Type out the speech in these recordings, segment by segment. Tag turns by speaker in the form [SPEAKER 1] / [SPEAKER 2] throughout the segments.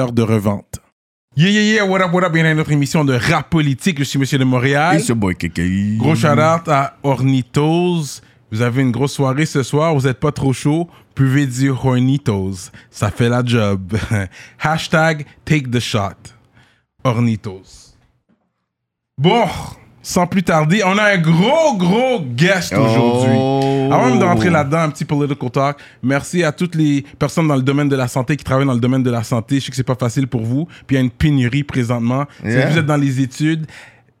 [SPEAKER 1] de revente. Yeah, yeah, yeah, what up, what up, bienvenue à notre émission de rap politique. Je suis Monsieur de Montréal.
[SPEAKER 2] boy KKI.
[SPEAKER 1] Gros shout à Ornitos. Vous avez une grosse soirée ce soir, vous n'êtes pas trop chaud, pouvez dire Hornitos. Ça fait la job. Hashtag take the shot. Ornitos. Bon, sans plus tarder, on a un gros, gros guest aujourd'hui. Avant même de rentrer là-dedans, un petit political talk. Merci à toutes les personnes dans le domaine de la santé qui travaillent dans le domaine de la santé. Je sais que c'est pas facile pour vous. Puis il y a une pénurie présentement.
[SPEAKER 3] Yeah.
[SPEAKER 1] Si vous êtes dans les études,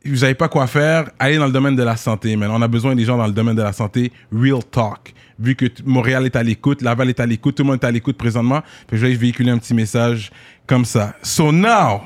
[SPEAKER 1] vous n'avez pas quoi faire, allez dans le domaine de la santé, man. On a besoin des gens dans le domaine de la santé. Real talk. Vu que t- Montréal est à l'écoute, Laval est à l'écoute, tout le monde est à l'écoute présentement. Fait que je vais véhiculer un petit message comme ça. So now,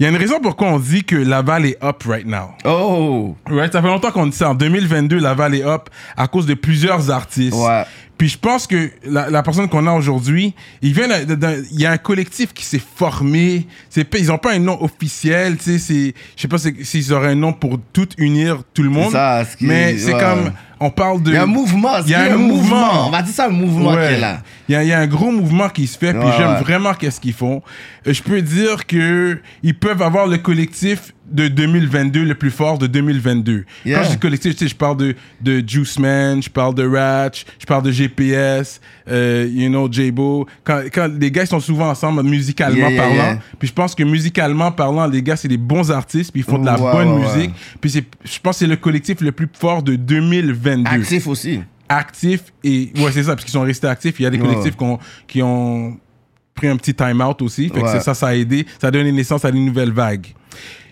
[SPEAKER 1] il y a une raison pourquoi on dit que Laval est up right now.
[SPEAKER 3] Oh!
[SPEAKER 1] Right, ça fait longtemps qu'on dit ça. En 2022, Laval est up à cause de plusieurs artistes.
[SPEAKER 3] Ouais.
[SPEAKER 1] Puis je pense que la, la personne qu'on a aujourd'hui, il vient d'un- d'un- il y a un collectif qui s'est formé. C'est pas- ils ont pas un nom officiel, tu sais. c'est- Je sais pas c'est- s'ils auraient un nom pour tout unir tout le monde.
[SPEAKER 3] ça, ce qui-
[SPEAKER 1] mais c'est
[SPEAKER 3] ouais.
[SPEAKER 1] comme on parle de.
[SPEAKER 3] Il y a un mouvement.
[SPEAKER 1] Il y a
[SPEAKER 3] c'est
[SPEAKER 1] un mouvement.
[SPEAKER 3] On va dire ça, un mouvement
[SPEAKER 1] Ouais.
[SPEAKER 3] qui est là.
[SPEAKER 1] Il y, a- il y a un gros mouvement qui se fait, puis
[SPEAKER 3] Ouais,
[SPEAKER 1] j'aime
[SPEAKER 3] ouais.
[SPEAKER 1] vraiment qu'est-ce qu'ils font. Euh, Je peux dire que ils peuvent avoir le collectif de 2022 le plus fort de 2022.
[SPEAKER 3] Yeah.
[SPEAKER 1] Quand je dis collectif, tu sais, je parle de, de Juice Man, je parle de Ratch, je parle de GPS, euh, you know, J-Bo. Quand, quand les gars ils sont souvent ensemble musicalement
[SPEAKER 3] Yeah, yeah,
[SPEAKER 1] parlant,
[SPEAKER 3] yeah.
[SPEAKER 1] puis je pense que musicalement parlant, les gars, c'est des bons artistes, puis ils font de la
[SPEAKER 3] Ouais,
[SPEAKER 1] bonne
[SPEAKER 3] ouais, ouais.
[SPEAKER 1] musique. Puis c'est- je pense que c'est le collectif le plus fort de 2022
[SPEAKER 3] Actif aussi.
[SPEAKER 1] actifs et ouais c'est ça parce qu'ils sont restés actifs il y a des
[SPEAKER 3] Ouais.
[SPEAKER 1] collectifs qui ont, qui ont pris un petit time out aussi fait que
[SPEAKER 3] Ouais.
[SPEAKER 1] c'est ça ça a aidé ça a donné naissance à une nouvelle vague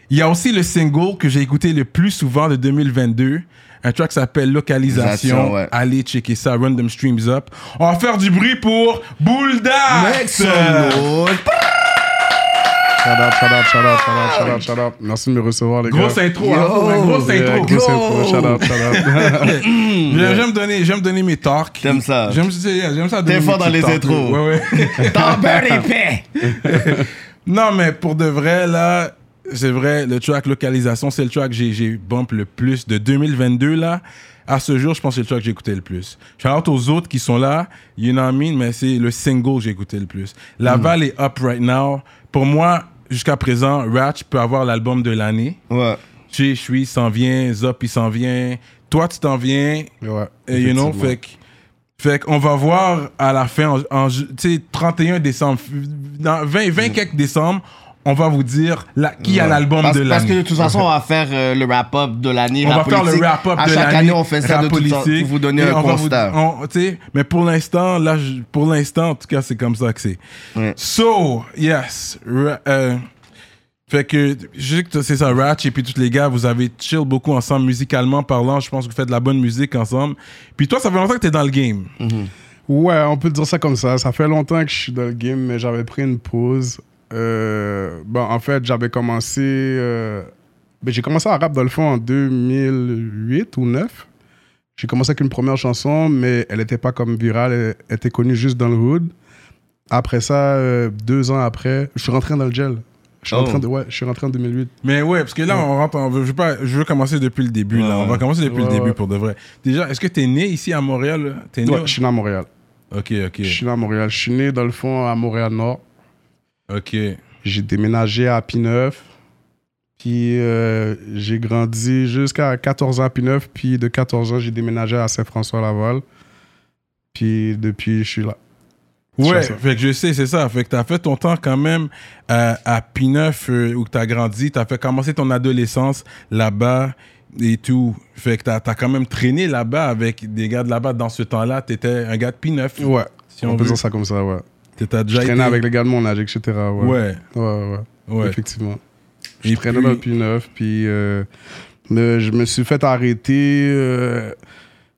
[SPEAKER 1] il y a aussi le single que j'ai écouté le plus souvent de 2022 un track qui s'appelle Localisation
[SPEAKER 3] Localisation, ouais.
[SPEAKER 1] allez checker ça Random Streams Up on va faire du bruit pour Boule
[SPEAKER 3] Mec,
[SPEAKER 1] d'Axe
[SPEAKER 3] son autre.
[SPEAKER 4] Shout out, shout out, shout out, shout out, shout out, shout out. Merci de me recevoir, les
[SPEAKER 1] grosse
[SPEAKER 4] gars.
[SPEAKER 1] intro hein,
[SPEAKER 3] Yo.
[SPEAKER 1] ouais, grosse
[SPEAKER 4] Yeah,
[SPEAKER 1] intro
[SPEAKER 4] grosse
[SPEAKER 3] Yo.
[SPEAKER 4] intro, shout out, shout out.
[SPEAKER 1] J'aime- j'aime donner j'aime donner mes talks
[SPEAKER 3] T'aimes ça.
[SPEAKER 1] j'aime j'aime ça donner mes
[SPEAKER 3] fort dans
[SPEAKER 1] petits
[SPEAKER 3] les
[SPEAKER 1] talks.
[SPEAKER 3] intros.
[SPEAKER 1] ouais ouais
[SPEAKER 3] T'en beurre épais.
[SPEAKER 1] Non, mais pour de vrai, là, c'est vrai, le track localisation, c'est le track que j'ai- j'ai bump le plus de 2022, là. À ce jour, je pense que c'est le track que j'ai écouté le plus. Je hâte aux autres qui sont là, you know what I mean, mais c'est le single que j'ai écouté le plus. Laval est up right now. Pour moi, jusqu'à présent, Ratch peut avoir l'album de l'année.
[SPEAKER 3] Ouais.
[SPEAKER 1] Tu sais, je suis, il s'en vient, Zop, il s'en vient, toi, tu t'en viens,
[SPEAKER 4] Mais ouais,
[SPEAKER 1] et you know,
[SPEAKER 4] effectivement.
[SPEAKER 1] fait que- fait qu'on va voir à la fin, en, en ju- tu sais, 31 décembre, dans 20,
[SPEAKER 3] Mm.
[SPEAKER 1] 20 quelques décembre, on va vous dire la, qui a l'album
[SPEAKER 3] Parce,
[SPEAKER 1] de
[SPEAKER 3] parce que de
[SPEAKER 1] l'année.
[SPEAKER 3] toute façon, on va faire euh, le wrap-up de l'année.
[SPEAKER 1] On va
[SPEAKER 3] rap
[SPEAKER 1] faire le
[SPEAKER 3] politique.
[SPEAKER 1] wrap-up
[SPEAKER 3] À
[SPEAKER 1] de
[SPEAKER 3] chaque
[SPEAKER 1] l'année.
[SPEAKER 3] année, on fait ça
[SPEAKER 1] rap
[SPEAKER 3] de toute façon
[SPEAKER 1] politique,
[SPEAKER 3] pour vous donner
[SPEAKER 1] et
[SPEAKER 3] un
[SPEAKER 1] on va vous-
[SPEAKER 3] constat.
[SPEAKER 1] on- tu sais, mais pour l'instant, là, je- pour l'instant, en tout cas, c'est comme ça que c'est.
[SPEAKER 3] Ouais.
[SPEAKER 1] So, yes. ra- euh, fait que, je sais que c'est ça, Ratch et puis tous les gars, vous avez chill beaucoup ensemble, musicalement parlant. Je pense que vous faites de la bonne musique ensemble. Puis toi, ça fait longtemps que t'es dans le game.
[SPEAKER 3] Mm.
[SPEAKER 4] Ouais, on peut dire ça comme ça. Ça fait longtemps que je suis dans le game, mais j'avais pris une pause. Euh, bon, en fait, j'avais commencé. euh, ben, j'ai commencé à rap dans le fond en 2008 ou 2009. J'ai commencé avec une première chanson, mais elle n'était pas comme virale. Elle était connue juste dans le hood. Après ça, euh, deux ans après, je suis rentré dans le gel. Je suis,
[SPEAKER 3] Oh.
[SPEAKER 4] rentré, de, ouais, je suis rentré en 2008.
[SPEAKER 1] Mais ouais, parce que là, on rentre. en- je, veux pas, je veux commencer depuis le début. là. On va commencer depuis le
[SPEAKER 4] Ouais,
[SPEAKER 1] début
[SPEAKER 4] ouais.
[SPEAKER 1] pour de vrai. Déjà, est-ce que t'es né ici à Montréal là? T'es né
[SPEAKER 4] Ouais, je suis né à Montréal.
[SPEAKER 1] Ok, ok.
[SPEAKER 4] Je suis né à Montréal. Je suis né dans le fond à Montréal-Nord.
[SPEAKER 1] Ok.
[SPEAKER 4] J'ai déménagé à P9. Puis euh, j'ai grandi jusqu'à 14 ans à P9. Puis de 14 ans, j'ai déménagé à Saint-François-Laval. Puis depuis, je suis là.
[SPEAKER 1] Ouais,
[SPEAKER 4] ça.
[SPEAKER 1] fait que je sais, c'est ça. Fait que t'as fait ton temps quand même euh, à P9 euh, où t'as grandi. T'as fait commencer ton adolescence là-bas et tout. Fait que t'as as quand même traîné là-bas avec des gars de là-bas. Dans ce temps-là, t'étais un gars de P9.
[SPEAKER 4] Ouais,
[SPEAKER 1] Si
[SPEAKER 4] on,
[SPEAKER 1] on
[SPEAKER 4] peut
[SPEAKER 1] veut.
[SPEAKER 4] dire ça comme ça, ouais.
[SPEAKER 1] T'étais
[SPEAKER 4] Je
[SPEAKER 1] déjà
[SPEAKER 4] traînais
[SPEAKER 1] été-
[SPEAKER 4] avec les gars de mon âge, etc. Ouais,
[SPEAKER 1] Ouais,
[SPEAKER 4] ouais, ouais.
[SPEAKER 1] ouais.
[SPEAKER 4] Effectivement. Je
[SPEAKER 1] Et
[SPEAKER 4] traînais
[SPEAKER 1] puis-
[SPEAKER 4] dans le P9, puis euh, le- je me suis fait arrêter, euh,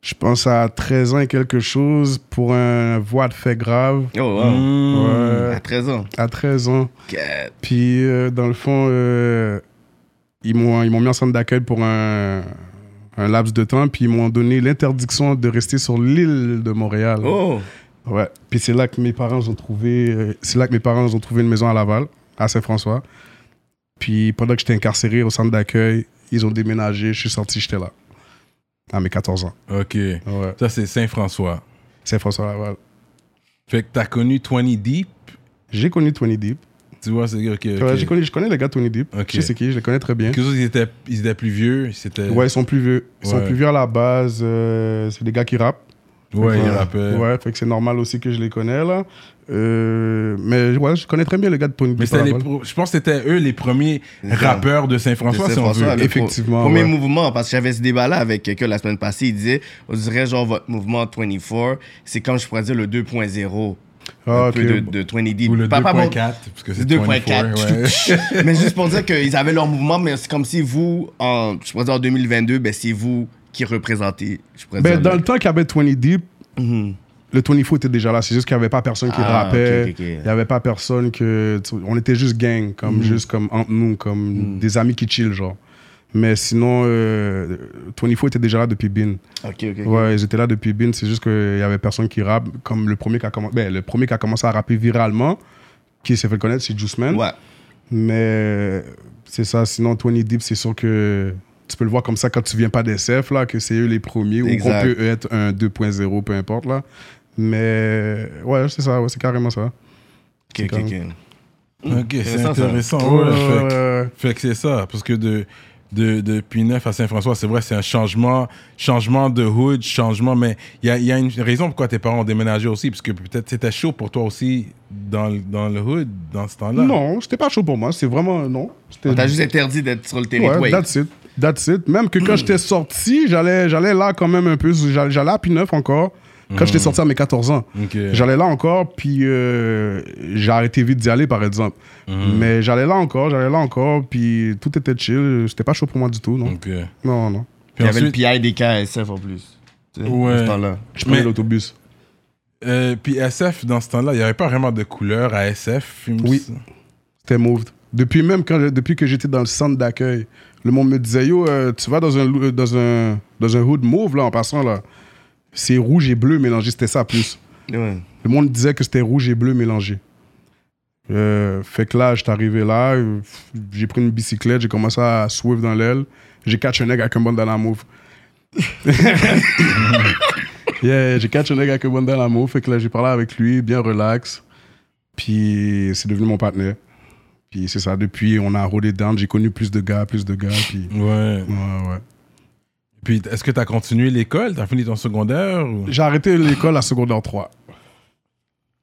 [SPEAKER 4] je pense à 13 ans et quelque chose, pour un voie de fait grave.
[SPEAKER 3] Oh, wow.
[SPEAKER 1] Hmm,
[SPEAKER 4] Ouais,
[SPEAKER 3] À 13 ans.
[SPEAKER 4] à 13 ans.
[SPEAKER 3] Quatre.
[SPEAKER 4] Puis, euh, dans le fond, euh, ils m'ont ils m'ont mis en centre d'accueil pour un, un laps de temps, puis ils m'ont donné l'interdiction de rester sur l'île de Montréal.
[SPEAKER 3] Oh.
[SPEAKER 4] Ouais. Puis c'est là que mes parents ont trouvé, euh, c'est là que mes parents ont trouvé une maison à Laval, à Saint-François. Puis pendant que j'étais incarcéré au centre d'accueil, ils ont déménagé, je suis sorti, j'étais là. À mes 14 ans.
[SPEAKER 1] OK.
[SPEAKER 4] Ouais.
[SPEAKER 1] Ça, c'est Saint-François.
[SPEAKER 4] Saint-François à Laval.
[SPEAKER 1] Fait que t'as connu 20 Deep.
[SPEAKER 4] J'ai connu Tony Deep.
[SPEAKER 1] Tu vois, c'est OK.
[SPEAKER 4] Ouais,
[SPEAKER 1] ok.
[SPEAKER 4] j'ai connu- je connais les gars Tony Deep.
[SPEAKER 1] Ok.
[SPEAKER 4] Je sais c'est qui, je les connais très bien.
[SPEAKER 1] Quelque chose, ils étaient, ils étaient plus vieux. C'était...
[SPEAKER 4] Ouais, ils sont plus vieux. Ils sont
[SPEAKER 1] Ouais.
[SPEAKER 4] plus vieux à la base. euh, c'est des gars qui rappent.
[SPEAKER 1] Ouais, ils
[SPEAKER 4] Ouais.
[SPEAKER 1] rappellent.
[SPEAKER 4] Ouais, fait que c'est normal aussi que je les connais, là. Euh, mais ouais, je connais très bien les gars de Tony Deep.
[SPEAKER 1] Mais
[SPEAKER 4] à
[SPEAKER 1] c'était les
[SPEAKER 4] Laval.
[SPEAKER 1] pro- je pense que c'était eux les premiers rappeurs de Saint-François,
[SPEAKER 3] C'est
[SPEAKER 1] si on
[SPEAKER 3] François,
[SPEAKER 1] veut.
[SPEAKER 3] le
[SPEAKER 4] Effectivement,
[SPEAKER 3] pro- Premier
[SPEAKER 4] ouais.
[SPEAKER 3] mouvement, parce que j'avais ce débat-là avec quelqu'un la semaine passée. Il disait, on dirait genre votre mouvement 24, c'est comme je pourrais dire le 2.0.
[SPEAKER 4] Ah,
[SPEAKER 3] un
[SPEAKER 4] ok.
[SPEAKER 3] peu de, de 20 deep.
[SPEAKER 1] Ou le
[SPEAKER 3] Pas- pas bon-
[SPEAKER 1] 2.4, parce que c'est 2.4.
[SPEAKER 3] 2.4. mais juste pour dire qu'ils avaient leur mouvement, mais c'est comme si vous, en, je pourrais dire en 2022, ben c'est vous qui représentez. Je pourrais
[SPEAKER 4] Ben,
[SPEAKER 3] dire,
[SPEAKER 4] dans
[SPEAKER 3] le-
[SPEAKER 4] le temps qu'il y avait 20 Deep,
[SPEAKER 3] Mhm.
[SPEAKER 4] le 24 était déjà là. C'est juste qu'il n'y avait pas personne qui
[SPEAKER 3] Ah,
[SPEAKER 4] rappait.
[SPEAKER 3] ok, ok, ok.
[SPEAKER 4] Il n'y avait pas personne que. tu- On était juste gang,
[SPEAKER 1] Mm.
[SPEAKER 4] comme juste comme entre nous, comme des amis qui chill, genre. Mais sinon, euh, 24 était déjà là depuis Bin.
[SPEAKER 3] Ok, ok. ok.
[SPEAKER 4] Ouais, ils étaient là depuis Bin. C'est juste qu'il n'y avait personne qui rappe. Comme le premier qui a, commen- ben, le premier qui a commencé à rapper viralement, qui s'est fait connaître, c'est Juice Man.
[SPEAKER 3] Ouais.
[SPEAKER 4] Mais euh, c'est ça. Sinon, 20 Deep, c'est sûr que tu peux le voir comme ça quand tu viens pas d'SF, là, que c'est eux les premiers ou qu'on
[SPEAKER 3] Exact.
[SPEAKER 4] peut être un 2.0, peu importe, là. Mais ouais, c'est ça, ouais, c'est carrément ça.
[SPEAKER 3] Ok, ok, ok.
[SPEAKER 1] Ok, c'est
[SPEAKER 3] Intéressant, ça.
[SPEAKER 1] intéressant.
[SPEAKER 4] Ouais,
[SPEAKER 1] ouais, fait que-
[SPEAKER 4] ouais, ouais.
[SPEAKER 1] Fait que c'est ça, parce que de, de, de P9 à Saint-François, c'est vrai, c'est un changement, changement de hood, changement, mais il y a, il y a une raison pourquoi tes parents ont déménagé aussi, parce que peut-être c'était chaud pour toi aussi dans, le- dans le hood, dans ce temps-là.
[SPEAKER 4] Non, c'était pas chaud pour moi, c'est vraiment non. C'était-
[SPEAKER 3] T'as juste interdit d'être sur le territoire.
[SPEAKER 4] Ouais, that's it. That's it. Même que quand j'étais sorti, j'allais, j'allais là quand même un peu. J'allais, j'allais à P9 encore. Quand j'étais sorti à mes 14 ans.
[SPEAKER 1] Mm. Ok.
[SPEAKER 4] J'allais là encore, puis euh, j'ai arrêté vite d'y aller, par exemple.
[SPEAKER 1] Mm.
[SPEAKER 4] Mais j'allais là encore, j'allais là encore, puis tout était chill. C'était pas chaud pour moi du tout, non.
[SPEAKER 1] Donc, euh,
[SPEAKER 4] Non, non.
[SPEAKER 3] Il
[SPEAKER 1] puis
[SPEAKER 3] y avait le
[SPEAKER 1] ensuite,
[SPEAKER 3] PI des KSF en plus. Tu sais,
[SPEAKER 1] Ouais.
[SPEAKER 3] à ce temps-là.
[SPEAKER 4] Je prenais
[SPEAKER 1] Mais-
[SPEAKER 4] l'autobus.
[SPEAKER 1] euh, puis SF, dans ce temps-là, il n'y avait pas vraiment de couleur à SF. il me
[SPEAKER 4] Oui.
[SPEAKER 1] semble.
[SPEAKER 4] C'était move. Depuis même quand, je- depuis que j'étais dans le centre d'accueil, le monde me disait Yo, euh, tu vas dans un, lou- euh, dans, un, dans un hood mauve, là, en passant, là. C'est rouge et bleu mélangé, c'était ça plus.
[SPEAKER 3] Ouais.
[SPEAKER 4] Le monde disait que c'était rouge et bleu mélangé. Euh, fait que là, j'étais arrivé là, euh, j'ai pris une bicyclette, j'ai commencé à swift dans l'aile, j'ai catch un nègre avec un bandana mauve. yeah, j'ai catch un nègre avec un bandana mauve, fait que là, j'ai parlé avec lui, bien relax, puis c'est devenu mon partenaire. Puis c'est ça, depuis, on a rodé down, j'ai connu plus de gars, plus de gars, puis...
[SPEAKER 1] Ouais.
[SPEAKER 4] Ouais, ouais.
[SPEAKER 1] Puis, est-ce que tu as continué l'école Tu as fini ton secondaire ou-
[SPEAKER 4] J'ai arrêté l'école à secondaire 3.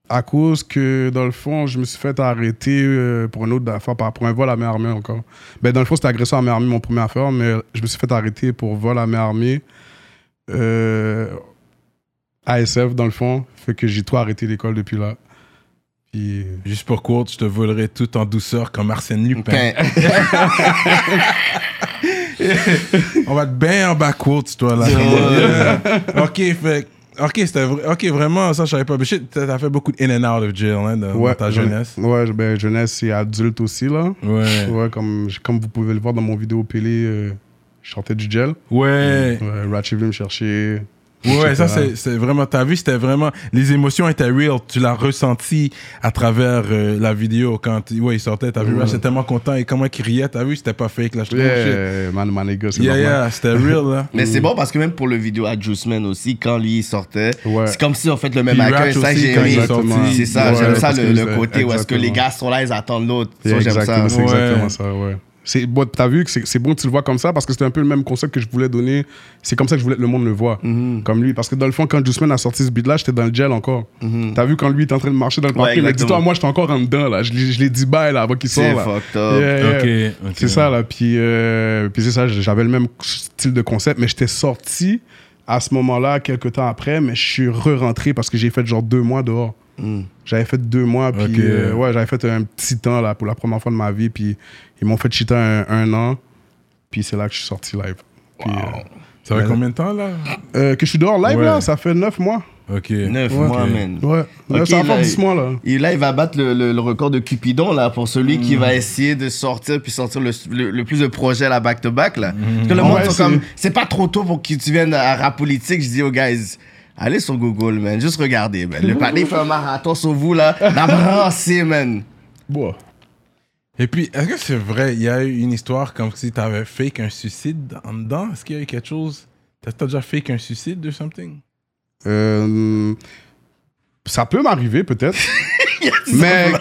[SPEAKER 4] À cause que, dans le fond, je me suis fait arrêter euh, pour une autre affaire, par- pour un vol à main armée encore. Ben, dans le fond, c'était agression à main armée, mon premier affaire, mais je me suis fait arrêter pour vol à main armée. Euh, ASF, dans le fond, fait que j'ai tout arrêté l'école depuis là. Puis,
[SPEAKER 1] Juste pour courte, je te volerai tout en douceur comme Arsène Lupin. On va te bien en bas courte, toi, là. Yeah. OK, fait... OK, c'était vrai- OK, vraiment, ça, je savais pas. Mais shit, t'as t'as fait beaucoup de in and out of jail, hein, dans, dans ta
[SPEAKER 4] jeune-
[SPEAKER 1] jeunesse.
[SPEAKER 4] Ouais, ben, jeunesse et adulte aussi, là.
[SPEAKER 1] Ouais.
[SPEAKER 4] Ouais, comme, comme vous pouvez le voir dans mon vidéo Pélé, euh, je sortais du gel.
[SPEAKER 1] Ouais.
[SPEAKER 4] Ouais, Ratchet venu me chercher.
[SPEAKER 1] Ouais,
[SPEAKER 4] etc.
[SPEAKER 1] ça, c'est c'est vraiment... T'as vu, c'était vraiment... Les émotions étaient real. Tu l'as ressenti à travers euh, la vidéo quand... Ouais, il sortait, t'as vu,
[SPEAKER 4] Ouais.
[SPEAKER 1] Rach était tellement content. Et comment il riait, t'as vu, c'était pas fake, là. Je te Mm. yeah,
[SPEAKER 4] Yeah, man, man, les gars, c'est
[SPEAKER 1] yeah,
[SPEAKER 4] normal.
[SPEAKER 1] yeah, c'était real, là.
[SPEAKER 3] Mais c'est bon parce que même pour le vidéo à Juice Man aussi, quand lui il sortait,
[SPEAKER 4] Ouais.
[SPEAKER 3] c'est comme si on fait le même
[SPEAKER 1] Puis
[SPEAKER 3] accueil.
[SPEAKER 1] Ratch
[SPEAKER 3] Ça,
[SPEAKER 1] aussi,
[SPEAKER 3] j'ai
[SPEAKER 1] quand
[SPEAKER 3] aimé.
[SPEAKER 1] il est
[SPEAKER 4] Exactement.
[SPEAKER 1] sorti.
[SPEAKER 3] Ah, C'est ça,
[SPEAKER 4] Ouais,
[SPEAKER 3] j'aime ça
[SPEAKER 4] parce
[SPEAKER 3] le,
[SPEAKER 4] que
[SPEAKER 3] le
[SPEAKER 4] c'est-
[SPEAKER 3] côté où est-ce que
[SPEAKER 4] exactement.
[SPEAKER 3] les gars sont là, ils attendent l'autre.
[SPEAKER 4] Yeah,
[SPEAKER 3] Ça, j'aime ça.
[SPEAKER 4] exactement, c'est
[SPEAKER 1] Ouais.
[SPEAKER 4] exactement ça, ouais. C'est bon, t'as vu que c'est c'est bon que tu le vois comme ça parce que c'était un peu le même concept que je voulais donner. C'est comme ça que je voulais que le monde le voit,
[SPEAKER 3] Mm-hmm.
[SPEAKER 4] comme lui. Parce que dans le fond, quand Juiceman a sorti ce beat-là, j'étais dans le gel encore. T'as vu quand lui était en train de marcher dans le
[SPEAKER 3] Mm-hmm. Ouais,
[SPEAKER 4] parking, il a dit
[SPEAKER 3] exactement.
[SPEAKER 4] Toi, moi, j'étais encore en dedans, là. Je l'ai je l'ai dit bye, là, avant qu'il sorte.
[SPEAKER 3] C'est
[SPEAKER 4] là.
[SPEAKER 3] fucked up.
[SPEAKER 4] Yeah, yeah.
[SPEAKER 1] Ok, ok.
[SPEAKER 4] C'est ça, là. Puis, euh, puis c'est ça, j'avais le même style de concept, mais j'étais sorti à ce moment-là, quelques temps après, mais je suis re-rentré parce que j'ai fait genre deux mois dehors. J'avais fait deux mois, puis
[SPEAKER 1] Hmm. Ok.
[SPEAKER 4] euh, ouais, j'avais fait un petit temps là, pour la première fois de ma vie, puis ils m'ont fait cheater un, un an, puis c'est là que je suis sorti live. Puis,
[SPEAKER 1] Ça fait combien de temps, là
[SPEAKER 4] euh, euh, que je suis dehors live,
[SPEAKER 1] Ouais.
[SPEAKER 4] là, ça fait neuf mois.
[SPEAKER 1] Ok.
[SPEAKER 3] Neuf
[SPEAKER 1] Ok.
[SPEAKER 3] mois, man.
[SPEAKER 4] Ouais,
[SPEAKER 3] Ok,
[SPEAKER 4] ça va faire
[SPEAKER 3] là,
[SPEAKER 4] 10 mois, là.
[SPEAKER 3] Et là, il va battre le, le- le record de Cupidon, là, pour celui
[SPEAKER 4] Mm.
[SPEAKER 3] qui va essayer de sortir, puis sortir le, le- le plus de projets, là, back-to-back, là. Parce que le
[SPEAKER 4] Ah
[SPEAKER 3] monde,
[SPEAKER 4] ouais,
[SPEAKER 3] sont
[SPEAKER 4] c'est-
[SPEAKER 3] comme, c'est pas trop tôt pour que tu viennes à rap politique. Je dis aux guys, allez sur Google, man, juste regardez, man. Le palais fait un marathon sur vous, là, d'abrancer, man.
[SPEAKER 4] Bon.
[SPEAKER 1] Et puis, est-ce que c'est vrai, il y a eu une histoire comme si t'avais fake un suicide en dedans Est-ce qu'il y a eu quelque chose T'as t'as déjà fake un suicide ou something
[SPEAKER 4] Euh, ça peut m'arriver, peut-être. mais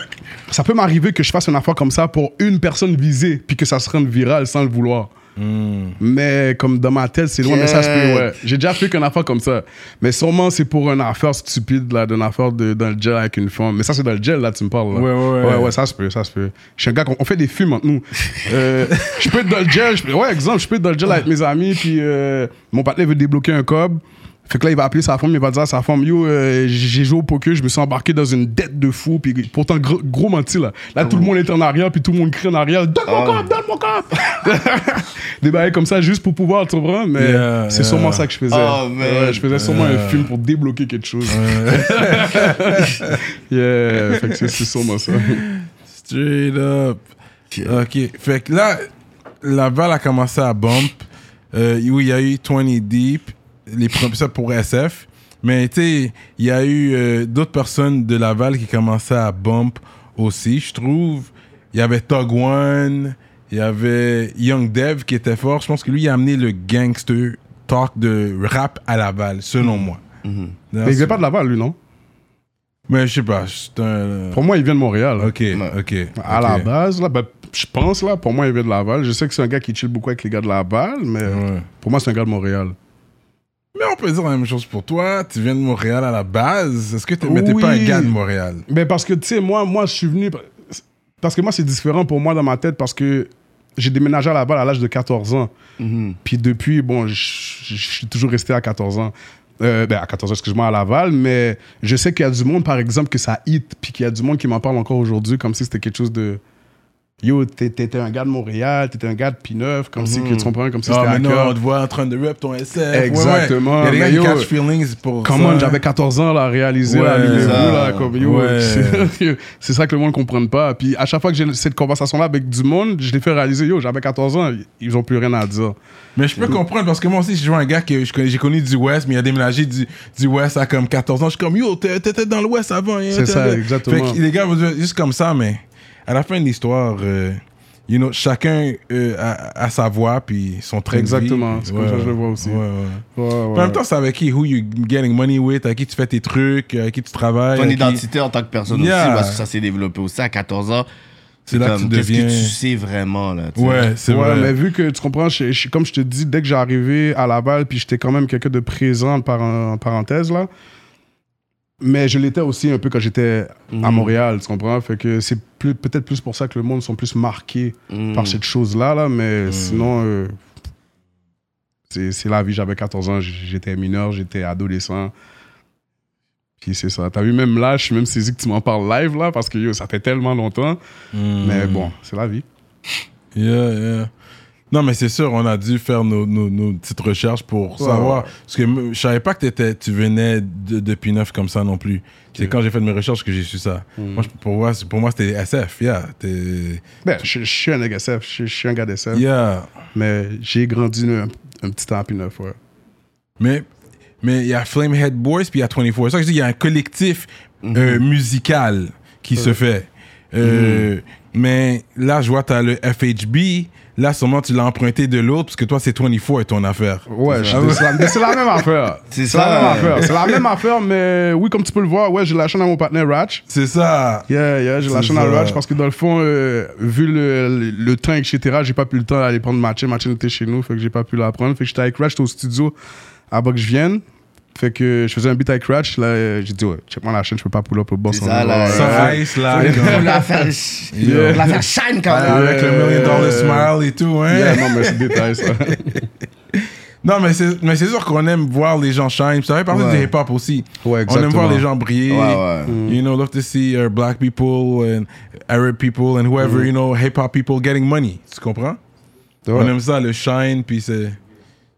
[SPEAKER 4] ça peut m'arriver que je fasse une affaire comme ça pour une personne visée, puis que ça se rende viral sans le vouloir.
[SPEAKER 1] Hmm.
[SPEAKER 4] Mais comme dans ma tête, c'est loin, mais ça se peut, ouais. J'ai déjà fait qu'une affaire comme ça. Mais sûrement, c'est pour une affaire stupide, là, d'une affaire de, dans le gel avec une femme. Mais ça, c'est dans le gel, là, tu me parles. là.
[SPEAKER 1] Ouais, ouais, ouais.
[SPEAKER 4] Ouais, ouais, ça se peut, ça se peut. Je suis un gars, qu'on- on fait des films entre nous. Euh, je peux être dans le gel, je peux- ouais, exemple, je peux être dans le gel avec mes amis, puis euh, mon partenaire veut débloquer un cob. Fait que là, il va appeler sa femme, il va dire à sa femme, yo, euh, j'ai joué au poker, je me suis embarqué dans une dette de fou, puis pourtant, gros, gros menti, là. Là, tout le monde est en arrière, puis tout le monde crie en arrière, donne mon
[SPEAKER 1] Ah.
[SPEAKER 3] Oh.
[SPEAKER 4] cob, donne mon cob! des bails comme ça, juste pour pouvoir, tu comprends? Mais
[SPEAKER 1] Yeah,
[SPEAKER 4] c'est
[SPEAKER 1] yeah.
[SPEAKER 4] sûrement ça que je faisais.
[SPEAKER 3] Oh, man.
[SPEAKER 4] Ouais, je faisais sûrement un film pour débloquer quelque chose. yeah, fait que c'est- c'est sûrement ça.
[SPEAKER 1] Straight up. Ok. Fait que là, la balle a commencé à bump. Euh, oui, il y a eu 20 Deep, les premiers, ça pour SF. Mais tu sais, il y a eu euh, d'autres personnes de Laval qui commençaient à bump aussi, je trouve. Il y avait Tog One, il y avait Young Dev qui était fort. Je pense que lui, il a amené le gangster talk de rap à Laval, selon moi.
[SPEAKER 4] Mais il vient pas de Laval, lui, non
[SPEAKER 1] Mais je sais pas, c'est un... euh,
[SPEAKER 4] Pour moi, il vient de Montréal.
[SPEAKER 1] Ok, ok.
[SPEAKER 4] À
[SPEAKER 1] ok.
[SPEAKER 4] la base, là, ben, je pense, là, pour moi, il vient de Laval. Je sais que c'est un gars qui chill beaucoup avec les gars de Laval, mais
[SPEAKER 1] Ouais.
[SPEAKER 4] pour moi, c'est un gars de Montréal.
[SPEAKER 1] Mais on peut dire la même chose pour toi. Tu viens de Montréal à la base. Est-ce que tu n'étais
[SPEAKER 4] Oui.
[SPEAKER 1] pas un gars de Montréal
[SPEAKER 4] Ben parce que, tu sais, moi, moi, je suis venu... Parce que moi, c'est différent pour moi dans ma tête parce que j'ai déménagé à Laval à l'âge de 14 ans.
[SPEAKER 1] Mhm.
[SPEAKER 4] Puis depuis, bon, je je- je suis toujours resté à 14 ans. Euh, ben, à 14 ans, excuse-moi, à Laval, mais je sais qu'il y a du monde, par exemple, que ça hit, puis qu'il y a du monde qui m'en parle encore aujourd'hui comme si c'était quelque chose de... Yo, t'é- t'étais un gars de Montréal, t'étais un gars de P9, comme si, que tu comprends, comme si
[SPEAKER 1] Ah,
[SPEAKER 4] c'était
[SPEAKER 1] mais
[SPEAKER 4] un
[SPEAKER 1] non,
[SPEAKER 4] cœur.
[SPEAKER 1] on te voit en train de rep ton SF.
[SPEAKER 4] Exactement,
[SPEAKER 1] Ouais, ouais. Il y a des
[SPEAKER 4] mais
[SPEAKER 1] gars qui
[SPEAKER 4] yo,
[SPEAKER 1] catch feelings pour
[SPEAKER 4] Comment
[SPEAKER 1] ça.
[SPEAKER 4] j'avais 14 ans là, à réaliser
[SPEAKER 1] Ouais,
[SPEAKER 4] la numéro
[SPEAKER 3] ça.
[SPEAKER 4] là, comme yo,
[SPEAKER 1] Ouais.
[SPEAKER 4] c'est- c'est ça que le monde ne comprenne pas. Puis à chaque fois que j'ai cette conversation là avec du monde, je les fais réaliser yo, j'avais 14 ans, ils ont plus rien à dire.
[SPEAKER 1] Mais je peux comprendre parce que moi aussi, je vois un gars que je connais- j'ai connu du West, mais il a déménagé du, du West à comme 14 ans. Je suis comme, yo, t'es- t'étais dans l'Ouest avant. hein,
[SPEAKER 4] C'est
[SPEAKER 1] t'es-
[SPEAKER 4] ça,
[SPEAKER 1] t'es-
[SPEAKER 4] exactement.
[SPEAKER 1] Fait que les gars vont dire juste comme ça, mais à la fin de l'histoire, euh, you know, chacun euh, a, a sa voix, puis son trait de vie.
[SPEAKER 4] Exactement, c'est comme ça que je le vois aussi.
[SPEAKER 1] Ouais, ouais.
[SPEAKER 4] Ouais,
[SPEAKER 1] En même temps, c'est avec qui, who you getting money with, à qui tu fais tes trucs, à qui tu travailles.
[SPEAKER 3] Ton
[SPEAKER 1] à qui-
[SPEAKER 3] identité en tant que personne
[SPEAKER 1] Yeah.
[SPEAKER 3] aussi, parce que ça s'est développé aussi à 14 ans.
[SPEAKER 1] C'est là que
[SPEAKER 3] comme,
[SPEAKER 1] tu
[SPEAKER 3] qu'est-ce
[SPEAKER 1] deviens-
[SPEAKER 3] que tu sais vraiment, là. tu sais.
[SPEAKER 1] Ouais, c'est
[SPEAKER 4] Ouais,
[SPEAKER 1] vrai.
[SPEAKER 4] mais vu que tu comprends, je- je- comme je te dis, dès que j'ai arrivé à Laval, puis j'étais quand même quelqu'un de présent par en parenthèse là. Mais je l'étais aussi un peu quand j'étais à
[SPEAKER 3] Mhm.
[SPEAKER 4] Montréal, tu comprends? Fait que c'est plus- peut-être plus pour ça que le monde sont plus marqués
[SPEAKER 3] Mm.
[SPEAKER 4] par cette chose-là, là, mais sinon, euh, c'est c'est la vie. J'avais 14 ans, j- j'étais mineur, j'étais adolescent. Puis c'est ça. T'as vu, même là, je suis même saisi que tu m'en parles live, là, parce que yo, ça fait tellement longtemps. Mais bon, c'est la vie.
[SPEAKER 1] Yeah, yeah. Non, mais c'est sûr, on a dû faire nos, nos- nos petites recherches pour savoir. Parce que m- je savais pas que t'étais- tu venais de, de P9 comme ça non plus. C'est quand j'ai fait mes recherches que j'ai su ça.
[SPEAKER 4] Hmm.
[SPEAKER 1] Moi, je- pour moi, c'est- pour moi, c'était SF. Yeah. t'es-
[SPEAKER 4] Ben, je, je suis un nègre SF, je, je suis un gars d'SF,
[SPEAKER 1] yeah.
[SPEAKER 4] mais j'ai grandi un, un petit temps à P9, ouais.
[SPEAKER 1] Mais mais il y a Flamehead Boys puis il y a 24. C'est ça que je dis, il y a un collectif
[SPEAKER 4] Mhm.
[SPEAKER 1] euh, musical qui se fait.
[SPEAKER 4] Mhm.
[SPEAKER 1] Euh, Mais là, je vois, tu as le FHB. Là, sûrement, tu l'as emprunté de l'autre parce que toi, c'est 24 et ton affaire. Ah
[SPEAKER 4] Ouais, je- c'est la, mais c'est la même affaire.
[SPEAKER 3] C'est
[SPEAKER 4] la
[SPEAKER 3] ça.
[SPEAKER 4] même affaire. C'est la même affaire, mais oui, comme tu peux le voir, ouais, j'ai la chaîne à mon partenaire Ratch.
[SPEAKER 1] C'est ça.
[SPEAKER 4] Yeah, yeah, j'ai la
[SPEAKER 1] C'est
[SPEAKER 4] chaîne à
[SPEAKER 1] ça.
[SPEAKER 4] Ratch parce que dans le fond, euh, vu le, le, le temps, etc., j'ai pas pu le temps d'aller prendre ma chaîne. Ma chaîne était chez nous, fait que j'ai pas pu la prendre. Fait que j'étais avec Ratch, j'étais au studio avant que je vienne. Fait que je faisais un beat avec Ratch. Là, euh, j'ai dit, ouais, check-moi la chaîne, je peux pas pull up le boss.
[SPEAKER 3] C'est
[SPEAKER 4] en
[SPEAKER 3] ça,
[SPEAKER 4] dehors.
[SPEAKER 3] là.
[SPEAKER 4] Ouais.
[SPEAKER 1] Ça ice, là.
[SPEAKER 3] Faut
[SPEAKER 1] comme-
[SPEAKER 3] la faire,
[SPEAKER 1] Yeah.
[SPEAKER 3] faut la faire shine quand même.
[SPEAKER 1] Avec le million dollar
[SPEAKER 4] Euh,
[SPEAKER 1] smile et tout, hein.
[SPEAKER 4] Yeah, non, mais c'est détail, ça.
[SPEAKER 1] Non, mais c'est mais c'est sûr qu'on aime voir les gens shine. Ça fait partie
[SPEAKER 3] Ouais.
[SPEAKER 1] du hip-hop aussi.
[SPEAKER 4] Ouais,
[SPEAKER 1] on aime
[SPEAKER 4] exactement.
[SPEAKER 1] voir les gens briller.
[SPEAKER 3] Ouais, ouais.
[SPEAKER 4] Mm.
[SPEAKER 1] You know, love to see uh, black people and Arab people and whoever,
[SPEAKER 3] Mm.
[SPEAKER 1] you know, hip-hop people getting money. Tu comprends? On aime ça, le shine, puis c'est...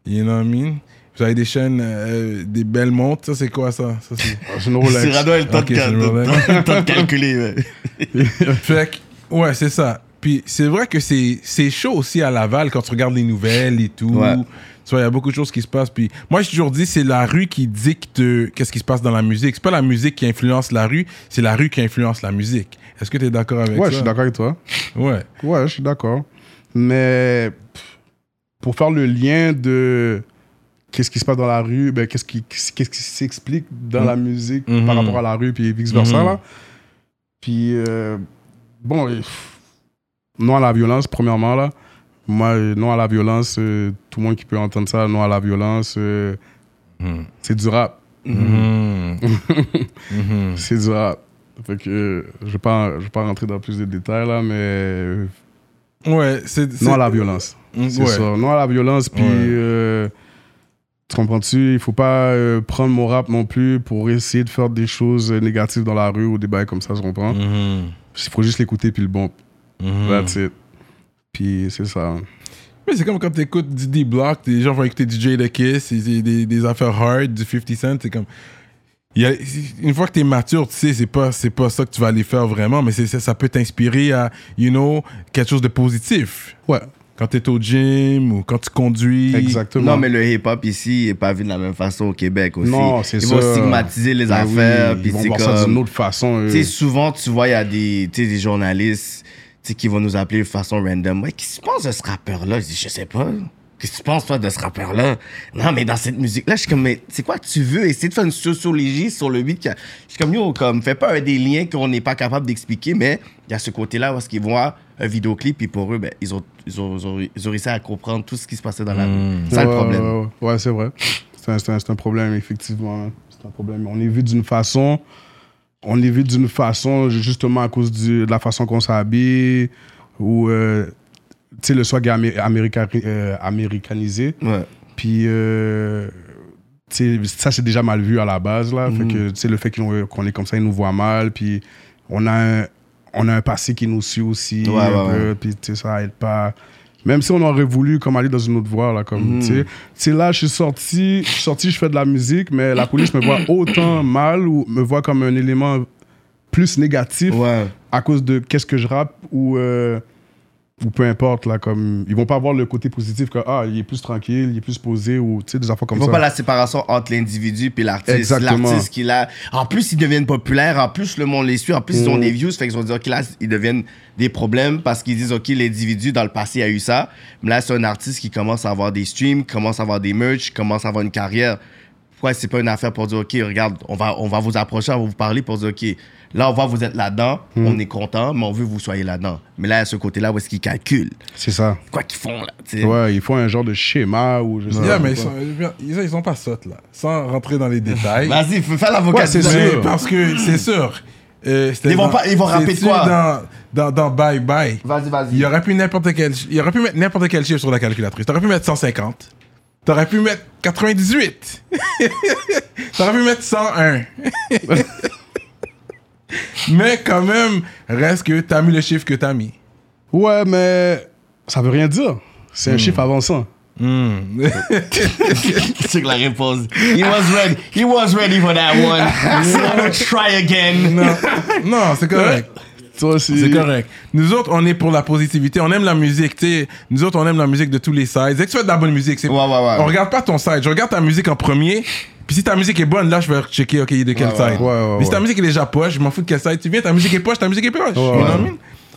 [SPEAKER 1] You know what I mean? Vous avez des chaînes, euh, des belles montres. Ça, c'est quoi, ça? ça c'est-
[SPEAKER 4] Ah, C'est une Rolex.
[SPEAKER 3] Cyrano a le temps
[SPEAKER 1] Ok,
[SPEAKER 3] de cal-
[SPEAKER 1] je me
[SPEAKER 3] de-
[SPEAKER 1] remets.
[SPEAKER 3] le temps de calculer. ouais.
[SPEAKER 1] Fait que, ouais, c'est ça. Puis c'est vrai que c'est c'est chaud aussi à Laval quand tu regardes les nouvelles et tout.
[SPEAKER 3] Ouais.
[SPEAKER 1] Tu vois, il y a beaucoup de choses qui se passent. Puis moi, j'ai toujours dit, c'est la rue qui dicte euh, qu'est-ce qui se passe dans la musique. C'est pas la musique qui influence la rue, c'est la rue qui influence la musique. Est-ce que tu es d'accord avec ça?
[SPEAKER 4] Ouais, je suis d'accord avec toi.
[SPEAKER 1] Ouais.
[SPEAKER 4] Ouais, je suis d'accord. Mais pff, pour faire le lien de qu'est-ce qui se passe dans la rue, ben, qu'est-ce qui qu'est-ce qui s'explique dans la musique
[SPEAKER 1] Mhm.
[SPEAKER 4] par rapport à la rue, puis vice-versa.
[SPEAKER 1] Mhm.
[SPEAKER 4] là. Puis, euh, bon, et, pff, non à la violence, premièrement, là. Moi, euh, non à la violence, euh, tout le monde qui peut entendre ça, non à la violence, euh,
[SPEAKER 1] Mhm.
[SPEAKER 4] c'est du rap.
[SPEAKER 1] Mhm. Mhm.
[SPEAKER 4] C'est du rap. Fait que euh, je vais pas, je vais pas rentrer dans plus de détails, là, mais euh,
[SPEAKER 1] Ouais, c'est. c'est-
[SPEAKER 4] non à la violence. C'est
[SPEAKER 1] Ouais.
[SPEAKER 4] ça. Non à la violence, puis.
[SPEAKER 1] Ouais.
[SPEAKER 4] euh, tu comprends-tu? Il faut pas euh, prendre mon rap non plus pour essayer de faire des choses euh, négatives dans la rue ou des bails comme ça, je comprends?
[SPEAKER 3] Mm.
[SPEAKER 1] Mhm.
[SPEAKER 4] Il faut juste l'écouter puis le bon.
[SPEAKER 1] Mhm.
[SPEAKER 4] That's it. Puis c'est ça.
[SPEAKER 1] Mais c'est comme quand t'écoutes du D-Block, les gens vont écouter du Jay The Kiss, et c'est des, des affaires hard, du 50 Cent, c'est comme... il y a- une fois que t'es mature, tu sais, c'est pas, c'est pas ça que tu vas aller faire vraiment, mais c'est, ça, ça peut t'inspirer à, you know, quelque chose de positif.
[SPEAKER 4] Ouais,
[SPEAKER 1] Quand t'es au gym ou quand tu conduis.
[SPEAKER 4] exactement.
[SPEAKER 3] Non, mais le hip-hop ici est pas vu de la même façon au Québec aussi.
[SPEAKER 4] Non, c'est
[SPEAKER 3] Ils
[SPEAKER 4] ça.
[SPEAKER 3] vont stigmatiser les
[SPEAKER 4] Ben oui,
[SPEAKER 3] affaires. puis
[SPEAKER 4] ils vont
[SPEAKER 3] c'est
[SPEAKER 4] voir ça
[SPEAKER 3] comme-
[SPEAKER 4] d'une autre façon. eux.
[SPEAKER 3] Tu sais, souvent, tu vois, il y a des, tu sais, des journalistes tu sais, qui vont nous appeler de façon random. Ouais, qu'est-ce que tu penses de ce rappeur-là? Je dis, je sais pas. Qu'est-ce que tu penses, toi, de ce rappeur-là? Non, mais dans cette musique-là, je suis comme, mais c'est quoi que tu veux? Essayer de faire une sociologie sur le beat. qui a- Je suis comme, yo, comme, fais pas un des liens qu'on n'est pas capable d'expliquer, mais il y a ce côté-là où est-ce qu'ils voient un vidéoclip, puis pour eux, ben, ils, ont, ils, ont, ils, ont, ils ont réussi à comprendre tout ce qui se passait dans la rue. C'est ça le
[SPEAKER 4] Ouais,
[SPEAKER 3] problème.
[SPEAKER 4] Ouais, ouais. Ouais, c'est vrai. C'est un, c'est un- c'est un problème, effectivement. C'est un problème. On est vu d'une façon. On est vu d'une façon, justement, à cause du- de la façon qu'on s'habille, ou, euh, tu sais, le swag est amé- américa- euh, américanisé.
[SPEAKER 3] Ouais.
[SPEAKER 4] Puis, euh, tu sais, ça, c'est déjà mal vu à la base, là.
[SPEAKER 3] Mhm.
[SPEAKER 4] Fait que, tu sais, le fait qu'ils ont- qu'on est comme ça, ils nous voient mal. Puis, on a un, on a un passé qui nous suit aussi.
[SPEAKER 3] Ouais,
[SPEAKER 4] un
[SPEAKER 3] ouais,
[SPEAKER 4] peu. Puis, tu sais, ça aide pas. Même si on aurait voulu comme aller dans une autre voie, là,
[SPEAKER 3] Mhm.
[SPEAKER 4] comme, tu sais. Tu sais, là, je suis sorti, je suis sorti, je fais de la musique, mais la police me voit autant mal ou me voit comme un élément plus négatif
[SPEAKER 3] Ouais.
[SPEAKER 4] à cause de qu'est-ce que je rappe ou, euh, ou peu importe, là, comme, ils vont pas voir le côté positif que, ah, il est plus tranquille, il est plus posé ou, tu sais, des affaires
[SPEAKER 3] Il
[SPEAKER 4] comme
[SPEAKER 3] faut
[SPEAKER 4] ça.
[SPEAKER 3] pas la séparation entre l'individu puis l'artiste.
[SPEAKER 4] Exactement.
[SPEAKER 3] L'artiste qui l'a. En plus, ils deviennent populaires. En plus, le monde les suit. En plus, ils
[SPEAKER 4] Mm.
[SPEAKER 3] ont des views. Fait qu'ils ont dit, OK, là, ils deviennent des problèmes parce qu'ils disent, OK, l'individu, dans le passé, a eu ça. Mais là, c'est un artiste qui commence à avoir des streams, commence à avoir des merch, commence à avoir une carrière. Pourquoi c'est pas une affaire pour dire, OK, regarde, on va, on va vous approcher, on va vous parler pour dire, OK, là, on voit vous êtes là-dedans,
[SPEAKER 4] Mm.
[SPEAKER 3] on est content, mais on veut que vous soyez là-dedans. Mais là, à ce côté-là, où est-ce qu'ils calculent?
[SPEAKER 4] C'est ça.
[SPEAKER 3] Quoi qu'ils font, là, tu sais.
[SPEAKER 4] Ouais, il faut un genre de schéma ou je sais
[SPEAKER 1] Yeah,
[SPEAKER 4] pas
[SPEAKER 1] mais ils
[SPEAKER 4] quoi.
[SPEAKER 1] sont, ils, ils sont pas sottes, là. Sans rentrer dans les détails.
[SPEAKER 3] Vas-y, fais fais l'avocat.
[SPEAKER 4] Ouais, c'est
[SPEAKER 3] du diable.
[SPEAKER 1] Mais
[SPEAKER 4] sûr.
[SPEAKER 1] parce que c'est sûr. euh, c'était
[SPEAKER 3] Ils vont
[SPEAKER 1] dans-
[SPEAKER 3] pas- ils vont rapper de
[SPEAKER 1] c'était-tu
[SPEAKER 3] quoi?
[SPEAKER 1] dans, dans, dans Bye Bye.
[SPEAKER 3] Vas-y, vas-y.
[SPEAKER 1] Il aurait pu n'importe quel, il aurait pu mettre n'importe quel chiffre sur la calculatrice. T'aurais pu mettre 150. T'aurais pu mettre 98. T'aurais pu mettre 101. Mais quand même, reste que t'as mis le chiffre que t'as mis.
[SPEAKER 4] Ouais, mais ça veut rien dire. C'est
[SPEAKER 3] Hmm.
[SPEAKER 4] un chiffre avançant.
[SPEAKER 3] took like impulse. He was ready. He was ready for that one. So I would try again.
[SPEAKER 1] Non, non c'est correct.
[SPEAKER 4] Toi, c'est.
[SPEAKER 1] C'est correct. Nous autres, on est pour la positivité. On aime la musique. tu sais. Nous autres, on aime la musique de tous les sides. Dès que tu fais de la bonne musique, c'est-
[SPEAKER 3] Ouais, ouais, ouais.
[SPEAKER 1] on regarde pas ton side. Je regarde ta musique en premier. Puis si ta musique est bonne, là, je vais checker, OK, il est de quel side.
[SPEAKER 4] ouais, ouais,
[SPEAKER 1] Mais si ta
[SPEAKER 4] ouais.
[SPEAKER 1] musique est déjà poche, je m'en fous de quel side tu viens. Ta musique est poche, ta musique est poche. you know
[SPEAKER 4] ouais.
[SPEAKER 1] what I mean?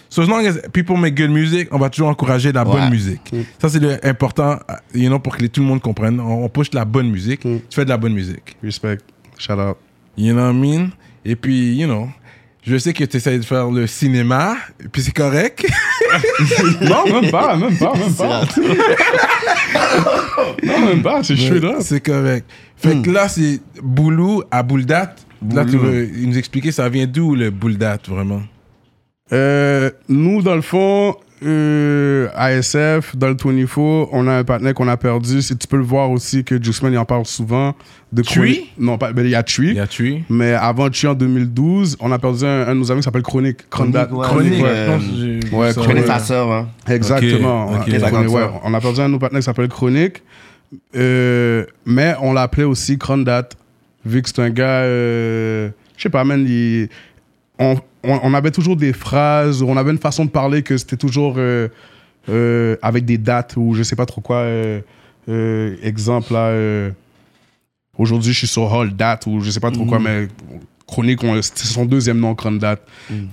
[SPEAKER 1] So as long as people make good music, on va toujours encourager la bonne musique.
[SPEAKER 4] Mm.
[SPEAKER 1] Ça, c'est le- important, you know, pour que les- tout le monde comprenne. On, on push la bonne musique.
[SPEAKER 4] Mm.
[SPEAKER 1] Tu fais de la bonne musique.
[SPEAKER 4] Respect. Shout out.
[SPEAKER 1] You know what I mean? Et puis, you know, je sais que tu essaies de faire le cinéma, puis c'est correct.
[SPEAKER 4] Non, même pas, même pas, même pas. non, même pas, c'est straight up.
[SPEAKER 1] c'est correct. Fait que là, c'est Boulou à Bouldat. Là, tu veux nous expliquer, ça vient d'où le Bouldat, vraiment?
[SPEAKER 4] Euh, nous, dans le fond, euh, ASF, dans le 24, on a un partenaire qu'on a perdu. Si tu peux le voir aussi que Juxman, il en parle souvent. De
[SPEAKER 1] Tui?
[SPEAKER 4] Chronique- Non, pas, ben, il y a Tui.
[SPEAKER 1] Il a tué.
[SPEAKER 4] Mais avant Tui, en 2012, on a perdu un, un de nos amis qui s'appelle Chronique. Cronda-
[SPEAKER 1] Chronique,
[SPEAKER 3] Chronique, ouais. Euh,
[SPEAKER 1] je pense que j'ai vu
[SPEAKER 4] ouais,
[SPEAKER 1] ça,
[SPEAKER 3] Je connais
[SPEAKER 1] ouais.
[SPEAKER 3] sa sœur, hein.
[SPEAKER 4] Exactement.
[SPEAKER 1] Ok, ok.
[SPEAKER 4] Ouais,
[SPEAKER 1] Les
[SPEAKER 4] on,
[SPEAKER 3] vacances,
[SPEAKER 4] ouais,
[SPEAKER 3] ouais.
[SPEAKER 4] on a perdu un de nos partenaires qui s'appelle Chronique, euh, mais on l'appelait aussi Crondat, vu que c'est un gars, euh, je sais pas, man, il- on, on- on avait toujours des phrases, on avait une façon de parler que c'était toujours euh, euh, avec des dates ou je sais pas trop quoi. euh, euh, exemple, là, euh, aujourd'hui je suis sur Hall Date ou je sais pas trop
[SPEAKER 1] Mhm.
[SPEAKER 4] quoi, mais Chronique, on- c'était son deuxième nom, Crondat.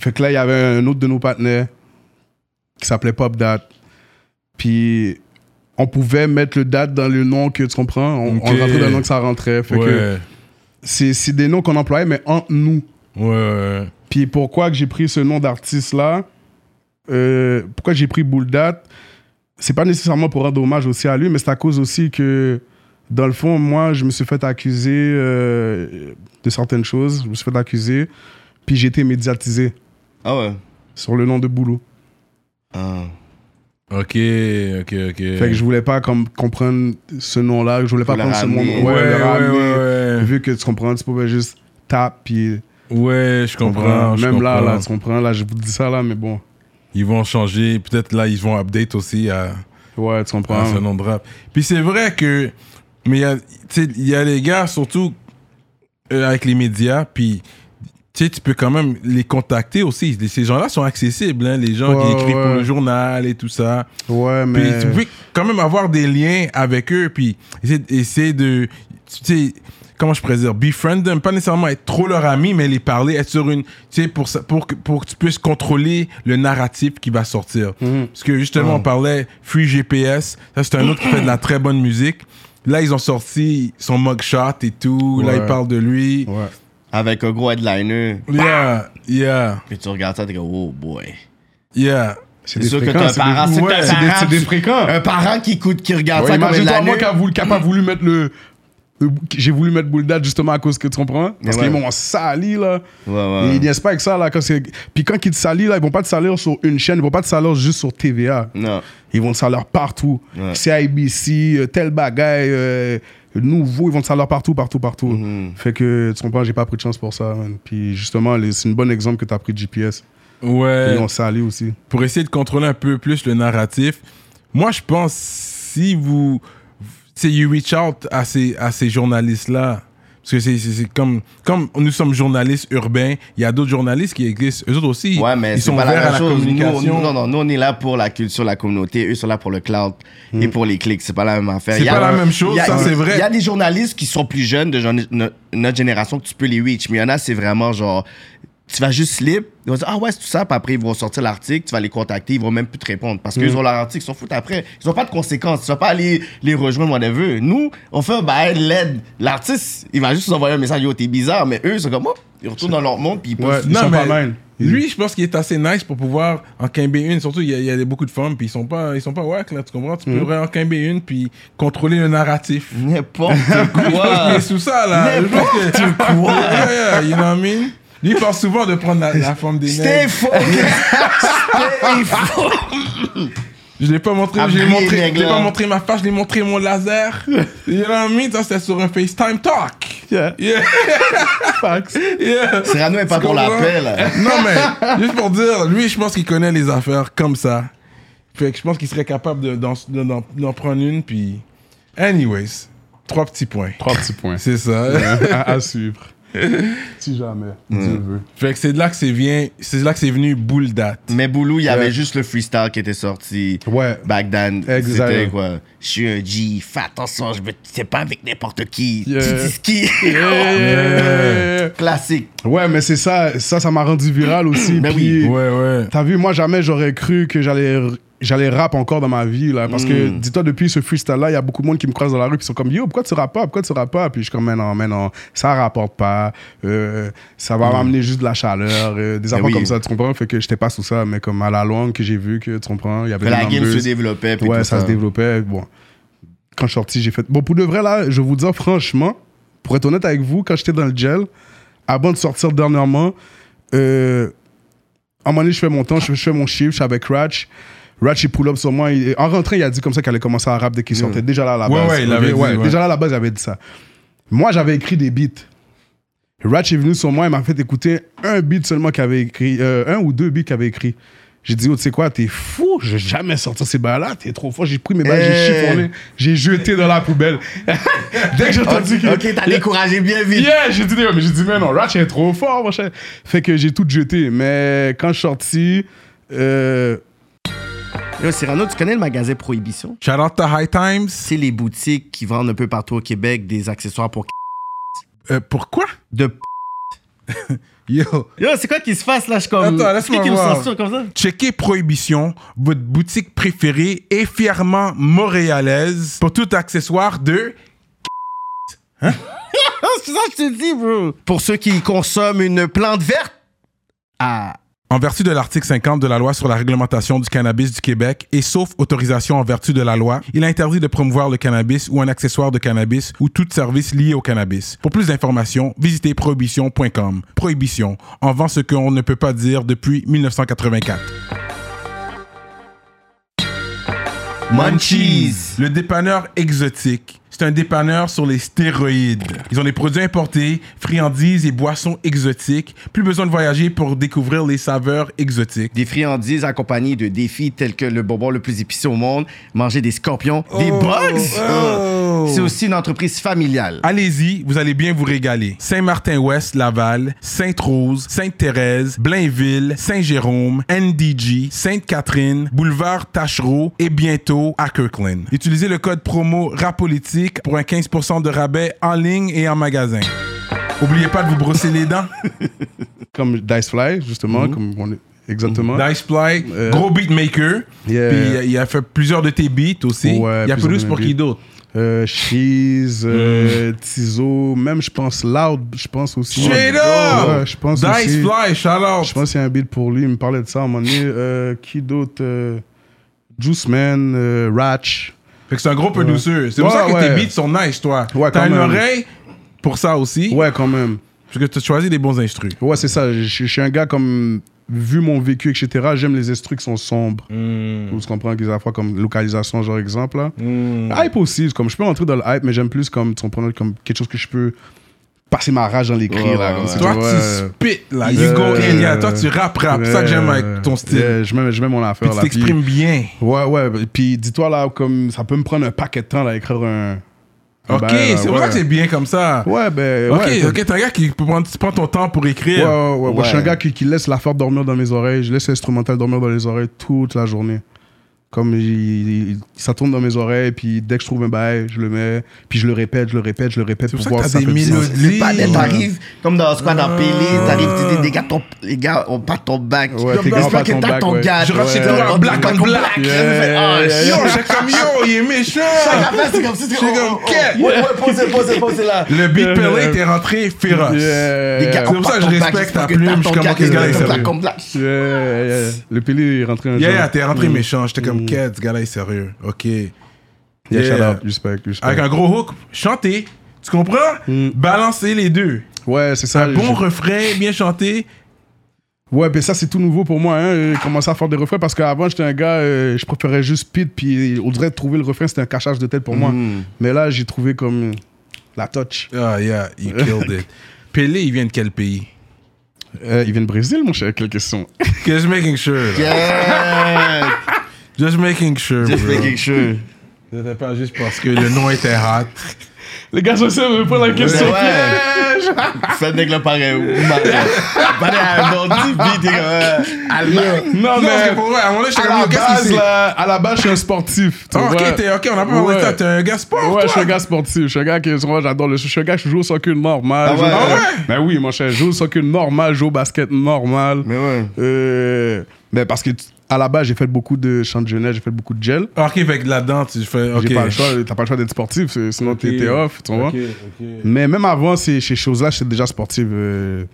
[SPEAKER 4] Fait que là, il y avait un autre de nos partenaires qui s'appelait Pop Date. Puis on pouvait mettre le date dans le nom que tu comprends. On, on
[SPEAKER 1] Ok.
[SPEAKER 4] rentrait dans le nom que ça rentrait. Fait que
[SPEAKER 1] Ouais,
[SPEAKER 4] c'est c'est des noms qu'on employait, mais entre nous.
[SPEAKER 1] ouais, ouais.
[SPEAKER 4] Puis pourquoi que j'ai pris ce nom d'artiste-là euh, Pourquoi j'ai pris Bouldat C'est pas nécessairement pour rendre hommage aussi à lui, mais c'est à cause aussi que, dans le fond, moi, je me suis fait accuser euh, de certaines choses. Je me suis fait accuser. Puis j'ai été médiatisé
[SPEAKER 3] Ah ouais.
[SPEAKER 4] sur le nom de Boulot.
[SPEAKER 3] Ah.
[SPEAKER 1] Ok, ok, ok.
[SPEAKER 4] Fait que je voulais pas comme, comprendre ce nom-là. Je voulais pas
[SPEAKER 3] Faut le
[SPEAKER 4] prendre ce nom.
[SPEAKER 3] ramener.
[SPEAKER 4] Ouais,
[SPEAKER 1] Ouais,
[SPEAKER 4] le
[SPEAKER 1] ouais,
[SPEAKER 4] ramener.
[SPEAKER 1] ouais,
[SPEAKER 4] Vu que tu comprends, tu pouvais juste taper. Puis,
[SPEAKER 1] ouais. Ouais, je comprends.
[SPEAKER 4] même
[SPEAKER 1] je
[SPEAKER 4] là,
[SPEAKER 1] comprends.
[SPEAKER 4] là, tu comprends. Là, je vous dis ça là, mais bon.
[SPEAKER 1] Ils vont changer. Peut-être là, ils vont update aussi à.
[SPEAKER 4] Ouais, tu comprends.
[SPEAKER 1] Ah, c'est un nom de rap. Puis c'est vrai que. Mais il y a- tu sais, il y a les gars, surtout euh, avec les médias, puis. Tu sais, tu peux quand même les contacter aussi. Ces gens-là sont accessibles, hein, les gens qui
[SPEAKER 4] Ouais,
[SPEAKER 1] écrivent pour
[SPEAKER 4] ouais.
[SPEAKER 1] le journal et tout ça.
[SPEAKER 4] Ouais,
[SPEAKER 1] Puis
[SPEAKER 4] mais.
[SPEAKER 1] tu peux quand même avoir des liens avec eux, puis essayer, essayer de. Tu sais, comment je pourrais dire Befriend them, pas nécessairement être trop leur ami, mais les parler, être sur une. Tu sais, pour, ça- pour, que- pour que tu puisses contrôler le narratif qui va sortir.
[SPEAKER 4] Mhm.
[SPEAKER 1] Parce que justement, on parlait Free GPS, ça c'est un autre qui fait de la très bonne musique. Là, ils ont sorti son mugshot et tout. Là,
[SPEAKER 4] Ouais.
[SPEAKER 1] ils parlent de lui.
[SPEAKER 4] Ouais.
[SPEAKER 3] Avec un gros headliner.
[SPEAKER 1] Yeah, yeah,
[SPEAKER 3] Puis tu regardes ça, t'es comme, oh boy.
[SPEAKER 1] yeah.
[SPEAKER 4] C'est
[SPEAKER 3] sûr que
[SPEAKER 4] fréquences,
[SPEAKER 3] t'as un parent,
[SPEAKER 4] c'est des-
[SPEAKER 3] c'est que
[SPEAKER 4] ouais,
[SPEAKER 3] t'as un
[SPEAKER 4] c'est des-
[SPEAKER 3] parent,
[SPEAKER 4] C'est des
[SPEAKER 3] tu-
[SPEAKER 4] fréquents.
[SPEAKER 3] Un parent qui, écoute, qui regarde
[SPEAKER 4] Ouais,
[SPEAKER 3] ça comme
[SPEAKER 4] Imagine-toi, moi
[SPEAKER 3] headliner.
[SPEAKER 4] qui a, voulu, qui a pas voulu mettre le. le- J'ai voulu mettre Bouledad justement à cause que tu comprends. Parce
[SPEAKER 3] Ouais.
[SPEAKER 4] qu'ils m'ont sali là.
[SPEAKER 3] Ouais, ouais.
[SPEAKER 4] Ils niaisent pas avec ça là. Quand c'est- Puis quand ils te salient là, ils vont pas te salir sur une chaîne, ils vont pas te salir juste sur TVA.
[SPEAKER 3] Non.
[SPEAKER 4] Ils vont te salir partout.
[SPEAKER 3] Ouais.
[SPEAKER 4] CIBC, euh, tel bagaille, euh, nouveau, ils vont te salir partout, partout, partout. Fait que tu comprends, j'ai pas pris de chance pour ça. man. Puis justement, les- c'est une bonne exemple que t'as pris de GPS.
[SPEAKER 1] Ouais.
[SPEAKER 4] Ils ont sali aussi.
[SPEAKER 1] pour essayer de contrôler un peu plus le narratif. Moi, je pense si vous, c'est you reach out à ces à ces journalistes là. Parce que c'est- c'est c'est comme, comme nous sommes journalistes urbains, il y a d'autres journalistes qui existent. Eux autres aussi,
[SPEAKER 3] Ouais, mais
[SPEAKER 1] ils
[SPEAKER 3] c'est
[SPEAKER 1] sont
[SPEAKER 3] pas
[SPEAKER 1] ouverts
[SPEAKER 3] la
[SPEAKER 1] à
[SPEAKER 3] même
[SPEAKER 1] la
[SPEAKER 3] chose. Nous,
[SPEAKER 1] communication.
[SPEAKER 3] nous- non, non, nous, on est là pour la culture, la communauté. Eux sont là pour le cloud et pour les clics. C'est pas la même affaire.
[SPEAKER 1] Hmm. C'est
[SPEAKER 3] Il y a-
[SPEAKER 1] pas la même chose,
[SPEAKER 3] il y a-
[SPEAKER 1] ça, c'est vrai.
[SPEAKER 3] Il y a des journalistes qui sont plus jeunes de genre no- notre génération que tu peux les reach, mais il y en a, c'est vraiment genre. Tu vas juste slip, ils vont dire Ah ouais, c'est tout ça, puis après ils vont sortir l'article, tu vas les contacter, ils vont même plus te répondre parce
[SPEAKER 1] Hmm.
[SPEAKER 3] qu'ils ont leur article, ils s'en foutent après. Ils ont pas de conséquences, tu vas pas aller les rejoindre, whatever. Nous, on fait un bail l'aide. L'artiste, il va juste nous envoyer un message Yo, t'es bizarre, mais eux, ils sont comme Oh, ils retournent dans leur monde, puis ils
[SPEAKER 4] Ouais,
[SPEAKER 3] peuvent.
[SPEAKER 4] ils
[SPEAKER 1] Non,
[SPEAKER 4] sont pas
[SPEAKER 1] mais
[SPEAKER 4] mal. Ils-
[SPEAKER 1] Lui, je pense qu'il est assez nice pour pouvoir en quimber une. Surtout, il y, a- il y a beaucoup de femmes, puis ils sont pas, ils sont pas whack, là, tu comprends? Tu
[SPEAKER 3] Hmm.
[SPEAKER 1] pourrais en quimber une, puis contrôler le narratif.
[SPEAKER 3] N'importe
[SPEAKER 1] Il
[SPEAKER 3] quoi.
[SPEAKER 1] est sous ça, là. Je pense que- Yeah, yeah, you know what I mean? Lui, il pense souvent de prendre la, la forme des nègres.
[SPEAKER 3] Stay focused. Stay focused.
[SPEAKER 1] Je l'ai pas montré,
[SPEAKER 3] Ah,
[SPEAKER 1] je l'ai
[SPEAKER 3] brille,
[SPEAKER 1] montré, je l'ai
[SPEAKER 3] nègre,
[SPEAKER 1] pas
[SPEAKER 3] là.
[SPEAKER 1] montré ma face, je l'ai montré mon laser. You know what I mean? Ça, c'était sur un FaceTime Talk.
[SPEAKER 4] Yeah,
[SPEAKER 1] Yeah,
[SPEAKER 4] facts.
[SPEAKER 1] yeah.
[SPEAKER 3] Cyrano est pas
[SPEAKER 1] Tu
[SPEAKER 3] pour la
[SPEAKER 1] comprends?
[SPEAKER 3] paix, là.
[SPEAKER 1] Non, mais juste pour dire, lui, je pense qu'il connaît les affaires comme ça. Fait que je pense qu'il serait capable de- d'en de- d'en- d'en prendre une, puis... Anyways, trois petits points.
[SPEAKER 4] Trois petits points.
[SPEAKER 1] C'est ça.
[SPEAKER 4] à, à suivre. si jamais Dieu veut.
[SPEAKER 1] Fait que c'est de là que c'est vient- c'est de là que c'est venu Boule Date.
[SPEAKER 3] Mais Boulou, il y avait juste le freestyle qui était sorti.
[SPEAKER 4] Ouais.
[SPEAKER 3] Back then,
[SPEAKER 4] Exact.
[SPEAKER 3] c'était quoi? Je suis un G, fais attention, je me- c'est pas avec n'importe qui.
[SPEAKER 4] Yeah.
[SPEAKER 3] Tu dis ce qui.
[SPEAKER 4] Yeah.
[SPEAKER 3] Classique.
[SPEAKER 4] Ouais, mais c'est ça, ça, ça m'a rendu viral aussi.
[SPEAKER 3] Ben
[SPEAKER 4] puis-
[SPEAKER 1] Ouais, ouais.
[SPEAKER 4] T'as vu, moi jamais j'aurais cru que j'allais j'allais rap encore dans ma vie là, parce que
[SPEAKER 3] Hmm.
[SPEAKER 4] dis-toi depuis ce freestyle là, il y a beaucoup de monde qui me croise dans la rue qui sont comme yo pourquoi tu rappes pas, pourquoi tu rappes pas, puis je suis comme mais non mais non ça rapporte pas, euh, ça va m'amener juste de la chaleur, euh, des affaires
[SPEAKER 3] Hmm. Eh oui.
[SPEAKER 4] comme ça, tu comprends, fait que j'étais pas sous ça, mais comme à la longue que j'ai vu que tu comprends, il y avait
[SPEAKER 3] Que
[SPEAKER 4] des
[SPEAKER 3] la game se
[SPEAKER 4] numbers.
[SPEAKER 3] développait. puis
[SPEAKER 4] Ouais,
[SPEAKER 3] tout
[SPEAKER 4] ça,
[SPEAKER 3] ça
[SPEAKER 4] se développait. Bon, quand je suis sorti, j'ai fait. Bon, pour de vrai, là, je vais vous dire franchement, pour être honnête avec vous, quand j'étais dans le gel, avant de sortir dernièrement, euh, à un moment donné, je fais mon temps, je, je fais mon chiffre, je suis avec Ratch. Ratchet pull up sur moi. Il- en rentrant, il a dit comme ça qu'elle allait commencer à rap dès qu'il sortait. Déjà là à la
[SPEAKER 1] Hmm. Ouais,
[SPEAKER 4] base.
[SPEAKER 1] ouais, il avait
[SPEAKER 4] Ok,
[SPEAKER 1] dit, ouais.
[SPEAKER 4] Déjà là à la base, j'avais dit ça. Moi, j'avais écrit des beats. Ratch est venu sur moi et m'a fait écouter un beat seulement qu'il avait écrit, euh, un ou deux beats qu'il avait écrit. J'ai dit, oh, tu sais quoi, t'es fou, je vais jamais sortir ces balles-là, t'es trop fort. J'ai pris mes balles, j'ai
[SPEAKER 1] Eh.
[SPEAKER 3] Hey.
[SPEAKER 4] chiffonné, j'ai jeté dans la poubelle. Dès que j'ai entendu que.
[SPEAKER 3] Ok, t'as découragé bien vite.
[SPEAKER 4] Yeah, j'ai dit, Ouais, mais j'ai dit, mais non, Ratch est trop fort, mon cher. Fait que j'ai tout jeté. Mais quand je suis sorti, euh,
[SPEAKER 3] Yo, Cyrano, tu connais le magasin Prohibition?
[SPEAKER 1] Shout out to High Times.
[SPEAKER 3] C'est les boutiques qui vendent un peu partout au Québec des accessoires pour
[SPEAKER 1] Euh, pourquoi?
[SPEAKER 3] de p-
[SPEAKER 1] Yo.
[SPEAKER 3] Yo, c'est quoi qui se passe là? Je suis comme.
[SPEAKER 1] Attends, laisse-moi
[SPEAKER 3] Qui qui nous
[SPEAKER 1] voir.
[SPEAKER 3] censure comme ça?
[SPEAKER 1] Checkez Prohibition, votre boutique préférée et fièrement montréalaise pour tout accessoire de
[SPEAKER 3] Ah, c'est ça que je te dis, bro. Pour ceux qui consomment une plante verte. Ah.
[SPEAKER 1] En vertu de l'article 50 de la loi sur la réglementation du cannabis du Québec et sauf autorisation en vertu de la loi, il est interdit de promouvoir le cannabis ou un accessoire de cannabis ou tout service lié au cannabis. Pour plus d'informations, visitez prohibition.com. Prohibition, en vend ce qu'on ne peut pas dire depuis 1984.
[SPEAKER 3] Munchies.
[SPEAKER 1] Le dépanneur exotique. C'est un dépanneur sur les stéroïdes. Ils ont des produits importés, friandises et boissons exotiques. Plus besoin de voyager pour découvrir les saveurs exotiques.
[SPEAKER 3] Des friandises accompagnées de défis tels que le bonbon le plus épicé au monde, manger des scorpions, des bugs.
[SPEAKER 1] oh.
[SPEAKER 3] C'est aussi une entreprise familiale.
[SPEAKER 1] Allez-y, vous allez bien vous régaler. Saint-Martin-Ouest, Laval, Sainte-Rose, Sainte-Thérèse, Blainville, Saint-Jérôme, NDG, Sainte-Catherine, Boulevard Tachereau et bientôt à Kirkland. Utilisez le code promo RAPOLITIQUE pour un 15% de rabais en ligne et en magasin. Oubliez pas de vous brosser les dents.
[SPEAKER 4] comme Dice Fly, justement, comme on est- exactement.
[SPEAKER 1] Mhm. Dice Play,
[SPEAKER 4] Euh,
[SPEAKER 1] gros beatmaker.
[SPEAKER 4] Yeah.
[SPEAKER 1] Puis il a- il a fait plusieurs de tes beats aussi.
[SPEAKER 4] Ouais,
[SPEAKER 1] il y a
[SPEAKER 4] plusieurs
[SPEAKER 1] plus
[SPEAKER 4] de mes
[SPEAKER 1] pour
[SPEAKER 4] beats.
[SPEAKER 1] qui d'autre?
[SPEAKER 4] Euh, Cheese, euh, Tizo, même je pense Loud, je pense aussi.
[SPEAKER 1] Mhm. Straight
[SPEAKER 4] Ouais,
[SPEAKER 1] up!
[SPEAKER 4] je pense
[SPEAKER 1] Dice
[SPEAKER 4] aussi.
[SPEAKER 1] Fly, shout out.
[SPEAKER 4] Je pense qu'il y a un beat pour lui, il me parlait de ça à un moment donné. Euh, qui d'autre euh, Juice Man, euh, Ratch.
[SPEAKER 1] Fait que c'est un gros peu
[SPEAKER 4] Ouais.
[SPEAKER 1] douceur. C'est pour
[SPEAKER 4] Ouais,
[SPEAKER 1] ça que
[SPEAKER 4] ouais.
[SPEAKER 1] tes beats sont nice, toi.
[SPEAKER 4] Ouais,
[SPEAKER 1] T'as
[SPEAKER 4] quand
[SPEAKER 1] une
[SPEAKER 4] même.
[SPEAKER 1] oreille pour ça aussi.
[SPEAKER 4] Ouais, quand même.
[SPEAKER 1] Parce que tu choisis des bons instrus.
[SPEAKER 4] Ouais, c'est ça. Je je suis un gars comme. Vu mon vécu, etc., j'aime les estrucs qui sont sombres.
[SPEAKER 3] Hmm.
[SPEAKER 4] Vous comprenez qu'ils à la fois comme localisation, genre exemple. Là. Hype aussi, comme je peux entrer dans le hype, mais j'aime plus comme, tu comprends, comme quelque chose que je peux passer ma rage dans les cris.
[SPEAKER 3] Ouais,
[SPEAKER 4] là,
[SPEAKER 3] ouais,
[SPEAKER 4] comme
[SPEAKER 3] ouais.
[SPEAKER 4] si,
[SPEAKER 1] Toi,
[SPEAKER 4] vois, euh,
[SPEAKER 1] tu spit, là. You
[SPEAKER 4] Euh,
[SPEAKER 1] go in, yeah. Toi,
[SPEAKER 4] euh,
[SPEAKER 1] tu rap, rap. C'est ça que j'aime
[SPEAKER 4] euh,
[SPEAKER 1] avec ton style.
[SPEAKER 4] yeah, je, mets, je mets mon affaire
[SPEAKER 1] Puis tu
[SPEAKER 4] là.
[SPEAKER 1] t'exprimes bien.
[SPEAKER 4] puis- ouais, ouais. Puis dis-toi là, comme ça peut me prendre un paquet de temps là, à écrire un. un
[SPEAKER 1] Ok,
[SPEAKER 4] bail,
[SPEAKER 1] c'est
[SPEAKER 4] là,
[SPEAKER 1] pour ça
[SPEAKER 4] Ben, ouais.
[SPEAKER 1] que c'est bien comme ça.
[SPEAKER 4] Ouais, ben.
[SPEAKER 1] ok,
[SPEAKER 4] ouais,
[SPEAKER 1] ok, t'as un gars qui peut prendre- tu prends ton temps pour
[SPEAKER 4] Ouais,
[SPEAKER 1] écrire.
[SPEAKER 4] ouais, ouais, ouais, Je suis un
[SPEAKER 3] Ouais.
[SPEAKER 4] gars qui, qui laisse l'affaire dormir dans mes oreilles. Je laisse l'instrumental dormir dans les oreilles toute la journée. Comme il- il- ça tourne dans mes oreilles, puis dès que je trouve un bail, je le mets, puis je le répète, je le répète, je le répète
[SPEAKER 1] C'est pour
[SPEAKER 4] pour
[SPEAKER 1] ça
[SPEAKER 4] voir
[SPEAKER 1] que
[SPEAKER 4] si
[SPEAKER 1] t'as
[SPEAKER 4] ça
[SPEAKER 1] des
[SPEAKER 4] fait du sens.
[SPEAKER 1] mélodies.
[SPEAKER 3] Le panel
[SPEAKER 1] Ouais.
[SPEAKER 3] arrive, comme dans Squad en Pélé,
[SPEAKER 1] Ah.
[SPEAKER 3] t'arrives, tu dis, les gars, ton- les gars, on bat ton bac.
[SPEAKER 4] Ouais,
[SPEAKER 3] Le
[SPEAKER 4] tes gars, on bat ton
[SPEAKER 3] bac,
[SPEAKER 4] back,
[SPEAKER 3] ton
[SPEAKER 4] ouais.
[SPEAKER 3] gars.
[SPEAKER 1] Je rentre chez
[SPEAKER 3] Ouais.
[SPEAKER 1] toi,
[SPEAKER 3] On
[SPEAKER 1] black
[SPEAKER 3] bat
[SPEAKER 1] on
[SPEAKER 3] ton
[SPEAKER 1] black.
[SPEAKER 3] back.
[SPEAKER 4] Yeah,
[SPEAKER 3] Ah,
[SPEAKER 4] yeah,
[SPEAKER 3] shit.
[SPEAKER 1] Yo, j'ai comme yo, il est méchant.
[SPEAKER 3] Après, c'est comme si tu-
[SPEAKER 1] J'ai
[SPEAKER 3] oh,
[SPEAKER 1] comme,
[SPEAKER 3] oh, oh.
[SPEAKER 1] quête.
[SPEAKER 3] Ouais, ouais, posez, posez, posez là.
[SPEAKER 1] Le beat
[SPEAKER 4] Yeah.
[SPEAKER 1] pelé, t'es rentré féroce.
[SPEAKER 4] Yeah,
[SPEAKER 3] Les gars,
[SPEAKER 1] Euh, C'est
[SPEAKER 3] on
[SPEAKER 1] pour
[SPEAKER 3] bat
[SPEAKER 1] ça que je
[SPEAKER 3] ton bac,
[SPEAKER 1] respecte ta
[SPEAKER 3] j'espère que
[SPEAKER 1] plume,
[SPEAKER 3] t'as
[SPEAKER 1] je
[SPEAKER 3] ton
[SPEAKER 1] commence
[SPEAKER 3] gars
[SPEAKER 1] que ce
[SPEAKER 3] qui
[SPEAKER 1] gars-là est
[SPEAKER 3] est
[SPEAKER 1] sérieux.
[SPEAKER 3] black on black.
[SPEAKER 4] Yeah, yeah, yeah. Le Pélé est rentré un
[SPEAKER 1] Yeah,
[SPEAKER 4] jour. Mm.
[SPEAKER 1] yeah, t'es rentré méchant. J'étais comme, quête, ce gars-là est sérieux. Ok.
[SPEAKER 4] Yeah,
[SPEAKER 1] Yeah.
[SPEAKER 4] shout out, respect, respect.
[SPEAKER 1] Avec un gros hook, chanter. Tu comprends? Balancer les deux.
[SPEAKER 4] Ouais, c'est ça.
[SPEAKER 1] Bon
[SPEAKER 4] Mm. je-
[SPEAKER 1] refrain, bien chanté.
[SPEAKER 4] Ouais, ben ça, c'est tout nouveau pour moi, hein, euh, commencer à faire des refrains, parce qu'avant, j'étais un gars, euh, je préférais juste pit, puis on dirait trouver le refrain, c'était un cachage de tête pour moi.
[SPEAKER 1] Mm.
[SPEAKER 4] Mais là, j'ai trouvé comme euh, la touch.
[SPEAKER 1] Ah, yeah, you killed it. Pelé, il vient de quel pays?
[SPEAKER 4] Euh, il vient de Brésil, mon cher, quelle question.
[SPEAKER 1] Just making sure. là.
[SPEAKER 3] Yeah.
[SPEAKER 1] Just making sure.
[SPEAKER 3] Just
[SPEAKER 1] bro.
[SPEAKER 3] making sure.
[SPEAKER 1] C'était pas juste parce que le nom était hot.
[SPEAKER 4] Les gars, je sais même pas la
[SPEAKER 3] Mais
[SPEAKER 4] question.
[SPEAKER 3] ouais. Ça n'est que le pareil. Pareil à un bandit, puis t'es comme, euh, Allemagne.
[SPEAKER 4] Non,
[SPEAKER 1] Non,
[SPEAKER 4] mais
[SPEAKER 1] mais pour vrai, à un moment donné,
[SPEAKER 4] Ah,
[SPEAKER 1] j'étais
[SPEAKER 4] à
[SPEAKER 1] comme,
[SPEAKER 4] la,
[SPEAKER 1] yo, qu'est-ce
[SPEAKER 4] base,
[SPEAKER 1] qu'il sait?
[SPEAKER 4] là, à la base, je suis un sportif. tu
[SPEAKER 1] Ah,
[SPEAKER 4] vois.
[SPEAKER 1] Ok, t'es- ok, on a pas parlé de
[SPEAKER 4] Ouais.
[SPEAKER 1] ça. T'es un gars sport,
[SPEAKER 4] Ouais,
[SPEAKER 1] toi.
[SPEAKER 4] je suis un gars sportif. Je suis un gars qui, moi, j'adore le. Je suis un gars qui joue au soccer normal.
[SPEAKER 3] Ah
[SPEAKER 4] Je joue-
[SPEAKER 3] ouais? Ah
[SPEAKER 1] ouais?
[SPEAKER 4] Ben oui, mon cher, je joue au soccer normal, je joue au basket normal.
[SPEAKER 3] Mais ouais.
[SPEAKER 4] Euh, ben parce que t- à la base, j'ai fait beaucoup de chants de jeunesse, j'ai fait beaucoup de gel.
[SPEAKER 1] Ok, fait que là-dedans, tu fais. Ok.
[SPEAKER 4] J'ai pas le choix, t'as pas le choix d'être sportif, c'est- sinon t'es- t'es off, tu vois.
[SPEAKER 1] Ok, ok.
[SPEAKER 4] Mais même avant ces, ces choses-là, j'étais déjà sportif. euh,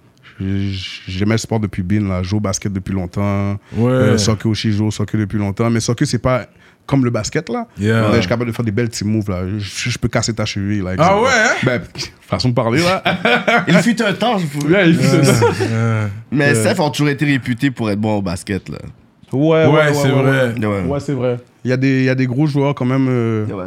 [SPEAKER 4] j- J'aimais le sport depuis bien, là. Je joue au basket depuis longtemps.
[SPEAKER 1] Ouais.
[SPEAKER 4] Euh, soccer aussi, je joue au soccer depuis longtemps. Mais soccer, c'est pas comme le basket, là.
[SPEAKER 1] Yeah.
[SPEAKER 4] Mais je suis capable de faire des belles petits moves, là. Je, je peux casser ta cheville, là.
[SPEAKER 1] Ah ouais, hein?
[SPEAKER 4] Ben, façon de parler, là.
[SPEAKER 3] Il fut un temps, je vous-
[SPEAKER 4] Ouais, il fait ça.
[SPEAKER 1] Euh,
[SPEAKER 3] Mais Steph ont toujours été réputés pour être bons au basket, là.
[SPEAKER 4] Ouais, ouais,
[SPEAKER 1] Ouais,
[SPEAKER 4] ouais,
[SPEAKER 1] c'est
[SPEAKER 4] ouais,
[SPEAKER 1] vrai.
[SPEAKER 3] Ouais.
[SPEAKER 4] Ouais, c'est vrai. Il y, a des- il y a des gros joueurs quand même. euh,
[SPEAKER 3] Ouais.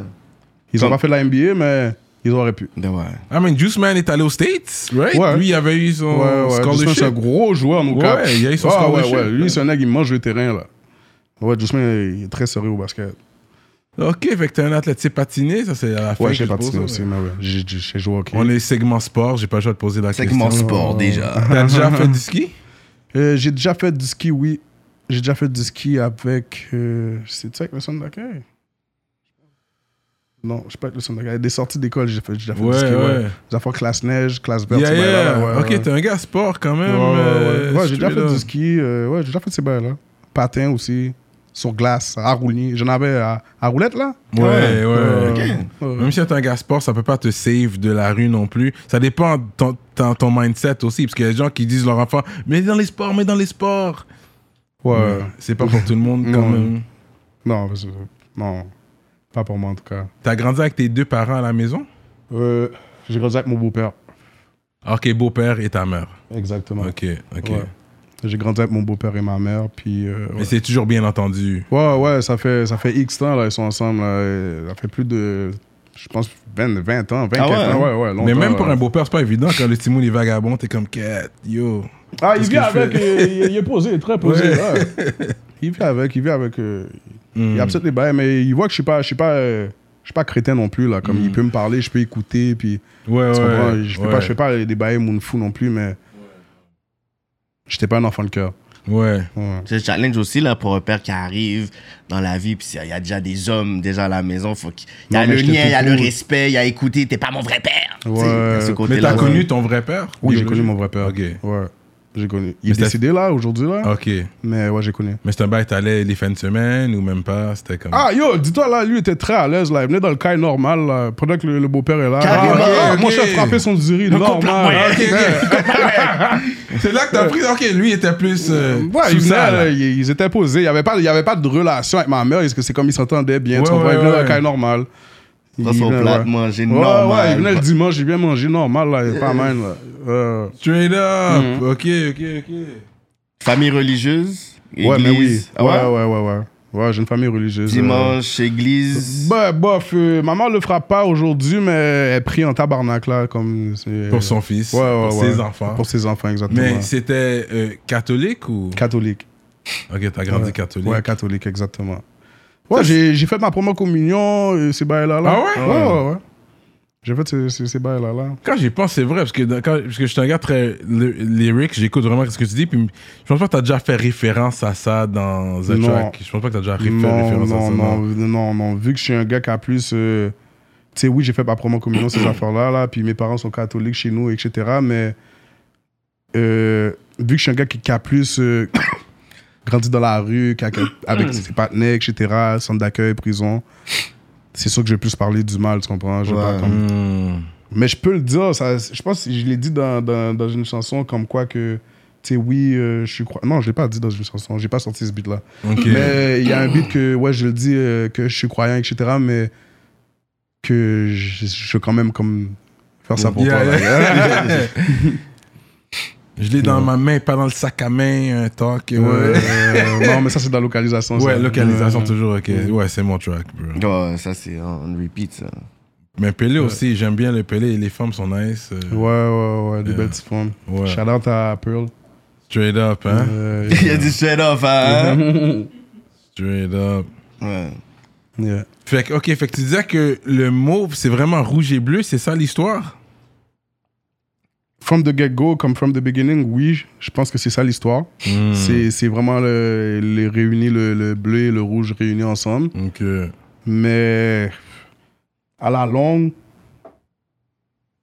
[SPEAKER 4] Ils ont
[SPEAKER 3] Comme-
[SPEAKER 4] pas fait de la NBA, mais ils auraient pu.
[SPEAKER 3] Ouais, ouais.
[SPEAKER 1] I mean, Juice Man est allé aux States, right?
[SPEAKER 4] Ouais.
[SPEAKER 1] Lui, il avait eu son
[SPEAKER 4] Ouais, ouais. Justin,
[SPEAKER 1] scholarship.
[SPEAKER 4] c'est un gros joueur, mon
[SPEAKER 1] Ouais,
[SPEAKER 4] gars.
[SPEAKER 1] il y a eu son
[SPEAKER 4] Ah, ouais,
[SPEAKER 1] scholarship.
[SPEAKER 4] ouais. Lui, c'est un gars qui mange le terrain, là. Ouais, Justin, il est très sérieux au basket.
[SPEAKER 1] Ok, fait que t'es un athlète, c'est patiné, ça c'est à la fin.
[SPEAKER 4] Ouais,
[SPEAKER 1] que
[SPEAKER 4] j'ai
[SPEAKER 1] je
[SPEAKER 4] patiné
[SPEAKER 1] pose,
[SPEAKER 4] aussi,
[SPEAKER 1] ouais.
[SPEAKER 4] mais ouais. J'ai- J'ai j'ai joué au hockey.
[SPEAKER 1] On est segment sport, j'ai pas le choix de poser la
[SPEAKER 3] C'est que
[SPEAKER 1] question.
[SPEAKER 3] mon sport déjà.
[SPEAKER 1] T'as déjà fait du ski?
[SPEAKER 4] Euh, j'ai déjà fait du ski, oui. J'ai déjà fait du ski avec. euh, C'est-tu avec le son d'accueil? Non, je sais pas avec le son d'accueil. Des sorties d'école, j'ai fait, j'ai déjà fait
[SPEAKER 1] Ouais,
[SPEAKER 4] du ski, ouais.
[SPEAKER 1] ouais.
[SPEAKER 4] Des affaires classe neige, classe verte,
[SPEAKER 1] Yeah,
[SPEAKER 4] ces bails-là,
[SPEAKER 1] yeah.
[SPEAKER 4] ouais,
[SPEAKER 1] ok,
[SPEAKER 4] ouais.
[SPEAKER 1] t'es un gars sport quand
[SPEAKER 4] Ouais,
[SPEAKER 1] même.
[SPEAKER 4] ouais, ouais.
[SPEAKER 1] euh,
[SPEAKER 4] Ouais, j'ai déjà
[SPEAKER 1] celui-là.
[SPEAKER 4] fait du ski. euh, ouais, j'ai déjà fait ces bails-là. Patin aussi. Sur glace, à roulis. J'en avais à, à roulette, là.
[SPEAKER 1] Ouais, ouais. Hum.
[SPEAKER 4] Euh, ouais.
[SPEAKER 1] Même si t'es un gars sport, ça peut pas te save de la rue non plus. Ça dépend de ton, ton, ton mindset aussi, parce qu'il y a des gens qui disent à leur enfant, mais dans les sports, mais dans les sports.
[SPEAKER 4] Ouais.
[SPEAKER 1] Mais C'est pas pour tout le monde quand
[SPEAKER 4] Non.
[SPEAKER 1] même.
[SPEAKER 4] Non, parce que- non, pas pour moi, en tout cas.
[SPEAKER 1] T'as grandi avec tes deux parents à la maison?
[SPEAKER 4] Euh, j'ai grandi avec mon beau-père.
[SPEAKER 1] Ok, beau-père et ta mère.
[SPEAKER 4] Exactement.
[SPEAKER 1] Ok, ok.
[SPEAKER 4] Ouais. J'ai grandi avec mon beau-père et ma mère, puis... euh,
[SPEAKER 1] Mais
[SPEAKER 4] ouais.
[SPEAKER 1] c'est toujours bien entendu.
[SPEAKER 4] ouais, ouais, ça fait, ça fait X temps, là, ils sont ensemble. là, et ça fait plus de, je pense, 20, 20 ans, 24
[SPEAKER 3] ouais,
[SPEAKER 4] ans. Ouais, ouais, longtemps.
[SPEAKER 1] Ah hein? Mais même pour
[SPEAKER 4] ouais.
[SPEAKER 1] un beau-père, c'est pas évident quand le timon est vagabond, t'es comme quête, yo.
[SPEAKER 4] Ah, il
[SPEAKER 1] qu'est-ce
[SPEAKER 4] vient
[SPEAKER 1] que je
[SPEAKER 4] avec, euh, il, il est posé, très posé. ouais. Il vient avec, il vient avec... euh,
[SPEAKER 1] Hmm.
[SPEAKER 4] Il accepte les bails, mais il voit que je suis pas... Je suis pas euh, je suis pas crétin non plus, là. Comme il peut me parler, je peux écouter, puis...
[SPEAKER 1] Ouais,
[SPEAKER 4] tu comprends?
[SPEAKER 1] ouais.
[SPEAKER 4] je, fais
[SPEAKER 1] ouais.
[SPEAKER 4] pas, je fais pas des bails moon fou non plus, mais... J'étais pas un enfant de cœur.
[SPEAKER 1] Ouais.
[SPEAKER 4] Ouais.
[SPEAKER 3] C'est le challenge aussi là, pour un père qui arrive dans la vie, puis il y a déjà des hommes déjà à la maison. Faut qu'il- il y a
[SPEAKER 4] Non, mais
[SPEAKER 3] le
[SPEAKER 4] j'étais
[SPEAKER 3] lien, il y a
[SPEAKER 4] tout
[SPEAKER 3] le
[SPEAKER 4] cool.
[SPEAKER 3] respect, il y a écouter, t'es pas mon vrai père. Tu sais, il y a
[SPEAKER 4] Ouais.
[SPEAKER 3] ce
[SPEAKER 4] Mais
[SPEAKER 1] Mais
[SPEAKER 3] côté-là.
[SPEAKER 1] t'as
[SPEAKER 3] ouais.
[SPEAKER 1] connu ton vrai père?
[SPEAKER 4] Oui, j'ai
[SPEAKER 1] biologique?
[SPEAKER 4] connu mon vrai père.
[SPEAKER 1] Ok.
[SPEAKER 4] Ouais, j'ai connu. Il est
[SPEAKER 1] Mais t'as-
[SPEAKER 4] décédé là, aujourd'hui là.
[SPEAKER 1] Ok.
[SPEAKER 4] Mais Ah. ouais, j'ai connu.
[SPEAKER 1] Mais c'est un bail, t'allais les fins de semaine ou même pas? C'était comme.
[SPEAKER 4] Ah yo, dis-toi là, lui était très à l'aise là. Il venait dans le caille normal là, pendant que le, le beau-père est là.
[SPEAKER 3] Carrément,
[SPEAKER 4] Ah,
[SPEAKER 1] ok.
[SPEAKER 4] Mon chef frappait son ziri normal.
[SPEAKER 1] Ah,
[SPEAKER 4] là.
[SPEAKER 1] ok, ok. c'est là que t'as pris. Ok, lui était plus. euh,
[SPEAKER 4] Ouais,
[SPEAKER 1] sous
[SPEAKER 4] ils, venaient,
[SPEAKER 1] ça,
[SPEAKER 4] là,
[SPEAKER 1] là.
[SPEAKER 4] ils, ils étaient posés. Il n'y avait, pas- il y avait pas de relation avec ma mère. Parce que c'est comme ils s'entendaient bien.
[SPEAKER 1] Ouais,
[SPEAKER 4] tu comprends?
[SPEAKER 1] ouais,
[SPEAKER 4] ils venaient dans
[SPEAKER 1] ouais.
[SPEAKER 4] le caille normal.
[SPEAKER 3] Dans son
[SPEAKER 4] venaient,
[SPEAKER 3] plat,
[SPEAKER 4] ouais.
[SPEAKER 3] manger
[SPEAKER 4] Ouais,
[SPEAKER 3] normal.
[SPEAKER 4] ouais, il venait le dimanche, il vient manger normal là. Il est pas mal là. Euh,
[SPEAKER 1] Straight up.
[SPEAKER 4] Mm-hmm.
[SPEAKER 1] Ok, ok, ok.
[SPEAKER 3] Famille religieuse, église.
[SPEAKER 4] ouais, mais oui.
[SPEAKER 3] Ah
[SPEAKER 4] ouais, ouais, ouais, ouais. Ouais, j'ai une famille religieuse. euh,
[SPEAKER 3] Dimanche, église.
[SPEAKER 4] Bah, bof, euh, maman le frappe pas aujourd'hui, mais elle prie en tabarnak, là, comme... c'est-
[SPEAKER 1] Pour son fils,
[SPEAKER 4] Ouais, ouais,
[SPEAKER 1] pour
[SPEAKER 4] ouais.
[SPEAKER 1] ses enfants.
[SPEAKER 4] Pour ses enfants, exactement.
[SPEAKER 1] Mais c'était euh, catholique ou.
[SPEAKER 4] Catholique.
[SPEAKER 1] Ok, t'as grandi
[SPEAKER 4] Ouais.
[SPEAKER 1] catholique.
[SPEAKER 4] Ouais, catholique, exactement. Ouais, j'ai j'ai fait ma première communion, euh, ces bails-là. là.
[SPEAKER 1] Ah ouais?
[SPEAKER 4] Ouais, ouais, ouais. J'ai fait ces, ces, ces bails-là. là.
[SPEAKER 1] Quand j'y pense, c'est vrai, parce que, dans- quand, parce que je suis un gars très ly- lyrique, j'écoute vraiment ce que tu dis, puis je pense pas que t'as déjà fait référence à ça dans un
[SPEAKER 4] Non.
[SPEAKER 1] track. Je pense pas que t'as déjà fait
[SPEAKER 4] Non,
[SPEAKER 1] référence à
[SPEAKER 4] non,
[SPEAKER 1] ça.
[SPEAKER 4] non, non, non. Vu que je suis un gars qui a plus... euh, tu sais, oui, j'ai fait ma première communion, ces affaires-là, là, puis mes parents sont catholiques chez nous, etc., mais... euh, vu que je suis un gars qui, qui a plus... euh, grandi dans la rue, qui a- qui a- avec ses partenaires, etc., centre d'accueil, prison. C'est sûr que je vais plus parler du mal, tu comprends? Je vais pas
[SPEAKER 3] Ouais.
[SPEAKER 4] comme-
[SPEAKER 1] Hmm.
[SPEAKER 4] Mais je peux le dire, ça, je pense que je l'ai dit dans, dans, dans une chanson comme quoi que, tu sais, oui, euh, je suis croyant. Non, je l'ai pas dit dans une chanson, j'ai pas sorti ce beat-là.
[SPEAKER 1] Ok.
[SPEAKER 4] Mais il y a un beat que, ouais, je le dis, euh, que je suis croyant, etc., mais que je, je veux quand même comme faire ça pour
[SPEAKER 1] Yeah,
[SPEAKER 4] toi. là.
[SPEAKER 1] yeah. Je l'ai dans ma main, pas dans le sac à main, un talk. Ouais,
[SPEAKER 4] Ouais,
[SPEAKER 1] ouais,
[SPEAKER 4] euh, non, mais ça, c'est de la localisation. ça.
[SPEAKER 1] localisation
[SPEAKER 4] Ouais.
[SPEAKER 1] toujours, ok. Ouais, c'est mon track, bro.
[SPEAKER 3] Ouais, ça, c'est on repeat, ça.
[SPEAKER 1] Mais Pelé aussi, j'aime bien le Pelé, les femmes sont nice. euh,
[SPEAKER 4] Ouais, ouais, ouais, des belles petites formes.
[SPEAKER 1] Ouais.
[SPEAKER 4] Shout out à Pearl.
[SPEAKER 1] Straight up, hein.
[SPEAKER 4] Euh,
[SPEAKER 3] Il y a du straight off, hein?
[SPEAKER 1] Straight up.
[SPEAKER 4] Mm-hmm.
[SPEAKER 3] Ouais.
[SPEAKER 4] yeah.
[SPEAKER 1] Fait que, ok, fait que tu disais que le mauve, c'est vraiment rouge et bleu, c'est ça l'histoire?
[SPEAKER 4] From the get-go, comme from the beginning, oui, je pense que c'est ça l'histoire.
[SPEAKER 1] Hmm.
[SPEAKER 4] C'est c'est vraiment le, les réunis, le, le bleu et le rouge réunis ensemble.
[SPEAKER 1] Ok.
[SPEAKER 4] Mais à la longue,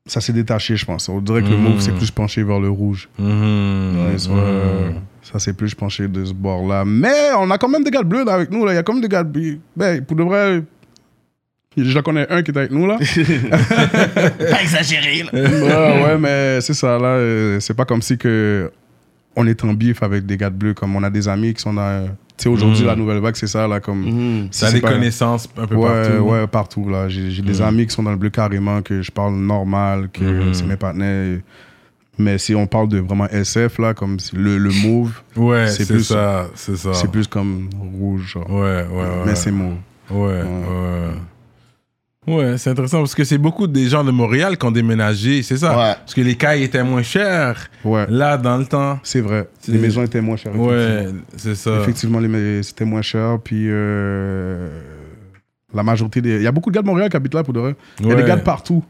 [SPEAKER 4] ça s'est détaché, je pense. On dirait que le
[SPEAKER 1] Mhm.
[SPEAKER 4] move s'est plus penché vers le rouge.
[SPEAKER 1] Mhm.
[SPEAKER 4] Mais ça, euh, Ça s'est plus penché de ce bord-là. Mais on a quand même des gars de bleus là, avec nous. là. Il y a quand même des gars de bleus. Ben, pour de vrai, je connais un qui est avec nous là.
[SPEAKER 3] Pas exagéré, là.
[SPEAKER 4] ouais, ouais, mais c'est ça, là. euh, c'est pas comme si que on est en bif avec des gars de bleu, comme on a des amis qui sont dans. Tu sais, aujourd'hui,
[SPEAKER 1] Mm.
[SPEAKER 4] la nouvelle vague, c'est ça, là, comme.
[SPEAKER 3] Mhm.
[SPEAKER 4] si
[SPEAKER 1] T'as
[SPEAKER 4] c'est
[SPEAKER 1] des
[SPEAKER 4] pas-
[SPEAKER 1] connaissances un peu
[SPEAKER 4] Ouais,
[SPEAKER 1] partout. hein. Mm.
[SPEAKER 4] ouais, partout, là. J'ai j'ai des amis qui sont dans le bleu carrément, que je parle normal, que
[SPEAKER 1] Mhm.
[SPEAKER 4] c'est mes partenaires. Mais si on parle de vraiment SF, là, comme le, le mauve,
[SPEAKER 1] Ouais,
[SPEAKER 4] C'est
[SPEAKER 1] c'est
[SPEAKER 4] plus-
[SPEAKER 1] ça, c'est ça.
[SPEAKER 4] c'est plus comme rouge, genre.
[SPEAKER 1] Ouais, ouais, ouais.
[SPEAKER 4] Mais c'est mauve.
[SPEAKER 1] Ouais, ouais. Ouais, c'est intéressant parce que c'est beaucoup des gens de Montréal qui ont déménagé, c'est ça.
[SPEAKER 3] Ouais.
[SPEAKER 1] Parce que les cailles étaient moins chères
[SPEAKER 4] Ouais,
[SPEAKER 1] là dans le temps.
[SPEAKER 4] c'est vrai.
[SPEAKER 1] C'est-
[SPEAKER 4] Les maisons étaient moins chères.
[SPEAKER 1] Ouais, c'est ça.
[SPEAKER 4] Effectivement, les mais- c'était moins cher. Puis euh, la majorité des. Il y a beaucoup de gars de Montréal qui habitent là pour de vrai. Il y a
[SPEAKER 1] Ouais.
[SPEAKER 4] des gars de partout.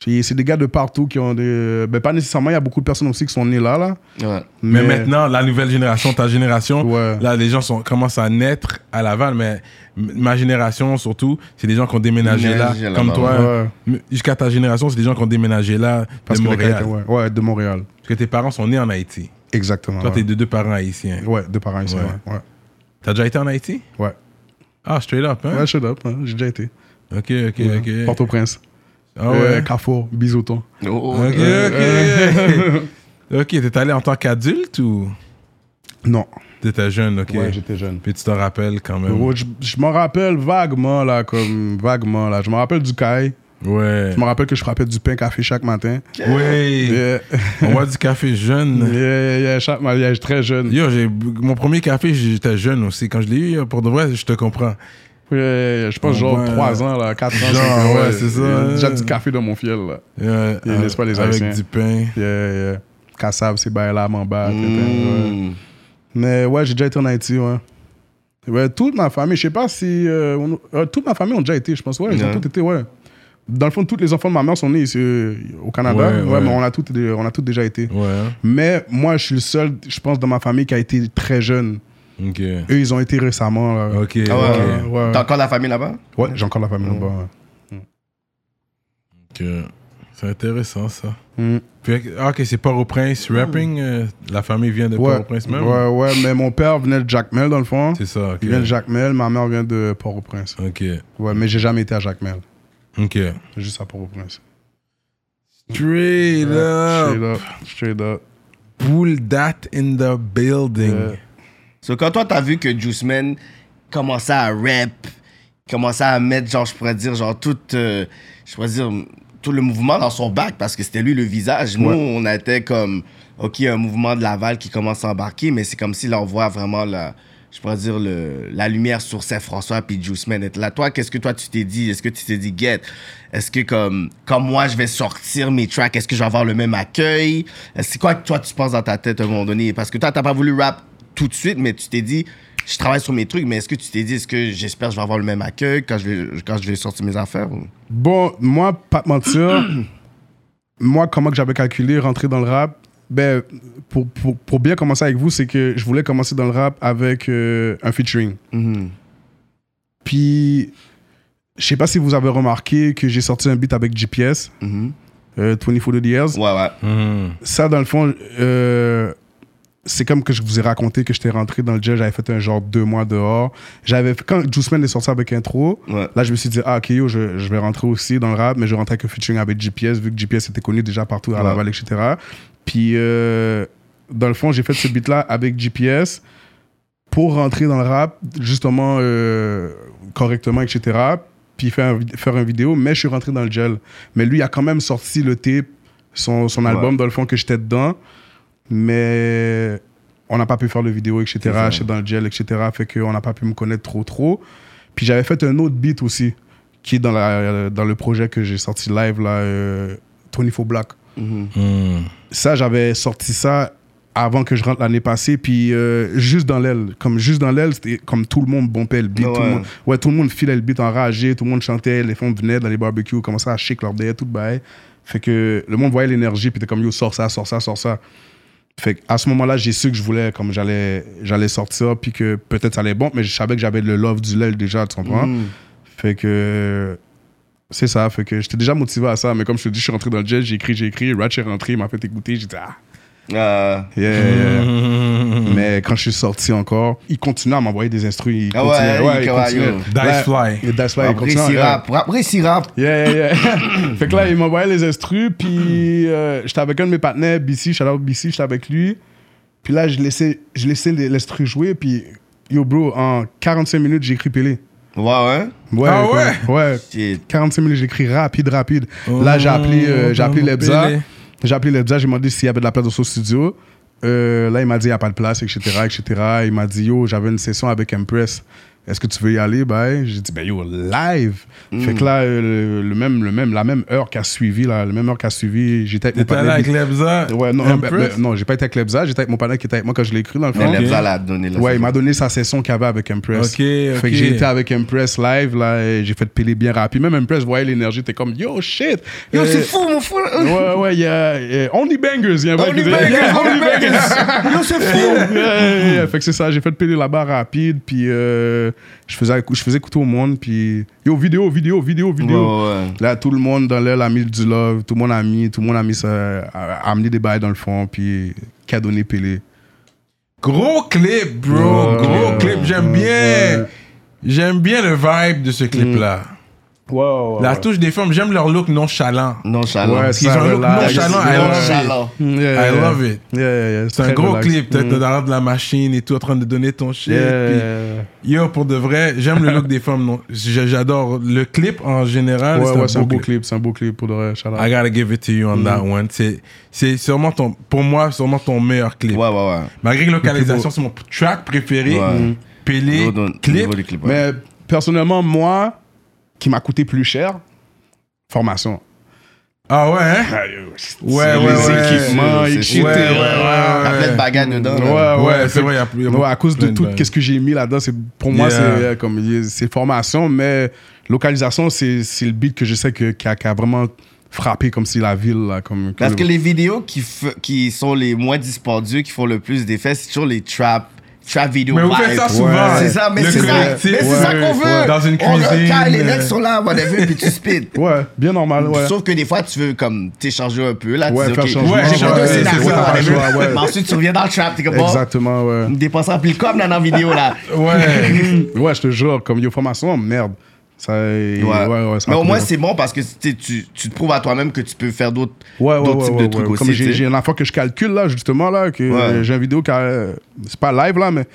[SPEAKER 4] Puis C'est des gars de partout qui ont des. Ben, pas nécessairement, il y a beaucoup de personnes aussi qui sont nées là. là
[SPEAKER 3] Ouais.
[SPEAKER 1] Mais maintenant, la nouvelle génération, ta génération,
[SPEAKER 4] Ouais.
[SPEAKER 1] là, les gens sont, commencent à naître à Laval, mais m- ma génération surtout, c'est des gens qui ont déménagé là,
[SPEAKER 3] Déménagé
[SPEAKER 1] comme
[SPEAKER 3] là-bas,
[SPEAKER 1] toi.
[SPEAKER 4] ouais.
[SPEAKER 1] M- Jusqu'à ta génération, c'est des gens qui ont déménagé là,
[SPEAKER 4] Parce
[SPEAKER 1] de
[SPEAKER 4] que les gars
[SPEAKER 1] Montréal.
[SPEAKER 4] étaient- ouais, ouais, de Montréal.
[SPEAKER 1] Parce que tes parents sont nés en Haïti.
[SPEAKER 4] Exactement.
[SPEAKER 1] Toi,
[SPEAKER 4] ouais.
[SPEAKER 1] t'es de deux parents haïtiens.
[SPEAKER 4] Ouais, de parents ici.
[SPEAKER 1] Ouais.
[SPEAKER 4] Ouais. Ouais.
[SPEAKER 1] T'as déjà été en Haïti
[SPEAKER 4] ouais.
[SPEAKER 1] Ah, straight up, hein
[SPEAKER 4] Ouais, shut up, hein, j'ai déjà été.
[SPEAKER 1] Ok, ok, ok.
[SPEAKER 4] Port-au-Prince.
[SPEAKER 1] Ah
[SPEAKER 4] Euh,
[SPEAKER 1] ouais.
[SPEAKER 4] Carrefour, Bisoton.
[SPEAKER 3] Oh,
[SPEAKER 1] Ok,
[SPEAKER 3] euh,
[SPEAKER 1] ok. ok, t'es allé en tant qu'adulte ou
[SPEAKER 4] Non.
[SPEAKER 1] t'étais jeune, ok.
[SPEAKER 4] Ouais, j'étais jeune.
[SPEAKER 1] Puis tu te rappelles quand même.
[SPEAKER 4] Gros, Je, je m'en rappelle vaguement, là, comme vaguement, là. Je me rappelle du caille.
[SPEAKER 1] Ouais.
[SPEAKER 4] Je me rappelle que je frappais du pain café chaque matin.
[SPEAKER 1] Oui.
[SPEAKER 4] Yeah.
[SPEAKER 1] On boit du café jeune.
[SPEAKER 4] Yeah, yeah, chaque matin, j'étais très jeune.
[SPEAKER 1] Yo, j'ai mon premier café, j'étais jeune aussi. Quand je l'ai eu, pour de vrai, je te comprends.
[SPEAKER 4] Yeah, yeah, je pense genre
[SPEAKER 1] Ouais.
[SPEAKER 4] 3 ans, là, 4 ans.
[SPEAKER 1] Genre,
[SPEAKER 4] cinq ans,
[SPEAKER 1] ouais, c'est ça.
[SPEAKER 4] Il y a Déjà du café dans mon fiel, là.
[SPEAKER 1] Euh,
[SPEAKER 4] Ils laissent pas les Haïtiens.
[SPEAKER 1] avec du pain.
[SPEAKER 4] Yeah, yeah. Cassave, c'est bail là, m'en
[SPEAKER 1] Mm.
[SPEAKER 4] bas. hein, ouais.
[SPEAKER 3] hmm.
[SPEAKER 4] Mais ouais, j'ai déjà été en Haïti, ouais. Ouais, toute ma famille, je sais pas si. euh, on- euh, toute ma famille ont déjà été, je pense, ouais. Ils ont
[SPEAKER 3] Ouais.
[SPEAKER 4] tous été, ouais. Dans le fond, tous les enfants de ma mère sont nés ici euh, au Canada.
[SPEAKER 1] Ouais,
[SPEAKER 4] Ouais,
[SPEAKER 1] ouais.
[SPEAKER 4] mais on a tous on a toutes déjà été.
[SPEAKER 1] Ouais.
[SPEAKER 4] Mais moi, je suis le seul, je pense, dans ma famille qui a été très jeune.
[SPEAKER 1] Ok.
[SPEAKER 4] Eux, ils ont été récemment. là.
[SPEAKER 1] Ok.
[SPEAKER 3] Ah ouais,
[SPEAKER 1] ok.
[SPEAKER 3] ouais.
[SPEAKER 4] ouais.
[SPEAKER 3] T'as encore la famille là-bas
[SPEAKER 4] Ouais, j'ai encore la famille là-bas. ouais.
[SPEAKER 1] Ok. euh, C'est intéressant ça.
[SPEAKER 4] Mm.
[SPEAKER 1] Puis, ah, ok, c'est Port-au-Prince rapping. euh, la famille vient de
[SPEAKER 4] Hmm. Ouais.
[SPEAKER 1] Port-au-Prince même.
[SPEAKER 4] ouais, ouais, mais mon père venait de Jacmel, dans le fond.
[SPEAKER 1] C'est ça. ok.
[SPEAKER 4] Il vient de Jacmel, ma mère vient de Port-au-Prince.
[SPEAKER 1] Ok.
[SPEAKER 4] Ouais, mais j'ai jamais été à Jacmel,
[SPEAKER 1] Ok.
[SPEAKER 4] juste à Port-au-Prince.
[SPEAKER 1] Straight up.
[SPEAKER 4] Straight up, straight up.
[SPEAKER 1] Pull that in the building.
[SPEAKER 4] Yeah.
[SPEAKER 3] So, quand toi, t'as vu que Juice Man commençait à rap, commençait à mettre, genre, je pourrais dire, genre, tout, euh, je pourrais dire, tout le mouvement dans son bac, parce que c'était lui le visage. Nous,
[SPEAKER 4] Ouais.
[SPEAKER 3] on était comme, OK, un mouvement de Laval qui commence à embarquer, mais c'est comme si là, on voit vraiment la, je pourrais dire, le, la lumière sur Saint-François puis Juice Man être là. Toi, qu'est-ce que toi, tu t'es dit? Est-ce que tu t'es dit, get, est-ce que comme, comme moi, je vais sortir mes tracks, est-ce que je vais avoir le même accueil? C'est quoi que toi, tu penses dans ta tête à un moment donné? Parce que toi, t'as pas voulu rap tout de suite, mais tu t'es dit, je travaille sur mes trucs, mais est-ce que tu t'es dit, est-ce que j'espère que je vais avoir le même accueil quand je vais, quand je vais sortir mes affaires? ou-
[SPEAKER 4] Bon, moi, pas te mentir, moi, comment que j'avais calculé rentrer dans le rap, ben, pour, pour, pour bien commencer avec vous, c'est que je voulais commencer dans le rap avec euh, un featuring. Puis, je sais pas si vous avez remarqué que j'ai sorti un beat avec GPS,
[SPEAKER 3] Mhm.
[SPEAKER 4] euh, 24 Dead Years.
[SPEAKER 3] Ouais, ouais.
[SPEAKER 1] Mhm.
[SPEAKER 4] Ça, dans le fond, euh, c'est comme que je vous ai raconté que j'étais rentré dans le jail, j'avais fait un genre deux mois dehors. J'avais Quand Juice Man est sorti avec intro,
[SPEAKER 3] Ouais.
[SPEAKER 4] là, je me suis dit, ah, ok, yo, je, je vais rentrer aussi dans le rap, mais je rentrais que featuring avec GPS, vu que GPS était connu déjà partout à
[SPEAKER 3] Ouais.
[SPEAKER 4] Laval, etc. Puis, euh, dans le fond, j'ai fait ce beat-là avec GPS pour rentrer dans le rap, justement, euh, correctement, etc. Puis faire un, vid- faire un vidéo, mais je suis rentré dans le gel. Mais lui a quand même sorti le tape, son, son album, dans le fond, que j'étais dedans. Mais on n'a pas pu faire le vidéo, etc. J'étais dans le gel, etc. Fait qu'on n'a pas pu me connaître trop, trop. Puis j'avais fait un autre beat aussi, qui est dans, la, dans le projet que j'ai sorti live, là, euh, 24 Black
[SPEAKER 3] Mhm.
[SPEAKER 1] Mhm.
[SPEAKER 4] ça, j'avais sorti ça avant que je rentre l'année passée, puis euh, juste dans l'aile, comme juste dans l'aile, c'était comme tout le monde bompait le beat,
[SPEAKER 3] Ah
[SPEAKER 4] tout, le
[SPEAKER 3] ouais.
[SPEAKER 4] monde, ouais, tout le monde filait le beat enragé, tout le monde chantait, les femmes venaient dans les barbecues, commençaient à shake leur derrière, tout le bail. Fait que le monde voyait l'énergie, puis t'es comme, yo, sors ça, sors ça, sors ça. Fait que à ce moment-là, j'ai su que je voulais, comme j'allais j'allais sortir, puis que peut-être ça allait bon, mais je savais que j'avais le love du l'aile déjà, tu comprends?
[SPEAKER 3] Mhm.
[SPEAKER 4] Fait que. C'est ça, fait que j'étais déjà motivé à ça, mais comme je te dis, je suis rentré dans le jet, j'ai écrit, j'ai écrit, Ratch est rentré, il m'a fait écouter, j'ai dit ah,
[SPEAKER 3] Euh,
[SPEAKER 4] Yeah, yeah, yeah. Mais quand je suis sorti encore, il continue à m'envoyer des instruits. Il
[SPEAKER 3] Ah
[SPEAKER 4] continue,
[SPEAKER 3] ouais, il- ouais, yo.
[SPEAKER 1] Dice Fly.
[SPEAKER 4] Dice Fly, il
[SPEAKER 3] après,
[SPEAKER 4] continue.
[SPEAKER 3] s'il
[SPEAKER 4] yeah.
[SPEAKER 3] rap, après, s'il rap.
[SPEAKER 4] Yeah, yeah, yeah. fait que là, il m'envoyait les instrus, puis euh, j'étais avec un de mes partenaires, BC, shout out BC, j'étais avec lui. Puis là, je laissais, je laissais les- l'instru jouer, puis yo, bro, en 45 minutes, j'ai écrit Pelé.
[SPEAKER 3] Ouais, ouais.
[SPEAKER 4] Ouais,
[SPEAKER 1] Ah
[SPEAKER 4] quoi.
[SPEAKER 1] ouais?
[SPEAKER 4] Ouais.
[SPEAKER 3] Shit.
[SPEAKER 4] 45 minutes, j'écris rapide, rapide. Là, j'ai appelé, euh, j'ai appelé
[SPEAKER 1] Oh,
[SPEAKER 4] Lebza.
[SPEAKER 1] Pelé.
[SPEAKER 4] J'ai appelé le DJ, j'ai demandé s'il y avait de la place dans son studio. Euh, là, il m'a dit, il n'y a pas de place, etc., etc. Il m'a dit, yo, j'avais une session avec Empress. Est-ce que tu veux y aller? Ben, j'ai dit, ben yo, live.
[SPEAKER 3] Hmm.
[SPEAKER 4] Fait que là, euh, le, le même, le même, la même heure qu'a suivi, là, la même heure qu'a suivi, j'étais avec mon
[SPEAKER 1] T'étais
[SPEAKER 4] partenaire.
[SPEAKER 1] là avec Lebza.
[SPEAKER 4] Ouais, non,
[SPEAKER 1] Empress?
[SPEAKER 4] ben, ben, non, j'ai pas été avec Lebza, j'étais avec mon partenaire qui était avec moi quand je l'ai écrit, dans le fond.
[SPEAKER 3] Mais Lebza l'a donné. là,
[SPEAKER 4] Ouais,
[SPEAKER 3] c'est-
[SPEAKER 4] il m'a donné sa session qu'il avait avec Empress.
[SPEAKER 1] Ok, ok.
[SPEAKER 4] Fait que j'ai été avec Empress live, là, et j'ai fait piler bien rapide. Même Empress voyait l'énergie, t'es comme yo shit.
[SPEAKER 3] Yo,
[SPEAKER 4] Euh,
[SPEAKER 3] c'est fou, mon fou.
[SPEAKER 4] Ouais, ouais, il y a. euh, Only Bangers, il y a un vrai
[SPEAKER 3] Only
[SPEAKER 4] qui dit-
[SPEAKER 3] bangers, only bangers. Yo, c'est fou.
[SPEAKER 4] Yeah, yeah, yeah. Fait que c'est ça, j'ai fait piler là-bas rapide, puis euh, je, faisais, je faisais écouter au monde, puis yo, vidéo, vidéo, vidéo, vidéo.
[SPEAKER 3] Ouais, ouais.
[SPEAKER 4] Là, tout le monde dans l'air a mis du love, tout le monde a mis, tout le monde a mis ça, a, a amené des bails dans le fond, puis cadonné pilé.
[SPEAKER 1] Gros clip, bro.
[SPEAKER 4] Ouais,
[SPEAKER 1] Gros
[SPEAKER 4] ouais,
[SPEAKER 1] clip. J'aime bien. J'aime bien le vibe de
[SPEAKER 4] Mm.
[SPEAKER 1] ce clip-là.
[SPEAKER 4] Wow.
[SPEAKER 1] La touche des femmes, j'aime leur look nonchalant.
[SPEAKER 3] Nonchalant.
[SPEAKER 4] Ouais,
[SPEAKER 1] Ils
[SPEAKER 4] Ça
[SPEAKER 1] ont un look
[SPEAKER 4] relaxe.
[SPEAKER 1] nonchalant. I love it.
[SPEAKER 3] Nonchalant.
[SPEAKER 4] Mm, Yeah,
[SPEAKER 1] I
[SPEAKER 4] yeah.
[SPEAKER 1] love it.
[SPEAKER 4] Yeah, yeah, yeah.
[SPEAKER 1] C'est un
[SPEAKER 4] très
[SPEAKER 1] gros
[SPEAKER 4] relax. Mm.
[SPEAKER 1] clip. T'es dans l'art de la machine et tout, en train de donner ton shit.
[SPEAKER 4] Yeah.
[SPEAKER 1] puis- yo, pour de vrai, j'aime le look des femmes. non. J- J'adore le clip en général.
[SPEAKER 4] Ouais, ouais,
[SPEAKER 1] c'est un beau clip.
[SPEAKER 4] ah, c'est un beau clip Mm. pour de vrai. shout out.
[SPEAKER 1] I gotta give it to you on that one. C'est- C'est sûrement ton, pour moi, sûrement ton meilleur clip.
[SPEAKER 3] Ouais, ouais, ouais.
[SPEAKER 1] Malgré que localisation,
[SPEAKER 4] beau.
[SPEAKER 1] c'est mon track préféré.
[SPEAKER 3] Ouais. Mhm.
[SPEAKER 1] Pelé,
[SPEAKER 3] Niveau de-
[SPEAKER 1] clip.
[SPEAKER 3] niveau du clip, ouais.
[SPEAKER 4] Mais personnellement, moi, qui m'a coûté plus cher, formation.
[SPEAKER 1] Ah ouais, hein? Ouais,
[SPEAKER 3] euh, C'est
[SPEAKER 1] ouais,
[SPEAKER 3] les
[SPEAKER 1] ouais.
[SPEAKER 4] équipements,
[SPEAKER 3] C'est-
[SPEAKER 4] et
[SPEAKER 3] c'est-
[SPEAKER 4] shit.
[SPEAKER 1] Ouais, ouais, ouais,
[SPEAKER 3] T'as
[SPEAKER 1] ouais.
[SPEAKER 3] plein de bagages dedans. là.
[SPEAKER 4] Ouais, ouais,
[SPEAKER 1] Ouais, c'est
[SPEAKER 4] fait-
[SPEAKER 1] vrai, il y a- il y a
[SPEAKER 4] Ouais, à cause de
[SPEAKER 1] plein de
[SPEAKER 4] tout
[SPEAKER 1] bails.
[SPEAKER 4] qu'est-ce que j'ai mis là-dedans, c'est pour moi
[SPEAKER 1] Yeah.
[SPEAKER 4] c'est euh, comme il y a- c'est formation mais localisation c'est c'est le beat que je sais que qui a, qui a vraiment frappé comme si la ville là comme
[SPEAKER 3] Parce que les vidéos qui, f- qui sont les moins dispendieux, qui font le plus d'effets, c'est toujours les trap, trap vidéos.
[SPEAKER 1] Mais vous faites ça souvent.
[SPEAKER 3] C'est ça, mais
[SPEAKER 1] Le
[SPEAKER 3] c'est ça, mais
[SPEAKER 1] collectif.
[SPEAKER 3] c'est
[SPEAKER 1] Ouais,
[SPEAKER 3] ça qu'on
[SPEAKER 1] ouais.
[SPEAKER 3] veut.
[SPEAKER 1] Dans une
[SPEAKER 3] On le
[SPEAKER 1] cuisine,
[SPEAKER 3] cale, les
[SPEAKER 1] euh.
[SPEAKER 3] mecs sont là, whatever, puis tu speed.
[SPEAKER 4] Ouais, bien normal, ouais.
[SPEAKER 3] Sauf que des fois, tu veux comme t'échanger un peu. Là,
[SPEAKER 4] Ouais,
[SPEAKER 3] tu dis,
[SPEAKER 4] faire
[SPEAKER 3] OK,
[SPEAKER 4] changement,
[SPEAKER 3] j'ai pas
[SPEAKER 1] ouais,
[SPEAKER 3] deux
[SPEAKER 1] c'est
[SPEAKER 3] scénarios,
[SPEAKER 1] ça,
[SPEAKER 3] whatever.
[SPEAKER 4] ouais, ouais.
[SPEAKER 3] Mais Ensuite, tu reviens dans le trap, t'es comme bon,
[SPEAKER 4] Exactement, ouais.
[SPEAKER 3] me dépensant pile comme dans la vidéo là.
[SPEAKER 1] Ouais.
[SPEAKER 4] Ouais, je te jure comme yo formation, merde. Ça ouais, ouais, ça hein.
[SPEAKER 3] mais
[SPEAKER 4] a
[SPEAKER 3] au moins,
[SPEAKER 4] coûté.
[SPEAKER 3] c'est bon parce que tu, sais, tu, tu te prouves à toi-même que tu peux faire d'autres
[SPEAKER 4] Ouais, ouais,
[SPEAKER 3] d'autres
[SPEAKER 4] ouais,
[SPEAKER 3] types
[SPEAKER 4] ouais,
[SPEAKER 3] de trucs
[SPEAKER 4] ouais.
[SPEAKER 3] aussi.
[SPEAKER 4] Comme
[SPEAKER 3] tu
[SPEAKER 4] j'ai
[SPEAKER 3] sais.
[SPEAKER 4] j'ai une affaire que je calcule là, justement, là, que
[SPEAKER 3] Ouais.
[SPEAKER 4] euh, j'ai une vidéo qui a- euh, C'est pas live là, mais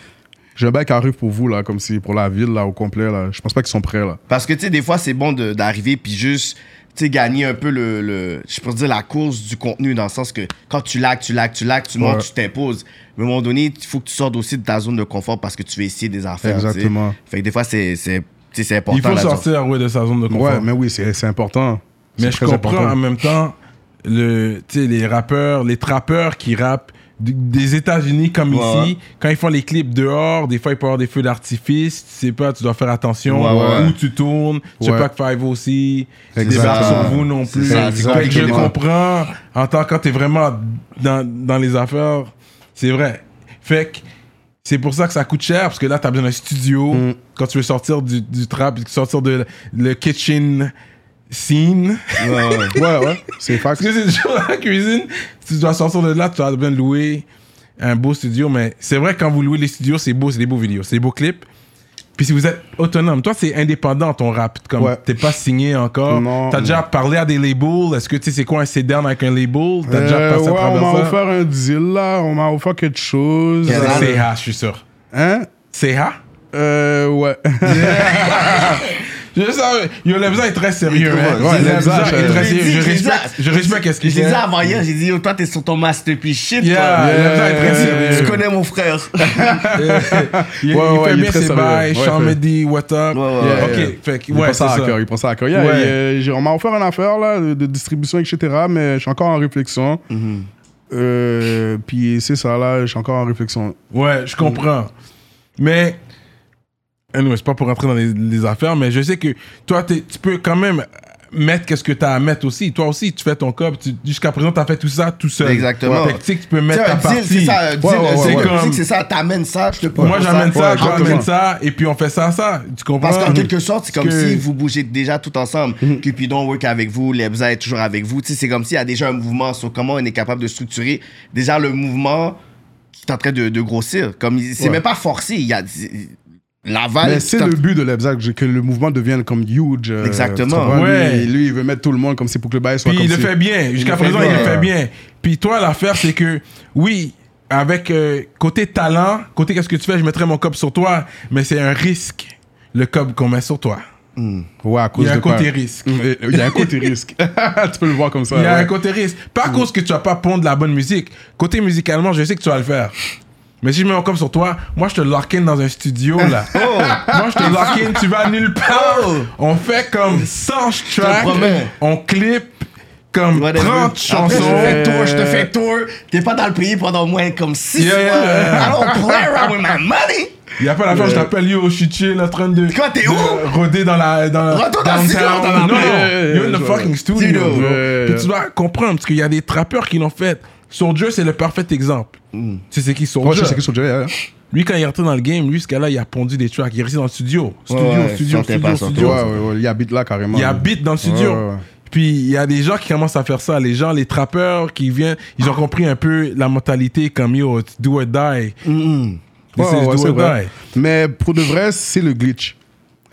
[SPEAKER 4] j'ai un bail qui arrive pour vous là, comme si pour la ville là, au complet là. Je pense pas qu'ils sont prêts là.
[SPEAKER 3] Parce que, tu sais, des fois, c'est bon de- d'arriver puis juste, tu sais, gagner un peu le, le- je pourrais dire, la course du contenu, dans le sens que quand tu lags, tu lags, tu lags, tu montes,
[SPEAKER 4] Ouais.
[SPEAKER 3] tu t'imposes. Mais à un moment donné, il faut que tu sortes aussi de ta zone de confort parce que tu veux essayer des affaires. tu sais.
[SPEAKER 4] Exactement.
[SPEAKER 3] Fait que des fois, c'est c'est- tu sais, c'est important.
[SPEAKER 1] Il faut
[SPEAKER 3] là, genre.
[SPEAKER 1] sortir ouais, de sa zone de confort.
[SPEAKER 4] Ouais, mais oui, c'est c'est important.
[SPEAKER 1] Mais
[SPEAKER 4] C'est
[SPEAKER 1] je
[SPEAKER 4] très
[SPEAKER 1] comprends hein, en
[SPEAKER 4] important.
[SPEAKER 1] même temps le, tu sais, les rappeurs, les trappeurs qui rappent d- des États-Unis comme
[SPEAKER 3] Ouais,
[SPEAKER 1] ici,
[SPEAKER 3] ouais.
[SPEAKER 1] quand ils font les clips dehors, des fois ils peuvent avoir des feux d'artifice, tu sais pas, tu dois faire attention
[SPEAKER 3] Ouais, ouais, ouais.
[SPEAKER 1] où tu tournes, tu sais
[SPEAKER 4] Ouais.
[SPEAKER 1] pas que Five aussi, tu
[SPEAKER 4] Exact.
[SPEAKER 1] débarques sur
[SPEAKER 3] Ça,
[SPEAKER 1] vous non
[SPEAKER 3] c'est
[SPEAKER 1] plus.
[SPEAKER 3] ça, c'est
[SPEAKER 1] Fait que je
[SPEAKER 3] compliqué, ouais.
[SPEAKER 1] comprends en tant que quand t'es vraiment dans, dans les affaires, c'est vrai. Fait que c'est pour ça que ça coûte cher, parce que là, t'as besoin d'un studio.
[SPEAKER 3] Mm.
[SPEAKER 1] Quand tu veux sortir du, du trap, sortir de le kitchen scene,
[SPEAKER 3] Ouais, ouais.
[SPEAKER 4] Ouais, ouais, c'est
[SPEAKER 1] parce
[SPEAKER 4] fact.
[SPEAKER 1] que c'est toujours dans la cuisine. Tu dois sortir de là, tu as besoin de louer un beau studio. Mais c'est vrai, quand vous louez les studios, c'est beau, c'est des beaux vidéos, c'est des beaux clips. Puis si vous êtes autonome, toi, c'est indépendant ton rap. Comme
[SPEAKER 4] Ouais.
[SPEAKER 1] t'es pas signé encore.
[SPEAKER 4] Non.
[SPEAKER 1] T'as déjà parlé à des labels. Est-ce que tu sais c'est quoi un sit-down avec un label? T'as déjà
[SPEAKER 4] Euh,
[SPEAKER 1] passé
[SPEAKER 4] ouais,
[SPEAKER 1] à
[SPEAKER 4] on
[SPEAKER 1] travers
[SPEAKER 4] m'a
[SPEAKER 1] ça?
[SPEAKER 4] offert un deal là, on m'a offert quelque chose.
[SPEAKER 3] Quel
[SPEAKER 4] Euh,
[SPEAKER 3] âge?
[SPEAKER 1] C'est CH, je suis sûr.
[SPEAKER 4] Hein?
[SPEAKER 1] CH?
[SPEAKER 4] Euh, ouais.
[SPEAKER 1] Je savais. Yo, Lebza est très sérieux.
[SPEAKER 3] Il est
[SPEAKER 1] hein.
[SPEAKER 3] trop-
[SPEAKER 1] Ouais,
[SPEAKER 4] c'est
[SPEAKER 1] Lebza
[SPEAKER 4] Lebza,
[SPEAKER 1] est
[SPEAKER 4] je-
[SPEAKER 1] très
[SPEAKER 3] je l'ai
[SPEAKER 1] sérieux. Je
[SPEAKER 3] dit, je l'ai
[SPEAKER 1] respecte.
[SPEAKER 3] dit.
[SPEAKER 1] Je respecte qu'est-ce
[SPEAKER 3] Je
[SPEAKER 1] qu'il
[SPEAKER 3] disais
[SPEAKER 1] dit.
[SPEAKER 3] avant hier, j'ai dit, oh, toi, t'es sur ton masterpiece shit,
[SPEAKER 1] Yeah,
[SPEAKER 3] toi.
[SPEAKER 1] Lebza est très sérieux.
[SPEAKER 3] Tu Euh, connais mon frère.
[SPEAKER 1] il,
[SPEAKER 4] Ouais,
[SPEAKER 1] il
[SPEAKER 4] ouais,
[SPEAKER 1] fait
[SPEAKER 4] il est
[SPEAKER 1] bien
[SPEAKER 4] très
[SPEAKER 1] ses
[SPEAKER 4] sérieux.
[SPEAKER 1] bails,
[SPEAKER 4] Ouais,
[SPEAKER 1] Sean
[SPEAKER 4] fait-
[SPEAKER 1] Mehdi, what up.
[SPEAKER 3] Ouais, ouais, ouais.
[SPEAKER 1] Ok,
[SPEAKER 4] Yeah.
[SPEAKER 1] fait que,
[SPEAKER 4] Il
[SPEAKER 1] ouais,
[SPEAKER 4] prend
[SPEAKER 1] c'est
[SPEAKER 4] ça à
[SPEAKER 1] ça.
[SPEAKER 4] cœur, il prend ça à cœur. Yeah,
[SPEAKER 1] Ouais.
[SPEAKER 4] et, euh, j'ai- on m'a offert une affaire là, de, de distribution, etc., mais je suis encore en réflexion.
[SPEAKER 1] Mm-hmm.
[SPEAKER 4] Euh, puis c'est ça, là, je suis encore en réflexion.
[SPEAKER 1] Ouais, je comprends. Mais, anyway, c'est pas pour rentrer dans les, les affaires, mais je sais que toi, t'es- tu peux quand même mettre qu'est-ce que t'as à mettre aussi. Toi aussi, tu fais ton cop. tu- Jusqu'à présent, t'as fait tout ça tout seul.
[SPEAKER 3] Exactement.
[SPEAKER 1] Fait que tu sais que tu peux
[SPEAKER 3] C'est
[SPEAKER 1] mettre ta
[SPEAKER 3] un deal,
[SPEAKER 1] partie.
[SPEAKER 3] c'est ça, un deal.
[SPEAKER 4] Ouais, ouais,
[SPEAKER 3] C'est
[SPEAKER 4] ouais,
[SPEAKER 3] comme-
[SPEAKER 1] ouais.
[SPEAKER 3] tu sais que c'est ça, t'amènes ça, je te propose
[SPEAKER 1] Moi, j'amène ça,
[SPEAKER 4] Ouais,
[SPEAKER 1] toi,
[SPEAKER 4] exactement.
[SPEAKER 1] t'amènes ça, et puis on fait ça, ça. Tu comprends? Mm.
[SPEAKER 3] Parce qu'en quelque sorte, c'est comme
[SPEAKER 1] que-
[SPEAKER 3] si vous bougez déjà tout ensemble. Cupidon work avec vous, Lebza est toujours avec vous. Tu sais, c'est comme s'il y a déjà un mouvement sur comment on est capable de structurer déjà le mouvement qui est en train de, de grossir. Comme il- c'est
[SPEAKER 4] Ouais.
[SPEAKER 3] même pas forcé. Il y a Laval.
[SPEAKER 4] mais c'est
[SPEAKER 3] t'as-
[SPEAKER 4] le but de l'Ebza, que, je- que le mouvement devienne comme huge. euh,
[SPEAKER 3] Exactement.
[SPEAKER 4] tu comprends?
[SPEAKER 1] Ouais.
[SPEAKER 4] Lui, lui, il veut mettre tout le monde comme c'est pour que le bail soit
[SPEAKER 1] Puis
[SPEAKER 4] comme
[SPEAKER 1] il le
[SPEAKER 4] si-
[SPEAKER 1] fait bien. Jusqu'à
[SPEAKER 3] le fait
[SPEAKER 1] présent, il
[SPEAKER 3] bien,
[SPEAKER 1] le fait
[SPEAKER 3] ouais.
[SPEAKER 1] bien. Puis toi, l'affaire, c'est que, oui, avec euh, côté talent, côté qu'est-ce que tu fais, je mettrais mon cop sur toi, mais c'est un risque, le cop qu'on met sur toi.
[SPEAKER 4] Ouais, à cause
[SPEAKER 1] Il y a
[SPEAKER 4] de
[SPEAKER 1] un côté
[SPEAKER 4] quoi?
[SPEAKER 1] risque.
[SPEAKER 4] Mm, et- Il y a un côté risque. tu peux le voir comme ça.
[SPEAKER 1] Il y a
[SPEAKER 4] ouais.
[SPEAKER 1] un côté risque. Pas à cause que tu vas pas pondre la bonne musique. Côté musicalement, je sais que tu vas le faire. Mais si je mets encore sur toi, moi je te lock in dans un studio là. Moi je te lock in, tu vas nulle part.
[SPEAKER 3] Oh.
[SPEAKER 1] On fait comme 100 tracks,
[SPEAKER 3] promets.
[SPEAKER 1] on clip comme
[SPEAKER 3] Whatever.
[SPEAKER 1] 30
[SPEAKER 3] Après,
[SPEAKER 1] chansons.
[SPEAKER 3] je fais tour, je te fais tour. T'es pas dans le pays pendant au moins comme 6
[SPEAKER 1] Yeah,
[SPEAKER 3] mois.
[SPEAKER 1] yeah.
[SPEAKER 3] I don't play around with my money.
[SPEAKER 1] Il y a pas la fin, je t'appelle, yo, je suis chill en train de.
[SPEAKER 3] Quoi, t'es
[SPEAKER 1] de
[SPEAKER 3] où?
[SPEAKER 1] Rôder dans la. Dans la
[SPEAKER 3] Retourne dans le studio,
[SPEAKER 1] downtown.
[SPEAKER 3] dans la
[SPEAKER 1] Non,
[SPEAKER 4] plaine.
[SPEAKER 1] you're in the
[SPEAKER 4] Ouais,
[SPEAKER 1] fucking studio.
[SPEAKER 3] Studio.
[SPEAKER 1] bro.
[SPEAKER 4] Ouais,
[SPEAKER 1] Puis
[SPEAKER 4] ouais.
[SPEAKER 1] tu dois comprendre, parce qu'il y a des trappeurs qui l'ont fait. Dieu, c'est le parfait exemple. Tu sais qui
[SPEAKER 4] Mm. Ouais, je
[SPEAKER 1] Soldier
[SPEAKER 4] sais que sur le jeu, hein.
[SPEAKER 1] Lui, quand il est rentré dans le game, lui, ce gars-là, il a pondu des tracks. Il est resté dans le studio. Studio,
[SPEAKER 3] Ouais, ouais,
[SPEAKER 1] studio,
[SPEAKER 3] sortait
[SPEAKER 1] studio,
[SPEAKER 3] pas, sortait
[SPEAKER 4] Ouais,
[SPEAKER 1] studio.
[SPEAKER 3] pas.
[SPEAKER 4] ouais, ouais, il habite là carrément.
[SPEAKER 1] Il habite dans le studio.
[SPEAKER 4] Ouais, ouais, ouais.
[SPEAKER 1] Puis il y a des gens qui commencent à faire ça. Les gens, les trappeurs qui viennent, ils ont compris un peu la mentalité comme yo, it's do or die. This
[SPEAKER 4] Mm, Ouais,
[SPEAKER 1] is
[SPEAKER 4] ouais,
[SPEAKER 1] do
[SPEAKER 4] c'est
[SPEAKER 1] or
[SPEAKER 4] vrai.
[SPEAKER 1] die.
[SPEAKER 4] Mais pour de vrai, c'est le glitch.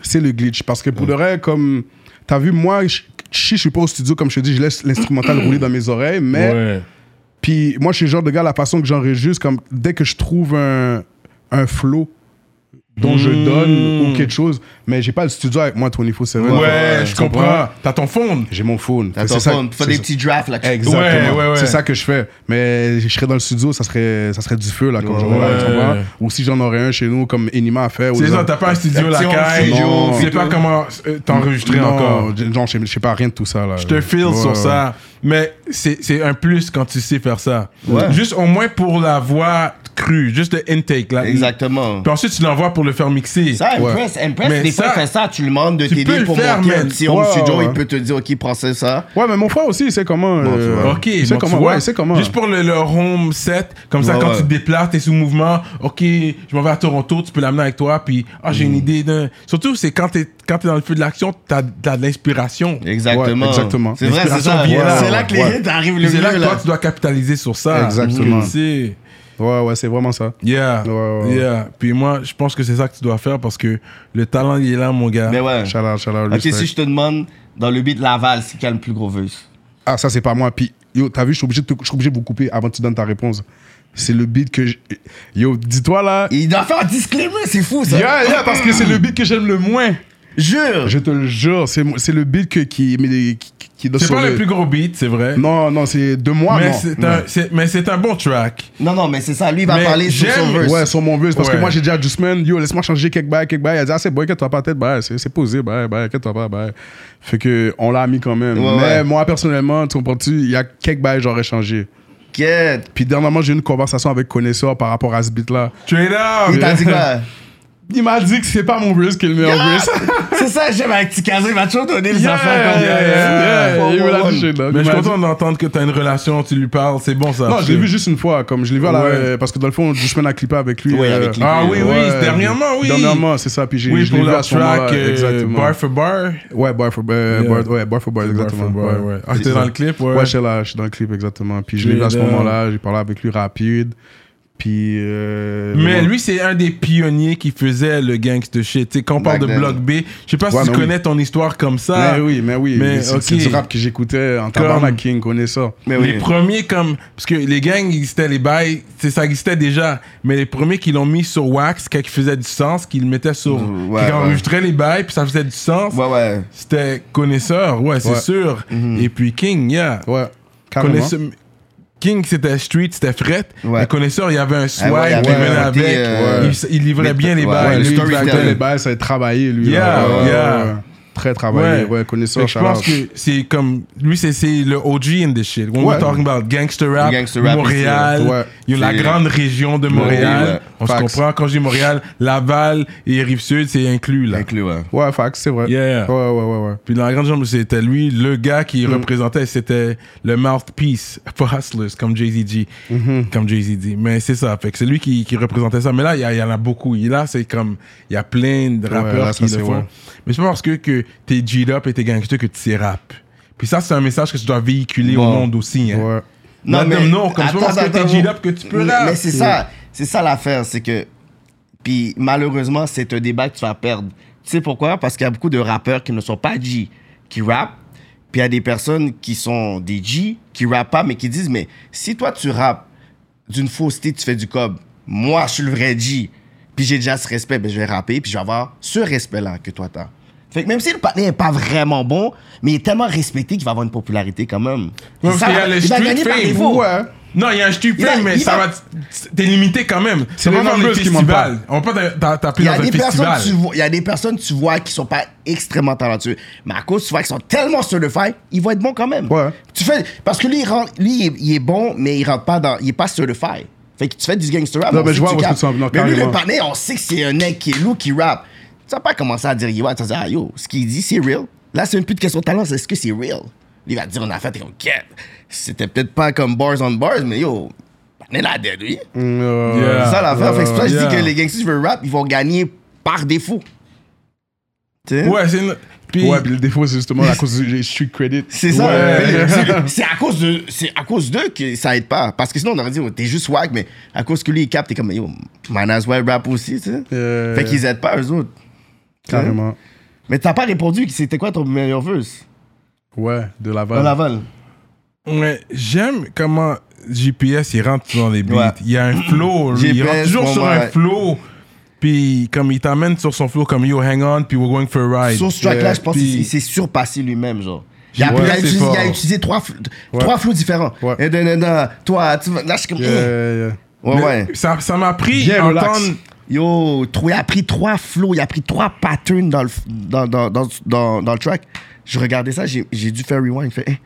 [SPEAKER 4] C'est le glitch. Parce que pour de vrai, comme. T'as vu, moi, je, je suis pas au studio, comme je te dis, je laisse l'instrumental rouler dans mes oreilles, mais. Puis moi, je suis le genre de gars, la façon que j'enregistre, comme dès que je trouve un, un flow dont je donne ou quelque chose, mais j'ai pas le studio avec moi 24-7.
[SPEAKER 1] Ouais,
[SPEAKER 4] Ouais,
[SPEAKER 1] je
[SPEAKER 4] tu comprends?
[SPEAKER 1] comprends. T'as ton fond.
[SPEAKER 4] J'ai mon phone.
[SPEAKER 3] Attends,
[SPEAKER 4] C'est ça-
[SPEAKER 3] faut- faut des
[SPEAKER 4] c'est-
[SPEAKER 3] petits drafts là.
[SPEAKER 4] Exactement.
[SPEAKER 1] Ouais, ouais, ouais.
[SPEAKER 4] C'est ça que je fais. Mais je serais dans le studio, ça serait, ça serait du feu, là, comme
[SPEAKER 3] Ouais.
[SPEAKER 4] j'aurais, tu comprends? Ou si j'en aurais un chez nous, comme Enima a fait. ou
[SPEAKER 1] C'est
[SPEAKER 4] genre-
[SPEAKER 1] ça, t'as pas un studio
[SPEAKER 3] Un
[SPEAKER 1] la
[SPEAKER 3] petit
[SPEAKER 1] caille.
[SPEAKER 3] studio,
[SPEAKER 1] Tu sais
[SPEAKER 3] puis
[SPEAKER 1] pas
[SPEAKER 3] tout.
[SPEAKER 1] comment euh, t'enregistrer
[SPEAKER 4] Non,
[SPEAKER 1] encore.
[SPEAKER 4] je- Non, je sais- je sais pas rien de tout ça, là.
[SPEAKER 1] Je te feel sur ça. Mais c'est c'est un plus quand tu sais faire ça.
[SPEAKER 3] Ouais.
[SPEAKER 1] Juste au moins pour la voix crue, juste le intake. Là.
[SPEAKER 3] Exactement.
[SPEAKER 1] Puis ensuite, tu l'envoies pour le faire mixer.
[SPEAKER 3] Ça, Impress, Impress,
[SPEAKER 1] Mais
[SPEAKER 3] des fois,
[SPEAKER 1] ça-
[SPEAKER 3] fait ça, tu le demandes de
[SPEAKER 1] Tu peux
[SPEAKER 3] t'aider
[SPEAKER 1] le
[SPEAKER 3] pour
[SPEAKER 1] faire,
[SPEAKER 3] monter un
[SPEAKER 1] man.
[SPEAKER 3] petit home
[SPEAKER 4] Ouais,
[SPEAKER 3] studio,
[SPEAKER 4] ouais.
[SPEAKER 3] il peut te dire, OK, pensez ça.
[SPEAKER 4] Ouais, mais mon frère aussi, il sait comment.
[SPEAKER 3] tu
[SPEAKER 4] euh,
[SPEAKER 3] vois.
[SPEAKER 1] Ok,
[SPEAKER 4] il
[SPEAKER 1] bon,
[SPEAKER 4] sait
[SPEAKER 1] tu
[SPEAKER 4] comment.
[SPEAKER 1] vois,
[SPEAKER 4] Ouais, il sait comment.
[SPEAKER 1] Juste pour le, le home set, comme ça,
[SPEAKER 3] Ouais,
[SPEAKER 1] quand
[SPEAKER 3] ouais.
[SPEAKER 1] tu te déplaces, t'es sous mouvement, ok, je m'en vais à Toronto, tu peux l'amener avec toi, puis ah,
[SPEAKER 4] Mm.
[SPEAKER 1] j'ai une idée d'un. Surtout, c'est quand t'es quand t'es dans le feu de l'action, t'as t'as de l'inspiration.
[SPEAKER 3] Exactement.
[SPEAKER 4] Ouais, exactement.
[SPEAKER 3] C'est vrai, c'est
[SPEAKER 1] L'inspiration
[SPEAKER 3] ça.
[SPEAKER 1] vient là,
[SPEAKER 3] C'est là
[SPEAKER 1] ouais.
[SPEAKER 3] que les hits arrivent le
[SPEAKER 1] C'est là
[SPEAKER 3] mieux.
[SPEAKER 1] que toi,
[SPEAKER 3] Là.
[SPEAKER 1] tu dois capitaliser sur ça.
[SPEAKER 4] Exactement.
[SPEAKER 1] Tu sais.
[SPEAKER 4] Ouais, ouais, c'est vraiment ça.
[SPEAKER 1] Yeah.
[SPEAKER 4] Ouais, ouais, ouais.
[SPEAKER 1] Yeah. Puis moi, je pense que c'est ça que tu dois faire parce que le talent, il est là, mon gars.
[SPEAKER 3] Mais ouais.
[SPEAKER 4] Shout out, shout out,
[SPEAKER 3] OK,
[SPEAKER 4] respect.
[SPEAKER 3] si je te demande, dans le beat Laval, c'est qui a le plus gros verse?
[SPEAKER 4] Ah, ça, c'est pas moi. Puis, yo, t'as vu, je suis obligé, de te- je suis obligé de vous couper avant que tu donnes ta réponse. C'est le beat que. j'- Yo, dis-toi, là.
[SPEAKER 3] Il doit faire un disclaimer, c'est fou, ça.
[SPEAKER 4] Yeah, yeah, parce que c'est le beat que j'aime le moins.
[SPEAKER 3] Jure.
[SPEAKER 4] Je te le jure, c'est c'est le beat que, qui, mais, qui, qui- qui doit
[SPEAKER 1] C'est
[SPEAKER 4] sur
[SPEAKER 1] pas le plus gros beat, c'est vrai.
[SPEAKER 4] Non, non, c'est de moi,
[SPEAKER 1] mais
[SPEAKER 4] non.
[SPEAKER 1] c'est
[SPEAKER 4] Non.
[SPEAKER 1] un, c'est- mais c'est un bon track.
[SPEAKER 3] Non, non, mais c'est ça. Lui, il va
[SPEAKER 1] Mais
[SPEAKER 3] parler sur son
[SPEAKER 1] j'aime-
[SPEAKER 3] verse.
[SPEAKER 4] Ouais, sur mon verse, parce
[SPEAKER 1] Ouais.
[SPEAKER 4] que moi, j'ai dit à Jusman, yo, laisse-moi changer quelques bails, quelques bails. Il a dit, ah, c'est bon, inquiète-toi pas, tête, bail, c'est c'est posé, bail, bail, inquiète-toi pas, bail. Fait que, on l'a mis quand même.
[SPEAKER 3] Ouais,
[SPEAKER 4] Mais
[SPEAKER 3] ouais.
[SPEAKER 4] moi, personnellement, tu comprends-tu, il y a quelques bails, j'aurais changé.
[SPEAKER 3] Quête.
[SPEAKER 4] Puis, dernièrement, j'ai eu une conversation avec Connaisseur par rapport à ce beat-là.
[SPEAKER 1] Straight up.
[SPEAKER 3] Il t'a dit quoi?
[SPEAKER 4] Il m'a dit que c'est pas mon verse qui est le meilleur verse.
[SPEAKER 3] c'est ça, j'aime avec Ticazo, il va toujours donner les
[SPEAKER 4] Yeah,
[SPEAKER 3] affaires comme
[SPEAKER 4] yeah, yeah, yeah. Il me l'a dit, j'ai- il
[SPEAKER 1] Mais je
[SPEAKER 4] m'a
[SPEAKER 1] suis
[SPEAKER 4] dit-
[SPEAKER 1] content d'entendre que t'as une relation, tu lui parles, c'est bon ça.
[SPEAKER 4] Non, je l'ai vu juste une fois, comme je l'ai vu à la-
[SPEAKER 1] Ouais.
[SPEAKER 4] euh, parce que dans le fond, Dushman a clippé avec lui. euh,
[SPEAKER 3] Ouais, avec lui.
[SPEAKER 1] Ah oui, oui,
[SPEAKER 4] Ouais,
[SPEAKER 1] dernièrement, oui.
[SPEAKER 4] Dernièrement, c'est ça. Puis j'ai
[SPEAKER 1] Oui,
[SPEAKER 4] je l'ai
[SPEAKER 1] pour
[SPEAKER 4] vu
[SPEAKER 1] le
[SPEAKER 4] à ce moment-là.
[SPEAKER 1] track, euh,
[SPEAKER 4] exactement.
[SPEAKER 1] bar for bar.
[SPEAKER 4] Ouais, bar for euh,
[SPEAKER 1] Yeah.
[SPEAKER 4] bar, ouais, bar for bar, exactement.
[SPEAKER 1] Bar for bar, ouais. Ah, t'es dans le clip, ouais.
[SPEAKER 4] Ouais, je suis là, je suis dans le clip, exactement. Puis je l'ai
[SPEAKER 1] Mais
[SPEAKER 4] vu à ce
[SPEAKER 1] là-
[SPEAKER 4] moment-là, j'ai parlé avec lui rapide. Puis. euh,
[SPEAKER 1] Mais
[SPEAKER 4] vraiment-
[SPEAKER 1] lui, c'est un des pionniers qui faisait le gangster shit. Tu sais, quand on parle de
[SPEAKER 3] Back then.
[SPEAKER 1] Block B, je sais pas
[SPEAKER 4] Ouais,
[SPEAKER 1] si tu
[SPEAKER 4] mais
[SPEAKER 1] connais ton histoire comme ça.
[SPEAKER 4] Mais oui, mais oui.
[SPEAKER 1] Mais
[SPEAKER 4] mais c'est
[SPEAKER 1] ok.
[SPEAKER 4] c'est du rap que j'écoutais en
[SPEAKER 1] Comme-
[SPEAKER 4] tabarnak King, connaît ça.
[SPEAKER 3] Mais
[SPEAKER 1] les
[SPEAKER 3] oui.
[SPEAKER 1] premiers comme parce que les gangs existaient les bails c'est ça existait déjà mais les premiers qui l'ont mis sur wax quand ils faisaient du sens qu'ils le mettaient sur
[SPEAKER 3] Mm, ouais,
[SPEAKER 1] qui
[SPEAKER 3] ouais.
[SPEAKER 1] enregistraient les bails puis ça faisait du sens
[SPEAKER 3] Ouais, ouais.
[SPEAKER 1] c'était connaisseur ouais c'est
[SPEAKER 4] Ouais. Mm-hmm.
[SPEAKER 1] sûr et puis King yeah
[SPEAKER 4] Ouais, carrément.
[SPEAKER 1] Connaisseur- King c'était street c'était fret
[SPEAKER 3] hein. Ouais. Eh
[SPEAKER 1] mais connaisseur il y avait un swag
[SPEAKER 3] ouais, il y avait
[SPEAKER 1] qui
[SPEAKER 3] un
[SPEAKER 1] venait
[SPEAKER 3] côté,
[SPEAKER 1] avec
[SPEAKER 3] euh,
[SPEAKER 1] il, il livrait
[SPEAKER 3] mais-
[SPEAKER 1] bien les
[SPEAKER 3] ouais,
[SPEAKER 4] Ouais,
[SPEAKER 1] bails
[SPEAKER 3] le
[SPEAKER 4] lui, il
[SPEAKER 3] storytelling.
[SPEAKER 4] battait les balles, ça a travaillé, lui. là.
[SPEAKER 1] Yeah,
[SPEAKER 4] Ouais, ouais,
[SPEAKER 1] yeah.
[SPEAKER 4] ouais. Très travaillé,
[SPEAKER 1] Ouais.
[SPEAKER 4] ouais,
[SPEAKER 1] Fait
[SPEAKER 4] connaisseur.
[SPEAKER 1] que je pense que c'est comme lui c'est c'est le OG in this shit when we're
[SPEAKER 4] Ouais.
[SPEAKER 1] talking about gangster rap,
[SPEAKER 3] Gangster rap
[SPEAKER 1] Montréal
[SPEAKER 4] ici, ouais.
[SPEAKER 1] you know, la
[SPEAKER 3] C'est-
[SPEAKER 1] grande région de Montréal
[SPEAKER 3] ouais.
[SPEAKER 1] on se
[SPEAKER 4] Facts.
[SPEAKER 1] comprend quand je dis Montréal Laval et Rive-Sud c'est inclus là
[SPEAKER 3] Inclus, ouais.
[SPEAKER 4] Ouais, fax, c'est vrai.
[SPEAKER 1] Yeah.
[SPEAKER 4] Ouais, ouais, ouais, ouais.
[SPEAKER 1] puis dans la grande chambre c'était lui le gars qui
[SPEAKER 4] Mm.
[SPEAKER 1] représentait c'était le mouthpiece for hustlers comme Jay-Z dit
[SPEAKER 4] Mm-hmm.
[SPEAKER 1] comme Jay-Z dit mais c'est ça fait que c'est lui qui, qui représentait ça mais là il y, a- il y en a beaucoup Et là c'est comme il y a plein de rappeurs
[SPEAKER 4] là, ça,
[SPEAKER 1] qui
[SPEAKER 4] c'est
[SPEAKER 1] le font
[SPEAKER 4] ouais.
[SPEAKER 1] mais c'est pas parce que, que t'es G-Up et t'es gangster que tu sais rap puis ça c'est un message que tu dois véhiculer au
[SPEAKER 3] Bon.
[SPEAKER 1] monde aussi hein.
[SPEAKER 4] Ouais.
[SPEAKER 1] Non, mais non, comme ça, parce que t'es G-Lop que tu peux
[SPEAKER 3] Mais-
[SPEAKER 1] rap.
[SPEAKER 3] Mais c'est ça, c'est ça l'affaire, c'est que. Puis malheureusement, c'est un débat que tu vas perdre. Tu sais pourquoi? Parce qu'il y a beaucoup de rappeurs qui ne sont pas G, qui rappent. Puis il y a des personnes qui sont des G, qui rappent pas, mais qui disent Mais si toi tu rappes d'une fausseté, tu fais du cob, moi je suis le vrai G, puis j'ai déjà ce respect, ben, je vais rapper, puis je vais avoir ce respect-là que toi t'as. Fait que même si le patin est pas vraiment bon, mais il est tellement respecté qu'il va avoir une popularité quand même.
[SPEAKER 1] Ouais, parce
[SPEAKER 3] C'est ça,
[SPEAKER 1] qu'il y a les
[SPEAKER 3] il va
[SPEAKER 1] street
[SPEAKER 3] gagner par
[SPEAKER 1] fame.
[SPEAKER 3] défaut.
[SPEAKER 4] Ouais.
[SPEAKER 1] Non, il y a un
[SPEAKER 3] Il y a-
[SPEAKER 1] stupide, mais
[SPEAKER 3] il
[SPEAKER 1] ça
[SPEAKER 3] y a-
[SPEAKER 1] va. T'es limité quand même. C'est
[SPEAKER 4] vraiment
[SPEAKER 1] vraiment
[SPEAKER 4] le
[SPEAKER 1] le
[SPEAKER 4] buzz qui m'en
[SPEAKER 1] festival. On va pas t'a- t'a- taper
[SPEAKER 3] Il y,
[SPEAKER 1] dans
[SPEAKER 3] a
[SPEAKER 1] un
[SPEAKER 3] des personnes
[SPEAKER 1] festival.
[SPEAKER 3] que tu vois, il y a des personnes que tu vois qui sont pas extrêmement talentueux, mais à cause tu vois qu'ils sont tellement sur le fire, ils vont être bons quand même.
[SPEAKER 4] Ouais.
[SPEAKER 3] Tu fais parce que lui il, rentre- lui, il est, il est bon, mais il rentre pas dans, il est pas sur le fire. Fait que tu fais du gangster rap.
[SPEAKER 4] Non,
[SPEAKER 3] on
[SPEAKER 4] mais
[SPEAKER 3] sait
[SPEAKER 4] je vois
[SPEAKER 3] tu
[SPEAKER 4] où est-ce que
[SPEAKER 3] capes.
[SPEAKER 4] tu en- non,
[SPEAKER 3] Mais lui le
[SPEAKER 4] carrément.
[SPEAKER 3] panais, on sait que c'est un mec qui est lourd qui rap. Tu vas pas commencer à dire yo, tu vas dire ah, yo, ce qu'il dit c'est real. Là c'est une pute question de talent, c'est est-ce que c'est real. Lui il va te dire on a fait t'es comme Get. C'était peut-être pas comme bars on bars, mais yo, panais là dead lui.
[SPEAKER 4] Euh,
[SPEAKER 1] Yeah.
[SPEAKER 3] C'est ça l'affaire. fait que c'est pour ça que je
[SPEAKER 1] Ah, Yeah.
[SPEAKER 3] dis que les gangsters veulent rap, ils vont gagner par défaut. Tu sais?
[SPEAKER 1] Ouais, c'est une. Puis,
[SPEAKER 4] Ouais, puis le défaut, c'est justement à cause du street credit.
[SPEAKER 3] C'est ça.
[SPEAKER 4] Ouais.
[SPEAKER 3] Mais c'est- C'est à cause de, c'est à cause d'eux que ça aide pas. Parce que sinon on aurait dit oh, t'es juste wack, mais à cause que lui il capte, t'es comme yo, man as well rap aussi, tu sais.
[SPEAKER 4] Euh,
[SPEAKER 3] Fait qu'ils aident pas eux autres.
[SPEAKER 4] Carrément.
[SPEAKER 3] Mais t'as pas répondu que c'était quoi ton meilleur verse
[SPEAKER 4] Ouais, de la
[SPEAKER 3] dans
[SPEAKER 4] vanne.
[SPEAKER 3] Laval.
[SPEAKER 1] ouais, j'aime comment GPS il rentre dans les beats.
[SPEAKER 3] Ouais.
[SPEAKER 1] Il y a un flow. lui, il
[SPEAKER 3] GPS,
[SPEAKER 1] rentre toujours
[SPEAKER 3] pour
[SPEAKER 1] sur
[SPEAKER 3] moi,
[SPEAKER 1] un
[SPEAKER 3] ouais.
[SPEAKER 1] flow. Puis, comme il t'amène sur son flow, comme yo, hang on, puis we're going for a ride.
[SPEAKER 3] Sur ce track là,
[SPEAKER 1] Euh,
[SPEAKER 3] je pense
[SPEAKER 1] puis-
[SPEAKER 3] qu'il s'est surpassé lui-même, genre. Il a,
[SPEAKER 1] Ouais,
[SPEAKER 3] il a
[SPEAKER 1] c'est
[SPEAKER 3] utilisé, il a
[SPEAKER 1] fort.
[SPEAKER 3] utilisé trois, fl- trois flots différents.
[SPEAKER 4] Ouais.
[SPEAKER 3] Et da, da, da, toi, tu, vois, là, je suis comme. oh.
[SPEAKER 4] Yeah, yeah.
[SPEAKER 3] Ouais,
[SPEAKER 1] Mais
[SPEAKER 3] ouais.
[SPEAKER 1] Ça ça m'a pris
[SPEAKER 4] Bien
[SPEAKER 1] à
[SPEAKER 4] relax.
[SPEAKER 1] entendre.
[SPEAKER 3] Yo, trou- il a pris trois flows, il a pris trois patterns dans le, f- dans, dans, dans, dans, dans le track. Je regardais ça, j'ai j'ai dû faire rewind. Fait, eh,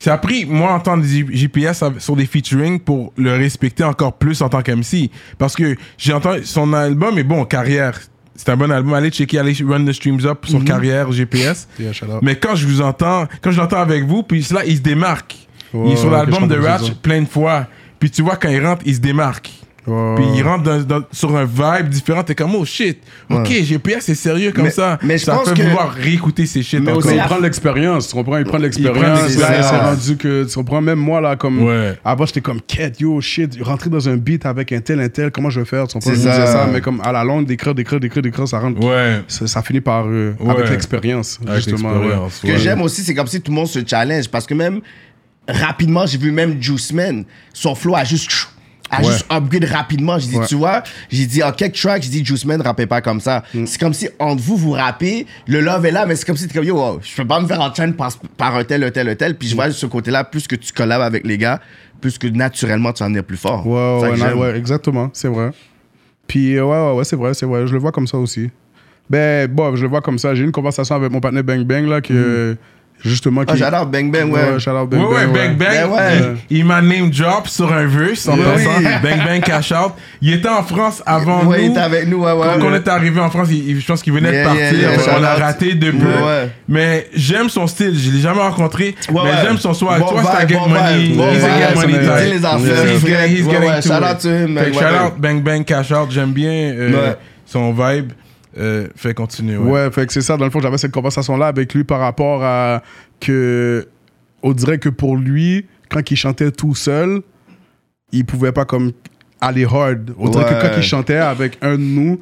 [SPEAKER 1] Ça a pris, moi, entendre J- GPS av- sur des featuring pour le respecter encore plus en tant qu'MC. Parce que j'ai entendu son album est bon, Carrière. C'est un bon album. Allez checker, allez run the streams up
[SPEAKER 3] Mhm.
[SPEAKER 1] sur Carrière, GPS.
[SPEAKER 4] Yeah, shout out.
[SPEAKER 1] Mais quand je vous entends, quand je l'entends avec vous, puis là, il se démarque.
[SPEAKER 4] Ouais,
[SPEAKER 1] il est sur
[SPEAKER 4] ouais,
[SPEAKER 1] l'album
[SPEAKER 4] ok, je
[SPEAKER 1] de
[SPEAKER 4] comprends ce que
[SPEAKER 1] Ratch
[SPEAKER 4] tu dis.
[SPEAKER 1] plein de fois. Puis tu vois, quand il rentre, il se démarque.
[SPEAKER 4] Ouais,
[SPEAKER 1] Puis
[SPEAKER 4] ouais.
[SPEAKER 1] il rentre dans- dans- sur un vibe différent. T'es comme, oh shit, ok, GPS c'est sérieux comme
[SPEAKER 3] Mais-
[SPEAKER 1] ça.
[SPEAKER 3] mais je
[SPEAKER 1] ça
[SPEAKER 3] pense
[SPEAKER 1] fait
[SPEAKER 3] que-
[SPEAKER 1] vouloir réécouter ces shit
[SPEAKER 3] Mais
[SPEAKER 1] encore.
[SPEAKER 4] Mais
[SPEAKER 3] aussi-
[SPEAKER 4] il prend de l'expérience, tu comprends? Il prend de l'expérience.
[SPEAKER 1] prend de
[SPEAKER 4] C'est là,
[SPEAKER 3] l'expérience.
[SPEAKER 4] c'est rendu que, tu comprends? Même moi, là, comme.
[SPEAKER 1] Ouais.
[SPEAKER 4] Avant, j'étais comme, quête, yo, shit, rentrer dans un beat avec un tel, un tel, comment je vais faire? Tu comprends?
[SPEAKER 3] C'est
[SPEAKER 4] Je me disais
[SPEAKER 3] ça.
[SPEAKER 4] ça, mais comme à la longue, d'écrire, d'écrire, d'écrire, d'écrire, ça rentre.
[SPEAKER 1] Ouais.
[SPEAKER 4] Ça, ça finit par. euh,
[SPEAKER 1] Ouais.
[SPEAKER 4] Avec l'expérience,
[SPEAKER 1] Avec
[SPEAKER 4] justement.
[SPEAKER 1] l'expérience,
[SPEAKER 4] ouais.
[SPEAKER 3] Ce que j'aime aussi, c'est comme si tout le monde se challenge. Parce que même rapidement, j'ai vu même Juice Man, son flow a juste. A juste upgrade rapidement. J'ai dit,
[SPEAKER 4] Ouais.
[SPEAKER 3] tu vois, j'ai dit, en quelques tracks, j'ai dit, Juice Man, rappez pas comme ça.
[SPEAKER 4] Mm.
[SPEAKER 3] C'est comme si entre vous, vous rappez, le love est là, mais c'est comme si t'es comme, yo, wow, je peux pas me faire enchaîner par, par un tel, un tel, un tel. Puis je
[SPEAKER 4] Mm.
[SPEAKER 3] vois ce côté-là, plus que tu collabes avec les gars, plus que naturellement, tu vas venir plus fort.
[SPEAKER 4] Ouais,
[SPEAKER 3] C'est ça
[SPEAKER 4] ouais,
[SPEAKER 3] que
[SPEAKER 4] non,
[SPEAKER 3] j'aime.
[SPEAKER 4] ouais, exactement, c'est vrai. Puis, euh, ouais, ouais, ouais, c'est vrai, c'est vrai. Je le vois comme ça aussi. Ben, bon, je le vois comme ça. J'ai eu une conversation avec mon partenaire Bang Bang, là, qui, euh, justement.
[SPEAKER 3] Hmm. Ah,
[SPEAKER 4] qui-
[SPEAKER 3] j'adore Bang Bang, ouais.
[SPEAKER 4] shout out
[SPEAKER 1] Ouais,
[SPEAKER 4] Bang
[SPEAKER 1] ouais,
[SPEAKER 4] Bang. ouais.
[SPEAKER 1] Bang Bang.
[SPEAKER 3] Ben ouais.
[SPEAKER 1] Il, il m'a name drop sur un verse en
[SPEAKER 3] Oui.
[SPEAKER 1] passant. Bang Bang Cash Out. Il était en France avant
[SPEAKER 3] ouais, il
[SPEAKER 1] nous.
[SPEAKER 3] était avec nous, ouais, ouais.
[SPEAKER 1] Quand on est arrivé en France, il- il- je pense qu'il venait
[SPEAKER 3] Yeah,
[SPEAKER 1] de partir.
[SPEAKER 3] yeah, yeah, shout
[SPEAKER 1] on l'a
[SPEAKER 3] out.
[SPEAKER 1] raté de peu.
[SPEAKER 3] Ouais.
[SPEAKER 1] Mais j'aime son style. Je l'ai jamais rencontré. mais
[SPEAKER 3] Ouais, ouais.
[SPEAKER 1] j'aime son swag.
[SPEAKER 3] Bon
[SPEAKER 1] Toi, c'est un
[SPEAKER 3] vibe,
[SPEAKER 1] get
[SPEAKER 3] bon
[SPEAKER 1] money.
[SPEAKER 3] vibe, bon
[SPEAKER 1] He's a
[SPEAKER 4] vibe,
[SPEAKER 1] get money
[SPEAKER 4] il dit
[SPEAKER 1] type.
[SPEAKER 3] les affaires,
[SPEAKER 1] He's
[SPEAKER 3] ouais,
[SPEAKER 1] getting- he's
[SPEAKER 3] ouais,
[SPEAKER 1] getting
[SPEAKER 3] ouais, shout
[SPEAKER 1] to it.
[SPEAKER 3] out to him,
[SPEAKER 1] Fait que Shout
[SPEAKER 3] ouais, ouais.
[SPEAKER 1] out Bang Bang Cash Out. J'aime bien euh,
[SPEAKER 3] Ouais.
[SPEAKER 1] son vibe. Euh, Fait continuer. ouais.
[SPEAKER 4] Ouais, fait que c'est ça. Dans le fond, j'avais cette conversation-là avec lui par rapport à que. On dirait que pour lui, quand il chantait tout seul, il pouvait pas comme aller hard. On dirait que
[SPEAKER 3] Ouais.
[SPEAKER 4] quand il chantait avec un de nous,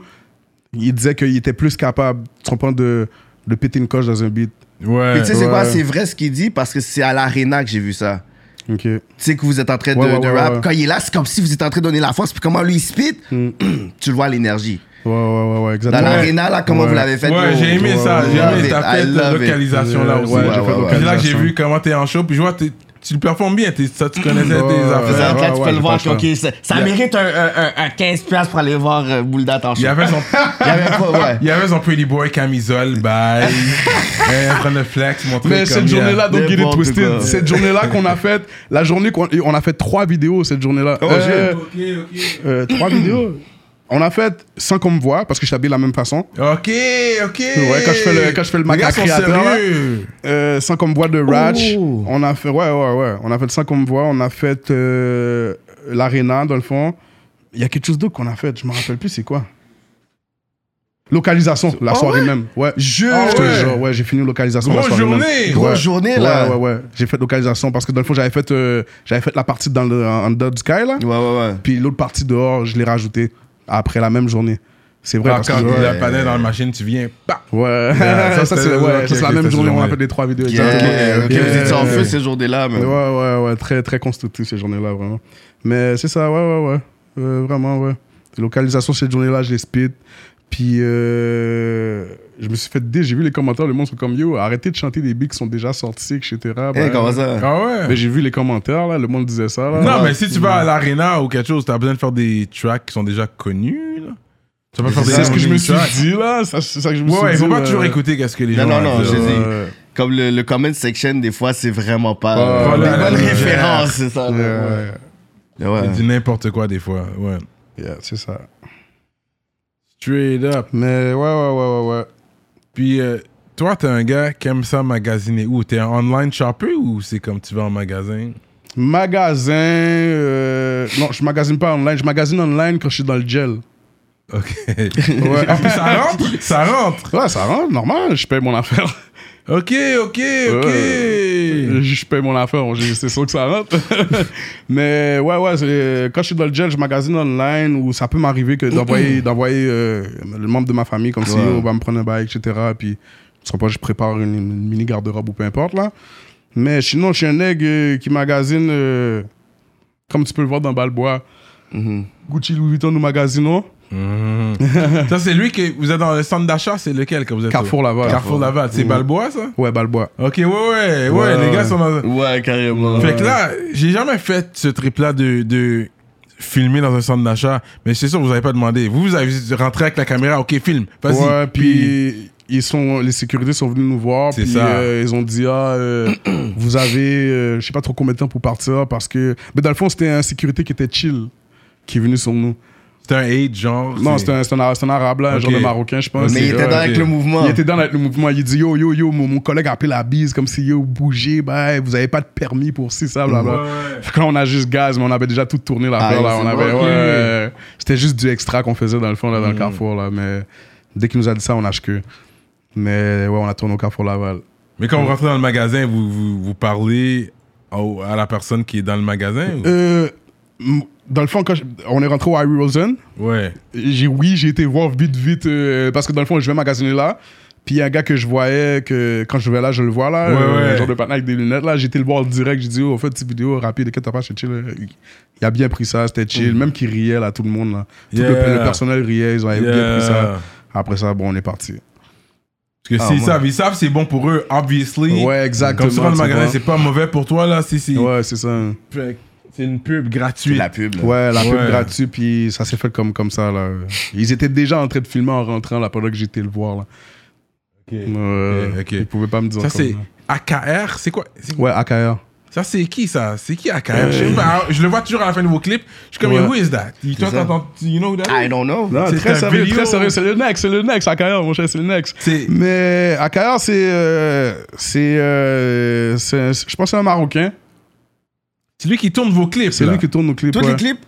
[SPEAKER 4] il disait qu'il était plus capable, tu comprends, de, de péter une coche dans un beat.
[SPEAKER 1] Ouais.
[SPEAKER 3] Mais tu sais, c'est
[SPEAKER 4] Ouais.
[SPEAKER 3] quoi? C'est vrai ce qu'il dit parce que c'est à l'arena que j'ai vu ça.
[SPEAKER 4] Ok.
[SPEAKER 3] Tu sais que vous êtes en train de,
[SPEAKER 4] Ouais, ouais,
[SPEAKER 3] de
[SPEAKER 4] ouais,
[SPEAKER 3] rap.
[SPEAKER 4] ouais.
[SPEAKER 3] Quand il est là, c'est comme si vous êtes en train de donner la force. Puis comment lui, il spit, tu le vois à l'énergie.
[SPEAKER 4] Ouais, ouais, ouais, ouais,
[SPEAKER 3] Dans
[SPEAKER 4] exactement.
[SPEAKER 3] l'arena, là, comment
[SPEAKER 4] Ouais.
[SPEAKER 3] vous l'avez fait.
[SPEAKER 1] Ouais,
[SPEAKER 3] yo.
[SPEAKER 1] j'ai aimé
[SPEAKER 4] ouais,
[SPEAKER 1] ça.
[SPEAKER 4] ouais.
[SPEAKER 1] J'ai
[SPEAKER 3] Love
[SPEAKER 1] aimé
[SPEAKER 3] it,
[SPEAKER 1] ta
[SPEAKER 3] I
[SPEAKER 1] tête
[SPEAKER 3] love it.
[SPEAKER 1] localisation là
[SPEAKER 4] Ouais,
[SPEAKER 1] aussi.
[SPEAKER 4] ouais,
[SPEAKER 3] j'ai fait
[SPEAKER 1] C'est là que j'ai
[SPEAKER 4] localisation.
[SPEAKER 1] vu comment t'es en show. Puis je vois, t'es- tu le performes bien. t'es- ça, tu connaissais tes
[SPEAKER 4] Ouais,
[SPEAKER 3] C'est ça,
[SPEAKER 1] affaires.
[SPEAKER 4] ouais,
[SPEAKER 3] quand tu
[SPEAKER 4] ouais,
[SPEAKER 3] peux le
[SPEAKER 4] j'ai
[SPEAKER 3] voir,
[SPEAKER 4] pas le
[SPEAKER 3] que, ok, ça, ça mérite un, un, un, un 15$ pour aller voir euh, Boulda en
[SPEAKER 1] Il y
[SPEAKER 3] show.
[SPEAKER 1] avait son.
[SPEAKER 3] Il y avait pas, ouais.
[SPEAKER 1] Il y avait son pretty boy camisole, bye. Hein, en train de flex, montrer
[SPEAKER 4] Mais
[SPEAKER 1] comme
[SPEAKER 4] cette
[SPEAKER 1] il y a-
[SPEAKER 4] journée-là, donc il est
[SPEAKER 3] N'importe
[SPEAKER 4] twisted.
[SPEAKER 3] quoi.
[SPEAKER 4] Cette journée-là qu'on a faite, la journée qu'on on a fait trois vidéos cette journée-là. Euh, euh, trois vidéos. On a fait sans qu'on me voie parce que je t'habille de la même façon.
[SPEAKER 1] Ok, ok.
[SPEAKER 4] Ouais, quand je fais le- quand je fais le
[SPEAKER 1] Les
[SPEAKER 4] mac
[SPEAKER 1] gars
[SPEAKER 4] à
[SPEAKER 1] sont
[SPEAKER 4] créateur, là.
[SPEAKER 1] sérieux.
[SPEAKER 4] Euh, sans qu'on me voie de Ratch.
[SPEAKER 3] Ouh.
[SPEAKER 4] On a fait, ouais, ouais, ouais. On a fait sans qu'on me voie. On a fait euh, l'Arena, dans le fond. Il y a quelque chose d'autre qu'on a fait. Je me rappelle plus, c'est quoi Localisation, la soirée même. Ouais. Je,
[SPEAKER 1] Ah
[SPEAKER 4] te
[SPEAKER 1] ouais.
[SPEAKER 4] jure, ouais, j'ai fini localisation. la
[SPEAKER 1] Grosse
[SPEAKER 4] soirée même.
[SPEAKER 1] journée.
[SPEAKER 3] Grosse
[SPEAKER 4] Ouais.
[SPEAKER 3] journée, là.
[SPEAKER 4] Ouais, ouais, ouais. J'ai fait localisation parce que dans le fond, j'avais fait, euh, j'avais fait la partie dans le, en, en dedans du Sky, là.
[SPEAKER 3] Ouais, ouais, ouais.
[SPEAKER 4] Puis l'autre partie dehors, je l'ai rajoutée après la même journée. C'est vrai.
[SPEAKER 1] Ah,
[SPEAKER 4] parce
[SPEAKER 1] Quand
[SPEAKER 4] que,
[SPEAKER 1] il
[SPEAKER 4] ouais.
[SPEAKER 1] a panel dans la machine, tu viens. bah.
[SPEAKER 4] Ouais.
[SPEAKER 1] Yeah,
[SPEAKER 4] ça,
[SPEAKER 1] ça,
[SPEAKER 4] c'est
[SPEAKER 1] c'était-
[SPEAKER 4] ouais,
[SPEAKER 1] ok,
[SPEAKER 4] ça, c'est
[SPEAKER 1] ok,
[SPEAKER 4] la même
[SPEAKER 1] c'était
[SPEAKER 4] journée, on a
[SPEAKER 1] journée.
[SPEAKER 4] fait les trois vidéos.
[SPEAKER 3] Yeah, ok,
[SPEAKER 4] exactement.
[SPEAKER 3] vous étiez en
[SPEAKER 4] Yeah.
[SPEAKER 3] feu ces journées-là,
[SPEAKER 4] Ouais,
[SPEAKER 3] man.
[SPEAKER 4] ouais, ouais, très, très constructif ces journées-là, vraiment. Mais c'est ça, ouais, ouais, ouais. Euh, vraiment, ouais. Localisation, cette journée-là, je les speed. Puis euh, je me suis fait dé, j'ai vu les commentaires, le monde sont comme yo, arrêtez de chanter des beats qui sont déjà sortis, etc. Ben,
[SPEAKER 3] Eh, comment ça?
[SPEAKER 1] Ah ouais?
[SPEAKER 4] Mais j'ai vu les commentaires, là, le monde disait ça. Là.
[SPEAKER 1] non, mais si tu vas à l'arena ou quelque chose, t'as besoin de faire des tracks qui sont déjà connus, là. Tu vas pas faire des
[SPEAKER 4] C'est ce que je me suis
[SPEAKER 1] tracks.
[SPEAKER 4] dit là, ça- c'est ça que je me
[SPEAKER 1] Ouais,
[SPEAKER 4] suis
[SPEAKER 1] ouais,
[SPEAKER 4] dit.
[SPEAKER 1] faut pas
[SPEAKER 4] là. Euh,
[SPEAKER 1] toujours écouter qu'est-ce que les
[SPEAKER 3] Non,
[SPEAKER 1] gens euh,
[SPEAKER 3] non,
[SPEAKER 1] vont
[SPEAKER 3] non,
[SPEAKER 1] dire.
[SPEAKER 3] je dis.
[SPEAKER 4] Ouais.
[SPEAKER 3] Comme le, le comment section, des fois, c'est vraiment pas
[SPEAKER 4] Ouais,
[SPEAKER 3] euh,
[SPEAKER 4] voilà,
[SPEAKER 3] des bonnes
[SPEAKER 4] ouais.
[SPEAKER 3] références, c'est ça.
[SPEAKER 4] Ouais,
[SPEAKER 3] là, Ouais.
[SPEAKER 4] ouais.
[SPEAKER 3] Ouais.
[SPEAKER 1] Ils disent n'importe quoi des fois, ouais.
[SPEAKER 4] Yeah, c'est ça.
[SPEAKER 1] Straight up.
[SPEAKER 4] Mais ouais, ouais, ouais, ouais, ouais.
[SPEAKER 1] Puis euh, toi, t'es un gars qui aime ça magasiner où? T'es un online shopper ou c'est comme tu vas en magasin?
[SPEAKER 4] Magasin. euh, Non, je magasine pas online. Je magasine online quand je suis dans le gel.
[SPEAKER 1] Ok. Ouais. En plus, ça rentre? Ça rentre!
[SPEAKER 4] Ouais, ça rentre, normal. Je paye mon affaire.
[SPEAKER 1] Ok, ok, ok!
[SPEAKER 4] Euh, Je paye mon affaire. j'ai- C'est sûr que ça rentre. Mais ouais, ouais. c'est- euh, Quand je suis dans le gel, je magasine online ou ça peut m'arriver que d'envoyer d'envoyer euh, le membre de ma famille comme si
[SPEAKER 3] Ouais.
[SPEAKER 4] on va me prendre un bail, etc. Puis je sais pas, je prépare une, une mini garde-robe ou peu importe là. Mais sinon, je suis un nègre euh, qui magasine euh, comme tu peux le voir dans Balboa. Mm-hmm. Gucci, Louis Vuitton, nous magasinons.
[SPEAKER 1] Ça, c'est lui que vous êtes dans le centre d'achat, c'est lequel que vous êtes?
[SPEAKER 4] Carrefour
[SPEAKER 1] au-
[SPEAKER 4] Laval.
[SPEAKER 1] Carrefour Laval. C'est Balboa, ça?
[SPEAKER 4] Ouais, Balboa.
[SPEAKER 1] Ok, ouais, ouais, ouais, les gars sont dans.
[SPEAKER 3] Ouais, carrément.
[SPEAKER 1] Fait que là, j'ai jamais fait ce trip-là de, de filmer dans un centre d'achat, mais c'est sûr, vous avez pas demandé. Vous, vous avez rentré avec la caméra, ok, film, vas-y.
[SPEAKER 4] Ouais, puis ils sont, les sécurités sont venus nous voir,
[SPEAKER 1] C'est
[SPEAKER 4] puis
[SPEAKER 1] ça.
[SPEAKER 4] euh, ils ont dit ah euh, vous avez, euh, je sais pas trop combien de temps pour partir parce que, mais dans le fond c'était un sécurité qui était chill, qui est venu sur nous.
[SPEAKER 1] C'était un hate, genre.
[SPEAKER 4] Non,
[SPEAKER 1] c'est-
[SPEAKER 4] c'était un, c'était un ara- c'était un arabe là, un
[SPEAKER 1] Ok.
[SPEAKER 4] genre de marocain je pense.
[SPEAKER 3] Mais il
[SPEAKER 4] Et,
[SPEAKER 3] était
[SPEAKER 4] ouais,
[SPEAKER 3] dans avec
[SPEAKER 1] ok.
[SPEAKER 3] le mouvement.
[SPEAKER 4] il était dans le mouvement, il dit yo yo yo, mon, mon collègue a appelé la bise comme si yo bougez, bah vous avez pas de permis pour si ça bla bla.
[SPEAKER 1] Ouais.
[SPEAKER 4] Fait que là, on a juste gaz, mais on avait déjà tout tourné l'affaire.
[SPEAKER 3] Ah,
[SPEAKER 4] là.
[SPEAKER 3] c'est
[SPEAKER 4] On avait,
[SPEAKER 3] bon, ok. Hmm.
[SPEAKER 4] ouais, c'était juste du extra qu'on faisait dans le fond, là, dans le carrefour. Là. Mais dès qu'il nous a dit ça, on lâche que. Mais ouais, on a tourné au carrefour Laval.
[SPEAKER 1] Mais quand vous rentrez dans le magasin, vous, vous, vous parlez au- à la personne qui est dans le magasin ou-
[SPEAKER 4] Euh, m- dans le fond, quand je- on est rentré au Harry Rosen,
[SPEAKER 1] Ouais.
[SPEAKER 4] j'ai, oui, j'ai été voir vite, vite, euh, parce que dans le fond, je vais magasiner là. Puis il y a un gars que je voyais, que quand je vais là, je le vois là,
[SPEAKER 1] Ouais,
[SPEAKER 4] euh,
[SPEAKER 1] ouais.
[SPEAKER 4] genre de patin avec des lunettes là. J'ai été le voir direct, j'ai dit, oh, fais une petite vidéo rapide, que t'as pas, c'est chill. Il a bien pris ça, c'était
[SPEAKER 3] Hmm.
[SPEAKER 4] chill. Même qu'il riait là, tout le monde là. Tout le-
[SPEAKER 1] Yeah.
[SPEAKER 4] le, personnel riait, ils ont bien
[SPEAKER 1] Yeah.
[SPEAKER 4] pris ça. Après ça, bon, on est parti.
[SPEAKER 1] Parce que
[SPEAKER 3] Ah,
[SPEAKER 1] s'ils
[SPEAKER 3] ouais.
[SPEAKER 1] savent, ils savent, c'est bon pour eux, obviously.
[SPEAKER 4] Ouais, exactement.
[SPEAKER 1] Comme ça, dans le
[SPEAKER 4] tu
[SPEAKER 1] magasin,
[SPEAKER 4] vois.
[SPEAKER 1] c'est pas mauvais pour toi, là, si, si.
[SPEAKER 4] Ouais, c'est ça.
[SPEAKER 1] Fait que C'est une pub
[SPEAKER 3] C'est
[SPEAKER 1] gratuite.
[SPEAKER 3] la pub. là.
[SPEAKER 4] Ouais, la
[SPEAKER 1] Ouais.
[SPEAKER 4] pub gratuite, puis ça s'est fait comme, comme ça, là. Ils étaient déjà en train de filmer en rentrant, là, pendant que j'étais le voir, là. Euh,
[SPEAKER 1] Ok, ok.
[SPEAKER 4] Ils pouvaient pas me dire
[SPEAKER 1] Ça,
[SPEAKER 4] comme
[SPEAKER 1] c'est AKR, c'est quoi c'est-
[SPEAKER 4] Ouais, AKR.
[SPEAKER 1] Ça, c'est qui, ça C'est qui AKR je, sais pas, hein. je le vois toujours à la fin de vos clips. Je suis comme,
[SPEAKER 4] Euh, Ouais.
[SPEAKER 1] who is that Toi,
[SPEAKER 3] ça.
[SPEAKER 1] t'entends, you know who that
[SPEAKER 3] I
[SPEAKER 1] is?
[SPEAKER 3] don't know.
[SPEAKER 4] Non,
[SPEAKER 1] C'est
[SPEAKER 4] très
[SPEAKER 1] un
[SPEAKER 4] sérieux,
[SPEAKER 1] vidéo.
[SPEAKER 4] très sérieux. C'est le next, c'est le next, AKR, mon cher, c'est le next.
[SPEAKER 1] C'est-
[SPEAKER 4] Mais AKR, c'est. euh, c'est. euh, c'est- je pense que c'est un Marocain.
[SPEAKER 1] C'est lui qui tourne vos clips.
[SPEAKER 4] C'est
[SPEAKER 1] là.
[SPEAKER 4] lui qui tourne nos clips.
[SPEAKER 3] Tous
[SPEAKER 4] ouais.
[SPEAKER 3] les clips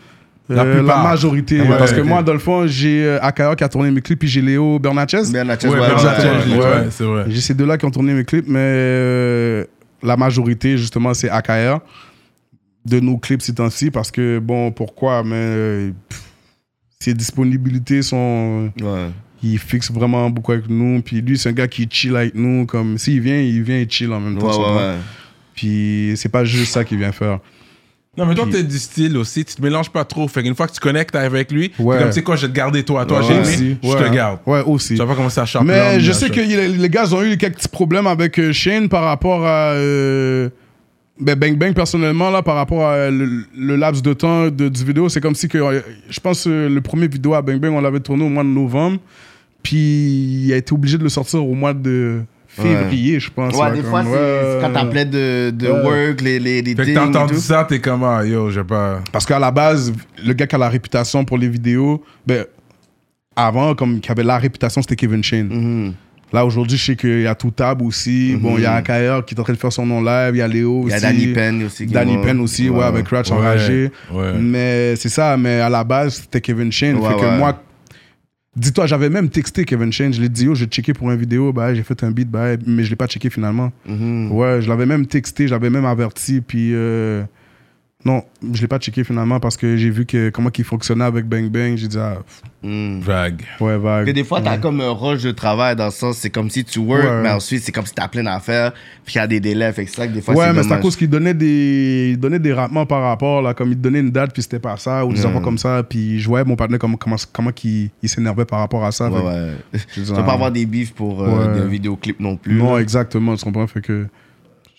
[SPEAKER 4] Euh,
[SPEAKER 1] La
[SPEAKER 4] La,
[SPEAKER 1] plupart.
[SPEAKER 4] majorité.
[SPEAKER 1] Ouais.
[SPEAKER 4] parce que
[SPEAKER 1] Ouais.
[SPEAKER 4] moi, dans le fond, j'ai euh, AKR qui a tourné mes clips, puis j'ai Léo Bernatchez.
[SPEAKER 3] Bien, la chaise,
[SPEAKER 1] Ouais,
[SPEAKER 3] ouais,
[SPEAKER 1] exactement,
[SPEAKER 3] ouais.
[SPEAKER 1] je l'ai-
[SPEAKER 4] ouais.
[SPEAKER 1] ouais, c'est vrai.
[SPEAKER 4] J'ai ces deux-là qui ont tourné mes clips, mais euh, la majorité, justement, c'est AKR de nos clips ces temps-ci, parce que, bon, pourquoi, mais euh, pff, ses disponibilités sont...
[SPEAKER 3] Ouais.
[SPEAKER 4] Il fixe vraiment beaucoup avec nous, puis lui, c'est un gars qui chill avec nous, comme s'il vient, il vient et chill en même
[SPEAKER 3] Ouais,
[SPEAKER 4] temps. tu
[SPEAKER 3] ouais,
[SPEAKER 4] vois.
[SPEAKER 3] ouais.
[SPEAKER 4] Puis c'est pas juste ça qu'il vient faire.
[SPEAKER 1] Non, mais toi,
[SPEAKER 4] Puis-
[SPEAKER 1] t'es du style aussi, tu te mélanges pas trop. Fait qu'une fois que tu connectes avec lui,
[SPEAKER 4] Ouais.
[SPEAKER 1] t'es comme, tu sais quoi, je vais te garder toi. Toi,
[SPEAKER 3] Ouais.
[SPEAKER 1] j'ai
[SPEAKER 4] Aussi,
[SPEAKER 1] aimé, je
[SPEAKER 4] ouais. hein.
[SPEAKER 1] te garde.
[SPEAKER 4] Ouais, aussi.
[SPEAKER 1] Tu vas pas commencer à charper.
[SPEAKER 4] Mais je sais que y- les gars ils ont eu quelques petits problèmes avec euh, Shane par rapport à. euh, ben Bang Bang, personnellement, là, par rapport à euh, le, le laps de temps de, du vidéo, c'est comme si que. euh, Je pense euh, le premier vidéo à Bang Bang, on l'avait tourné au mois de novembre. Puis il a été obligé de le sortir au mois de février, je pense.
[SPEAKER 3] Ouais,
[SPEAKER 4] là,
[SPEAKER 3] des
[SPEAKER 4] comme,
[SPEAKER 3] fois, c'est
[SPEAKER 4] ouais.
[SPEAKER 3] c'est quand t'appelais de, de
[SPEAKER 4] Ouais.
[SPEAKER 3] work, les, les, les
[SPEAKER 1] Fait que
[SPEAKER 3] dings
[SPEAKER 1] t'as
[SPEAKER 3] et
[SPEAKER 1] entendu
[SPEAKER 3] tout.
[SPEAKER 1] ça, t'es comme, ah, yo, j'ai pas.
[SPEAKER 4] Parce qu'à la base, le gars qui a la réputation pour les vidéos, ben, avant, comme qui avait la réputation, c'était Kevin Shane.
[SPEAKER 3] Mhm.
[SPEAKER 4] Là, aujourd'hui, je sais qu'il y a tout tab aussi. Bon, il y a Akayer qui est en train de faire son nom live. Il y a Léo aussi.
[SPEAKER 3] Il y a Danny Penn aussi. qui
[SPEAKER 4] Danny
[SPEAKER 3] va-
[SPEAKER 4] Penn aussi, ouais, avec Ratch
[SPEAKER 1] Ouais,
[SPEAKER 4] enragé.
[SPEAKER 1] ouais.
[SPEAKER 4] Mais c'est ça, mais à la base, c'était Kevin Shane.
[SPEAKER 3] Ouais,
[SPEAKER 4] fait que
[SPEAKER 3] ouais.
[SPEAKER 4] moi, dis-toi, j'avais même texté Kevin Shane. Je l'ai dit, yo, j'ai checké pour une vidéo, bah, j'ai fait un beat, bah, mais je l'ai pas checké finalement.
[SPEAKER 3] Mhm.
[SPEAKER 4] Ouais, je l'avais même texté, je l'avais même averti. Puis euh, Non, je l'ai pas checké finalement parce que j'ai vu que comment qu'il fonctionnait avec Bang Bang. J'ai dit, ah, pff,
[SPEAKER 3] mhm.
[SPEAKER 1] Vague.
[SPEAKER 4] ouais, vague.
[SPEAKER 3] Que des fois, t'as comme un rush de travail dans le sens, c'est comme si tu work,
[SPEAKER 4] Ouais.
[SPEAKER 3] mais ensuite, c'est comme si t'as plein d'affaires, puis il y a des délais, fait que c'est ça que des fois,
[SPEAKER 4] ouais, mais c'est à
[SPEAKER 3] dommage.
[SPEAKER 4] cause qu'ils donnaient des, ils donnaient des rappements par rapport, là, comme ils te donnaient une date, puis c'était pas ça, ou des enfants comme ça, puis je voyais mon partenaire comme, comment, comment qu'il- il s'énervait par rapport à ça.
[SPEAKER 3] Ouais,
[SPEAKER 4] fait que-
[SPEAKER 3] ouais.
[SPEAKER 4] Je
[SPEAKER 3] Tu
[SPEAKER 4] dis,
[SPEAKER 3] vas
[SPEAKER 4] ah.
[SPEAKER 3] pas avoir des bifs pour euh,
[SPEAKER 4] Ouais.
[SPEAKER 3] des vidéoclips non plus.
[SPEAKER 4] Non,
[SPEAKER 3] là.
[SPEAKER 4] exactement, tu comprends, fait que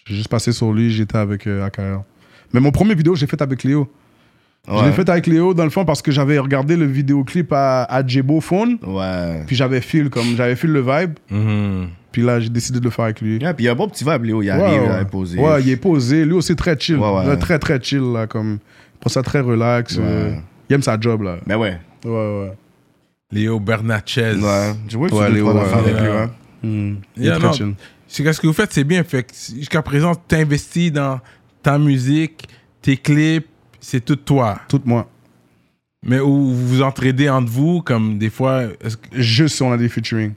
[SPEAKER 4] j'ai juste passé sur lui, j'étais avec euh, AKR. Mais mon premier vidéo, j'ai fait avec Léo. Je l'ai
[SPEAKER 3] Ouais.
[SPEAKER 4] fait avec Léo, dans le fond, parce que j'avais regardé le vidéoclip à, à Jebo Phone,
[SPEAKER 3] Ouais.
[SPEAKER 4] puis j'avais feel, comme, j'avais feel le vibe,
[SPEAKER 1] Mm-hmm.
[SPEAKER 4] puis là, j'ai décidé de le faire avec lui.
[SPEAKER 3] Ouais, puis il y a un bon petit vibe, Léo. Il
[SPEAKER 4] Ouais,
[SPEAKER 3] arrive, il
[SPEAKER 4] ouais.
[SPEAKER 3] est posé.
[SPEAKER 4] Ouais, il est posé. Lui aussi, très chill.
[SPEAKER 3] Ouais, ouais.
[SPEAKER 4] Là, très, très chill, là, comme... Il prend ça très relax. euh, il aime sa job, là.
[SPEAKER 3] Mais Ben ouais.
[SPEAKER 4] Ouais, ouais.
[SPEAKER 1] Léo Bernatchez.
[SPEAKER 3] Ouais. Je vois que tu
[SPEAKER 4] Ouais,
[SPEAKER 3] dois pas
[SPEAKER 4] Léo,
[SPEAKER 3] d'affaires
[SPEAKER 1] ouais.
[SPEAKER 3] avec lui, hein.
[SPEAKER 4] Hmm. Il est
[SPEAKER 1] Yeah,
[SPEAKER 4] très
[SPEAKER 1] non,
[SPEAKER 4] chill.
[SPEAKER 1] C'est que ce que vous faites, c'est bien. Fait que jusqu'à présent, t'investis dans ta musique, tes clips, c'est tout toi.
[SPEAKER 4] Tout moi.
[SPEAKER 1] Mais où vous vous entraidez entre vous, comme des fois. est-ce que-
[SPEAKER 4] Juste si on a des featuring.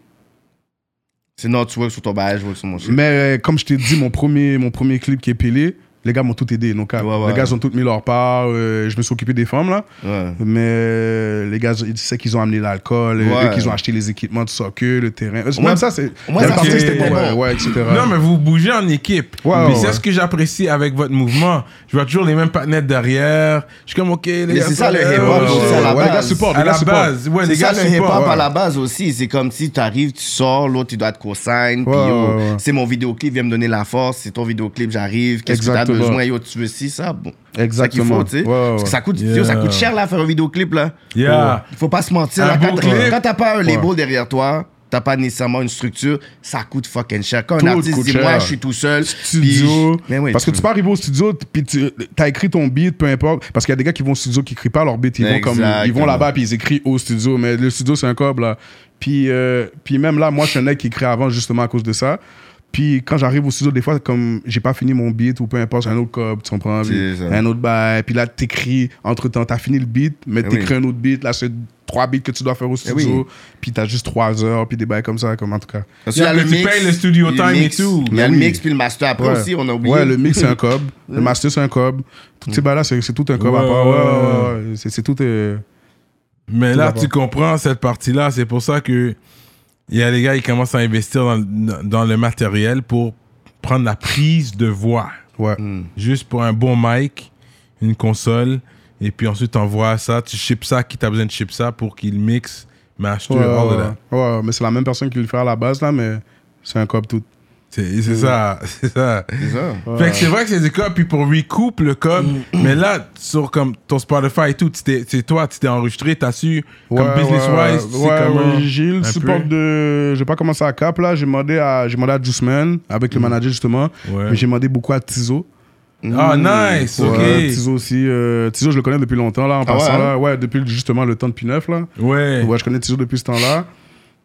[SPEAKER 3] Sinon, tu vois sur ton bail, je vois sur mon shit.
[SPEAKER 4] Mais euh, comme je t'ai dit, mon premier, mon premier clip qui est pilé, les gars m'ont tout aidé. Donc,
[SPEAKER 3] Ouais, ouais.
[SPEAKER 4] Les gars ils ont tout mis leur part. euh, je me suis occupé des femmes, là.
[SPEAKER 3] Ouais.
[SPEAKER 4] Mais euh, les gars, ils disaient qu'ils ont amené l'alcool,
[SPEAKER 3] Ouais.
[SPEAKER 4] euh, eux qu'ils ont acheté les équipements de soccer, le terrain. Euh, Même
[SPEAKER 3] moins-
[SPEAKER 4] ça, c'est.
[SPEAKER 3] au moins,
[SPEAKER 4] la
[SPEAKER 3] ça,
[SPEAKER 4] partie,
[SPEAKER 1] c'est-
[SPEAKER 4] c'était bon.
[SPEAKER 3] ouais.
[SPEAKER 4] Ouais, ouais, etc.
[SPEAKER 3] Euh,
[SPEAKER 1] Non, mais vous bougez en équipe. Puis
[SPEAKER 4] Ouais, ouais,
[SPEAKER 1] c'est
[SPEAKER 4] ouais.
[SPEAKER 1] ce que j'apprécie avec votre mouvement. Je vois toujours les mêmes partenaires derrière. Je suis comme, OK, les
[SPEAKER 3] Mais
[SPEAKER 1] gars.
[SPEAKER 3] c'est ça, le
[SPEAKER 1] ouais,
[SPEAKER 3] hip-hop,
[SPEAKER 1] ouais,
[SPEAKER 3] aussi,
[SPEAKER 1] ouais.
[SPEAKER 3] à la
[SPEAKER 4] ouais, les gars
[SPEAKER 3] base.
[SPEAKER 4] supportent.
[SPEAKER 1] À
[SPEAKER 4] les gars
[SPEAKER 1] la
[SPEAKER 4] supportent.
[SPEAKER 1] base, ouais,
[SPEAKER 3] C'est
[SPEAKER 1] les gars
[SPEAKER 3] ça le hip-hop
[SPEAKER 1] supportent,
[SPEAKER 3] à
[SPEAKER 1] ouais.
[SPEAKER 3] la base aussi. C'est comme si tu arrives, tu sors, l'autre, tu dois te co-sign. puis
[SPEAKER 4] Ouais,
[SPEAKER 3] yo,
[SPEAKER 4] ouais, ouais.
[SPEAKER 3] c'est mon vidéoclip, viens me donner la force. C'est ton vidéoclip, j'arrive. Qu'est-ce que t'as
[SPEAKER 4] Exactement.
[SPEAKER 3] besoin? Yo, tu veux ci, ça? Bon.
[SPEAKER 4] Exactement.
[SPEAKER 3] C'est ça qu'il faut, tu sais.
[SPEAKER 4] Ouais, ouais,
[SPEAKER 3] Parce que ça coûte,
[SPEAKER 1] ouais.
[SPEAKER 3] yo, ça coûte
[SPEAKER 1] Yeah.
[SPEAKER 3] cher, là, faire un vidéoclip, là.
[SPEAKER 1] Yeah.
[SPEAKER 3] Il faut pas se mentir.
[SPEAKER 1] Un
[SPEAKER 3] là,
[SPEAKER 1] beau
[SPEAKER 3] quand
[SPEAKER 1] clip.
[SPEAKER 3] quand t'as pas un label derrière toi, t'as pas nécessairement une structure, ça coûte fucking cher. Quand
[SPEAKER 4] Tout
[SPEAKER 3] un artiste
[SPEAKER 4] coûte
[SPEAKER 3] dit,
[SPEAKER 4] cher.
[SPEAKER 3] moi, je suis tout seul. puis je-
[SPEAKER 4] studio.
[SPEAKER 3] Mais ouais,
[SPEAKER 4] parce que tu peux arriver au studio, t- puis tu as écrit ton beat, peu importe. Parce qu'il y a des gars qui vont au studio qui écrivent pas leur beat. Ils vont, comme, ils
[SPEAKER 3] Exactement.
[SPEAKER 4] vont là-bas, puis ils écrivent au studio. Mais le studio, c'est un cob, là. Puis, euh, puis même là, moi, je suis un mec qui écrit avant, justement, à cause de ça. Puis quand j'arrive au studio, des fois, comme j'ai pas fini mon beat ou peu importe, j'ai un autre cob, tu comprends? puis
[SPEAKER 3] C'est ça.
[SPEAKER 4] Un autre bail. Puis là, t'écris entre temps, t'as fini le beat, mais
[SPEAKER 3] Eh
[SPEAKER 4] t'écris
[SPEAKER 3] oui. Eh
[SPEAKER 4] un autre beat. Là, c'est trois beats que tu dois faire au studio.
[SPEAKER 3] oui.
[SPEAKER 4] Puis t'as juste trois heures, puis des bails comme ça, comme en tout cas.
[SPEAKER 3] Parce
[SPEAKER 1] Yeah, que tu payes le studio
[SPEAKER 3] il y a
[SPEAKER 1] time et
[SPEAKER 3] mix,
[SPEAKER 1] tout.
[SPEAKER 3] Il y a
[SPEAKER 4] Ben
[SPEAKER 3] le
[SPEAKER 4] oui.
[SPEAKER 3] mix puis le master. Après aussi, on a oublié.
[SPEAKER 4] Ouais, le mix, c'est un cob. le master, c'est un cob. Tout ces bails-là, c'est c'est tout un cob.
[SPEAKER 1] Ouais,
[SPEAKER 4] à part. Ouais,
[SPEAKER 1] ouais,
[SPEAKER 4] ouais, ouais, ouais. C'est c'est tout. euh,
[SPEAKER 1] Mais là,
[SPEAKER 4] d'abord.
[SPEAKER 1] tu comprends cette partie-là. C'est pour ça que il y a les gars qui commencent à investir dans, le- dans le matériel pour prendre la prise de voix.
[SPEAKER 4] Ouais.
[SPEAKER 1] Juste pour un bon mic, une console, et puis ensuite t'envoies ça, tu chips ça, qui t'a besoin de chips ça pour qu'il mixe, master,
[SPEAKER 4] Ouais,
[SPEAKER 1] all
[SPEAKER 4] ouais,
[SPEAKER 1] of that.
[SPEAKER 4] ouais. Ouais, mais c'est la même personne qui le fait à la base, là, mais c'est un cob tout.
[SPEAKER 1] C'est c'est ça, c'est ça.
[SPEAKER 3] C'est ça.
[SPEAKER 1] Fait que c'est vrai que c'est du cop, puis pour recoupe le cop,
[SPEAKER 4] Hmm.
[SPEAKER 1] mais là, sur comme ton Spotify et tout, tu t'es- c'est toi, tu t'es enregistré, t'as su, comme
[SPEAKER 4] Ouais, ouais,
[SPEAKER 1] business-wise, tu sais
[SPEAKER 4] ouais,
[SPEAKER 1] comment-
[SPEAKER 4] ouais, J'ai eu
[SPEAKER 1] un
[SPEAKER 4] le
[SPEAKER 1] peu.
[SPEAKER 4] support de. J'ai pas commencé à Cap, là. J'ai demandé à, j'ai demandé à Juice Man, avec le manager, justement.
[SPEAKER 1] Ouais.
[SPEAKER 4] Mais j'ai demandé beaucoup à Tizo.
[SPEAKER 1] Ah, nice, ok.
[SPEAKER 4] Ouais, Tizo aussi. euh, Tizo, je le connais depuis longtemps, là, en
[SPEAKER 3] Ah ouais,
[SPEAKER 4] passant,
[SPEAKER 3] hein?
[SPEAKER 4] là. Ouais, depuis justement le temps de P9, là.
[SPEAKER 1] Ouais.
[SPEAKER 4] Ouais, je connais Tizo depuis ce temps-là.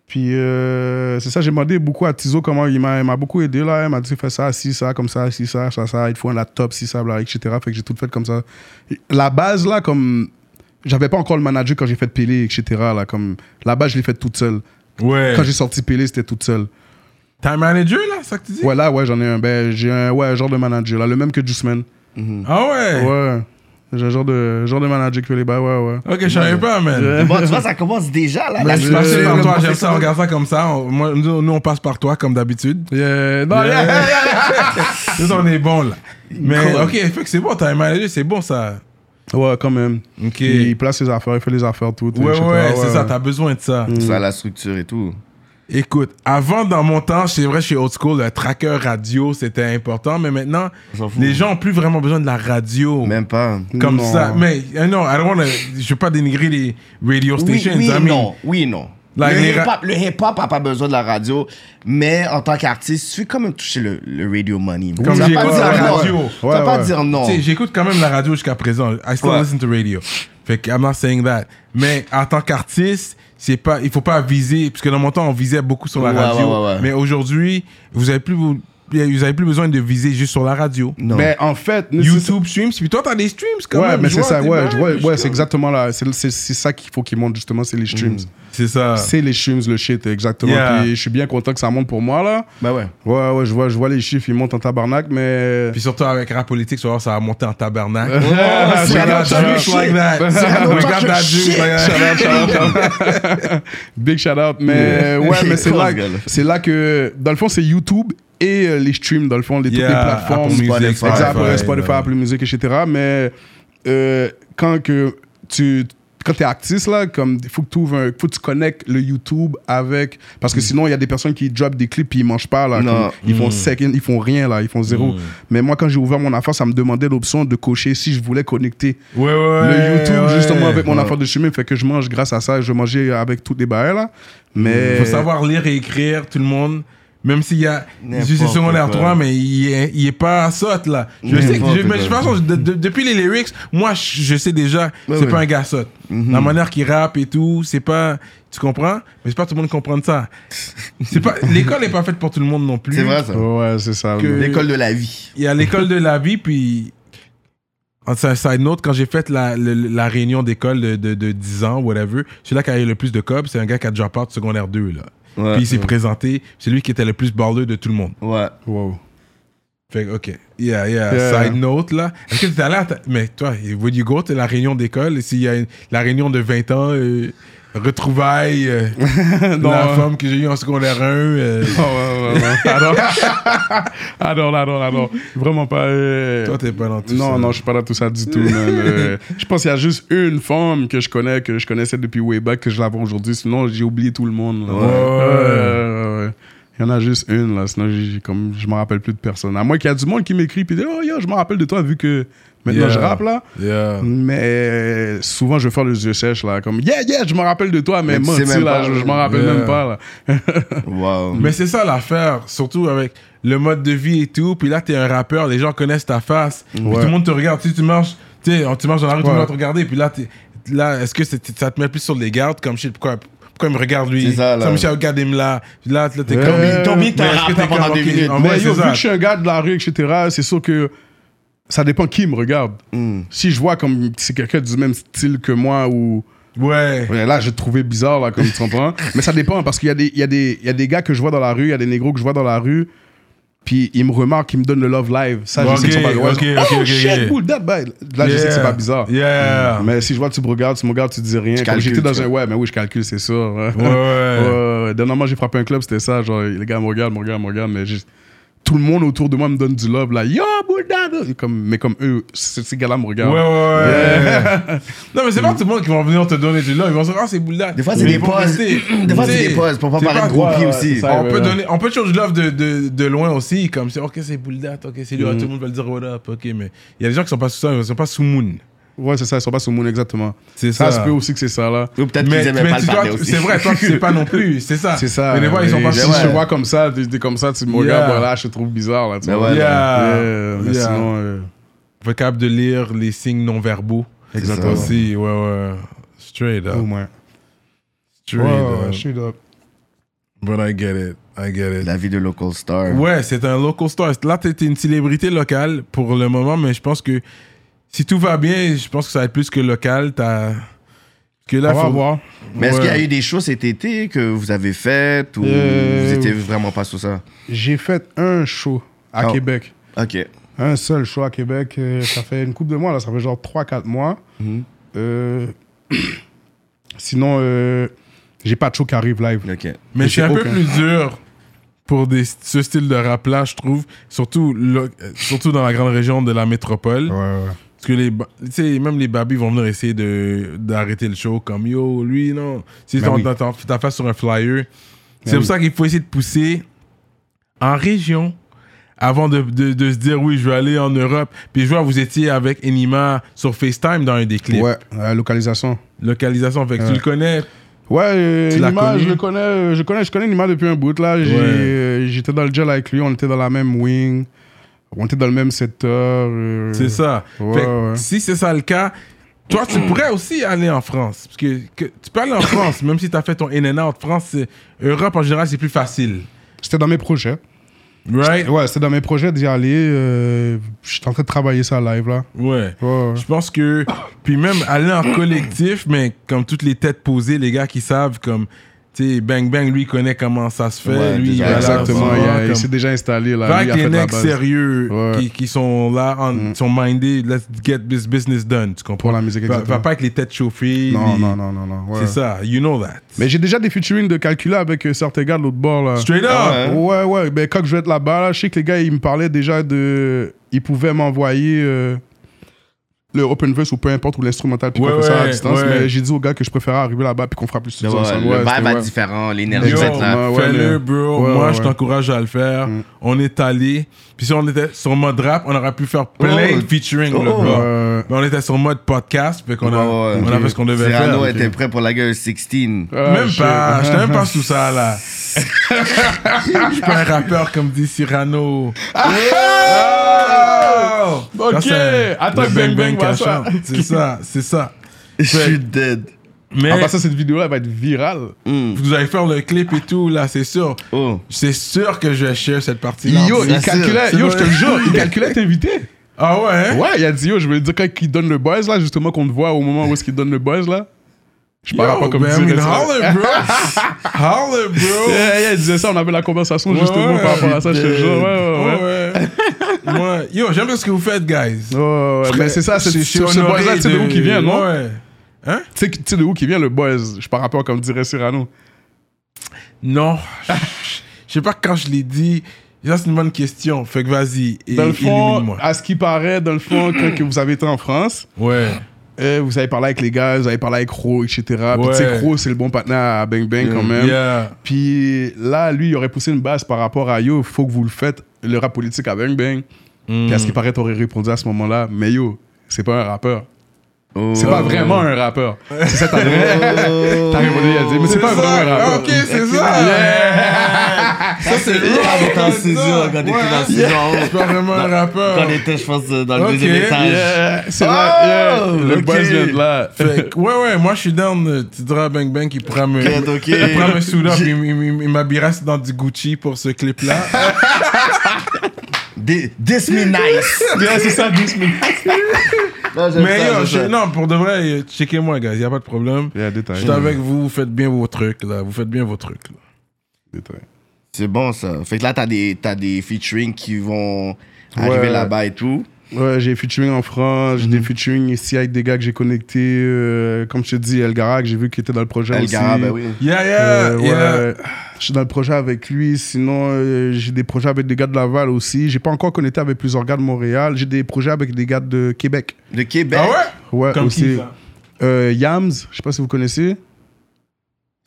[SPEAKER 4] Puis, euh, c'est ça, j'ai demandé beaucoup à Tizo comment il m'a il m'a beaucoup aidé là. Il m'a dit fais ça, si, ça, comme ça, si, ça, ça, ça, il te faut un laptop, si, ça, bla, etc. Fait que j'ai tout fait comme ça. La base là, comme. J'avais pas encore le manager quand j'ai fait Pélé, etc. Là, comme, la base, je l'ai faite toute seule.
[SPEAKER 1] Ouais.
[SPEAKER 4] Quand j'ai sorti Pélé, c'était toute seule.
[SPEAKER 1] T'as un manager, là, c'est ça que tu dis?
[SPEAKER 4] Ouais, là, ouais, j'en ai un. Ben, j'ai un, ouais, un genre de manager là, le même que Jusman.
[SPEAKER 1] Ah ouais?
[SPEAKER 4] Ouais. J'ai un genre de, genre de manager que les bas, ouais, ouais.
[SPEAKER 1] Ok, je savais pas, man.
[SPEAKER 3] Bon, tu vois, ça commence déjà, là. la
[SPEAKER 1] Ben, Je passais
[SPEAKER 3] structure,
[SPEAKER 1] par
[SPEAKER 3] le
[SPEAKER 1] toi, j'aime
[SPEAKER 3] processus.
[SPEAKER 1] ça, on regarde ça comme ça. On- moi, nous, nous, on passe par toi, comme d'habitude.
[SPEAKER 4] Yeah. Non,
[SPEAKER 1] Yeah.
[SPEAKER 4] yeah.
[SPEAKER 1] Nous, on est bons, là. Mais
[SPEAKER 4] Cool.
[SPEAKER 1] ok, fait que c'est bon, t'as un manager, c'est bon, ça.
[SPEAKER 4] Ouais, quand même.
[SPEAKER 1] Ok.
[SPEAKER 4] Il place ses affaires, il fait les affaires toutes.
[SPEAKER 1] Ouais, ouais,
[SPEAKER 4] etc.
[SPEAKER 1] c'est ça, t'as besoin de ça.
[SPEAKER 3] Ça, la structure et tout.
[SPEAKER 1] Écoute, avant, dans mon temps, c'est vrai, chez Old School, le tracker radio, c'était important, mais maintenant,
[SPEAKER 3] s'en fout.
[SPEAKER 1] les gens ont plus vraiment besoin de la radio.
[SPEAKER 3] Même pas.
[SPEAKER 1] Comme
[SPEAKER 4] Non.
[SPEAKER 1] ça. Mais, euh, non, I don't wanna- je veux pas dénigrer les radio
[SPEAKER 3] Oui,
[SPEAKER 1] stations.
[SPEAKER 3] oui,
[SPEAKER 1] I mean,
[SPEAKER 3] non. Oui, non.
[SPEAKER 1] Like
[SPEAKER 3] le
[SPEAKER 1] les
[SPEAKER 3] hip-hop
[SPEAKER 1] ra-
[SPEAKER 3] le hip-hop a pas besoin de la radio, mais en tant qu'artiste, tu fais quand même toucher le, le radio money.
[SPEAKER 1] Comme
[SPEAKER 3] tu vas pas
[SPEAKER 1] j'écoute
[SPEAKER 3] dire
[SPEAKER 1] la
[SPEAKER 3] non.
[SPEAKER 1] radio.
[SPEAKER 3] Tu vas
[SPEAKER 4] Ouais,
[SPEAKER 3] pas
[SPEAKER 4] ouais.
[SPEAKER 3] dire non.
[SPEAKER 1] Tu sais, j'écoute quand même la radio jusqu'à présent. I still
[SPEAKER 3] Ouais.
[SPEAKER 1] listen to radio. Fait que I'm not saying that. Mais en tant qu'artiste, c'est pas, il faut pas viser, parce que dans mon temps, on visait beaucoup sur la
[SPEAKER 3] Ouais,
[SPEAKER 1] radio.
[SPEAKER 3] ouais, ouais, ouais.
[SPEAKER 1] Mais aujourd'hui, vous avez plus, vous- Vous avez plus besoin de viser juste sur la radio.
[SPEAKER 3] Non.
[SPEAKER 4] Mais en fait, nous, c'est-
[SPEAKER 1] YouTube streams, puis toi, t'as des streams quand
[SPEAKER 4] ouais,
[SPEAKER 1] même.
[SPEAKER 4] mais
[SPEAKER 1] je
[SPEAKER 4] c'est
[SPEAKER 1] vois,
[SPEAKER 4] ça,
[SPEAKER 1] t'es
[SPEAKER 4] ouais,
[SPEAKER 1] mal,
[SPEAKER 4] je vois-
[SPEAKER 1] puis
[SPEAKER 4] ouais,
[SPEAKER 1] je-
[SPEAKER 4] c'est exactement là. C'est c'est- c'est ça qu'il faut qu'il monte, justement, c'est les streams.
[SPEAKER 1] C'est ça.
[SPEAKER 4] C'est les streams, le shit, exactement.
[SPEAKER 1] Mm. Yeah.
[SPEAKER 4] Puis je suis bien content que ça monte pour moi, là.
[SPEAKER 3] Bah ouais.
[SPEAKER 4] Ouais, ouais, je vois, je vois les chiffres, ils montent en tabarnak, mais.
[SPEAKER 1] Puis surtout avec rap politique, tu vas voir, ça va monter en tabernacle. Oh,
[SPEAKER 4] Ouais,
[SPEAKER 1] We
[SPEAKER 4] shout
[SPEAKER 1] got
[SPEAKER 4] out, shout
[SPEAKER 1] that
[SPEAKER 4] out.
[SPEAKER 1] juice like that. We got that juice like that.
[SPEAKER 4] Shout out, shout out, shout out. Big shout out. Mais
[SPEAKER 3] Yeah.
[SPEAKER 4] ouais, mais c'est
[SPEAKER 3] Cool,
[SPEAKER 4] là,
[SPEAKER 3] ce gars-là.
[SPEAKER 4] c'est là que, dans le fond, c'est YouTube et euh, les streams, dans le fond, les, toutes les
[SPEAKER 1] Yeah,
[SPEAKER 4] plateformes.
[SPEAKER 1] Apple Music,
[SPEAKER 3] Spotify,
[SPEAKER 4] Exact, ouais,
[SPEAKER 1] Spotify,
[SPEAKER 4] Spotify,
[SPEAKER 1] ouais.
[SPEAKER 4] Apple Music, etc. Mais euh, quand que tu quand t'es artiste là, comme faut que tu ouvres un- faut que tu connectes le YouTube avec parce
[SPEAKER 1] Mm.
[SPEAKER 4] que sinon il y a des personnes qui drop des clips puis ils mangent pas là,
[SPEAKER 3] Non.
[SPEAKER 4] comme, ils font second, ils font rien là, ils font zéro.
[SPEAKER 1] Mm.
[SPEAKER 4] Mais moi quand j'ai ouvert mon affaire, ça me demandait l'option de cocher si je voulais connecter
[SPEAKER 1] Ouais, ouais,
[SPEAKER 4] le YouTube
[SPEAKER 1] ouais.
[SPEAKER 4] justement avec mon
[SPEAKER 3] Ouais.
[SPEAKER 4] affaire de chemin, fait que je mange grâce à ça, je mangeais avec toutes les barres là. Mais
[SPEAKER 1] Faut savoir lire et écrire, tout le monde. Même s'il y a
[SPEAKER 3] N'importe
[SPEAKER 1] juste le secondaire
[SPEAKER 3] quoi.
[SPEAKER 1] 3, mais il est, il est pas sotte là. Je sais que,
[SPEAKER 3] N'importe
[SPEAKER 1] je- mais de toute
[SPEAKER 3] quoi.
[SPEAKER 1] façon, de- de- depuis les lyrics, moi je, je sais déjà, c'est
[SPEAKER 3] ouais. Mhm.
[SPEAKER 1] pas un gars sotte. La manière qu'il rappe et tout, c'est pas. Tu comprends Mais c'est pas tout le monde comprend ça. C'est pas- L'école est pas faite pour tout le monde non plus.
[SPEAKER 3] C'est vrai ça.
[SPEAKER 4] ouais, c'est ça.
[SPEAKER 1] Que-
[SPEAKER 3] L'école de la vie.
[SPEAKER 1] Il y a l'école de la vie, puis. en un side note, quand j'ai fait la, le- la réunion d'école de, de, de 10 ans, whatever, celui-là qui a eu le plus de cob, c'est un gars qui a déjà part de secondaire 2, là.
[SPEAKER 3] Ouais.
[SPEAKER 1] puis il s'est
[SPEAKER 4] Mm.
[SPEAKER 1] présenté, c'est lui qui était le plus balleux de tout le monde.
[SPEAKER 3] Ouais.
[SPEAKER 4] Wow.
[SPEAKER 1] Fait que, ok. Yeah, yeah,
[SPEAKER 4] Yeah.
[SPEAKER 1] Side note, là. Est-ce que t'es allé à ta- Mais toi, when you go, t'es la réunion d'école, et s'il y a une- la réunion de 20 ans, euh, retrouvailles, euh, la
[SPEAKER 4] euh.
[SPEAKER 1] femme que j'ai eue en secondaire 1, euh,
[SPEAKER 4] Oh, ouais, ouais, ouais. Adore. adore, adore, adore. Vraiment pas. euh,
[SPEAKER 1] toi, t'es pas dans tout
[SPEAKER 4] non,
[SPEAKER 1] ça.
[SPEAKER 4] non, je suis pas dans tout ça du tout. man. Euh, je pense qu'il y a juste une femme que je connais, que je connaissais depuis way back, que je l'avais aujourd'hui. Sinon, j'ai oublié tout le monde. là.
[SPEAKER 3] Ouais.
[SPEAKER 4] Ouais, ouais, ouais. Il y en a juste une, là. Sinon, j'ai- j'ai comme, je me rappelle plus de personne. À moins qu'il y a du monde qui m'écrit puis dit Oh, yo, je me rappelle de toi vu que maintenant
[SPEAKER 1] Yeah.
[SPEAKER 4] je rappe, là.
[SPEAKER 1] Yeah.
[SPEAKER 4] Mais euh, souvent, je vais faire les yeux sèches, là. Comme, yeah, yeah, je me rappelle de toi, mais,
[SPEAKER 3] Mais tu
[SPEAKER 4] moi,
[SPEAKER 3] sais même
[SPEAKER 4] là,
[SPEAKER 3] pas.
[SPEAKER 4] je, je m'en rappelle
[SPEAKER 1] Yeah.
[SPEAKER 4] même pas, là.
[SPEAKER 3] Wow.
[SPEAKER 4] Mm.
[SPEAKER 1] Mais c'est ça l'affaire, surtout avec le mode de vie et tout. Puis là, t'es un rappeur, les gens connaissent ta face. Puis tout le monde te regarde. Si tu marches, tu sais, tu marches dans la rue, tout le monde
[SPEAKER 4] Ouais.
[SPEAKER 1] va te regarder. Puis là, t'es- là est-ce que c'est- ça te met plus sur les gardes comme shit Pourquoi, pourquoi il me regarde lui
[SPEAKER 3] C'est ça, là.
[SPEAKER 1] Michel, regarde-moi là. Puis là, là, t'es
[SPEAKER 4] Ouais.
[SPEAKER 1] comme.
[SPEAKER 4] T'oublies- t'oublies
[SPEAKER 3] que t'as
[SPEAKER 1] Mais est-ce
[SPEAKER 3] rappé
[SPEAKER 1] t'es
[SPEAKER 3] pendant
[SPEAKER 1] comme,
[SPEAKER 3] des
[SPEAKER 1] ok,
[SPEAKER 3] minutes.
[SPEAKER 1] en
[SPEAKER 4] Mais
[SPEAKER 1] vrai,
[SPEAKER 4] yo,
[SPEAKER 1] c'est
[SPEAKER 4] vu
[SPEAKER 1] ça.
[SPEAKER 4] que je suis un gars de la rue, etc., c'est sûr que ça dépend qui me regarde.
[SPEAKER 1] Mm.
[SPEAKER 4] Si je vois comme c'est quelqu'un du même style que moi ou.
[SPEAKER 1] Ouais.
[SPEAKER 4] Ouais, Là, j'ai trouvé bizarre, là, comme tu comprends. Mais ça dépend, parce qu'il y, a des- il y, a des- il y a des gars que je vois dans la rue, il y a des négros que je vois dans la rue, puis ils me remarquent, ils me donnent le love live. Ça,
[SPEAKER 1] Ok,
[SPEAKER 4] je sais que c'est pas ouais,
[SPEAKER 1] ok,
[SPEAKER 4] je-
[SPEAKER 1] ok,
[SPEAKER 4] Oh
[SPEAKER 1] ok,
[SPEAKER 4] shit,
[SPEAKER 1] ok.
[SPEAKER 4] cool, that bad. Là, je sais que c'est pas bizarre. Mm.
[SPEAKER 1] Yeah.
[SPEAKER 4] Mais si je vois, tu me regardes, tu me regardes, tu dis rien. Comme
[SPEAKER 3] calcules,
[SPEAKER 4] j'étais dans
[SPEAKER 3] tu
[SPEAKER 4] un. Ouais, mais oui, je calcule, c'est sûr. Ouais,
[SPEAKER 1] Ouais, ouais.
[SPEAKER 4] ouais. Dernièrement, j'ai frappé un club, c'était ça. Genre, les gars me regardent, me regardent, me regardent, mais juste. Tout le monde autour de moi me donne du love, là. Yo, Bouddha! Comme, mais comme eux, ces ces gars-là me
[SPEAKER 1] Ouais,
[SPEAKER 4] regardent.
[SPEAKER 1] ouais, ouais. non, mais c'est pas tout le monde qui va venir te donner du love. Ils vont se dire, ah, c'est Bouddha.
[SPEAKER 3] Des fois, c'est des pauses. Des fois, c'est des pauses pour pas paraître
[SPEAKER 1] gros
[SPEAKER 3] groupie aussi.
[SPEAKER 4] ça,
[SPEAKER 1] on,
[SPEAKER 4] ouais,
[SPEAKER 1] peut
[SPEAKER 4] ouais.
[SPEAKER 1] donner, on peut toujours du love de, de, de loin aussi, comme c'est ok, c'est Buldat, ok, c'est lui, ah, tout
[SPEAKER 4] Mm.
[SPEAKER 1] le monde va le dire what up, ok, mais il y a des gens qui sont pas sous ça, ils sont pas sous Moon.
[SPEAKER 4] Ouais, c'est ça, ils sont pas sur le moon, exactement.
[SPEAKER 1] C'est
[SPEAKER 4] Ça,
[SPEAKER 1] ça.
[SPEAKER 4] se peut aussi que c'est ça, là.
[SPEAKER 3] Ou peut-être qu'ils aimaient pas
[SPEAKER 1] tu-
[SPEAKER 3] le
[SPEAKER 1] toi,
[SPEAKER 3] parler
[SPEAKER 1] tu-
[SPEAKER 3] aussi.
[SPEAKER 1] c'est vrai, toi tu sais pas non plus, c'est ça.
[SPEAKER 4] C'est ça. ben
[SPEAKER 1] Mais des fois ils sont
[SPEAKER 4] Et
[SPEAKER 1] pas
[SPEAKER 4] Si
[SPEAKER 1] sous
[SPEAKER 3] ouais.
[SPEAKER 4] je te vois comme ça, t'es t'es comme ça, tu me
[SPEAKER 1] Yeah.
[SPEAKER 4] regardes, voilà, je te trouve bizarre, là. Tu
[SPEAKER 3] Mais
[SPEAKER 4] vois.
[SPEAKER 3] ouais.
[SPEAKER 1] Yeah.
[SPEAKER 4] Euh, mais
[SPEAKER 1] Yeah.
[SPEAKER 4] sinon. euh,
[SPEAKER 1] Faut être capable de lire les signes non verbaux.
[SPEAKER 3] Exactement.
[SPEAKER 1] Aussi, ouais, ouais. Straight up.
[SPEAKER 4] Au moins.
[SPEAKER 1] Straight up.
[SPEAKER 4] straight up.
[SPEAKER 1] But I get it. I get it.
[SPEAKER 3] La vie de local star.
[SPEAKER 1] Ouais, c'est un local star. Là, t'es t'es une célébrité locale pour le moment, mais je pense que si tout va bien, je pense que ça va être plus que local. T'as. Que là,
[SPEAKER 4] On va
[SPEAKER 1] faut-
[SPEAKER 4] voir.
[SPEAKER 3] Mais est-ce
[SPEAKER 1] Ouais.
[SPEAKER 3] qu'il y a eu des shows cet été que vous avez faites ou
[SPEAKER 4] Euh,
[SPEAKER 3] vous étiez vraiment pas sous ça?
[SPEAKER 4] J'ai fait un show à
[SPEAKER 3] Oh.
[SPEAKER 4] Québec.
[SPEAKER 3] Ok.
[SPEAKER 4] Un seul show à Québec. euh, ça fait une coupe de mois, là. Ça fait genre 3-4 mois. Euh, Sinon, euh, j'ai pas de show qui arrive live.
[SPEAKER 3] Ok.
[SPEAKER 1] Mais
[SPEAKER 4] Mais
[SPEAKER 1] c'est un
[SPEAKER 4] j'ai
[SPEAKER 1] peu
[SPEAKER 4] aucun.
[SPEAKER 1] plus dur pour des, ce style de rap-là, je trouve. Surtout, lo- euh, surtout dans la grande région de la métropole.
[SPEAKER 4] Ouais, ouais.
[SPEAKER 1] Parce que les, ba- tu sais, même les babys vont venir essayer de, d'arrêter le show comme yo, lui, non. Si
[SPEAKER 4] Ben
[SPEAKER 1] t'en-
[SPEAKER 4] oui. Ben
[SPEAKER 1] t'en- t'en- t'as face sur un flyer. C'est pour
[SPEAKER 4] oui.
[SPEAKER 1] ça qu'il faut essayer de pousser en région avant de, de- de se dire oui, je vais aller en Europe. Puis je vois, vous étiez avec Enima sur FaceTime dans un des clips.
[SPEAKER 4] Ouais, euh, localisation.
[SPEAKER 1] Localisation, fait que tu
[SPEAKER 4] Ouais.
[SPEAKER 1] le connais.
[SPEAKER 4] Ouais, euh,
[SPEAKER 1] Tu l'as
[SPEAKER 4] Nima,
[SPEAKER 1] connu?
[SPEAKER 4] je le connais, euh, je connais, je connais Nima depuis un bout là. J'ai,
[SPEAKER 1] Ouais.
[SPEAKER 4] euh, J'étais dans le gel avec lui, on était dans la même wing, on était dans le même secteur. euh,
[SPEAKER 1] C'est ça.
[SPEAKER 4] Ouais,
[SPEAKER 1] Fait que
[SPEAKER 4] ouais.
[SPEAKER 1] Si c'est ça le cas, toi, tu pourrais aussi aller en France. Parce que, que- tu peux aller en France, même si tu as fait ton in and out. France, c'est- Europe en général, c'est plus facile.
[SPEAKER 4] C'était dans mes projets.
[SPEAKER 1] Right?
[SPEAKER 4] Ouais, c'est dans mes projets d'y aller. euh, je suis en train de travailler ça live, là.
[SPEAKER 1] Ouais.
[SPEAKER 4] Ouais, ouais.
[SPEAKER 1] Je pense que. Puis même aller en collectif, mais comme toutes les têtes posées, les gars qui savent, comme. Tu sais, Bang Bang, lui, connaît comment ça se fait.
[SPEAKER 3] Ouais,
[SPEAKER 1] lui,
[SPEAKER 3] déjà,
[SPEAKER 1] il a
[SPEAKER 4] Exactement,
[SPEAKER 1] l'air
[SPEAKER 4] il, a-
[SPEAKER 1] vraiment
[SPEAKER 4] il
[SPEAKER 1] comme-
[SPEAKER 4] s'est déjà installé, là.
[SPEAKER 1] Fait
[SPEAKER 4] Lui, il
[SPEAKER 1] que
[SPEAKER 4] a
[SPEAKER 1] les
[SPEAKER 4] fait de la
[SPEAKER 1] necks
[SPEAKER 4] base
[SPEAKER 1] sérieux
[SPEAKER 4] Ouais. Mm.
[SPEAKER 1] qui, qui sont là, en, sont minded, let's get this business done, tu comprends?
[SPEAKER 4] Pour la musique,
[SPEAKER 1] Va- Va
[SPEAKER 4] exactement.
[SPEAKER 1] pas avec les têtes chauffées.
[SPEAKER 4] Non,
[SPEAKER 1] les-
[SPEAKER 4] non, non, non, non. ouais.
[SPEAKER 1] C'est ça, you know that.
[SPEAKER 4] Mais j'ai déjà des featuring de calcula avec euh, Sartega de l'autre bord, là.
[SPEAKER 1] Straight up!
[SPEAKER 3] Ah ouais.
[SPEAKER 4] Ouais, ouais. Ben, quand je vais être là-bas, là, je sais que les gars, ils me parlaient déjà de. Ils pouvaient m'envoyer euh, le open verse ou peu importe, ou l'instrumental, puis
[SPEAKER 1] Ouais,
[SPEAKER 4] qu'on fait ça à
[SPEAKER 1] ouais,
[SPEAKER 4] distance.
[SPEAKER 1] ouais.
[SPEAKER 4] Mais j'ai dit aux gars que je préférais arriver là-bas, puis qu'on fera plus
[SPEAKER 3] Le,
[SPEAKER 4] de sens ensemble.
[SPEAKER 3] le
[SPEAKER 4] Ouais,
[SPEAKER 3] vibe
[SPEAKER 4] c'était-
[SPEAKER 3] est
[SPEAKER 4] ouais.
[SPEAKER 3] différent, l'énergie,
[SPEAKER 4] Yo,
[SPEAKER 3] c'est là.
[SPEAKER 4] ouais,
[SPEAKER 1] Fais-le,
[SPEAKER 4] mais-
[SPEAKER 1] bro.
[SPEAKER 4] ouais,
[SPEAKER 1] Moi,
[SPEAKER 4] ouais. Mm.
[SPEAKER 1] je t'encourage à le faire. On est allé. Puis si on était sur mode rap, on aurait pu faire plein
[SPEAKER 3] Oh.
[SPEAKER 1] de featuring, là,
[SPEAKER 3] Oh.
[SPEAKER 1] bro.
[SPEAKER 4] Ouais.
[SPEAKER 1] Mais Ben, on était sur mode podcast, fait qu'on a,
[SPEAKER 3] Ouais, ouais.
[SPEAKER 1] on a fait ce qu'on devait
[SPEAKER 3] Cyrano
[SPEAKER 1] faire.
[SPEAKER 3] était prêt pour la gueule 16.
[SPEAKER 4] Ah,
[SPEAKER 1] Même
[SPEAKER 4] je-
[SPEAKER 1] pas, j'étais même pas sous ça là. Je suis pas un rappeur comme dit Cyrano. Oh!
[SPEAKER 4] Ah! Ok,
[SPEAKER 1] Ça, c'est
[SPEAKER 4] attends
[SPEAKER 1] le
[SPEAKER 4] que Bang Bang Ah, voit ça.
[SPEAKER 1] cachant. C'est ça, c'est ça.
[SPEAKER 3] Je suis dead.
[SPEAKER 1] Mais
[SPEAKER 4] En passant, Ah, bah, cette vidéo-là va être virale.
[SPEAKER 3] Mm.
[SPEAKER 1] vous allez faire le clip et tout là, c'est sûr.
[SPEAKER 3] Oh.
[SPEAKER 1] C'est sûr que je vais chier cette partie là.
[SPEAKER 4] Yo, il
[SPEAKER 3] c'est-
[SPEAKER 4] calculait,
[SPEAKER 1] c'est
[SPEAKER 4] yo, je te
[SPEAKER 1] vrai.
[SPEAKER 4] le jure, il calculait être invité.
[SPEAKER 1] Ah ouais? hein?
[SPEAKER 4] Ouais, il a dit, yo, je voulais dire quand il donne le buzz, là, justement, qu'on te voit au moment où est-ce qu'il donne le buzz, là. Je
[SPEAKER 1] Yo,
[SPEAKER 4] parle pas comme
[SPEAKER 1] ben,
[SPEAKER 4] tu
[SPEAKER 1] I mean,
[SPEAKER 4] dirais ça.
[SPEAKER 1] holler, bro. holler, bro.
[SPEAKER 4] Yeah, yeah, il Eh, disait ça, on avait la conversation
[SPEAKER 1] Oh. Ouais,
[SPEAKER 4] justement
[SPEAKER 1] ouais.
[SPEAKER 4] par rapport à ça, je te jure. Ouais, ouais, ouais.
[SPEAKER 1] Ouais, ouais. Ouais. Yo, j'aime bien ce que vous faites, guys.
[SPEAKER 4] Ouais, ouais, ouais. Mais Ben, c'est ça, c'est
[SPEAKER 1] Je
[SPEAKER 4] c'est-
[SPEAKER 1] suis
[SPEAKER 4] ce
[SPEAKER 1] honoré
[SPEAKER 4] buzz-là, tu sais de où qui vient, non
[SPEAKER 1] Ouais.
[SPEAKER 4] Tu sais- tu sais de où qui vient le buzz Je par rapport comme dirait Cyrano.
[SPEAKER 1] Non. Je je sais pas quand je l'ai dit. Ça, c'est une bonne question. Fait que vas-y. et-
[SPEAKER 4] Dans le fond,
[SPEAKER 1] illumine-moi.
[SPEAKER 4] à ce qui paraît, dans le fond, quand que vous avez été en France,
[SPEAKER 1] Ouais.
[SPEAKER 4] euh, vous avez parlé avec les gars, vous avez parlé avec Ro, etc. Puis tu sais,
[SPEAKER 1] Ouais.
[SPEAKER 4] Ro, c'est le bon partenaire à Bang Bang quand même.
[SPEAKER 1] Yeah.
[SPEAKER 4] Puis là, lui, il aurait poussé une base par rapport à Yo, faut que vous le faites, le rap politique à Bang Bang. Puis
[SPEAKER 1] Mm.
[SPEAKER 4] à ce qui paraît, t'aurais répondu à ce moment-là, mais Yo, c'est pas un rappeur.
[SPEAKER 3] Oh.
[SPEAKER 4] C'est pas vraiment un rappeur. C'est ça ta
[SPEAKER 3] Oh.
[SPEAKER 4] T'as répondu, il a dit, mais c'est pas
[SPEAKER 1] ça.
[SPEAKER 4] vraiment un
[SPEAKER 1] Ah,
[SPEAKER 4] rappeur.
[SPEAKER 1] Ok, c'est ça. Ça, c'est
[SPEAKER 3] Quand on était en
[SPEAKER 1] rare,
[SPEAKER 3] saison, quand on était
[SPEAKER 1] Ouais.
[SPEAKER 3] en saison,
[SPEAKER 1] C'est pas vraiment un rappeur.
[SPEAKER 3] quand on était, je pense, euh, dans le
[SPEAKER 1] Ok.
[SPEAKER 3] deuxième étage.
[SPEAKER 4] Yeah, Euh, c'est
[SPEAKER 3] Oh,
[SPEAKER 4] là, yeah, le
[SPEAKER 3] ok.
[SPEAKER 4] buzz vient de là.
[SPEAKER 1] Fait que, ouais, ouais, moi je suis down. euh, Tu diras à Bang Bang qui prend me.
[SPEAKER 3] Ok, ok.
[SPEAKER 1] Il prend me sous il, il, il- il m'habillera dans du Gucci pour ce clip là.
[SPEAKER 3] Thi- This me nice.
[SPEAKER 4] Yeah, c'est ça, 10 minutes.
[SPEAKER 3] Non, j'aime
[SPEAKER 1] Mais
[SPEAKER 3] ça,
[SPEAKER 1] yo,
[SPEAKER 3] j'aime
[SPEAKER 1] je-
[SPEAKER 3] ça.
[SPEAKER 1] non, pour de vrai, euh, checkez-moi, guys, y a pas de problème.
[SPEAKER 4] Yeah,
[SPEAKER 1] Je
[SPEAKER 4] détail.
[SPEAKER 1] suis avec vous, vous faites bien vos trucs là, vous faites bien vos trucs. Là.
[SPEAKER 4] détail.
[SPEAKER 3] C'est bon ça. Fait que là, t'as des, t'as des featuring qui vont arriver là-bas et tout.
[SPEAKER 4] Ouais, j'ai featuring en France, j'ai des featuring ici avec des gars que j'ai connectés. euh, comme je te dis, Elgara, que j'ai vu qu'il était dans le projet aussi.
[SPEAKER 3] Elgara, ben oui.
[SPEAKER 1] Yeah, yeah,
[SPEAKER 4] Euh,
[SPEAKER 1] yeah.
[SPEAKER 4] ouais, je suis dans le projet avec lui. Sinon, euh, j'ai des projets avec des gars de Laval aussi. J'ai pas encore connecté avec plusieurs gars de Montréal. J'ai des projets avec des gars de Québec.
[SPEAKER 3] De Québec.
[SPEAKER 1] Ah ouais?
[SPEAKER 4] Ouais,
[SPEAKER 1] Comme
[SPEAKER 4] aussi.
[SPEAKER 1] qui ça?
[SPEAKER 4] Euh, Yams, je sais pas si vous connaissez.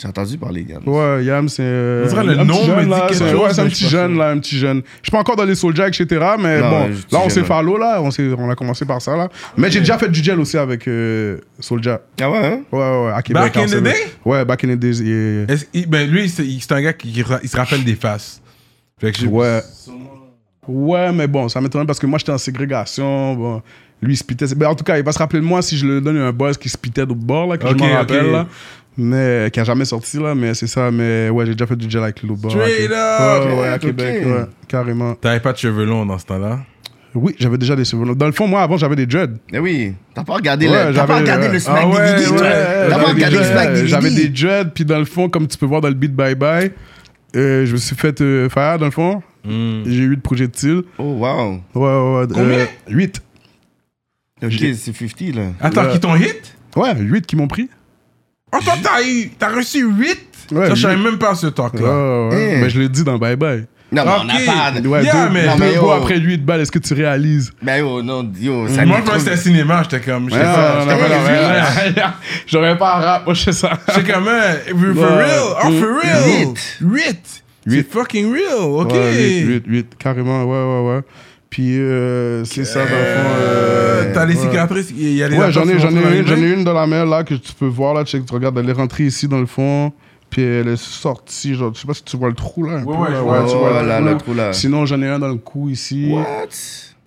[SPEAKER 3] J'ai entendu parler, Yann.
[SPEAKER 4] Ouais, Yam, c'est. euh,
[SPEAKER 1] On dirait le
[SPEAKER 4] un
[SPEAKER 1] nom
[SPEAKER 4] petit
[SPEAKER 1] me
[SPEAKER 4] jeune,
[SPEAKER 1] dit
[SPEAKER 4] là,
[SPEAKER 1] quelque
[SPEAKER 4] c'est-
[SPEAKER 1] chose,
[SPEAKER 4] Ouais, c'est un
[SPEAKER 1] mais
[SPEAKER 4] petit
[SPEAKER 1] je suis pas
[SPEAKER 4] jeune,
[SPEAKER 1] sûr.
[SPEAKER 4] là, un petit jeune. Je suis pas encore dans les Soulja, etc., mais
[SPEAKER 3] Non,
[SPEAKER 4] bon,
[SPEAKER 3] ouais, je suis
[SPEAKER 4] là, on s'est
[SPEAKER 3] jeune,
[SPEAKER 4] fait à l'eau, là, on, s'est- on a commencé par ça, là. Mais j'ai déjà fait du gel aussi avec euh, Soulja.
[SPEAKER 3] Ah ouais, hein?
[SPEAKER 4] Ouais, ouais, ouais, à Québec.
[SPEAKER 1] Back
[SPEAKER 4] à
[SPEAKER 1] in the
[SPEAKER 4] Barcelone.
[SPEAKER 1] day?
[SPEAKER 4] Ouais, back in the days. yeah.
[SPEAKER 1] Est-ce- il- ben lui, c'est il- c'est un gars qui, qui ra- il se rappelle des faces. Fait que je-
[SPEAKER 4] Ouais. Ouais, mais bon, ça m'étonne parce que moi, j'étais en ségrégation. Bon, lui, il spitait. Ben, en tout cas, il va se rappeler de moi si je lui donne un buzz qui spitait de bord, là, que
[SPEAKER 1] Ok,
[SPEAKER 4] je m'en rappelle,
[SPEAKER 1] ok.
[SPEAKER 4] là. Mais qui a jamais sorti, là, mais c'est ça. Mais ouais, j'ai déjà fait du gel avec l'autre bord. à
[SPEAKER 1] Straight
[SPEAKER 4] Québec.
[SPEAKER 1] up!
[SPEAKER 4] Ouais, ouais, à
[SPEAKER 3] Ok.
[SPEAKER 4] Québec, ouais, carrément.
[SPEAKER 1] T'avais pas de cheveux longs dans ce temps-là.
[SPEAKER 4] Oui, j'avais déjà des cheveux. longs. Dans le fond, moi, avant, j'avais des dreads.
[SPEAKER 3] Eh oui. T'as pas regardé
[SPEAKER 4] Ouais,
[SPEAKER 3] le, t'as pas
[SPEAKER 4] j'avais-
[SPEAKER 3] regardé
[SPEAKER 4] ouais.
[SPEAKER 3] le snack
[SPEAKER 1] Ah
[SPEAKER 3] des
[SPEAKER 1] ouais,
[SPEAKER 3] Didi,
[SPEAKER 1] ouais,
[SPEAKER 3] toi?
[SPEAKER 1] ouais,
[SPEAKER 3] T'as pas
[SPEAKER 4] j'avais, des
[SPEAKER 3] regardé le snack
[SPEAKER 4] dreads,
[SPEAKER 3] des
[SPEAKER 4] j'avais
[SPEAKER 3] Didi?
[SPEAKER 4] des dreads, puis dans le fond, comme tu peux voir dans le beat Bye Bye, euh, je me suis fait euh, faire, dans le fond. J'ai eu de projectiles.
[SPEAKER 3] Oh, wow.
[SPEAKER 4] Ouais, ouais, euh, ouais.
[SPEAKER 1] Combien
[SPEAKER 4] 8.
[SPEAKER 3] Ok,
[SPEAKER 4] J'ai-
[SPEAKER 3] c'est 50, là.
[SPEAKER 1] Attends,
[SPEAKER 4] Ouais.
[SPEAKER 1] qui t'ont hit?
[SPEAKER 4] Ouais, 8 qui m'ont pris.
[SPEAKER 1] Oh, toi, t'as eu- t'as reçu 8?
[SPEAKER 4] Ouais,
[SPEAKER 1] ça, je savais
[SPEAKER 4] huit.
[SPEAKER 1] même pas ce
[SPEAKER 4] Ouais,
[SPEAKER 1] talk-là.
[SPEAKER 4] ouais, ouais.
[SPEAKER 3] Eh.
[SPEAKER 4] Mais je l'ai dit dans Bye Bye.
[SPEAKER 3] Non, mais
[SPEAKER 1] Ok.
[SPEAKER 3] on a pas... de-
[SPEAKER 4] Ouais,
[SPEAKER 1] Yeah,
[SPEAKER 4] deux,
[SPEAKER 1] mais-
[SPEAKER 4] deux
[SPEAKER 3] Non, mais oh.
[SPEAKER 4] mois
[SPEAKER 3] yo.
[SPEAKER 4] après 8 balles, est-ce que tu réalises
[SPEAKER 3] Ben yo, non, yo, ça
[SPEAKER 1] Moi,
[SPEAKER 3] nous
[SPEAKER 1] quand
[SPEAKER 3] trouve-
[SPEAKER 1] c'était cinéma, j'étais comme. J'étais
[SPEAKER 4] Ah,
[SPEAKER 1] comme.
[SPEAKER 4] on
[SPEAKER 1] j'étais
[SPEAKER 4] a
[SPEAKER 1] comme,
[SPEAKER 4] pas
[SPEAKER 1] ouais.
[SPEAKER 4] la- J'aurais pas un rap, moi, je sais ça.
[SPEAKER 1] J'étais comme, hein, for
[SPEAKER 4] Ouais.
[SPEAKER 1] real? Oh, for real?
[SPEAKER 3] Huit.
[SPEAKER 1] 8. C'est
[SPEAKER 4] Huit.
[SPEAKER 1] fucking real, ok.
[SPEAKER 4] 8, 8, carrément, ouais, ouais, ouais. Puis, euh, c'est ça, dans le fond.
[SPEAKER 1] Euh,
[SPEAKER 4] euh,
[SPEAKER 1] T'as les
[SPEAKER 4] ouais.
[SPEAKER 1] cicatrices, il y a les
[SPEAKER 4] Ouais, j'en ai,
[SPEAKER 1] attaches
[SPEAKER 4] j'en
[SPEAKER 1] dans
[SPEAKER 4] ai,
[SPEAKER 1] les
[SPEAKER 4] une, j'en ai
[SPEAKER 1] mains.
[SPEAKER 4] une dans la main là que tu peux voir là, check, tu regardes, elle est rentrée ici dans le fond, puis elle est sortie, genre, je sais pas si tu vois le trou là.
[SPEAKER 1] Ouais,
[SPEAKER 4] un peu,
[SPEAKER 1] ouais,
[SPEAKER 4] là,
[SPEAKER 1] je
[SPEAKER 3] Ouais,
[SPEAKER 1] vois,
[SPEAKER 4] tu
[SPEAKER 3] ouais,
[SPEAKER 4] vois le
[SPEAKER 3] là,
[SPEAKER 4] trou,
[SPEAKER 3] le
[SPEAKER 4] là.
[SPEAKER 3] trou, là.
[SPEAKER 4] Sinon, j'en ai un dans le cou ici,
[SPEAKER 3] What?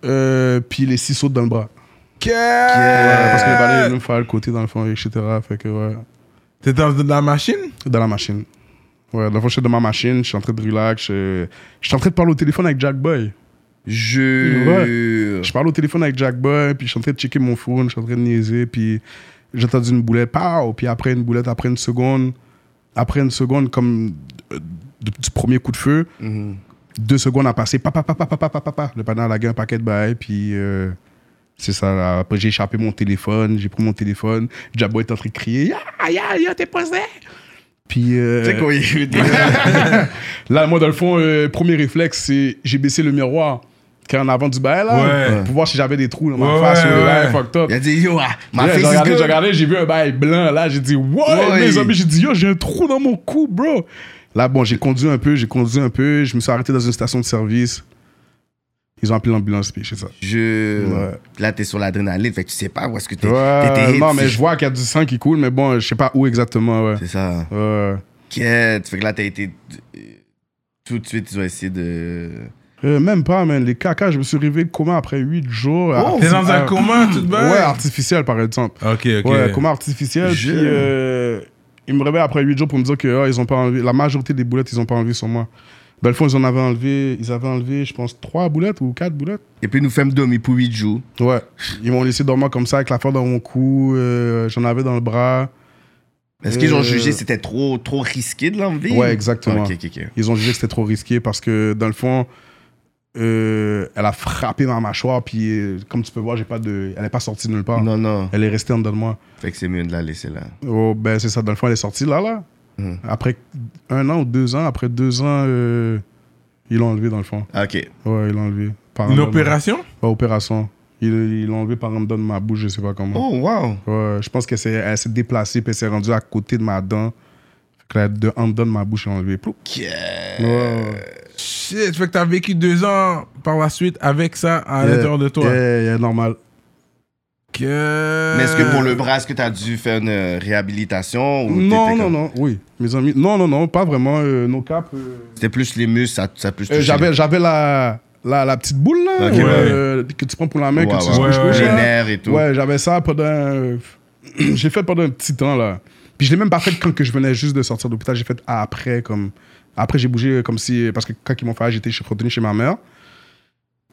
[SPEAKER 4] euh, puis les six autres dans le bras. Ouais, parce que les balais, ils nous font le côté dans le fond, etc. Fait que ouais,
[SPEAKER 1] T'es dans dans la machine?
[SPEAKER 4] dans la machine. Ouais, dans le fond, je suis dans ma machine, je suis en train de relax. Je, je suis en train de parler au téléphone avec Jack Boy.
[SPEAKER 3] Je. euh.
[SPEAKER 4] Je parle au téléphone avec Jack Boy, puis je suis en train de checker mon phone, je suis en train de niaiser, puis j'ai entendu une boulette, pow! Puis après une boulette, après une seconde, après une seconde, comme euh, du, du premier coup de feu,
[SPEAKER 3] Mm-hmm.
[SPEAKER 4] deux secondes à passer, pa, pa, pa, pa, pa, pa, pa, pa, pa. Le panneau a gagné un paquet de bail, puis euh, c'est ça. là. Après, j'ai échappé mon téléphone, j'ai pris mon téléphone, Jack Boy est en train de crier, ya, ya, ya, t'es posé! Puis. euh,
[SPEAKER 3] Tu sais quoi, il est
[SPEAKER 4] Là, moi, dans le fond, euh, premier réflexe, c'est j'ai baissé le miroir qui est en avant du bail, là,
[SPEAKER 1] Ouais.
[SPEAKER 4] pour voir si j'avais des trous dans ma
[SPEAKER 1] Ouais,
[SPEAKER 4] face ou
[SPEAKER 1] ouais,
[SPEAKER 4] le bail
[SPEAKER 1] ouais.
[SPEAKER 4] fucked up.
[SPEAKER 3] Il a dit, yo, ah, ma
[SPEAKER 4] Là,
[SPEAKER 3] face
[SPEAKER 4] j'ai
[SPEAKER 3] is
[SPEAKER 4] regardé,
[SPEAKER 3] good.
[SPEAKER 4] j'ai regardé, j'ai vu un bail blanc, là, j'ai dit, what,
[SPEAKER 3] Ouais.
[SPEAKER 4] mes amis, j'ai dit, yo, j'ai un trou dans mon cou, bro. Là, bon, j'ai conduit un peu, j'ai conduit un peu, je me suis arrêté dans une station de service. Ils ont appelé l'ambulance, puis c'est ça.
[SPEAKER 3] Je.
[SPEAKER 4] Ouais.
[SPEAKER 3] Là, t'es sur l'adrénaline, fait que tu sais pas où est-ce que t'es. t'étais
[SPEAKER 4] Ouais,
[SPEAKER 3] hit,
[SPEAKER 4] non, mais
[SPEAKER 3] c'est-
[SPEAKER 4] je vois qu'il y a du sang qui coule, mais bon, je sais pas où exactement, ouais.
[SPEAKER 3] C'est ça.
[SPEAKER 4] Ouais.
[SPEAKER 3] Quête. Fait que là, t'as été. euh, Tout de suite, ils ont essayé de.
[SPEAKER 4] Euh, même pas, man. Les caca, je me suis réveillé comment après 8 jours.
[SPEAKER 1] Oh, T'es dans un
[SPEAKER 4] Euh,
[SPEAKER 1] coma, tout de même?
[SPEAKER 4] Ouais, artificiel, par exemple.
[SPEAKER 1] Ok, ok.
[SPEAKER 4] Ouais, coma artificiel.
[SPEAKER 3] Je-
[SPEAKER 4] Puis, euh, ils me réveillent après 8 jours pour me dire que ah, ils ont pas enlevé. La majorité des boulettes, ils ont pas enlevé sur moi. Ben, le fond, ils en avaient enlevé, ils avaient enlevé, je pense, 3 boulettes ou 4 boulettes.
[SPEAKER 3] Et puis, nous femmes dormir pour 8 jours.
[SPEAKER 4] Ouais. Ils m'ont laissé dormir comme ça, avec la fleur dans mon cou, euh, j'en avais dans le bras.
[SPEAKER 3] Est-ce qu'ils ont
[SPEAKER 4] Euh,
[SPEAKER 3] jugé que c'était trop, trop risqué de l'enlever
[SPEAKER 4] Ouais, exactement.
[SPEAKER 3] Ok, ok, ok.
[SPEAKER 4] Ils ont jugé que c'était trop risqué parce que, dans le fond, euh, elle a frappé ma mâchoire, puis euh, comme tu peux voir, j'ai pas de... elle n'est pas sortie de nulle part.
[SPEAKER 3] Non, non.
[SPEAKER 4] Elle est restée en dedans de moi.
[SPEAKER 3] Fait que c'est mieux de la laisser là.
[SPEAKER 4] Oh, ben, c'est ça, dans le fond, elle est sortie là, là.
[SPEAKER 3] Mhm.
[SPEAKER 4] Après un an ou deux ans, après deux ans, euh, ils l'ont enlevé, dans le fond.
[SPEAKER 3] Ok.
[SPEAKER 4] Ouais, ils l'ont enlevé. Par
[SPEAKER 1] Une
[SPEAKER 4] un don de-
[SPEAKER 1] opération?
[SPEAKER 4] Ouais, opération. Ils ils l'ont enlevé par un don de ma bouche, je sais pas comment.
[SPEAKER 3] Oh, wow.
[SPEAKER 4] Ouais, je pense qu'elle s'est elle s'est déplacée, puis elle s'est rendue à côté de ma dent. Fait que là, de, en dedans de ma bouche, ils l'ont enlevé. Ploup.
[SPEAKER 3] Euh,
[SPEAKER 4] Ouais, ouais.
[SPEAKER 1] Shit, fait que t'as vécu deux ans par la suite avec ça à
[SPEAKER 4] Yeah,
[SPEAKER 1] l'intérieur de toi.
[SPEAKER 4] yeah, yeah, normal.
[SPEAKER 1] Que-
[SPEAKER 3] Mais est-ce que pour le bras, est-ce que t'as dû faire une euh, réhabilitation ou
[SPEAKER 4] Non,
[SPEAKER 3] Oh, t'étais
[SPEAKER 4] non,
[SPEAKER 3] comme-
[SPEAKER 4] non, oui. Mes amis, non, non, non, pas vraiment. euh, nos capes. euh,
[SPEAKER 3] C'était plus les muscles, ça, ça a plus
[SPEAKER 4] Euh,
[SPEAKER 3] touché.
[SPEAKER 4] j'avais, j'avais la, la, la petite boule là,
[SPEAKER 3] Ok,
[SPEAKER 4] ouais,
[SPEAKER 3] ouais.
[SPEAKER 4] euh, que tu prends pour la main,
[SPEAKER 3] Ouais,
[SPEAKER 4] que tu
[SPEAKER 3] ouais,
[SPEAKER 4] squish,
[SPEAKER 1] ouais,
[SPEAKER 4] squish,
[SPEAKER 3] les
[SPEAKER 4] là.
[SPEAKER 3] nerfs et tout.
[SPEAKER 4] Ouais, j'avais ça pendant. euh, j'ai fait pendant un petit temps là. Puis je l'ai même pas fait quand que je venais juste de sortir de l'hôpital, j'ai fait après comme. Après j'ai bougé euh, comme si. Parce que quand ils m'ont fait, j'étais chez- retourné chez ma mère.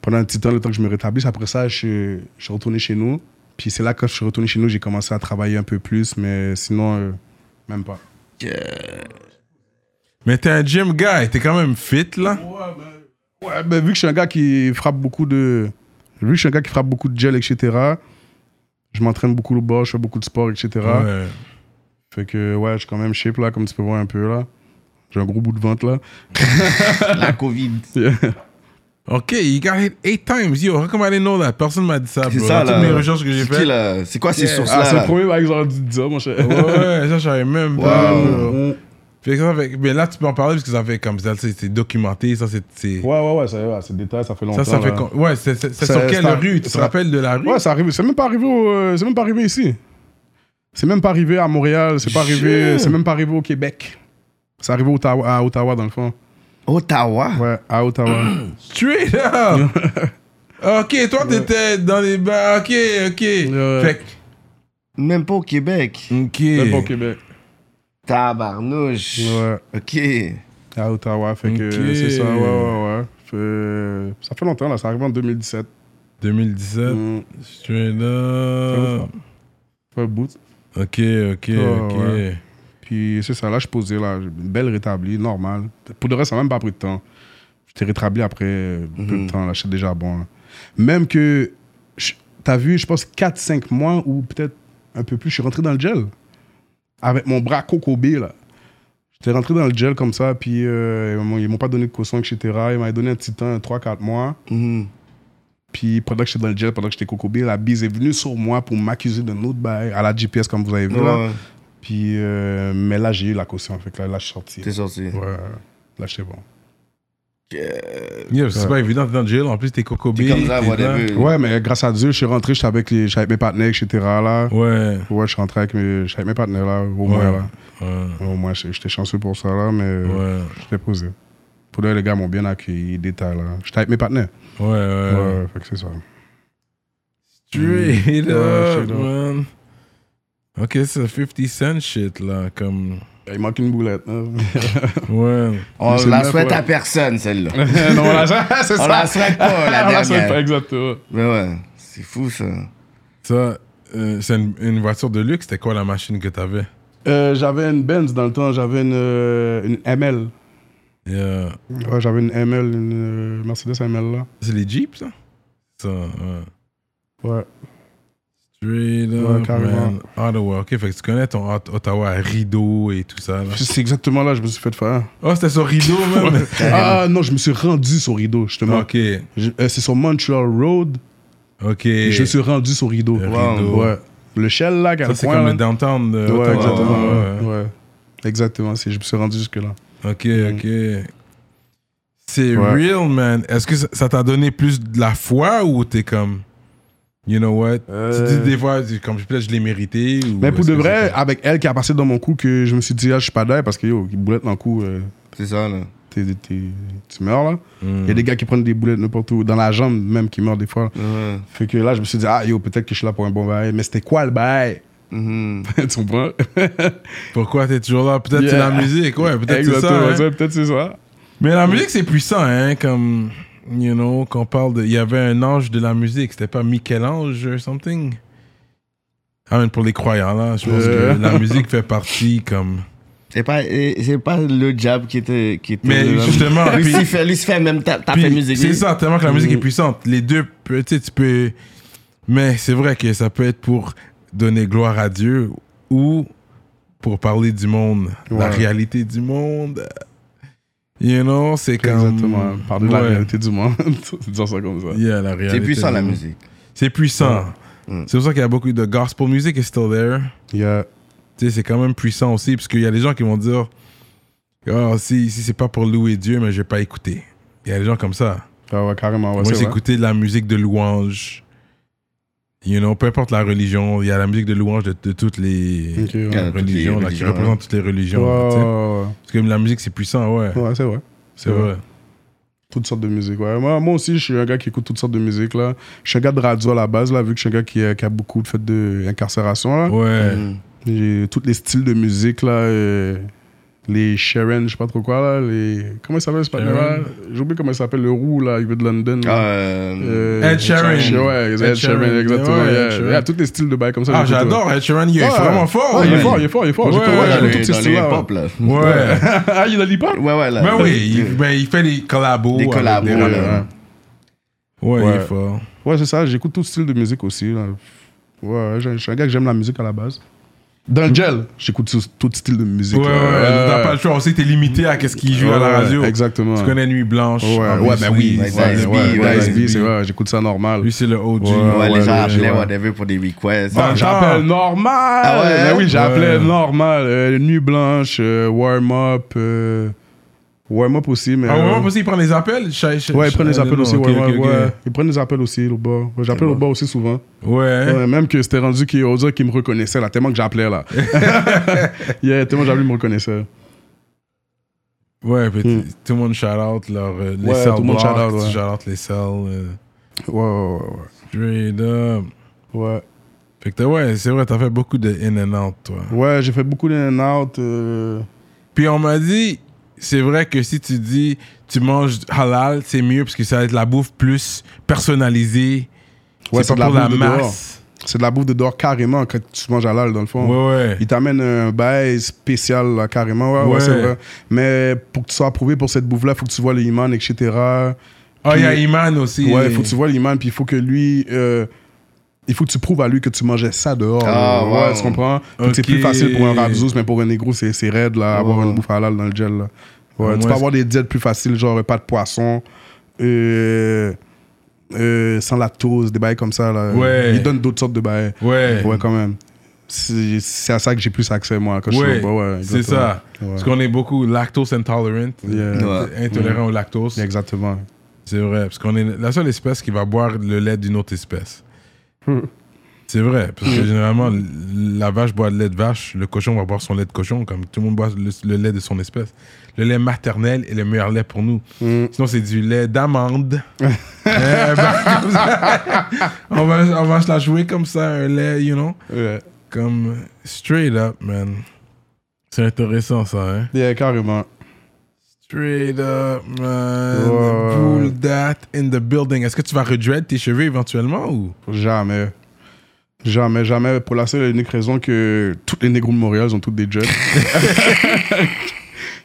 [SPEAKER 4] Pendant un petit temps, le temps que je me rétablisse. Après ça, je, je suis retourné chez nous. Puis c'est là que je suis retourné chez nous, j'ai commencé à travailler un peu plus, mais sinon, euh, même pas.
[SPEAKER 1] Mais t'es un gym guy, t'es quand même fit là.
[SPEAKER 4] Ouais, ben, vu que je suis un gars qui frappe beaucoup de. Vu que je suis un gars qui frappe beaucoup de gel, etc. Je m'entraîne beaucoup le bord, je fais beaucoup de sport, etc.
[SPEAKER 1] Ouais.
[SPEAKER 4] Fait que, ouais, je suis quand même shape, là, comme tu peux voir un peu, là. J'ai un gros bout de ventre, là.
[SPEAKER 3] La COVID.
[SPEAKER 1] Ok, you got hit eight times. Yo, how come I didn't know that? Personne m'a dit ça,
[SPEAKER 3] C'est
[SPEAKER 1] bro.
[SPEAKER 3] ça
[SPEAKER 1] Dans
[SPEAKER 3] là.
[SPEAKER 1] Toutes mes recherches que j'ai
[SPEAKER 3] C'est qui,
[SPEAKER 1] faites.
[SPEAKER 3] là C'est quoi ces sources
[SPEAKER 4] ah, c'est le
[SPEAKER 3] là
[SPEAKER 4] premier bail que j'aurais dû te dire, mon cher.
[SPEAKER 1] Ouais, ouais, ça, j'avais même pas.
[SPEAKER 3] Wow. Mm,
[SPEAKER 1] bro. Fait que ça fait- Mais là, tu peux en parler parce que ça fait comme ça, c'est c'est documenté, ça, c'est. c'est-
[SPEAKER 4] Ouais, ouais, ouais, ça, ouais, c'est des détail, ça fait longtemps.
[SPEAKER 1] Ça, ça fait.
[SPEAKER 4] là.
[SPEAKER 1] con- Ouais, c'est c'est- c'est
[SPEAKER 4] Ça-
[SPEAKER 1] sur quelle
[SPEAKER 4] ça-
[SPEAKER 1] rue Tu te
[SPEAKER 4] ça-
[SPEAKER 1] rappelles de la rue
[SPEAKER 4] Ouais, c'est arrivé. C'est même pas arrivé au, euh, C'est même pas arrivé ici. C'est même pas arrivé à Montréal, c'est pas arrivé.
[SPEAKER 1] Shit.
[SPEAKER 4] C'est même pas arrivé au Québec. C'est arrivé au Ottawa- à Ottawa, dans le fond.
[SPEAKER 3] Ottawa.
[SPEAKER 4] Ouais, à Ottawa.
[SPEAKER 1] Straight up! ok, toi, t'étais dans les bars. Ok, ok. Fait que-
[SPEAKER 3] Même pas au Québec.
[SPEAKER 1] Ok.
[SPEAKER 4] Même pas au Québec.
[SPEAKER 3] Tabarnouche.
[SPEAKER 4] Ouais.
[SPEAKER 3] Ok.
[SPEAKER 4] À Ottawa, fait que
[SPEAKER 1] Ok.
[SPEAKER 4] c'est ça, ouais, ouais, ouais. Fait- ça fait longtemps, là, ça arrive en 2017.
[SPEAKER 1] 2017.
[SPEAKER 4] Mm.
[SPEAKER 1] Straight up.
[SPEAKER 4] Fait un bout.
[SPEAKER 1] Ok, ok,
[SPEAKER 4] Oh,
[SPEAKER 1] ok.
[SPEAKER 4] ouais. Puis c'est ça, là, je posais, là, j'ai une belle rétablie, normale. Pour le reste, ça n'a même pas pris de temps. J'étais rétabli après euh, peu de temps, là, j'étais déjà bon. là. Même que, je- t'as vu, je pense, 4-5 mois ou peut-être un peu plus, je suis rentré dans le gel. Avec mon bras cocobé, là. J'étais rentré dans le gel comme ça, puis euh, ils m'ont- ils m'ont pas donné de caution, etc. Ils m'avaient donné un petit temps, 3-4 mois.
[SPEAKER 3] Mhm.
[SPEAKER 4] Puis pendant que j'étais dans le gel, pendant que j'étais cocobé, la bise est venue sur moi pour m'accuser d'un autre bail à la GPS, comme vous avez vu.
[SPEAKER 3] Ouais,
[SPEAKER 4] Là.
[SPEAKER 3] ouais.
[SPEAKER 4] Puis, euh, mais là, j'ai eu la caution. Fait que là, là, je suis sorti.
[SPEAKER 3] T'es sorti.
[SPEAKER 4] Ouais, là, c'est bon.
[SPEAKER 1] Yeah, c'est pas évident, t'es dans le jail. En plus, t'es cocobé.
[SPEAKER 3] T'es comme ça,
[SPEAKER 1] t'es
[SPEAKER 3] whatever.
[SPEAKER 4] Ouais, mais grâce à Dieu, je suis rentré, j'étais avec, les, j'étais avec mes partenaires, etc. Là.
[SPEAKER 1] là. Ouais.
[SPEAKER 4] Ouais, je suis rentré avec mes, j'étais avec mes partenaires, là, au moins.
[SPEAKER 1] Ouais.
[SPEAKER 4] Là.
[SPEAKER 1] Ouais.
[SPEAKER 4] Au moins, j'étais j'étais chanceux pour ça, là, mais euh,
[SPEAKER 1] Ouais.
[SPEAKER 4] j'étais posé. Pour là, les gars m'ont bien accueilli, détail, là. J'étais avec mes partenaires.
[SPEAKER 1] Ouais, ouais.
[SPEAKER 4] Ouais,
[SPEAKER 1] ouais.
[SPEAKER 4] fait que c'est ça.
[SPEAKER 1] Straight
[SPEAKER 4] Ouais,
[SPEAKER 1] up,
[SPEAKER 4] straight up.
[SPEAKER 1] man. Ok, c'est 50 cent shit, là. Comme.
[SPEAKER 4] Il manque une boulette. hein.
[SPEAKER 1] Ouais.
[SPEAKER 3] On
[SPEAKER 4] c'est
[SPEAKER 3] la
[SPEAKER 4] neuf,
[SPEAKER 3] souhaite
[SPEAKER 4] ouais.
[SPEAKER 3] à personne, celle-là.
[SPEAKER 4] non, on la souhaite, c'est
[SPEAKER 3] On
[SPEAKER 4] ça.
[SPEAKER 3] la souhaite pas, la
[SPEAKER 4] On la souhaite
[SPEAKER 3] dernière.
[SPEAKER 4] pas, exactement.
[SPEAKER 3] Mais ouais, c'est fou, ça.
[SPEAKER 1] Ça, euh, c'est une, une voiture de luxe. C'était quoi la machine que t'avais?
[SPEAKER 4] Euh, j'avais une Benz dans le temps, j'avais une, euh, une ML.
[SPEAKER 1] Yeah.
[SPEAKER 4] Ouais, j'avais une ML, une euh, Mercedes ML là.
[SPEAKER 1] C'est les Jeeps, ça? Ça, ouais.
[SPEAKER 4] Ouais.
[SPEAKER 1] Straight
[SPEAKER 4] Ouais,
[SPEAKER 1] up,
[SPEAKER 4] carrément.
[SPEAKER 1] man. Ottawa. Ah, Ok, fait que tu connais ton Ot- Ottawa à rideau et tout ça. là.
[SPEAKER 4] Puis C'est exactement là que je me suis fait faire.
[SPEAKER 1] Oh, c'était sur rideau même.
[SPEAKER 4] Ah non, je me suis rendu sur Rideau, justement.
[SPEAKER 1] ok,
[SPEAKER 4] Je- euh, c'est sur Montreal Road,
[SPEAKER 1] ok.
[SPEAKER 4] je me suis rendu sur Rideau.
[SPEAKER 1] Le
[SPEAKER 3] Wow.
[SPEAKER 1] rideau.
[SPEAKER 4] Ouais. Le Shell là, qui a
[SPEAKER 1] Ça,
[SPEAKER 4] le
[SPEAKER 1] c'est
[SPEAKER 4] coin,
[SPEAKER 1] comme
[SPEAKER 4] là.
[SPEAKER 1] le downtown de
[SPEAKER 4] Ouais,
[SPEAKER 1] Ottawa.
[SPEAKER 4] exactement.
[SPEAKER 1] Ouais,
[SPEAKER 4] Ouais. ouais. Exactement, c'est- je me suis rendu jusque-là.
[SPEAKER 1] Ok, ok. C'est
[SPEAKER 4] Mm. Ouais.
[SPEAKER 1] real, man. Est-ce que ça- ça t'a donné plus de la foi ou t'es comme, you know what? Tu
[SPEAKER 4] Euh.
[SPEAKER 1] dis des fois, tu- comme je peut-être je l'ai mérité. Ou
[SPEAKER 4] Mais pour
[SPEAKER 1] est-ce
[SPEAKER 4] de
[SPEAKER 1] que
[SPEAKER 4] vrai, ah.
[SPEAKER 1] c'est-
[SPEAKER 4] avec elle qui a passé dans mon cou, que je me suis dit, ah, je suis pas d'air parce que yo, une boulette dans le cou, euh,
[SPEAKER 3] C'est ça, là.
[SPEAKER 4] t'es- t'es- tu meurs là. Il
[SPEAKER 1] Hmm.
[SPEAKER 4] y a des gars qui prennent des boulettes n'importe où, dans la jambe même, qui meurent des fois.
[SPEAKER 3] Ouais.
[SPEAKER 4] Fait que là, je me suis dit, ah yo, peut-être que je suis là pour un bon bail. Mais c'était quoi le bail
[SPEAKER 3] Mhm.
[SPEAKER 4] Tu comprends
[SPEAKER 1] Pourquoi t'es toujours là? Peut-être c'est
[SPEAKER 4] Yeah.
[SPEAKER 1] la musique, ouais, peut-être c'est ça.
[SPEAKER 4] Exactement,
[SPEAKER 1] hein.
[SPEAKER 4] ouais, Peut-être c'est ça.
[SPEAKER 1] Mais la musique, c'est puissant, hein, comme, you know, qu'on parle de... Il y avait un ange de la musique, c'était pas Michel-Ange or something? Ah, mais pour les croyants, là, je pense
[SPEAKER 4] Euh.
[SPEAKER 1] que la musique fait partie, comme...
[SPEAKER 3] C'est pas, eh, c'est pas le jab qui était. Qui était
[SPEAKER 1] Mais
[SPEAKER 3] le-
[SPEAKER 1] justement, puis-
[SPEAKER 3] Lucifer, Lucifer, même t'as t'as
[SPEAKER 1] Puis,
[SPEAKER 3] fait musique.
[SPEAKER 1] C'est ça, tellement que la
[SPEAKER 4] Mm.
[SPEAKER 1] musique est puissante. Les deux, peut- tu sais, tu peux... Mais c'est vrai que ça peut être pour donner gloire à Dieu ou pour parler du monde, la
[SPEAKER 4] Ouais.
[SPEAKER 1] réalité du monde. You know, c'est comme...
[SPEAKER 4] Exactement. Parler de la
[SPEAKER 1] Ouais.
[SPEAKER 4] réalité du monde. Disons ça comme ça.
[SPEAKER 1] Yeah, la réalité
[SPEAKER 3] C'est puissant,
[SPEAKER 1] du
[SPEAKER 3] la
[SPEAKER 1] monde.
[SPEAKER 3] musique.
[SPEAKER 1] C'est puissant.
[SPEAKER 3] Mm.
[SPEAKER 1] C'est pour ça qu'il y a beaucoup de gospel music is still there.
[SPEAKER 4] Yeah.
[SPEAKER 1] Tu sais, c'est quand même puissant aussi, parce qu'il y a des gens qui vont dire Oh, si, si c'est pas pour louer Dieu, mais je vais pas écouter. Il y a des gens comme ça.
[SPEAKER 4] Ah ouais, carrément. Ouais,
[SPEAKER 1] Moi,
[SPEAKER 4] c'est
[SPEAKER 1] j'ai
[SPEAKER 4] vrai.
[SPEAKER 1] écouté de la musique de louange. You know, peu importe la religion, il y a la musique de louange de, de toutes les
[SPEAKER 4] Ok, ouais.
[SPEAKER 3] Yeah. toutes les
[SPEAKER 1] religions, là, qui
[SPEAKER 3] religions,
[SPEAKER 1] représente toutes les
[SPEAKER 4] Ouais,
[SPEAKER 1] religions. là, tu sais.
[SPEAKER 4] ouais,
[SPEAKER 1] Parce que la musique, c'est puissant, ouais.
[SPEAKER 4] ouais. Ouais, c'est vrai.
[SPEAKER 1] c'est vrai.
[SPEAKER 4] Toutes sortes de musique. Ouais. Moi, moi aussi, je suis un gars qui écoute toutes sortes de musique. Là. Je suis un gars de radio à la base, là, vu que je suis un gars qui, a- qui a beaucoup de fait d'incarcération. là.
[SPEAKER 1] Ouais.
[SPEAKER 3] Mhm.
[SPEAKER 4] J'ai tous les styles de musique, là. euh, les Sharon, je sais pas trop quoi, là. Les... Comment il s'appelle, ce partenaire-là
[SPEAKER 1] Sharon. Ah.
[SPEAKER 4] J'ai oublié comment il s'appelle, le roux, là. Il veut de London. là.
[SPEAKER 3] Ah, Euh,
[SPEAKER 4] Euh,
[SPEAKER 1] Ed Sheeran.
[SPEAKER 4] Ouais, Ed,
[SPEAKER 1] Ed
[SPEAKER 4] Sheeran,
[SPEAKER 1] Sheeran.
[SPEAKER 4] exactement.
[SPEAKER 1] Ouais, Ed
[SPEAKER 4] yeah.
[SPEAKER 1] Sheeran.
[SPEAKER 4] Yeah, tous les styles de bail comme ça.
[SPEAKER 1] Ah,
[SPEAKER 4] j'écoute, ouais.
[SPEAKER 1] j'adore, Ed Sheeran, il est
[SPEAKER 4] Ouais.
[SPEAKER 1] vraiment fort.
[SPEAKER 4] Ouais, il est
[SPEAKER 1] ouais.
[SPEAKER 4] fort, il est fort, il est fort. J'écoute,
[SPEAKER 1] Ouais,
[SPEAKER 4] ouais,
[SPEAKER 3] dans
[SPEAKER 4] j'écoute
[SPEAKER 3] les-
[SPEAKER 4] tous ces
[SPEAKER 3] dans les
[SPEAKER 4] styles-là,
[SPEAKER 3] pop, là.
[SPEAKER 1] Ouais.
[SPEAKER 4] ouais. Ah, il a dit pas
[SPEAKER 3] Ouais, ouais, là.
[SPEAKER 1] Ben oui,
[SPEAKER 3] Euh,
[SPEAKER 1] il, ben, il fait des collabos.
[SPEAKER 3] Des
[SPEAKER 1] avec
[SPEAKER 3] collabos,
[SPEAKER 1] rappeurs.
[SPEAKER 3] là.
[SPEAKER 1] Ouais, il est
[SPEAKER 4] Ouais.
[SPEAKER 1] fort.
[SPEAKER 4] Ouais, c'est ça, j'écoute tout style de musique aussi. là. Ouais, je je suis un gars que j'aime la musique à la base. Dans le gel, j'écoute tout, tout style de musique.
[SPEAKER 1] Ouais, ouais,
[SPEAKER 4] là.
[SPEAKER 1] ouais, t'as pas le choix. On sait que t'es limité à qu'est-ce qu'il joue à la
[SPEAKER 4] Ouais,
[SPEAKER 1] radio.
[SPEAKER 4] exactement.
[SPEAKER 1] Tu connais Nuit Blanche.
[SPEAKER 4] Ouais,
[SPEAKER 1] Ah,
[SPEAKER 4] ouais, ben oui.
[SPEAKER 3] Ouais,
[SPEAKER 4] ouais,
[SPEAKER 3] Dice B,
[SPEAKER 4] ouais,
[SPEAKER 3] ouais,
[SPEAKER 4] Dice
[SPEAKER 3] Dice
[SPEAKER 4] B, c'est vrai, j'écoute ça normal.
[SPEAKER 1] Lui, c'est le OG.
[SPEAKER 4] Ouais,
[SPEAKER 3] Ouais, les
[SPEAKER 4] ouais,
[SPEAKER 3] gens appelaient
[SPEAKER 4] ouais.
[SPEAKER 3] whatever pour des requests.
[SPEAKER 4] Ah,
[SPEAKER 1] Ah,
[SPEAKER 4] j'appelle normal!
[SPEAKER 3] Ah ouais?
[SPEAKER 4] Ben oui, j'appelais
[SPEAKER 1] Ouais.
[SPEAKER 4] normal. Euh, Nuit blanche, euh, warm up. euh, warm up aussi, mais.
[SPEAKER 1] Ah,
[SPEAKER 4] euh,
[SPEAKER 1] ouais, parce qu'il prend les appels. Cha- cha-
[SPEAKER 4] Ouais, ils prennent les
[SPEAKER 1] cha-
[SPEAKER 4] appels
[SPEAKER 1] non,
[SPEAKER 4] aussi, Ah,
[SPEAKER 1] ok,
[SPEAKER 4] ouais, ouais,
[SPEAKER 1] ok, ok.
[SPEAKER 4] ouais. Ils prennent les appels aussi, le bas. Ouais, J'appelle le bas aussi souvent.
[SPEAKER 1] Ouais.
[SPEAKER 4] Ouais, même que c'était rendu qu'ils on dirait qu'ils me reconnaissaient, là, tellement que j'appelais, là. yeah, tellement j'appelais, ils me reconnaissaient.
[SPEAKER 1] Ouais, puis t- tout le monde shout out leur, euh, les
[SPEAKER 4] Hmm. Ouais,
[SPEAKER 1] cells.
[SPEAKER 4] tout le monde
[SPEAKER 1] blocks,
[SPEAKER 4] shout out, ouais.
[SPEAKER 1] Shout out les cells. euh,
[SPEAKER 4] Ouais, ouais, ouais,
[SPEAKER 1] straight up.
[SPEAKER 4] ouais. Ouais,
[SPEAKER 1] Fait que t'as- ouais, c'est vrai, t'as fait beaucoup de in and out, toi.
[SPEAKER 4] Ouais, j'ai fait beaucoup d'in and out. euh,
[SPEAKER 1] Puis on m'a dit, c'est vrai que si tu dis tu manges halal, c'est mieux parce que ça va être la bouffe plus personnalisée.
[SPEAKER 4] Ouais,
[SPEAKER 1] c'est
[SPEAKER 4] c'est
[SPEAKER 1] pas
[SPEAKER 4] de
[SPEAKER 1] pour
[SPEAKER 4] la
[SPEAKER 1] la
[SPEAKER 4] bouffe de dehors.
[SPEAKER 1] masse.
[SPEAKER 4] C'est de la bouffe de dehors carrément quand tu manges à l'al, dans le fond.
[SPEAKER 1] Ouais, ouais.
[SPEAKER 4] Ils t'amènent un bail spécial, là, carrément. Ouais, ouais,
[SPEAKER 1] Ouais.
[SPEAKER 4] c'est vrai. Mais pour que tu sois approuvé pour cette bouffe-là, il faut que tu vois les imams, etc.
[SPEAKER 1] Ah, il y a
[SPEAKER 4] Puis-
[SPEAKER 1] Iman aussi.
[SPEAKER 4] Ouais, il faut que tu vois l'imam, puis il faut que lui. euh, il faut que tu prouves à lui que tu mangeais ça dehors.
[SPEAKER 3] Ah,
[SPEAKER 4] là.
[SPEAKER 3] wow.
[SPEAKER 4] ouais, tu comprends? Puis C'est
[SPEAKER 1] Ok.
[SPEAKER 4] plus facile pour un rabzouz, mais pour un négro, c'est c'est raide, là, avoir
[SPEAKER 3] Ouais.
[SPEAKER 4] une bouffe halal dans le gel. Là. Ouais,
[SPEAKER 1] Au
[SPEAKER 4] tu
[SPEAKER 1] moins,
[SPEAKER 4] peux avoir des diètes plus faciles, genre euh, pas de poisson, euh, euh, sans lactose, des bails comme ça. Là.
[SPEAKER 1] Ouais.
[SPEAKER 4] Ils donnent d'autres sortes de bails.
[SPEAKER 1] Ouais.
[SPEAKER 4] Ouais, quand même. C'est c'est à ça que j'ai plus accès, moi, quand je suis
[SPEAKER 1] Ouais,
[SPEAKER 4] là-bas. Ouais,
[SPEAKER 1] c'est
[SPEAKER 4] exactement.
[SPEAKER 1] ça.
[SPEAKER 4] Ouais.
[SPEAKER 1] Parce qu'on est beaucoup lactose intolerant,
[SPEAKER 4] Yeah.
[SPEAKER 3] Ouais.
[SPEAKER 1] intolérant au lactose.
[SPEAKER 4] Exactement.
[SPEAKER 1] C'est vrai, parce qu'on est la seule espèce qui va boire le lait d'une autre espèce. C'est vrai, parce que généralement, la vache boit le lait de vache, le cochon va boire son lait de cochon, comme tout le monde boit le, le lait de son espèce. Le lait maternel est le meilleur lait pour nous. Sinon, c'est du lait d'amande. Euh, ben, comme ça, on, va, on va se la jouer comme ça, un lait, you know,
[SPEAKER 4] Ouais.
[SPEAKER 1] comme straight up, man. C'est intéressant ça, hein.
[SPEAKER 4] Yeah, carrément.
[SPEAKER 1] Straight up, man.
[SPEAKER 4] Ouais.
[SPEAKER 1] Pull that in the building. Est-ce que tu vas redread tes cheveux éventuellement ou
[SPEAKER 4] Jamais. Jamais, jamais. Pour la seule et unique raison que toutes les négros de Montréal ils ont toutes des jets.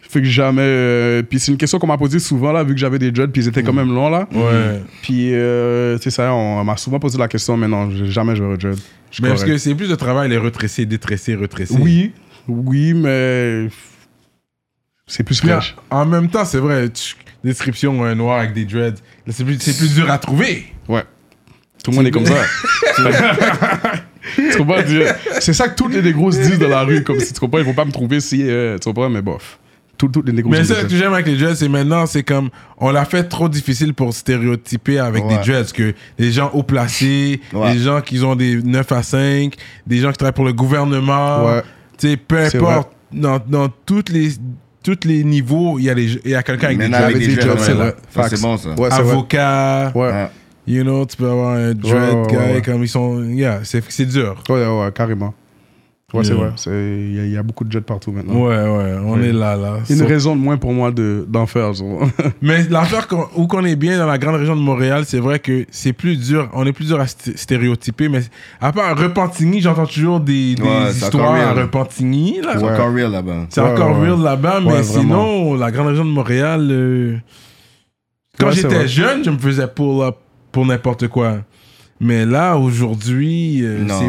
[SPEAKER 4] fait que jamais. euh, Puis c'est une question qu'on m'a posée souvent, là, vu que j'avais des jets, puis ils étaient quand même longs, là.
[SPEAKER 1] Mm. Ouais.
[SPEAKER 4] Puis euh, c'est ça, on m'a souvent posé la question, mais non, j'ai- jamais je vais jet. Je suis
[SPEAKER 1] Mais est-ce que
[SPEAKER 4] correct.
[SPEAKER 1] c'est plus de travail les retresser, détresser, retresser
[SPEAKER 4] Oui, oui, mais. C'est plus
[SPEAKER 1] Mais
[SPEAKER 4] fraîche.
[SPEAKER 1] en même temps, c'est vrai, tu- description euh, noire avec des dreads, là, c'est plus, c'est plus dur à trouver.
[SPEAKER 4] Ouais. Tout le monde est comme ça. tu comprends? Dieu? C'est ça que toutes les négros se disent dans la rue. Comme si, tu comprends? Ils vont pas me trouver si. euh, tu comprends? Mais bof. Tout- toutes les négros
[SPEAKER 1] Mais
[SPEAKER 4] se
[SPEAKER 1] ça que
[SPEAKER 4] disent.
[SPEAKER 1] j'aime avec les dreads, c'est maintenant, c'est comme on l'a fait trop difficile pour stéréotyper avec
[SPEAKER 3] Ouais.
[SPEAKER 1] des dreads que les gens haut placés,
[SPEAKER 3] Ouais.
[SPEAKER 1] les gens qui ont des 9 à 5, des gens qui travaillent pour le gouvernement,
[SPEAKER 4] Ouais.
[SPEAKER 1] tu sais, peu
[SPEAKER 4] C'est vrai.
[SPEAKER 1] importe, dans, dans toutes les tous les niveaux, il y a, les- il y a quelqu'un avec des
[SPEAKER 3] Maintenant,
[SPEAKER 1] dreads.
[SPEAKER 3] avec des
[SPEAKER 4] J'avais dit
[SPEAKER 3] dreads,
[SPEAKER 4] dreads, c'est
[SPEAKER 3] ouais.
[SPEAKER 4] vrai.
[SPEAKER 3] Ça, C'est
[SPEAKER 4] Facts.
[SPEAKER 3] bon, ça.
[SPEAKER 4] Ouais, c'est vrai.
[SPEAKER 1] Avocat,
[SPEAKER 4] Ouais.
[SPEAKER 3] Ouais.
[SPEAKER 1] you know, tu peux avoir un dread
[SPEAKER 4] Ouais, ouais,
[SPEAKER 1] guy
[SPEAKER 4] ouais.
[SPEAKER 1] comme ils sont, yeah, c'est c'est dur.
[SPEAKER 4] Ouais, ouais, ouais, carrément. Ouais, c'est
[SPEAKER 1] Yeah.
[SPEAKER 4] vrai. C'est- Il y, a- il y a beaucoup de jets partout maintenant.
[SPEAKER 1] Ouais, ouais, on
[SPEAKER 4] Ouais.
[SPEAKER 1] est là, là.
[SPEAKER 4] Une
[SPEAKER 1] So-
[SPEAKER 4] raison de moins pour moi de- d'en faire. genre.
[SPEAKER 1] Mais l'affaire qu'on- où qu'on est bien dans la grande région de Montréal, c'est vrai que c'est plus dur, on est plus dur à sté- stéréotyper, mais à part à Repentigny, j'entends toujours des, des
[SPEAKER 3] Ouais, c'est
[SPEAKER 1] histoires
[SPEAKER 3] encore
[SPEAKER 1] à
[SPEAKER 3] real.
[SPEAKER 1] Repentigny, là.
[SPEAKER 3] C'est
[SPEAKER 4] Ouais.
[SPEAKER 3] encore real là-bas.
[SPEAKER 1] C'est
[SPEAKER 4] Ouais,
[SPEAKER 1] encore
[SPEAKER 4] ouais.
[SPEAKER 1] real là-bas, mais
[SPEAKER 4] Ouais,
[SPEAKER 1] sinon, la grande région de Montréal, euh, quand
[SPEAKER 4] Ouais, c'est
[SPEAKER 1] j'étais
[SPEAKER 4] vrai.
[SPEAKER 1] jeune, je me faisais pull-up pour n'importe quoi. Mais là, aujourd'hui, euh,
[SPEAKER 3] Non.
[SPEAKER 1] c'est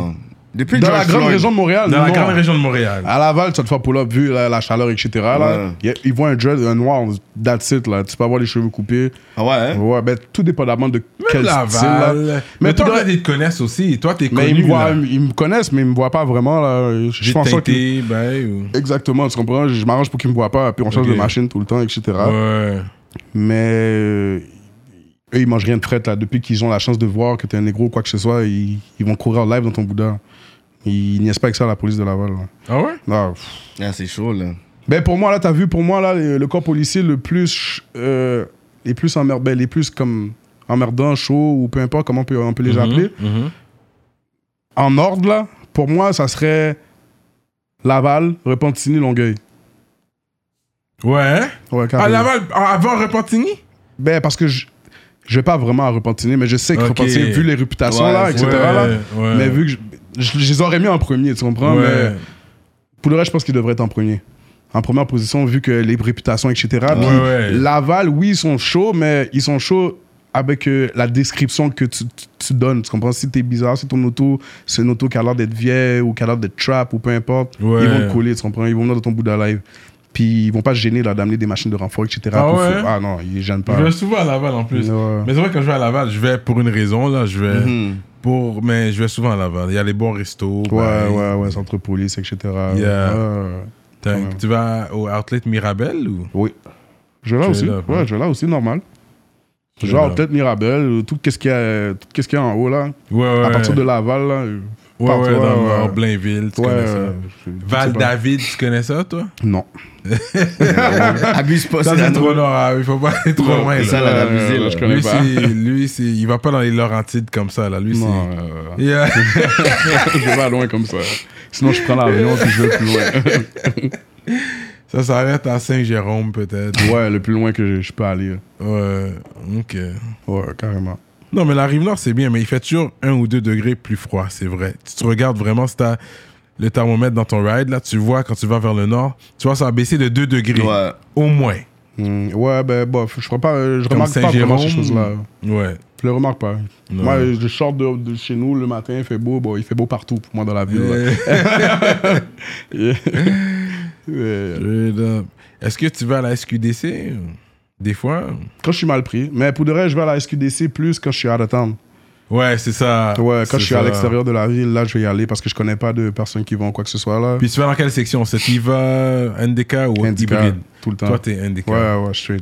[SPEAKER 3] Depuis
[SPEAKER 4] Dans
[SPEAKER 3] George
[SPEAKER 4] la grande
[SPEAKER 3] Floyd,
[SPEAKER 4] région de Montréal,
[SPEAKER 1] dans la
[SPEAKER 4] non. Ah,
[SPEAKER 1] grande région de Montréal.
[SPEAKER 4] À Laval, tu vas te faire pull-up, vu la, la chaleur, etc.
[SPEAKER 3] Ouais.
[SPEAKER 4] Là, y a- ils voient un dread, un noir, that's it. Là. Tu peux avoir les cheveux coupés.
[SPEAKER 3] Ah ouais, hein?
[SPEAKER 4] Ouais, ben tout dépendamment de
[SPEAKER 1] Même
[SPEAKER 4] quel
[SPEAKER 1] Laval.
[SPEAKER 4] style. là.
[SPEAKER 1] Mais,
[SPEAKER 4] Mais
[SPEAKER 1] toi,
[SPEAKER 4] tout
[SPEAKER 1] là,
[SPEAKER 4] dans-
[SPEAKER 1] ils te connaissent aussi. Toi, t'es
[SPEAKER 4] Mais ils
[SPEAKER 1] connu.
[SPEAKER 4] me, voient,
[SPEAKER 1] là.
[SPEAKER 4] ils me connaissent, mais ils me voient pas vraiment. Là. Je
[SPEAKER 1] J'ai
[SPEAKER 4] fais en sorte que...
[SPEAKER 1] teinté, ben, ou-
[SPEAKER 4] Exactement, tu comprends? Je m'arrange pour qu'ils me voient pas, puis on change
[SPEAKER 1] Ok.
[SPEAKER 4] de machine tout le temps, etc.
[SPEAKER 1] Ouais.
[SPEAKER 4] Mais euh, eux, ils mangent rien de fret. Là. Depuis qu'ils ont la chance de voir que t'es un négro ou quoi que ce soit, ils, ils vont courir en live dans ton boudin. Ils niaisent pas que ça à la police de Laval. Là.
[SPEAKER 1] Ah ouais?
[SPEAKER 4] Ah, pff.
[SPEAKER 3] Ah, c'est chaud, là.
[SPEAKER 4] Ben pour moi, là, t'as vu, pour moi, là, le, le corps policier le plus. euh, les plus emmerdants, les plus comme emmerdants, chauds, ou peu importe comment on peut, on peut les
[SPEAKER 1] Mhm.
[SPEAKER 4] appeler. en ordre, là, pour moi, ça serait Laval, Repentigny, Longueuil. Ah,
[SPEAKER 1] Ouais.
[SPEAKER 4] Ouais, carrément.
[SPEAKER 1] À Laval, ah, à- avant Repentigny?
[SPEAKER 4] Ben, parce que je je vais pas vraiment à Repentigny, mais je sais que
[SPEAKER 1] Ok.
[SPEAKER 4] Repentigny, vu les réputations,
[SPEAKER 3] Ouais,
[SPEAKER 4] là,
[SPEAKER 3] c'est-
[SPEAKER 4] etc., là, mais vu que je, je- je les aurais mis en premier, tu comprends?
[SPEAKER 1] Ouais.
[SPEAKER 4] Mais pour le reste, je pense qu'ils devraient être en premier. En première position, vu que les réputations, etc. Puis
[SPEAKER 1] Ouais, ouais.
[SPEAKER 4] Laval, oui, ils sont chauds, mais ils sont chauds avec euh, la description que tu, tu- tu donnes. Tu comprends? Si t'es bizarre, si ton auto, c'est une auto qui a l'air d'être vieille ou qui a l'air d'être trap ou peu importe,
[SPEAKER 1] Ouais.
[SPEAKER 4] ils vont te coller, tu comprends? Ils vont venir dans ton bout de live. Puis ils vont pas se gêner là, d'amener des machines de renfort, etc.
[SPEAKER 1] Ah
[SPEAKER 4] pour
[SPEAKER 1] ouais?
[SPEAKER 4] fou- ah non, ils les gênent
[SPEAKER 1] Je
[SPEAKER 4] pas.
[SPEAKER 1] vais souvent à Laval en plus.
[SPEAKER 4] Ouais.
[SPEAKER 1] Mais c'est vrai, quand je vais à Laval, je vais pour une raison, là. Je
[SPEAKER 4] Hmm.
[SPEAKER 1] vais
[SPEAKER 3] Mhm.
[SPEAKER 1] pour. Mais je vais souvent à Laval. Il y a les bons restos.
[SPEAKER 4] Ouais,
[SPEAKER 1] ben,
[SPEAKER 4] ouais, ouais, centre police, etc.
[SPEAKER 1] Yeah.
[SPEAKER 4] Ouais.
[SPEAKER 1] t'as-
[SPEAKER 4] quand même.
[SPEAKER 1] Tu vas au Outlet Mirabel ou?
[SPEAKER 4] Oui. Je vais
[SPEAKER 1] Tu
[SPEAKER 4] là
[SPEAKER 1] es
[SPEAKER 4] aussi.
[SPEAKER 1] là, ouais.
[SPEAKER 4] ouais, je vais là aussi, normal.
[SPEAKER 1] Tu es
[SPEAKER 4] Genre,
[SPEAKER 1] là.
[SPEAKER 4] peut-être Mirabel, euh, tout ce qu'il y, a- tout ce qu'il y a en haut, là.
[SPEAKER 1] Ouais, ouais.
[SPEAKER 4] À partir de Laval, là. euh,
[SPEAKER 1] Ouais,
[SPEAKER 4] partout,
[SPEAKER 1] ouais, dans
[SPEAKER 4] ouais.
[SPEAKER 1] dans Blainville, tu
[SPEAKER 4] ouais,
[SPEAKER 1] connais ça.
[SPEAKER 4] euh, je- je
[SPEAKER 1] Val
[SPEAKER 4] sais pas.
[SPEAKER 1] David, tu connais ça, toi?
[SPEAKER 4] Non.
[SPEAKER 3] Abuse pas,
[SPEAKER 1] Ça,
[SPEAKER 3] c'est la
[SPEAKER 1] c'est trop noir, hein. il faut pas aller trop loin.
[SPEAKER 3] C'est
[SPEAKER 1] là.
[SPEAKER 3] ça,
[SPEAKER 4] Ouais,
[SPEAKER 3] la
[SPEAKER 4] ouais,
[SPEAKER 3] abusée,
[SPEAKER 4] ouais,
[SPEAKER 3] là.
[SPEAKER 4] je connais
[SPEAKER 1] Lui,
[SPEAKER 4] pas.
[SPEAKER 1] c'est, lui, c'est, il va pas dans les Laurentides comme ça, là. Lui,
[SPEAKER 4] Non,
[SPEAKER 1] c'est.
[SPEAKER 4] euh,
[SPEAKER 1] Yeah.
[SPEAKER 4] je vais pas loin comme ça. Sinon, je prends l'avion puis je vais plus loin.
[SPEAKER 1] Ça s'arrête à Saint-Jérôme, peut-être.
[SPEAKER 4] ouais, le plus loin que je, je peux aller. là.
[SPEAKER 1] Ouais, ok.
[SPEAKER 4] Ouais, carrément.
[SPEAKER 1] Non, mais la rive nord, c'est bien, mais il fait toujours un ou deux degrés plus froid, c'est vrai. Tu te regardes vraiment, si t'as le thermomètre dans ton ride, là, tu vois, quand tu vas vers le nord, tu vois, ça a baissé de 2 degrés.
[SPEAKER 3] Ouais.
[SPEAKER 1] Au moins.
[SPEAKER 4] Hmm, ouais, ben, bof, je, ferai pas, euh, je
[SPEAKER 1] Comme
[SPEAKER 4] remarque pas vraiment ces
[SPEAKER 1] Saint-Jérôme.
[SPEAKER 4] choses-là.
[SPEAKER 1] Ouais.
[SPEAKER 4] Je le remarque pas.
[SPEAKER 1] Non.
[SPEAKER 4] Moi, je sors de, de chez nous le matin, il fait beau. Bon, il fait beau partout pour moi dans la ville. là.
[SPEAKER 1] Euh,
[SPEAKER 4] Ouais.
[SPEAKER 1] straight up. Est-ce que tu vas à la SQDC? Des fois?
[SPEAKER 4] Quand je suis mal pris. Mais pour de vrai, je vais à la SQDC plus quand je suis à of town.
[SPEAKER 1] Ouais, c'est ça.
[SPEAKER 4] Ouais,
[SPEAKER 1] Ah, C'est
[SPEAKER 4] quand je suis à
[SPEAKER 1] ça.
[SPEAKER 4] l'extérieur de la ville, là, je vais y aller parce que je connais pas de personnes qui vont quoi que ce soit là.
[SPEAKER 1] Puis tu vas dans quelle section C'est IVA, NDK ou
[SPEAKER 4] Indica,
[SPEAKER 1] hybride
[SPEAKER 4] tout le temps.
[SPEAKER 1] Toi, t'es NDK.
[SPEAKER 4] ouais, ouais, je suis.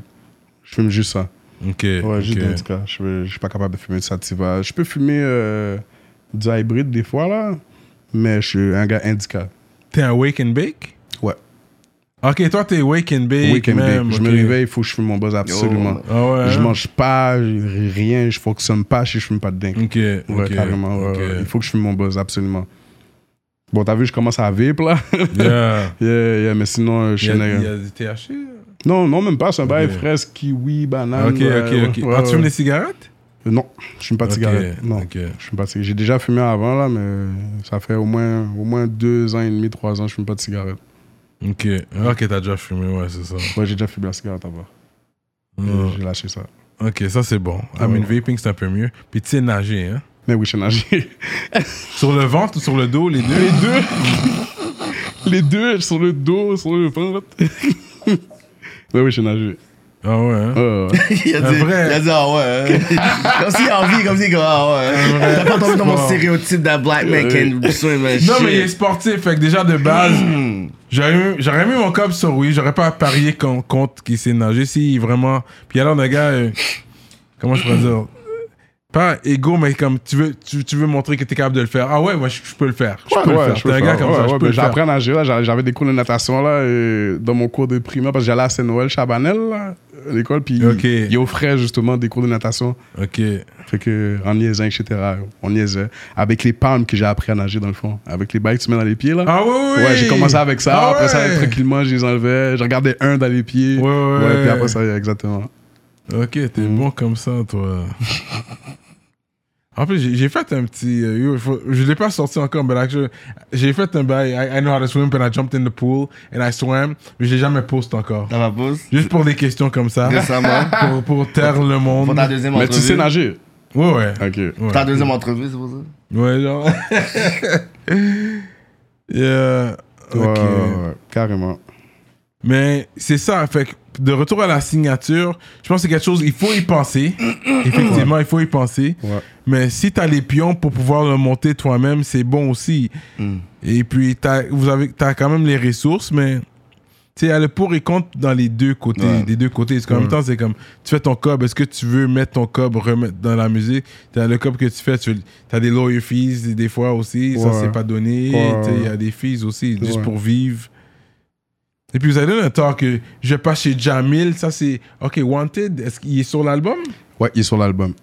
[SPEAKER 4] Je fume juste ça.
[SPEAKER 1] Ok.
[SPEAKER 4] Ouais, juste
[SPEAKER 1] ok.
[SPEAKER 4] des Indica. Je, veux- je suis pas capable de fumer de sativa. Je peux fumer euh, du hybride des fois là, mais je suis un gars indica.
[SPEAKER 1] T'es un wake and bake
[SPEAKER 4] Ouais.
[SPEAKER 1] Ok, toi, t'es wake and bake.
[SPEAKER 4] Week and
[SPEAKER 1] même,
[SPEAKER 4] bake. Je me
[SPEAKER 1] ok.
[SPEAKER 4] réveille, il faut que je fume mon buzz absolument.
[SPEAKER 1] Ah ouais.
[SPEAKER 4] Je
[SPEAKER 1] hein?
[SPEAKER 4] mange pas, j'ai rien, je fonctionne pas si je fume pas de dingue.
[SPEAKER 1] Ok.
[SPEAKER 4] Ouais,
[SPEAKER 1] Mm. ok,
[SPEAKER 4] carrément. ouais,
[SPEAKER 1] ok.
[SPEAKER 4] ouais. Il faut que je fume mon buzz, absolument. Bon, t'as vu, je commence à vivre là.
[SPEAKER 1] Yeah.
[SPEAKER 4] yeah, yeah, mais sinon, euh, je
[SPEAKER 1] Il y
[SPEAKER 4] suis
[SPEAKER 1] a, il y
[SPEAKER 4] nègre.
[SPEAKER 1] a du THC?
[SPEAKER 4] Non, non, même pas. C'est un bail
[SPEAKER 1] Ok.
[SPEAKER 4] fraise, kiwi, banane.
[SPEAKER 1] Ok,
[SPEAKER 4] ouais, ouais,
[SPEAKER 1] ok, ok.
[SPEAKER 4] ouais,
[SPEAKER 1] Ah, tu fumes
[SPEAKER 4] ouais.
[SPEAKER 1] des cigarettes?
[SPEAKER 4] Euh, Non, je ne fume pas de
[SPEAKER 1] Ok,
[SPEAKER 4] cigarette. Non,
[SPEAKER 1] ok.
[SPEAKER 4] je fume pas de cigarette. J'ai déjà fumé avant, là, mais ça fait au moins, au moins deux ans et demi, trois ans que je ne fume pas de cigarette.
[SPEAKER 1] Ok. Ok, t'as déjà fumé, ouais, c'est ça.
[SPEAKER 4] Ouais, j'ai déjà fumé la cigarette avant. Et
[SPEAKER 1] Mm.
[SPEAKER 4] J'ai lâché ça.
[SPEAKER 1] Ok, ça c'est bon. I mean, vaping c'est un peu mieux. Puis tu sais nager, hein?
[SPEAKER 4] Mais oui, je nagé.
[SPEAKER 1] Sur le ventre ou sur le dos, les deux?
[SPEAKER 4] Les deux, les deux sur le dos, sur le ventre. Mais oui, je nagé.
[SPEAKER 1] Ah ouais, hein?
[SPEAKER 4] Euh,
[SPEAKER 3] Il a dit,
[SPEAKER 1] Un vrai.
[SPEAKER 3] il a dit ah ouais. hein. comme s'il a envie, comme s'il dit ah ouais. T'as pas tombé dans mon
[SPEAKER 1] Bon.
[SPEAKER 3] stéréotype d'un black man
[SPEAKER 4] Euh.
[SPEAKER 3] can swim and shit.
[SPEAKER 1] Non, mais il est sportif, fait que déjà de base,
[SPEAKER 4] Hmm.
[SPEAKER 1] j'aurais mis- j'aurais mis mon cop sur oui, j'aurais pas parié con- contre qui sait nager si vraiment. Puis alors, le gars, euh, comment je pourrais dire Pas égo, mais comme tu veux, tu, tu veux montrer que t'es capable de le faire. Ah ouais, moi je, je peux le faire. Je
[SPEAKER 4] ouais,
[SPEAKER 1] peux
[SPEAKER 4] ouais,
[SPEAKER 1] le
[SPEAKER 4] je
[SPEAKER 1] faire.
[SPEAKER 4] peux
[SPEAKER 1] T'es un
[SPEAKER 4] le
[SPEAKER 1] gars
[SPEAKER 4] faire.
[SPEAKER 1] comme
[SPEAKER 4] Ouais,
[SPEAKER 1] ça,
[SPEAKER 4] ouais,
[SPEAKER 1] je peux
[SPEAKER 4] ben,
[SPEAKER 1] le faire.
[SPEAKER 4] J'apprends à nager, là. J'a- J'avais des cours de natation, là, et dans mon cours de primaire, parce que j'allais à Saint-Noël, Chabanel, là, à l'école, puis
[SPEAKER 1] Ok.
[SPEAKER 4] il ils offraient justement des cours de natation.
[SPEAKER 1] Ok.
[SPEAKER 4] Fait que, en niaisant, etc., on niaisait. Avec les palmes que j'ai appris à nager, dans le fond. Avec les bails que tu mets dans les pieds, là.
[SPEAKER 1] Ah oui, oui.
[SPEAKER 4] Ouais, j'ai commencé avec ça.
[SPEAKER 1] Ah
[SPEAKER 4] après ça,
[SPEAKER 1] ouais.
[SPEAKER 4] tranquillement, je les enlevais. Je regardais un dans les pieds.
[SPEAKER 1] Ouais, ouais.
[SPEAKER 4] puis après ça, exactement.
[SPEAKER 1] Ok, t'es bon comme ça, toi. En plus, j'ai j'ai fait un petit. euh, yo, faut- je l'ai pas sorti encore, mais là, je- j'ai fait un bail. I, I know how to swim, and I jumped in the pool, and I swam, mais j'ai jamais post encore.
[SPEAKER 3] Dans ma pousse.
[SPEAKER 1] Juste pour des questions comme ça.
[SPEAKER 3] Récemment.
[SPEAKER 1] pour, pour taire le monde.
[SPEAKER 3] Pour ta deuxième
[SPEAKER 4] Mais
[SPEAKER 3] entrevue.
[SPEAKER 4] tu sais nager.
[SPEAKER 1] Ouais, ouais.
[SPEAKER 4] Ok.
[SPEAKER 1] Ouais,
[SPEAKER 3] Pour ta deuxième entrevue, c'est pour ça.
[SPEAKER 1] Ouais, genre. yeah.
[SPEAKER 4] Ouais,
[SPEAKER 1] Ok.
[SPEAKER 4] ouais, ouais, carrément.
[SPEAKER 1] Mais c'est ça, fait que de retour à la signature, je pense que c'est quelque chose, il faut y penser. Effectivement, il faut y penser.
[SPEAKER 4] Ouais.
[SPEAKER 1] Mais si tu as les pions pour pouvoir le monter toi-même, c'est bon aussi.
[SPEAKER 4] Mm.
[SPEAKER 1] Et puis, tu as, as quand même les ressources, mais tu sais, il y a le pour et contre dans les deux côtés.
[SPEAKER 3] Ouais.
[SPEAKER 1] Des deux côtés. Parce qu'en
[SPEAKER 4] Mm.
[SPEAKER 1] même temps, c'est comme, tu fais ton cob, est-ce que tu veux mettre ton cob, remettre dans la musique Tu as le cob que tu fais, tu as des lawyer fees des fois aussi, ça
[SPEAKER 4] Ouais.
[SPEAKER 1] c'est pas donné.
[SPEAKER 4] Ouais,
[SPEAKER 1] Tu sais, Il y a
[SPEAKER 4] ouais.
[SPEAKER 1] des fees aussi, juste
[SPEAKER 4] Ouais.
[SPEAKER 1] pour vivre. Et puis vous avez donné un talk, euh, je vais pas chez Jamil, ça c'est, ok, Wanted, est-ce qu'il est sur l'album
[SPEAKER 4] Ouais, il est sur l'album.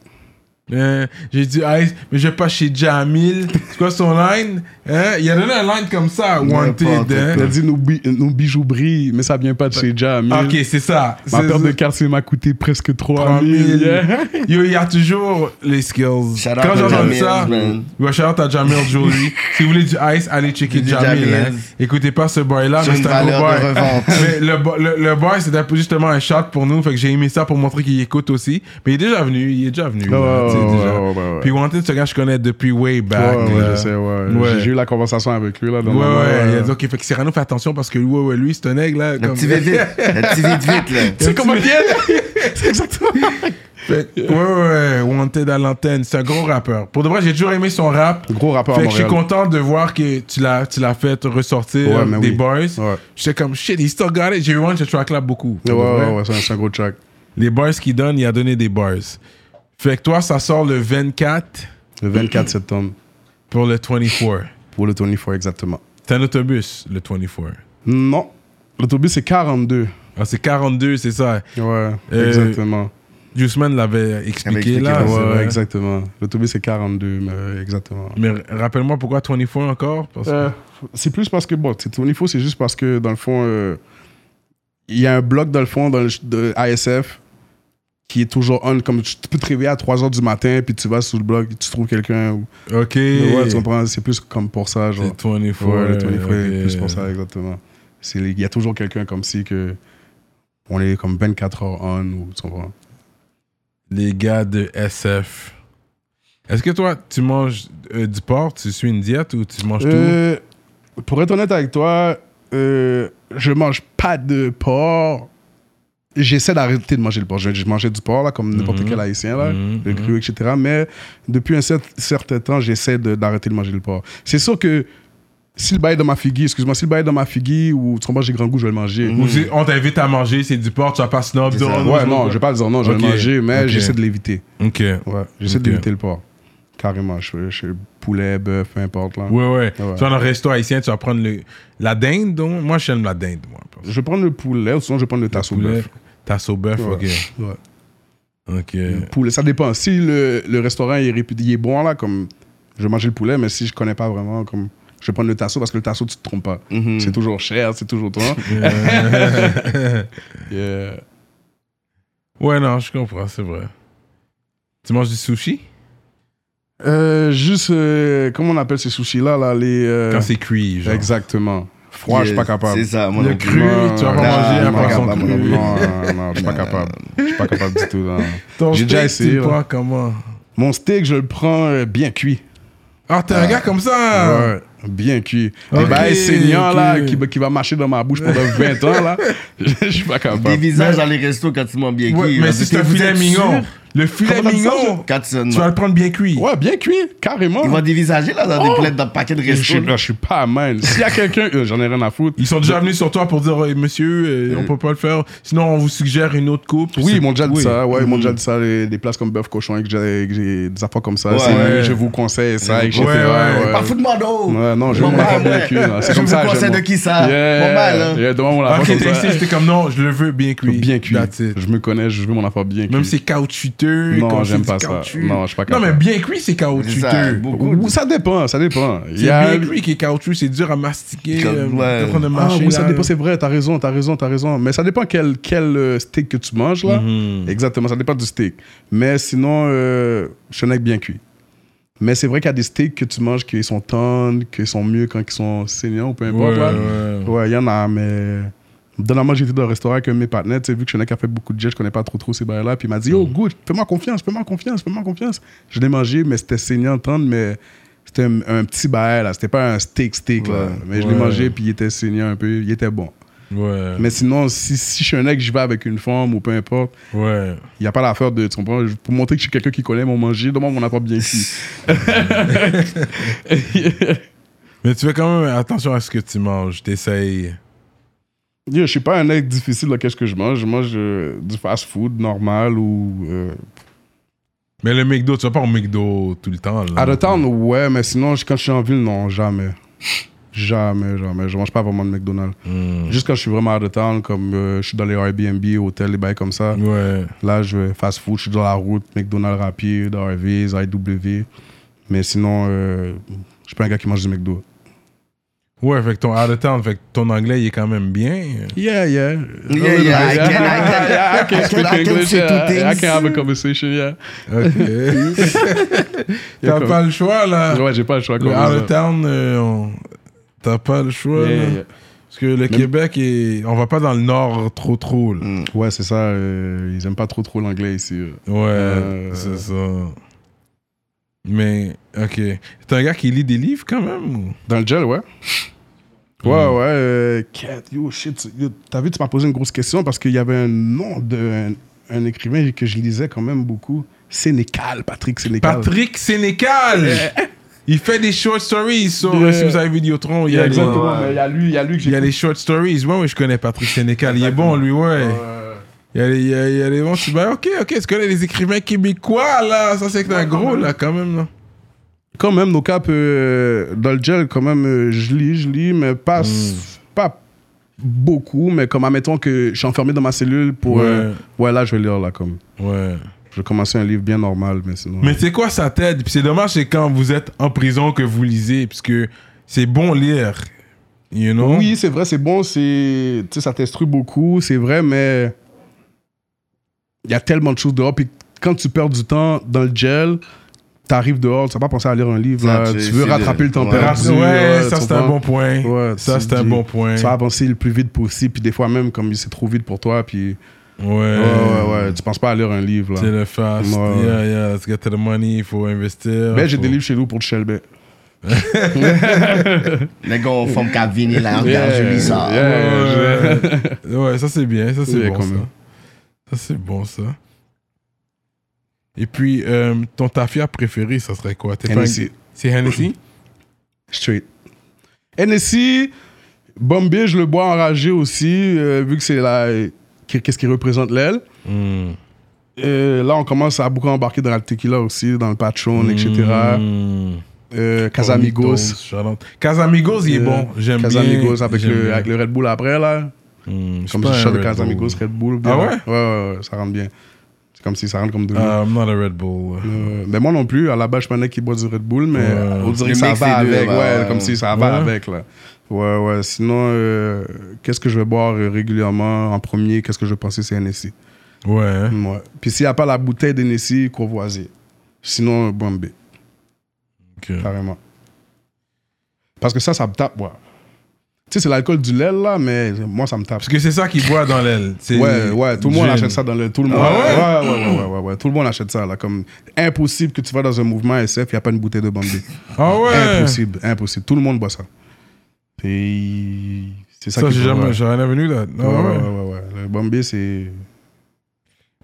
[SPEAKER 1] euh, j'ai dit, ah, mais je vais pas chez Jamil. C'est quoi son line? Hein? Il a donné un line comme ça, Wanted.
[SPEAKER 3] N'importe
[SPEAKER 1] hein.
[SPEAKER 4] Il a dit nos, bi- nos bijoux brillent, mais ça vient pas de chez Jam.
[SPEAKER 1] Ok, c'est ça.
[SPEAKER 4] Ma
[SPEAKER 1] C'est-
[SPEAKER 4] paire de quartier m'a coûté presque 3
[SPEAKER 1] 3000.
[SPEAKER 4] 000. yeah.
[SPEAKER 1] Yo, il y a toujours les skills.
[SPEAKER 3] Shout out
[SPEAKER 1] Quand
[SPEAKER 3] à
[SPEAKER 1] j'entends
[SPEAKER 3] Jamil,
[SPEAKER 1] ça,
[SPEAKER 3] man.
[SPEAKER 1] ouais, shout out à Jamil Jolie. si vous voulez du ice, allez checker
[SPEAKER 3] Du
[SPEAKER 1] Jamil.
[SPEAKER 3] Jamil.
[SPEAKER 1] hein. Écoutez pas ce boy-là,
[SPEAKER 3] Sur
[SPEAKER 1] mais
[SPEAKER 3] une
[SPEAKER 1] c'est un
[SPEAKER 3] valeur
[SPEAKER 1] gros boy.
[SPEAKER 3] de revente.
[SPEAKER 1] mais le, bo- le, le boy, c'était justement un shot pour nous. Fait que j'ai aimé ça pour montrer qu'il écoute aussi. Mais il est déjà venu. Il est déjà venu.
[SPEAKER 4] Ouais,
[SPEAKER 1] là, tu sais,
[SPEAKER 4] ouais,
[SPEAKER 1] déjà.
[SPEAKER 4] ouais, ouais, ouais.
[SPEAKER 1] Puis Wanted, ce gars, je connais depuis way back.
[SPEAKER 4] Ouais, ouais,
[SPEAKER 1] là.
[SPEAKER 4] je sais, ouais.
[SPEAKER 1] Ouais.
[SPEAKER 4] J'ai eu la conversation avec lui, là. dans euh,
[SPEAKER 1] Ouais, ouais,
[SPEAKER 4] le-
[SPEAKER 1] Il a dit, ok, fait que Cyrano, fais attention parce que ouais, ouais, lui, c'est un aigle, là.
[SPEAKER 3] Le
[SPEAKER 1] comme-
[SPEAKER 3] petit vite vite. Le petit vite vite, là.
[SPEAKER 4] C'est comme un
[SPEAKER 1] C'est exactement. Fait que, ouais, ouais, Wanted à l'antenne. C'est un gros rappeur. Pour de vrai, j'ai toujours aimé son rap.
[SPEAKER 4] Gros rappeur à
[SPEAKER 1] Fait que je suis
[SPEAKER 4] Montréal.
[SPEAKER 1] content de voir que tu l'as, tu l'as fait ressortir
[SPEAKER 4] Ouais,
[SPEAKER 1] euh,
[SPEAKER 4] mais
[SPEAKER 1] des
[SPEAKER 4] oui.
[SPEAKER 1] boys.
[SPEAKER 4] Ouais.
[SPEAKER 1] J'étais comme shit, he still got it. J'ai vu ce track là beaucoup.
[SPEAKER 4] Ouais,
[SPEAKER 1] Pour de vrai.
[SPEAKER 4] ouais, ouais, c'est un- c'est un gros track.
[SPEAKER 1] Les bars qu'il donne, il a donné des bars. Fait que toi, ça sort le 24
[SPEAKER 4] Le 24 septembre,
[SPEAKER 1] pour le 24.
[SPEAKER 4] pour le 24 exactement.
[SPEAKER 1] C'est un autobus, le 24.
[SPEAKER 4] Non, l'autobus c'est 42.
[SPEAKER 1] Ah, c'est 42, c'est ça.
[SPEAKER 4] Ouais,
[SPEAKER 1] Euh,
[SPEAKER 4] exactement.
[SPEAKER 1] Jusman l'avait expliqué,
[SPEAKER 3] expliqué,
[SPEAKER 1] là.
[SPEAKER 3] ouais,
[SPEAKER 1] c'est
[SPEAKER 4] ouais,
[SPEAKER 1] vrai.
[SPEAKER 4] exactement. L'autobus c'est 42, mais euh, exactement.
[SPEAKER 1] Mais r- rappelle-moi pourquoi 24 encore parce que-
[SPEAKER 4] Euh, c'est plus parce que, bon, c'est- au niveau, c'est juste parce que, dans le fond, euh, il y a un bloc, dans le fond, dans le, de ASF qui est toujours on. Comme tu peux te réveiller à 3 h du matin, puis tu vas sur le bloc, tu trouves quelqu'un. ou-
[SPEAKER 1] Ok.
[SPEAKER 4] Ouais, tu comprends, c'est plus comme pour ça, genre.
[SPEAKER 1] C'est euh, 24.
[SPEAKER 4] Ouais, le 24 est plus
[SPEAKER 1] ok.
[SPEAKER 4] pour ça, exactement. C'est- Il y a toujours quelqu'un comme si que on est comme 24 heures on, ou tu comprends.
[SPEAKER 1] Les gars de SF. Est-ce que toi, tu manges euh, du porc, tu suis une diète ou tu manges
[SPEAKER 4] Euh, pour être honnête avec toi, euh, je mange pas de porc. J'essaie d'arrêter de manger le porc. Je, je mangeais du porc, là, comme n'importe
[SPEAKER 1] Mhm.
[SPEAKER 4] quel haïtien, là,
[SPEAKER 1] Mhm,
[SPEAKER 4] le cru, etc. Mais depuis un cer- certain temps, j'essaie de- d'arrêter de manger le porc. C'est sûr que si le bail est dans ma figue, excuse-moi, si le bail est dans ma figue ou tu comprends, j'ai grand goût, je vais le manger.
[SPEAKER 1] tout Mhm. Ou c'est- on t'invite à manger, c'est du porc, tu vas pas snob.
[SPEAKER 3] C'est
[SPEAKER 1] dire,
[SPEAKER 3] ça.
[SPEAKER 1] oh
[SPEAKER 4] hmm. Ouais,
[SPEAKER 1] je
[SPEAKER 4] non,
[SPEAKER 1] mange
[SPEAKER 4] je vais pas le dire, non, je vais
[SPEAKER 1] Ok,
[SPEAKER 4] le manger, mais
[SPEAKER 1] ok.
[SPEAKER 4] j'essaie de l'éviter.
[SPEAKER 1] Ok.
[SPEAKER 4] Ouais, j'essaie
[SPEAKER 1] Ok.
[SPEAKER 4] de l'éviter le porc. Carrément, je, je poulet, bœuf, peu importe. Là.
[SPEAKER 1] Ouais, ouais. Tu
[SPEAKER 4] Ah Ouais.
[SPEAKER 1] vas dans un resto haïtien, tu vas prendre le, la dinde. donc. Moi, j'aime la dinde, moi. parce que
[SPEAKER 4] Je vais prendre le poulet, ou sinon je vais prendre le tasse au
[SPEAKER 1] poulet,
[SPEAKER 4] bœuf.
[SPEAKER 1] Tasse au bœuf,
[SPEAKER 4] Ouais.
[SPEAKER 1] ok.
[SPEAKER 4] Ouais.
[SPEAKER 1] Ok.
[SPEAKER 4] Le poulet, ça dépend. Si le, le restaurant est, réputé, il est bon, là, comme je vais manger le poulet, mais si je connais pas vraiment, comme je vais prendre le tasso parce que le tasso, tu te trompes pas.
[SPEAKER 3] Mhm. Mm.
[SPEAKER 4] C'est toujours cher, c'est toujours toi. euh, Yeah.
[SPEAKER 5] Ouais, non, je comprends, c'est vrai. Tu manges du sushi
[SPEAKER 4] Euh, juste, euh, comment on appelle ces sushis-là, là, les... euh,
[SPEAKER 5] Quand c'est cuit, genre.
[SPEAKER 4] Exactement. Froid, je suis pas capable.
[SPEAKER 3] C'est ça, moi
[SPEAKER 5] Le
[SPEAKER 3] non plus.
[SPEAKER 5] cru,
[SPEAKER 4] Non,
[SPEAKER 5] tu vas
[SPEAKER 4] non,
[SPEAKER 5] pas manger
[SPEAKER 4] non,
[SPEAKER 5] un
[SPEAKER 4] non,
[SPEAKER 5] poisson
[SPEAKER 4] non,
[SPEAKER 5] cru.
[SPEAKER 4] Non, non, non, je suis pas capable. Je suis pas capable du tout. non.
[SPEAKER 5] Ton
[SPEAKER 4] J'ai déjà
[SPEAKER 5] steak,
[SPEAKER 4] essayé,
[SPEAKER 5] Tu le
[SPEAKER 4] ouais.
[SPEAKER 5] prends comment
[SPEAKER 4] Mon steak, je le prends euh, bien cuit.
[SPEAKER 5] Ah, t'es un gars comme ça
[SPEAKER 4] Ouais, bien cuit. Eh
[SPEAKER 5] Ok,
[SPEAKER 4] Des bails saignants,
[SPEAKER 5] ok.
[SPEAKER 4] là, qui, qui va marcher dans ma bouche pendant 20 ans, là. Je suis pas
[SPEAKER 3] Des
[SPEAKER 4] capable.
[SPEAKER 3] visages dans les restos quand tu manges bien
[SPEAKER 1] Ouais,
[SPEAKER 3] cuit.
[SPEAKER 1] mais
[SPEAKER 4] euh,
[SPEAKER 3] là,
[SPEAKER 1] si
[SPEAKER 3] t'es-
[SPEAKER 1] c'est un
[SPEAKER 3] vous
[SPEAKER 1] filet
[SPEAKER 3] êtes
[SPEAKER 1] mignon,
[SPEAKER 3] sûr?
[SPEAKER 1] le filet
[SPEAKER 4] Comment t'as dit ça,
[SPEAKER 1] mignon,
[SPEAKER 3] Quand tu
[SPEAKER 1] tu vas le prendre bien cuit.
[SPEAKER 4] Ouais, bien cuit, carrément.
[SPEAKER 3] Ils vont dévisager là dans
[SPEAKER 4] Oh!
[SPEAKER 3] des plates dans le paquet de
[SPEAKER 4] Je
[SPEAKER 3] restos.
[SPEAKER 4] suis, là, je suis pas mal. S'il y a quelqu'un, euh, j'en ai rien à foutre.
[SPEAKER 1] Ils sont déjà venus sur toi pour dire Eh, Monsieur, euh, on peut pas le faire, sinon on vous suggère une autre coupe.
[SPEAKER 4] Oui,
[SPEAKER 1] C'est-
[SPEAKER 4] ils m'ont déjà dit
[SPEAKER 1] oui.
[SPEAKER 4] ça. Ouais, ils m'ont déjà dit ça. les- Des places comme bœuf cochon, et que j'ai que j'ai des affaires comme ça.
[SPEAKER 3] Ouais.
[SPEAKER 4] c'est mieux,
[SPEAKER 3] Ouais.
[SPEAKER 4] je vous conseille ça, etc.
[SPEAKER 1] Ouais, ouais.
[SPEAKER 3] Pas fou de moi, non.
[SPEAKER 4] Ouais, non, je
[SPEAKER 3] Bon,
[SPEAKER 4] veux
[SPEAKER 3] bah,
[SPEAKER 4] pas
[SPEAKER 3] ouais.
[SPEAKER 4] bien cuit. là.
[SPEAKER 3] Je
[SPEAKER 4] C'est comme
[SPEAKER 3] vous
[SPEAKER 4] ça. j'aime
[SPEAKER 3] conseille de
[SPEAKER 4] moi.
[SPEAKER 3] qui, ça?
[SPEAKER 4] Yeah.
[SPEAKER 3] Pas mal, hein.
[SPEAKER 4] Yeah, devant mon
[SPEAKER 1] Ah,
[SPEAKER 4] affaire
[SPEAKER 1] Ok,
[SPEAKER 4] comme
[SPEAKER 1] t'es
[SPEAKER 4] ça.
[SPEAKER 1] excité, j'étais comme non, je le veux bien cuit.
[SPEAKER 4] Bien cuit.
[SPEAKER 1] That's it.
[SPEAKER 4] Je me connais, je veux mon affaire bien cuit.
[SPEAKER 1] Même si c'est caoutchouteux.
[SPEAKER 4] Non,
[SPEAKER 1] quand
[SPEAKER 4] j'aime
[SPEAKER 1] c'est
[SPEAKER 4] pas
[SPEAKER 1] du
[SPEAKER 4] ça.
[SPEAKER 1] caoutchouc.
[SPEAKER 4] Non, je suis pas
[SPEAKER 1] Non,
[SPEAKER 4] capable.
[SPEAKER 1] mais bien cuit, c'est
[SPEAKER 3] C'est ça,
[SPEAKER 1] caoutchouteux.
[SPEAKER 3] beaucoup.
[SPEAKER 4] Ou- Ça dépend, ça dépend. Il
[SPEAKER 1] C'est
[SPEAKER 4] y a-
[SPEAKER 1] bien cuit qui est caoutchouc, c'est dur à mastiquer.
[SPEAKER 3] Comme-
[SPEAKER 1] euh,
[SPEAKER 3] ouais.
[SPEAKER 1] t'es en train de
[SPEAKER 4] Ah,
[SPEAKER 1] marcher,
[SPEAKER 4] oui, ça
[SPEAKER 1] là.
[SPEAKER 4] dépend, c'est vrai, t'as raison, t'as raison, t'as raison. Mais ça dépend quel, quel euh, steak que tu manges, là.
[SPEAKER 5] Mhm.
[SPEAKER 4] Exactement, ça dépend du steak. Mais sinon, euh, je suis un mec bien cuit. Mais c'est vrai qu'il y a des steaks que tu manges qui sont tendres, qui sont mieux quand ils sont saignants ou peu importe.
[SPEAKER 5] Ouais,
[SPEAKER 4] là.
[SPEAKER 5] ouais.
[SPEAKER 4] Ouais, il y en a, mais. Dernièrement, j'étais dans un restaurant avec un de mes partenaires, tu sais, vu que je suis un mec qui a fait beaucoup de jet, je connais pas trop trop ces bails-là. Puis il m'a dit,
[SPEAKER 5] Mhm.
[SPEAKER 4] oh, goûte, fais-moi confiance, fais-moi confiance, fais-moi confiance. Je l'ai mangé, mais c'était saignant, tendre, mais c'était un, un petit bail, là. C'était pas un steak, steak, là. Mais je l'ai
[SPEAKER 5] Ouais.
[SPEAKER 4] mangé, puis il était saignant un peu, il était bon.
[SPEAKER 5] Ouais.
[SPEAKER 4] Mais sinon, si, si je suis un mec, je vais avec une femme ou peu importe,
[SPEAKER 5] Ouais.
[SPEAKER 4] il n'y a pas l'affaire de, tu comprends, je- pour montrer que je suis quelqu'un qui connaît mon manger, demande mon apport bien cuit.
[SPEAKER 5] Mais tu fais quand même attention à ce que tu manges. T'essayes.
[SPEAKER 4] Yo, je suis pas un mec difficile dans qu'est-ce que je mange. Je mange euh, du fast-food normal ou. euh,
[SPEAKER 5] Mais le McDo, tu vas pas au McDo tout le temps. Là.
[SPEAKER 4] À the town, ouais, mais sinon, je- quand je suis en ville, non, jamais. Jamais, jamais. Je mange pas vraiment de McDonald's.
[SPEAKER 5] Hmm.
[SPEAKER 4] Juste quand je suis vraiment out of town, comme euh, je suis dans les Airbnb, hôtels, les bails comme ça.
[SPEAKER 5] Ouais.
[SPEAKER 4] Là, je vais fast food, je suis dans la route, McDonald's rapide, Harvey's, IW. Mais sinon, euh, je suis pas un gars qui mange du McDo.
[SPEAKER 5] Ouais, fait que ton out of town, fait que ton anglais, il est quand même bien.
[SPEAKER 4] Yeah, yeah.
[SPEAKER 3] Yeah, yeah, I can, I can.
[SPEAKER 4] I can speak
[SPEAKER 3] I can
[SPEAKER 4] English,
[SPEAKER 3] say two
[SPEAKER 4] yeah, I
[SPEAKER 3] things.
[SPEAKER 4] can have a conversation, yeah.
[SPEAKER 5] Ok. T'as
[SPEAKER 4] comme-
[SPEAKER 5] pas le choix, là.
[SPEAKER 4] Ouais, j'ai pas Ah, le choix
[SPEAKER 5] Le
[SPEAKER 4] comme
[SPEAKER 5] out of
[SPEAKER 4] ça.
[SPEAKER 5] town, euh, on- t'as pas le choix,
[SPEAKER 4] Yeah,
[SPEAKER 5] là.
[SPEAKER 4] yeah.
[SPEAKER 5] Parce que le Québec, est... on va pas dans le nord trop, trop, là.
[SPEAKER 3] Mm.
[SPEAKER 4] Ouais, c'est ça. euh, ils aiment pas trop trop l'anglais ici. euh.
[SPEAKER 5] Ouais,
[SPEAKER 4] Euh,
[SPEAKER 5] c'est ça. Mais, ok. T'es un gars qui lit des livres quand même ou?
[SPEAKER 4] Dans le gel, ouais. Ouais, ouais. euh, Kat, yo, shit. tu- yo, T'as vu, tu m'as posé une grosse question parce qu'il y avait un nom d'un un écrivain que je lisais quand même beaucoup. Sénécal, Patrick Sénécal.
[SPEAKER 1] Patrick Sénécal
[SPEAKER 4] Euh.
[SPEAKER 1] Il fait des short stories sur, euh,
[SPEAKER 4] Yeah.
[SPEAKER 1] si vous avez Vidéotron, il y a, les,
[SPEAKER 4] Exactement, mais il y a lui, il y a lui que
[SPEAKER 1] il y a
[SPEAKER 4] j'ai.
[SPEAKER 1] les short stories. Ouais, ouais, je connais Patrick Sénécal, il est bon, lui, ouais. Il y a les, il y a- il y a les bons, je suis bah, ok, ok, tu connais les écrivains québécois, là, ça c'est que t'es un gros, là, quand même, là.
[SPEAKER 4] Quand même, nos caps, euh, dans le gel, quand même, euh, je lis, je lis, mais pas, pas beaucoup, mais comme admettons que je suis enfermé dans ma cellule pour.
[SPEAKER 5] Ouais.
[SPEAKER 4] euh, Ouais, là, je vais lire, là, comme.
[SPEAKER 5] Ouais.
[SPEAKER 4] Je vais commencer un livre bien normal, mais sinon. euh,
[SPEAKER 1] Mais c'est quoi sa tête Puis c'est dommage, c'est quand vous êtes en prison que vous lisez, parce que c'est bon lire, you know
[SPEAKER 4] Oui, c'est vrai, c'est bon, c'est, tu sais, ça t'instruit beaucoup, c'est vrai, mais il y a tellement de choses dehors. Puis quand tu perds du temps dans le gel, t'arrives dehors, tu n'as pas pensé à lire un livre,
[SPEAKER 3] Ça,
[SPEAKER 4] là,
[SPEAKER 3] tu-
[SPEAKER 4] tu veux
[SPEAKER 3] c'est
[SPEAKER 4] rattraper
[SPEAKER 3] de-
[SPEAKER 4] le temps
[SPEAKER 3] ouais.
[SPEAKER 4] perdu.
[SPEAKER 1] Ouais,
[SPEAKER 4] ouais,
[SPEAKER 1] ça
[SPEAKER 4] tu
[SPEAKER 1] c'est un
[SPEAKER 4] comprends?
[SPEAKER 1] bon point.
[SPEAKER 4] Ouais,
[SPEAKER 5] Ça,
[SPEAKER 4] tu
[SPEAKER 5] c'est un
[SPEAKER 4] dis-
[SPEAKER 5] bon point.
[SPEAKER 4] Tu vas avancer le plus vite possible, puis des fois même, comme c'est trop vite pour toi, puis
[SPEAKER 5] Ouais.
[SPEAKER 4] ouais, ouais, ouais, tu penses pas à lire un livre.
[SPEAKER 5] C'est
[SPEAKER 4] Là.
[SPEAKER 5] le fast.
[SPEAKER 4] Ouais.
[SPEAKER 5] Yeah, yeah, let's get to the money. Il faut investir.
[SPEAKER 4] Ben, j'ai
[SPEAKER 5] faut-
[SPEAKER 4] des livres chez nous pour le Shelby.
[SPEAKER 3] Les gars, on forme qu'à viner là,
[SPEAKER 4] Yeah,
[SPEAKER 3] regarde, je lis ça.
[SPEAKER 4] yeah, je-
[SPEAKER 5] Ouais, ouais. Ouais, ça c'est bien. Ça c'est
[SPEAKER 4] Ouais,
[SPEAKER 5] bon
[SPEAKER 4] quand
[SPEAKER 5] ça.
[SPEAKER 4] même.
[SPEAKER 5] Ça c'est bon ça. Et puis, euh, ton tafia préféré, ça serait quoi T'es pas un-
[SPEAKER 4] Hennessy.
[SPEAKER 5] C'est Hennessy
[SPEAKER 4] Straight. NSI, Bombay, je le bois enragé aussi, euh, vu que c'est la. Qu'est-ce qui représente l'aile. Euh, là, on commence à beaucoup embarquer dans la tequila aussi, dans le patron, etc.
[SPEAKER 5] Mm.
[SPEAKER 4] Euh, Casamigos.
[SPEAKER 5] Hornitos, Charlotte. Casamigos, il est
[SPEAKER 4] Euh,
[SPEAKER 5] bon. J'aime bien.
[SPEAKER 4] Casamigos avec
[SPEAKER 5] J'aime
[SPEAKER 4] le,
[SPEAKER 5] bien.
[SPEAKER 4] avec le Red Bull après, là.
[SPEAKER 5] Mm, je suis
[SPEAKER 4] Comme
[SPEAKER 5] pas
[SPEAKER 4] si
[SPEAKER 5] un
[SPEAKER 4] je chante
[SPEAKER 5] Red Bull.
[SPEAKER 4] Casamigos, Red Bull.
[SPEAKER 5] Ah
[SPEAKER 4] bien.
[SPEAKER 5] ouais?
[SPEAKER 4] ouais? Ouais, ouais, ça rentre bien. Comme si ça rentre comme de l'eau.
[SPEAKER 5] Ah,
[SPEAKER 1] Uh, I'm not a Red Bull.
[SPEAKER 4] Euh, mais moi non plus, à la base, je prenais qui boit du Red Bull, mais
[SPEAKER 1] Ouais.
[SPEAKER 4] on dirait
[SPEAKER 3] Le
[SPEAKER 4] que ça
[SPEAKER 3] mix
[SPEAKER 4] va
[SPEAKER 3] des deux,
[SPEAKER 4] avec.
[SPEAKER 3] ouais,
[SPEAKER 4] ouais,
[SPEAKER 3] ouais.
[SPEAKER 4] comme si ça va
[SPEAKER 1] Ouais.
[SPEAKER 4] avec, là. Ouais, ouais. Sinon, euh, qu'est-ce que je vais boire euh, régulièrement en premier Qu'est-ce que je vais penser C'est NSI. Mm.
[SPEAKER 1] Ouais. hein.
[SPEAKER 4] Ouais. Puis s'il n'y a pas la bouteille d'NSI, courvoisier. Sinon, euh, Bombay,
[SPEAKER 1] Ok.
[SPEAKER 4] carrément. Parce que ça, ça me tape, ouais. Tu sais, c'est l'alcool du lait, là, mais moi, ça me tape.
[SPEAKER 1] Parce que c'est ça qu'il boit dans l'aile. c'est
[SPEAKER 4] Ouais, ouais, tout le monde
[SPEAKER 1] gin.
[SPEAKER 4] achète ça dans le. Tout le monde.
[SPEAKER 1] Ah
[SPEAKER 4] ouais, ouais, ouais, ouais, ouais, ouais, Tout le monde achète ça, là. Comme impossible que tu vas dans un mouvement SF, il n'y a pas une bouteille de Bombay.
[SPEAKER 1] Ah ouais.
[SPEAKER 4] Impossible, impossible. Tout le monde boit ça. Et c'est ça,
[SPEAKER 1] Ça,
[SPEAKER 4] qui
[SPEAKER 1] j'ai
[SPEAKER 4] faut,
[SPEAKER 1] jamais,
[SPEAKER 4] ouais.
[SPEAKER 1] j'ai rien venu là. Ah
[SPEAKER 4] Ouais, ouais,
[SPEAKER 1] ouais.
[SPEAKER 4] ouais, ouais, ouais. Le Bombay, c'est.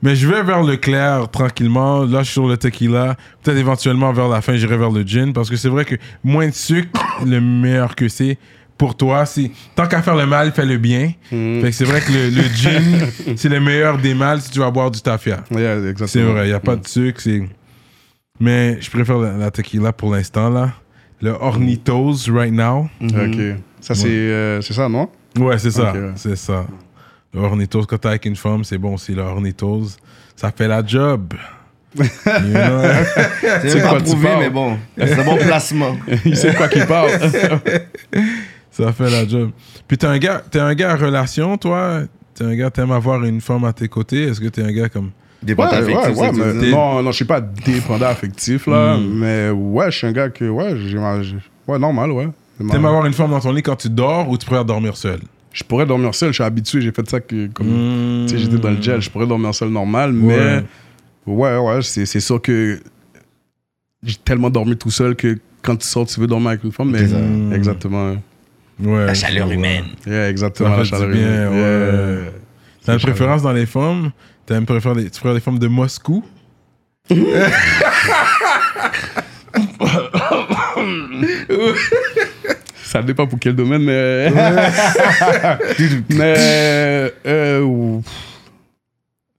[SPEAKER 1] Mais je vais vers le clair tranquillement. Là, je suis sur le tequila. Peut-être éventuellement vers la fin, j'irai vers le gin. Parce que c'est vrai que moins de sucre, le meilleur que c'est pour toi. C'est... Tant qu'à faire le mal, fais le bien. Fait que c'est vrai que le, le gin, c'est le meilleur des mâles si tu vas boire du tafia.
[SPEAKER 4] Yeah, exactement.
[SPEAKER 1] C'est vrai, il n'y a pas de sucre. C'est... Mais je préfère la, la tequila pour l'instant là. Le Hornitos right now. Mhm.
[SPEAKER 4] Ok. Ça, c'est euh, c'est ça, non?
[SPEAKER 1] Ouais, c'est ça.
[SPEAKER 4] Ok, ouais.
[SPEAKER 1] C'est ça. Le Hornitos, quand t'es avec une femme, c'est bon aussi. Le Hornitos, ça fait la job. You know?
[SPEAKER 3] C'est même
[SPEAKER 4] quoi
[SPEAKER 3] pas
[SPEAKER 4] tu
[SPEAKER 3] prouvé,
[SPEAKER 4] parles.
[SPEAKER 3] mais bon. C'est un bon placement.
[SPEAKER 4] Il sait de quoi qu'il parle.
[SPEAKER 1] ça fait la job. Puis t'es un gars, t'es un gars à relation, toi. T'es un gars, t'aimes avoir une femme à tes côtés. Est-ce que t'es un gars comme.
[SPEAKER 3] Des
[SPEAKER 4] Ouais,
[SPEAKER 3] potes
[SPEAKER 4] ouais,
[SPEAKER 3] affectifs,
[SPEAKER 4] ouais,
[SPEAKER 3] c'est
[SPEAKER 4] mais
[SPEAKER 3] tout.
[SPEAKER 1] dis.
[SPEAKER 4] non, non, je suis pas dépendant affectif, là.
[SPEAKER 1] Mhm.
[SPEAKER 4] Mais ouais, je suis un gars que, ouais, j'ai ma- j'ai- Ouais, normal, ouais. J'ai ma-
[SPEAKER 1] T'aimes avoir une femme dans ton lit quand tu dors ou tu préfères dormir seul?
[SPEAKER 4] Je pourrais dormir seul, je suis habitué, j'ai fait ça que, comme.
[SPEAKER 1] Mm.
[SPEAKER 4] Tu sais, j'étais dans le gel, je pourrais dormir seul normal, mais. Ouais, ouais, c'est c'est sûr que. J'ai tellement dormi tout seul que quand tu sors, tu veux dormir avec une femme, mais.
[SPEAKER 1] ça.
[SPEAKER 4] Exactement.
[SPEAKER 1] Hmm. Ouais.
[SPEAKER 3] La chaleur
[SPEAKER 1] Ouais.
[SPEAKER 3] humaine.
[SPEAKER 4] Yeah, exactement.
[SPEAKER 1] Ça fait
[SPEAKER 4] la
[SPEAKER 1] du
[SPEAKER 4] chaleur
[SPEAKER 1] bien,
[SPEAKER 4] humaine.
[SPEAKER 1] ouais.
[SPEAKER 4] Yeah.
[SPEAKER 1] T'as une
[SPEAKER 4] C'est
[SPEAKER 1] préférence dans les femmes? T'as une préférence des- tu préfères les femmes de Moscou?
[SPEAKER 4] Ça dépend pour quel domaine, mais. mais. euh, ou-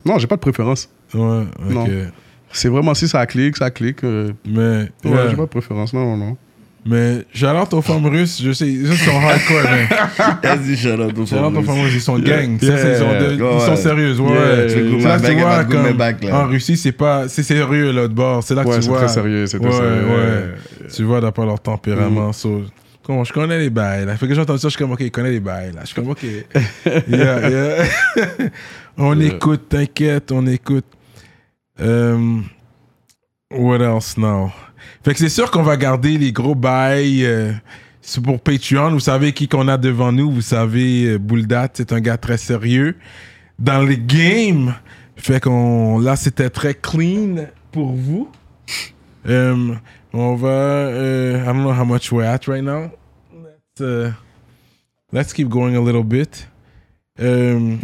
[SPEAKER 4] Non, j'ai pas de préférence.
[SPEAKER 1] Ouais, ok.
[SPEAKER 4] Non. C'est vraiment si ça clique, ça clique. euh,
[SPEAKER 1] Mais.
[SPEAKER 4] Ouais,
[SPEAKER 1] ouais.
[SPEAKER 4] j'ai pas de préférence, non, non.
[SPEAKER 1] Mais j'allante aux femmes russes, je sais, ils sont hardcore, mais
[SPEAKER 3] Vas-y, Charlotte. au
[SPEAKER 1] j'allante aux
[SPEAKER 3] fond.
[SPEAKER 1] femmes russes, ils sont gang. Ça,
[SPEAKER 4] Yeah.
[SPEAKER 1] c'est- ils sont, de-
[SPEAKER 3] Yeah.
[SPEAKER 1] ils sont
[SPEAKER 3] Ouais.
[SPEAKER 1] sérieux, ouais.
[SPEAKER 4] Yeah.
[SPEAKER 1] ouais.
[SPEAKER 3] Tu veux go
[SPEAKER 1] C'est là
[SPEAKER 3] my
[SPEAKER 1] que tu
[SPEAKER 3] back, I
[SPEAKER 1] vois,
[SPEAKER 3] want go my
[SPEAKER 1] comme
[SPEAKER 3] back, là.
[SPEAKER 1] en Russie, c'est pas, c'est sérieux l'autre bord. C'est là que
[SPEAKER 4] Ouais,
[SPEAKER 1] Ah, tu
[SPEAKER 4] c'est
[SPEAKER 1] vois.
[SPEAKER 4] très sérieux, c'est très
[SPEAKER 1] ouais,
[SPEAKER 4] sérieux.
[SPEAKER 1] ouais. Euh, Tu vois, d'après leur tempérament, so- Comment, je connais les bails, là. Fait que j'entends ça, je suis comme, ok, il connaît les bails, là. Je suis comme, ok. Yeah, yeah. on écoute, t'inquiète, on écoute. Euh, what else now? Fait que c'est sûr qu'on va garder les gros bails. euh, c'est pour Patreon. Vous savez qui qu'on a devant nous. Vous savez, euh, Bouldat, c'est un gars très sérieux dans les games. Fait qu'on là, c'était très clean pour vous. Euh, on va. euh, I don't know how much we're at right now. Let's, uh, let's keep going a little bit. Euh,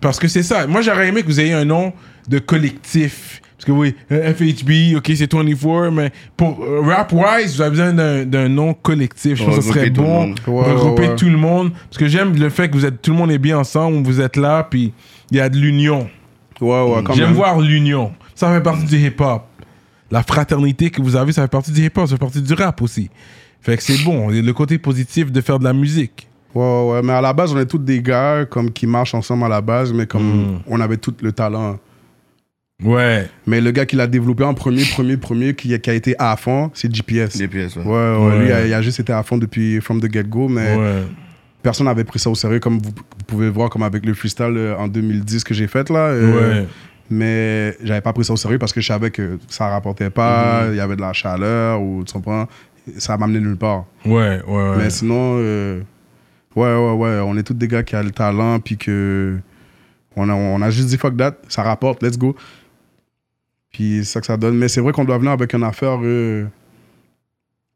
[SPEAKER 1] parce que c'est ça. Moi, j'aurais aimé que vous ayez un nom de collectif. Parce que oui, euh, FHB, ok, c'est 24, mais pour euh, rap-wise, vous avez besoin d'un d'un nom collectif. Je
[SPEAKER 3] Pour
[SPEAKER 1] pense que ce serait
[SPEAKER 3] regrouper tout le
[SPEAKER 1] bon.
[SPEAKER 3] monde.
[SPEAKER 4] Ouais, ouais,
[SPEAKER 1] regrouper
[SPEAKER 4] ouais.
[SPEAKER 1] tout le monde. Parce que j'aime le fait que vous êtes, tout le monde est bien ensemble, vous êtes là, puis il y a de l'union.
[SPEAKER 4] Ouais, ouais, quand
[SPEAKER 1] J'aime
[SPEAKER 4] même.
[SPEAKER 1] voir l'union. Ça fait partie du hip-hop. La fraternité que vous avez, ça fait partie du hip-hop, ça fait partie du rap aussi. Fait que c'est bon, Et le côté positif de faire de la musique.
[SPEAKER 4] Ouais, ouais, ouais, mais à la base, on est tous des gars comme, qui marchent ensemble à la base, mais comme
[SPEAKER 1] Mm.
[SPEAKER 4] on avait tous le talent.
[SPEAKER 1] Ouais.
[SPEAKER 4] Mais le gars qui l'a développé en premier, premier, premier, qui, a- qui a été à fond, c'est GPS.
[SPEAKER 3] Des pièces, ouais.
[SPEAKER 4] Ouais, ouais, lui, il a,
[SPEAKER 1] Ouais.
[SPEAKER 4] il a juste été à fond depuis From the Get-Go, mais
[SPEAKER 1] Ouais.
[SPEAKER 4] personne n'avait pris ça au sérieux, comme vous, vous pouvez voir, comme avec le freestyle euh, en 2010 que j'ai fait là. euh,
[SPEAKER 1] Ouais.
[SPEAKER 4] Mais j'avais pas pris ça au sérieux parce que je savais que ça rapportait pas,
[SPEAKER 1] Mm-hmm.
[SPEAKER 4] il y avait de la chaleur, ou tu comprends, ça m'amenait nulle part.
[SPEAKER 1] Ouais, ouais, ouais.
[SPEAKER 4] Mais sinon, euh, ouais, ouais, ouais, on est tous des gars qui a le talent, puis que on a, on a juste dit fuck that, ça rapporte, let's go. Puis c'est ça que ça donne. Mais c'est vrai qu'on doit venir avec une affaire euh,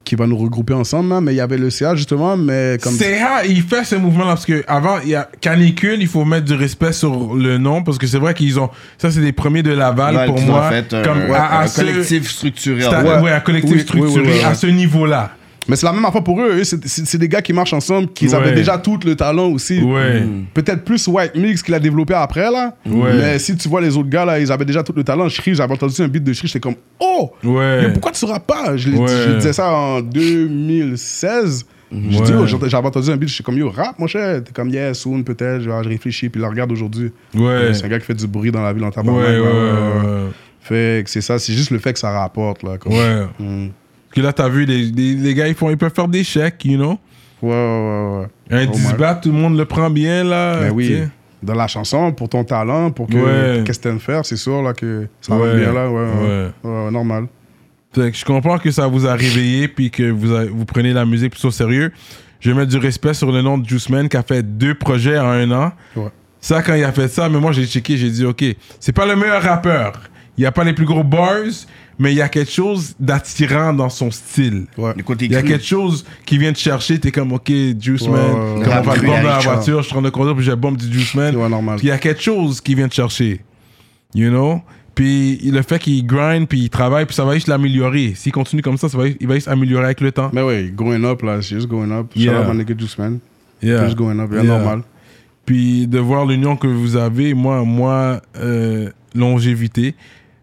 [SPEAKER 4] qui va nous regrouper ensemble, hein, mais il y avait le CA justement, mais comme.
[SPEAKER 1] CA, il fait ce mouvement-là parce que avant, il y a canicule, il faut mettre du respect sur le nom parce que c'est vrai qu'ils ont. Ça, c'est des premiers de Laval
[SPEAKER 3] Laval,
[SPEAKER 1] pour
[SPEAKER 3] qu'ils ont
[SPEAKER 1] moi.
[SPEAKER 3] fait un-
[SPEAKER 1] comme
[SPEAKER 3] ouais,
[SPEAKER 1] à, à
[SPEAKER 3] un
[SPEAKER 1] ce-
[SPEAKER 3] collectif structuré.
[SPEAKER 1] c'est à-
[SPEAKER 3] ouais.
[SPEAKER 1] ouais, un collectif
[SPEAKER 4] Oui, oui,
[SPEAKER 1] structuré
[SPEAKER 4] oui, oui,
[SPEAKER 1] à
[SPEAKER 4] oui.
[SPEAKER 1] ce niveau-là.
[SPEAKER 4] Mais c'est la même affaire pour eux. eux, c'est- C'est c'est des gars qui marchent ensemble, qui
[SPEAKER 1] Ouais.
[SPEAKER 4] avaient déjà tout le talent aussi. Hmm.
[SPEAKER 1] Ouais.
[SPEAKER 4] Peut-être plus White Mix qu'il a développé après, là.
[SPEAKER 1] Ouais.
[SPEAKER 4] Mais si tu vois les autres gars, là, ils avaient déjà tout le talent. Shri, j'avais entendu un beat de Shri, j'étais comme, oh!
[SPEAKER 1] Ouais.
[SPEAKER 4] Mais pourquoi tu ne seras pas Je, l'ai-
[SPEAKER 1] Ouais.
[SPEAKER 4] je disais ça en 2016. Je dis,
[SPEAKER 1] Ouais.
[SPEAKER 4] oh, j'ai- j'avais entendu un beat, je suis comme, yo, rap, mon cher. T'es comme, yeah, soon, peut-être. Genre, Je réfléchis, puis je le regarde aujourd'hui. Euh,
[SPEAKER 1] Ouais.
[SPEAKER 4] C'est un gars qui fait du bruit dans la ville en
[SPEAKER 1] Ouais,
[SPEAKER 4] tabac.
[SPEAKER 1] ouais, ouais.
[SPEAKER 4] Fait que c'est ça, c'est juste le fait que ça Hmm. rapporte, là. comme-
[SPEAKER 1] ouais. ouais. Que là, t'as vu, les, les, les gars, ils, font, ils peuvent faire des chèques, you know.
[SPEAKER 4] Ouais, ouais, ouais.
[SPEAKER 1] Un
[SPEAKER 4] Oh
[SPEAKER 1] 10
[SPEAKER 4] my-
[SPEAKER 1] bahts, tout le monde le prend bien, là.
[SPEAKER 4] Ben oui.
[SPEAKER 1] tu sais.
[SPEAKER 4] Dans la chanson, pour ton talent, pour que
[SPEAKER 1] Ah, Ouais.
[SPEAKER 4] qu'est-ce que t'aimes faire, c'est sûr là que ça
[SPEAKER 1] Ouais.
[SPEAKER 4] va bien là, ouais, ouais.
[SPEAKER 1] Ouais.
[SPEAKER 4] Ouais, ouais, normal.
[SPEAKER 1] Fait que je comprends que ça vous a réveillé puis que vous, a- vous prenez la musique plus au sérieux. Je vais mettre du respect sur le nom de Juice Man qui a fait deux projets en un an.
[SPEAKER 4] Ouais.
[SPEAKER 1] Ça, quand il a fait ça, mais moi j'ai checké, j'ai dit ok, c'est pas le meilleur rappeur. Il n'y a pas les plus gros bars, mais il y a quelque chose d'attirant dans son style.
[SPEAKER 4] Ouais.
[SPEAKER 3] Du côté
[SPEAKER 1] Il y a
[SPEAKER 3] cru.
[SPEAKER 1] quelque chose qui vient te chercher, t'es comme ok, Juice
[SPEAKER 4] Ouais, ouais,
[SPEAKER 1] Man,
[SPEAKER 4] ouais.
[SPEAKER 1] comme on
[SPEAKER 3] Rap
[SPEAKER 1] va le
[SPEAKER 3] cru,
[SPEAKER 1] bomber dans la
[SPEAKER 3] Alex Char.
[SPEAKER 1] voiture, je suis en train de conduire puis je bombe du Juice Man.
[SPEAKER 4] Ouais, normal.
[SPEAKER 1] Puis il y a quelque chose qui vient te chercher. You know? Puis le fait qu'il grind, puis il travaille, puis ça va juste l'améliorer. S'il continue comme ça, ça va, il va juste améliorer avec le temps.
[SPEAKER 4] Mais ouais, going up là, c'est juste going up.
[SPEAKER 1] Yeah.
[SPEAKER 4] Shout out my nigga Juice Man.
[SPEAKER 1] Yeah.
[SPEAKER 4] Juste going up, yeah,
[SPEAKER 1] Yeah.
[SPEAKER 4] normal.
[SPEAKER 1] Puis de voir l'union que vous avez, moi, moi euh, longévité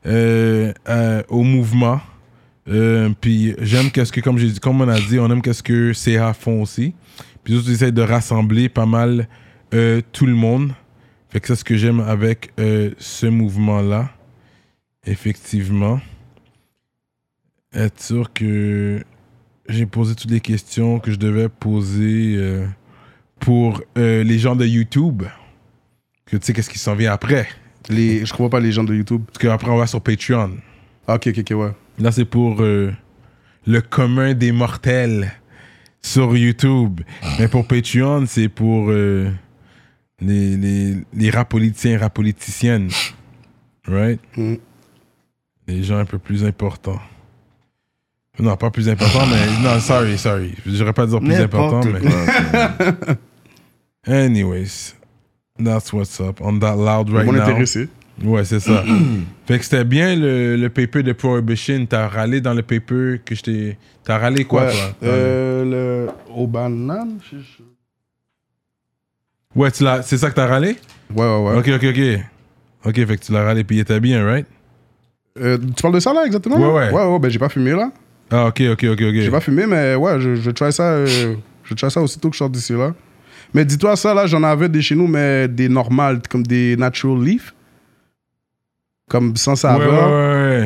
[SPEAKER 1] euh, euh, au mouvement. Euh, puis j'aime qu'est-ce que, comme, j'ai dit, comme on a dit, on aime qu'est-ce que CA font aussi. Puis ils essayent de rassembler pas mal euh, tout le monde. Fait que c'est ce que j'aime avec euh, ce mouvement-là. Effectivement. Être sûr que j'ai posé toutes les questions que je devais poser euh, pour euh, les gens de YouTube. Que tu sais, qu'est-ce qui s'en vient après.
[SPEAKER 4] Les je comprends pas les gens de YouTube.
[SPEAKER 1] Parce qu'après, on va sur Patreon.
[SPEAKER 4] Ah, OK, OK, OK, ouais.
[SPEAKER 1] Là, c'est pour euh, le commun des mortels sur YouTube. Mais pour Patreon, c'est pour euh, les, les, les rap politiciens, rap politiciennes. Right?
[SPEAKER 4] Mm.
[SPEAKER 1] Les gens un peu plus importants. Non, pas plus importants, mais. Non, sorry, sorry. J'aurais pas dire plus important,
[SPEAKER 3] N'importe
[SPEAKER 1] mais. Anyways, that's what's up. On that loud right
[SPEAKER 4] Bon
[SPEAKER 1] now.
[SPEAKER 4] intéressé.
[SPEAKER 1] Ouais, c'est ça. fait que c'était bien le, le paper de Prohibition. T'as râlé dans le paper que je t'ai. T'as râlé quoi,
[SPEAKER 4] Ouais,
[SPEAKER 1] toi
[SPEAKER 4] euh, le au banane. je- je-
[SPEAKER 1] Ouais, tu l'as- c'est ça que t'as râlé
[SPEAKER 4] Ouais, ouais, ouais.
[SPEAKER 1] Ok, ok, ok. Ok, fait que tu l'as râlé puis il était bien, right
[SPEAKER 4] Euh, tu parles de ça là exactement
[SPEAKER 1] Ouais,
[SPEAKER 4] là
[SPEAKER 1] ouais.
[SPEAKER 4] Ouais, ouais, ben j'ai pas fumé là.
[SPEAKER 1] Ah, ok, ok, ok,
[SPEAKER 4] J'ai
[SPEAKER 1] ok.
[SPEAKER 4] pas fumé, mais ouais, je, je try ça, euh, je try ça aussitôt que je sors d'ici là. Mais dis-toi ça, là, j'en avais des chez nous, mais des normales, comme des natural leaf. Comme sans
[SPEAKER 1] ouais,
[SPEAKER 4] saveur.
[SPEAKER 1] ouais,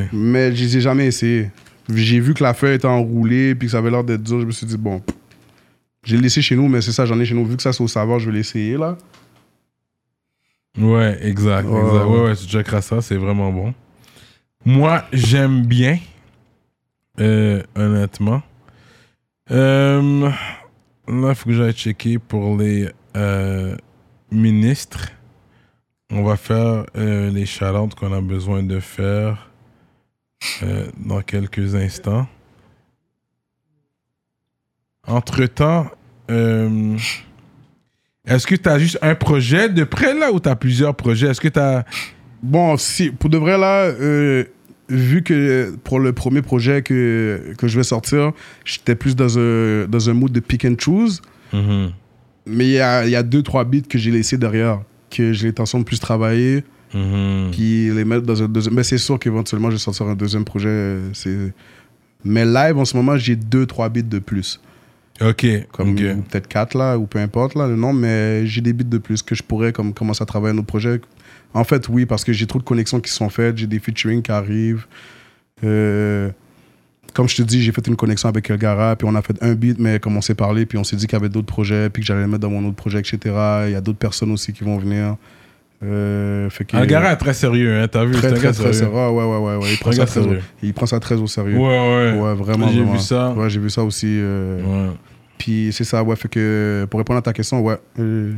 [SPEAKER 1] ouais,
[SPEAKER 4] Mais je les ai jamais essayé. J'ai vu que la feuille était enroulée, puis que ça avait l'air d'être dur. Je me suis dit, bon, pff. j'ai laissé chez nous, mais c'est ça, j'en ai chez nous. Vu que ça, c'est au saveur, je vais l'essayer là.
[SPEAKER 1] ouais. Ouais, exact,
[SPEAKER 4] Ouais,
[SPEAKER 1] exact.
[SPEAKER 4] ouais.
[SPEAKER 1] Ouais, ouais, tu checkeras ça, c'est vraiment bon. Moi, j'aime bien. Euh, honnêtement. Euh, là, faut que j'aille checker pour les euh, ministres. On va faire euh, les chalantes qu'on a besoin de faire euh, dans quelques instants. Entre-temps, euh, est-ce que tu as juste un projet de près là ou tu as plusieurs projets? Est-ce que tu as...
[SPEAKER 4] Bon, si, pour de vrai, là, euh, vu que pour le premier projet que, que je vais sortir, j'étais plus dans un, dans un mood de pick and choose. Mais il y a, il y a deux, trois beats que j'ai laissés derrière, que j'ai l'intention de plus travailler, puis les mettre dans un deuxième. Mais c'est sûr qu'éventuellement, je vais sortir un deuxième projet. euh, c'est- Mais live, en ce moment, j'ai deux, trois beats de plus.
[SPEAKER 1] Ok.
[SPEAKER 4] Comme,
[SPEAKER 1] ok.
[SPEAKER 4] ou peut-être quatre, là, ou peu importe, là, le nombre, mais j'ai des beats de plus que je pourrais comme, commencer à travailler un autre projet. En fait, oui, parce que j'ai trop de connexions qui sont faites, j'ai des featuring qui arrivent. Euh, comme je te dis, j'ai fait une connexion avec Elgara, puis on a fait un beat, mais comme on s'est parlé, puis on s'est dit qu'il y avait d'autres projets, puis que j'allais le mettre dans mon autre projet, etc. Il y a d'autres personnes aussi qui vont venir. Euh, fait que-
[SPEAKER 1] Algara Ah, est très sérieux, hein, t'as vu? c'est
[SPEAKER 4] Très,
[SPEAKER 1] un
[SPEAKER 4] très,
[SPEAKER 1] gars
[SPEAKER 4] très sérieux. Ouais, ouais, ouais, ouais. Il prend,
[SPEAKER 1] un
[SPEAKER 4] ça
[SPEAKER 1] gars
[SPEAKER 4] très, au-
[SPEAKER 1] sérieux.
[SPEAKER 4] il prend ça très au sérieux.
[SPEAKER 1] Ouais, ouais.
[SPEAKER 4] Ouais, vraiment.
[SPEAKER 1] J'ai
[SPEAKER 4] vraiment.
[SPEAKER 1] vu ça.
[SPEAKER 4] Ouais, j'ai vu ça aussi. euh,
[SPEAKER 1] Ouais.
[SPEAKER 4] puis c'est ça, ouais. Fait que pour répondre à ta question, ouais. euh,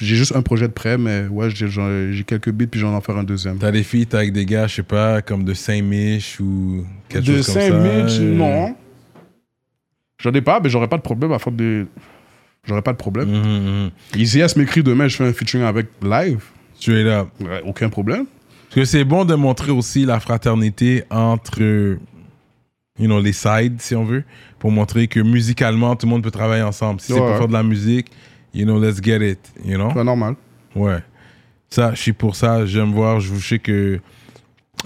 [SPEAKER 4] j'ai juste un projet de prêt, mais ouais, j'ai, j'en- j'ai quelques bits, puis j'en vais en faire un deuxième.
[SPEAKER 1] T'as des filles, t'es avec des gars, je sais pas, comme de Saint-Mich ou quelque chose comme ça. euh,
[SPEAKER 4] J'en ai pas, mais j'aurais pas de problème à faire des. J'aurais pas de problème.
[SPEAKER 1] mhm, mhm.
[SPEAKER 4] ICS m'écrit demain, je fais un featuring avec live.
[SPEAKER 1] Straight up.
[SPEAKER 4] Ouais, aucun problème.
[SPEAKER 1] Parce que c'est bon de montrer aussi la fraternité entre, euh, you know, les sides, si on veut, pour montrer que musicalement, tout le monde peut travailler ensemble. Si c'est
[SPEAKER 4] Ouais.
[SPEAKER 1] pour faire de la musique, you know, let's get it, you know?
[SPEAKER 4] Ouais, normal.
[SPEAKER 1] Ouais. Ça, je suis pour ça. J'aime voir. Je vous sais que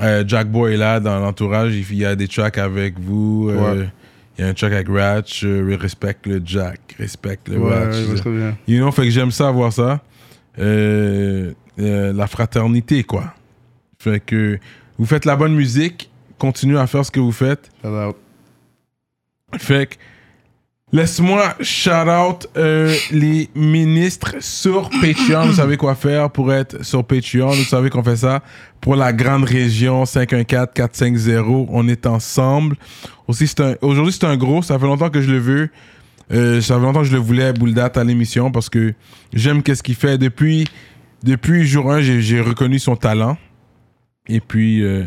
[SPEAKER 1] euh, Jack Boy est là dans l'entourage. Il il y a des tracks avec vous. euh, Il y a un track avec Ratch, euh, respect le Jack, respect le
[SPEAKER 4] Ouais,
[SPEAKER 1] Ratch.
[SPEAKER 4] je vois très bien.
[SPEAKER 1] You know, fait que j'aime ça voir ça. Euh, euh, la fraternité, quoi. Fait que vous faites la bonne musique, continuez à faire ce que vous faites.
[SPEAKER 4] Shout out.
[SPEAKER 1] Fait que laisse-moi shout out euh, les ministres sur Patreon. Vous savez quoi faire pour être sur Patreon. Vous savez qu'on fait ça pour la grande région 514-450. On est ensemble. Aussi, c'est un- aujourd'hui, c'est un gros. Ça fait longtemps que je le veux. Euh, ça fait longtemps que je le voulais, Bouldat, à l'émission, parce que j'aime qu'est-ce qu'il fait. Depuis, depuis jour 1, j'ai j'ai reconnu son talent. Et puis, euh,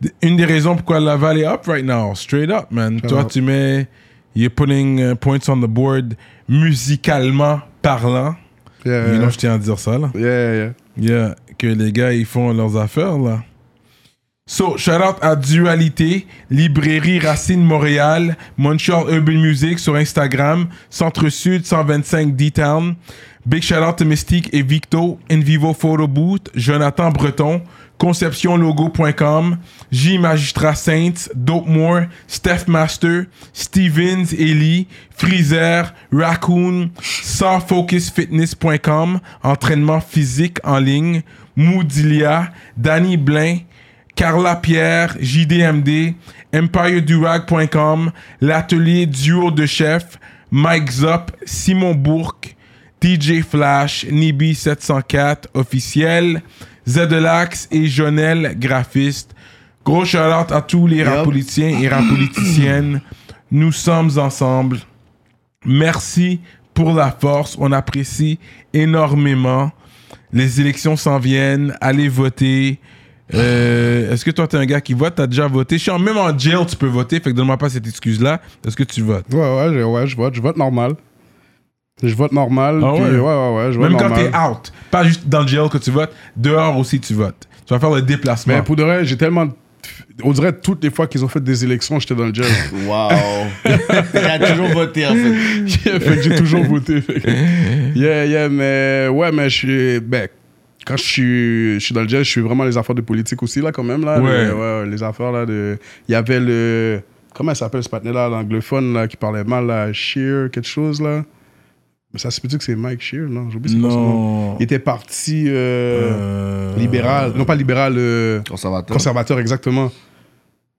[SPEAKER 1] d- une des raisons pourquoi Laval est up right now, straight up, man. Toi,
[SPEAKER 4] up.
[SPEAKER 1] tu mets, you're putting uh, points on the board musicalement parlant.
[SPEAKER 4] Yeah,
[SPEAKER 1] Mais
[SPEAKER 4] yeah.
[SPEAKER 1] non, je tiens à dire ça, là.
[SPEAKER 4] yeah, yeah.
[SPEAKER 1] Yeah, que les gars, ils font leurs affaires, là. So, shout out à Dualité, Librairie Racine Montréal, Montreal Urban Music sur Instagram, Centre-Sud 125 D-Town. Big shout out to Mystique et Victo, Envivo Photo Boot, Jonathan Breton, ConceptionLogo.com, J Magistrat Saints, Dope Moore, Steph Master, Stevens Ellie, Freezer, Raccoon, SansFocusFitness.com, Entraînement physique en ligne, Moodilia, Danny Blain, Carla Pierre, JDMD, EmpireDurag.com, l'atelier duo de chef, Mike Zop, Simon Bourque, DJ Flash, Nibi704 officiel, Zedelax et Jonel graphiste. Gros shout à tous les rap politiciens et rap politiciennes. Nous sommes ensemble. Merci pour la force. On apprécie énormément. Les élections s'en viennent. Allez voter. Euh, Est-ce que toi, t'es un gars qui vote? T'as déjà voté? Je suis en- même en jail, tu peux voter. Fait que donne-moi pas cette excuse-là. Est-ce que tu votes?
[SPEAKER 4] Ouais, ouais, je, ouais, je vote. Je vote normal. Je vote normal.
[SPEAKER 1] Ah
[SPEAKER 4] puis-
[SPEAKER 1] ouais?
[SPEAKER 4] ouais, ouais, ouais, je vote
[SPEAKER 1] même quand
[SPEAKER 4] normal.
[SPEAKER 1] t'es out. Pas juste dans le jail que tu votes. Dehors aussi, tu votes. Tu vas faire le déplacement.
[SPEAKER 4] Mais pour de vrai, j'ai tellement. On dirait toutes les fois qu'ils ont fait des élections, j'étais dans le jail.
[SPEAKER 3] Wow. T'as toujours voté, en fait.
[SPEAKER 4] Yeah, fait que j'ai toujours voté. fait que- Yeah, yeah, mais ouais, mais je suis. Ben, quand je suis, je suis dans le jazz, je suis vraiment les affaires de politique aussi, là, quand même. Là,
[SPEAKER 1] Ouais.
[SPEAKER 4] Les, les affaires, là, de. Il y avait le. Comment il s'appelle ce patinet-là, l'anglophone, là, qui parlait mal, là, Shear, quelque chose, là. Mais ça se peut-tu que c'est Mike Shear, non? J'ai oublié c'est quoi son nom.
[SPEAKER 1] non.
[SPEAKER 4] Il était parti euh,
[SPEAKER 1] Euh,
[SPEAKER 4] libéral. Non, pas libéral, euh,
[SPEAKER 3] Conservateur.
[SPEAKER 4] conservateur, exactement.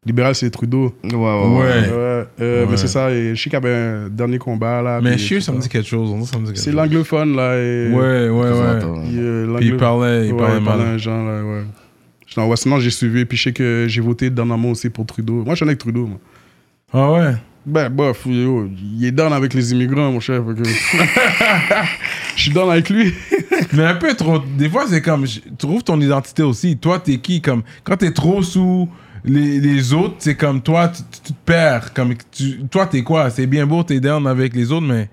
[SPEAKER 4] Libéral, c'est Trudeau.
[SPEAKER 3] ouais, ouais, ouais.
[SPEAKER 1] Ouais.
[SPEAKER 4] Ouais, euh,
[SPEAKER 1] Ouais.
[SPEAKER 4] Mais c'est ça, et je sais qu'il y avait un dernier combat, là.
[SPEAKER 1] Mais
[SPEAKER 4] puis
[SPEAKER 1] Shear,
[SPEAKER 4] tout
[SPEAKER 1] ça me dit quelque chose. on dirait que Ça me dit quelque
[SPEAKER 4] c'est
[SPEAKER 1] chose.
[SPEAKER 4] l'anglophone, là. Et,
[SPEAKER 1] Ouais, ouais, ouais.
[SPEAKER 3] Conservateur, ouais.
[SPEAKER 4] Puis, euh, l'anglo-
[SPEAKER 1] Puis il parlait, il
[SPEAKER 4] Ouais,
[SPEAKER 1] parlait
[SPEAKER 4] il
[SPEAKER 1] mal.
[SPEAKER 4] parlait un genre, là, ouais. J'étais en- ouais, sinon, j'ai suivi, puis je sais que j'ai voté dernièrement aussi pour Trudeau. Moi, je suis avec Trudeau, moi.
[SPEAKER 1] Ah ouais?
[SPEAKER 4] Ben, bof, yo, il est down avec les immigrants, mon chef. fait que- Je suis down avec lui.
[SPEAKER 1] Mais un peu trop. Des fois, c'est comme. je- Trouve ton identité aussi. Toi, t'es qui comme, Quand t'es trop sous les, les autres, c'est comme toi, tu, tu- tu te perds. Comme, tu, toi, t'es quoi C'est bien beau, t'es down avec les autres, mais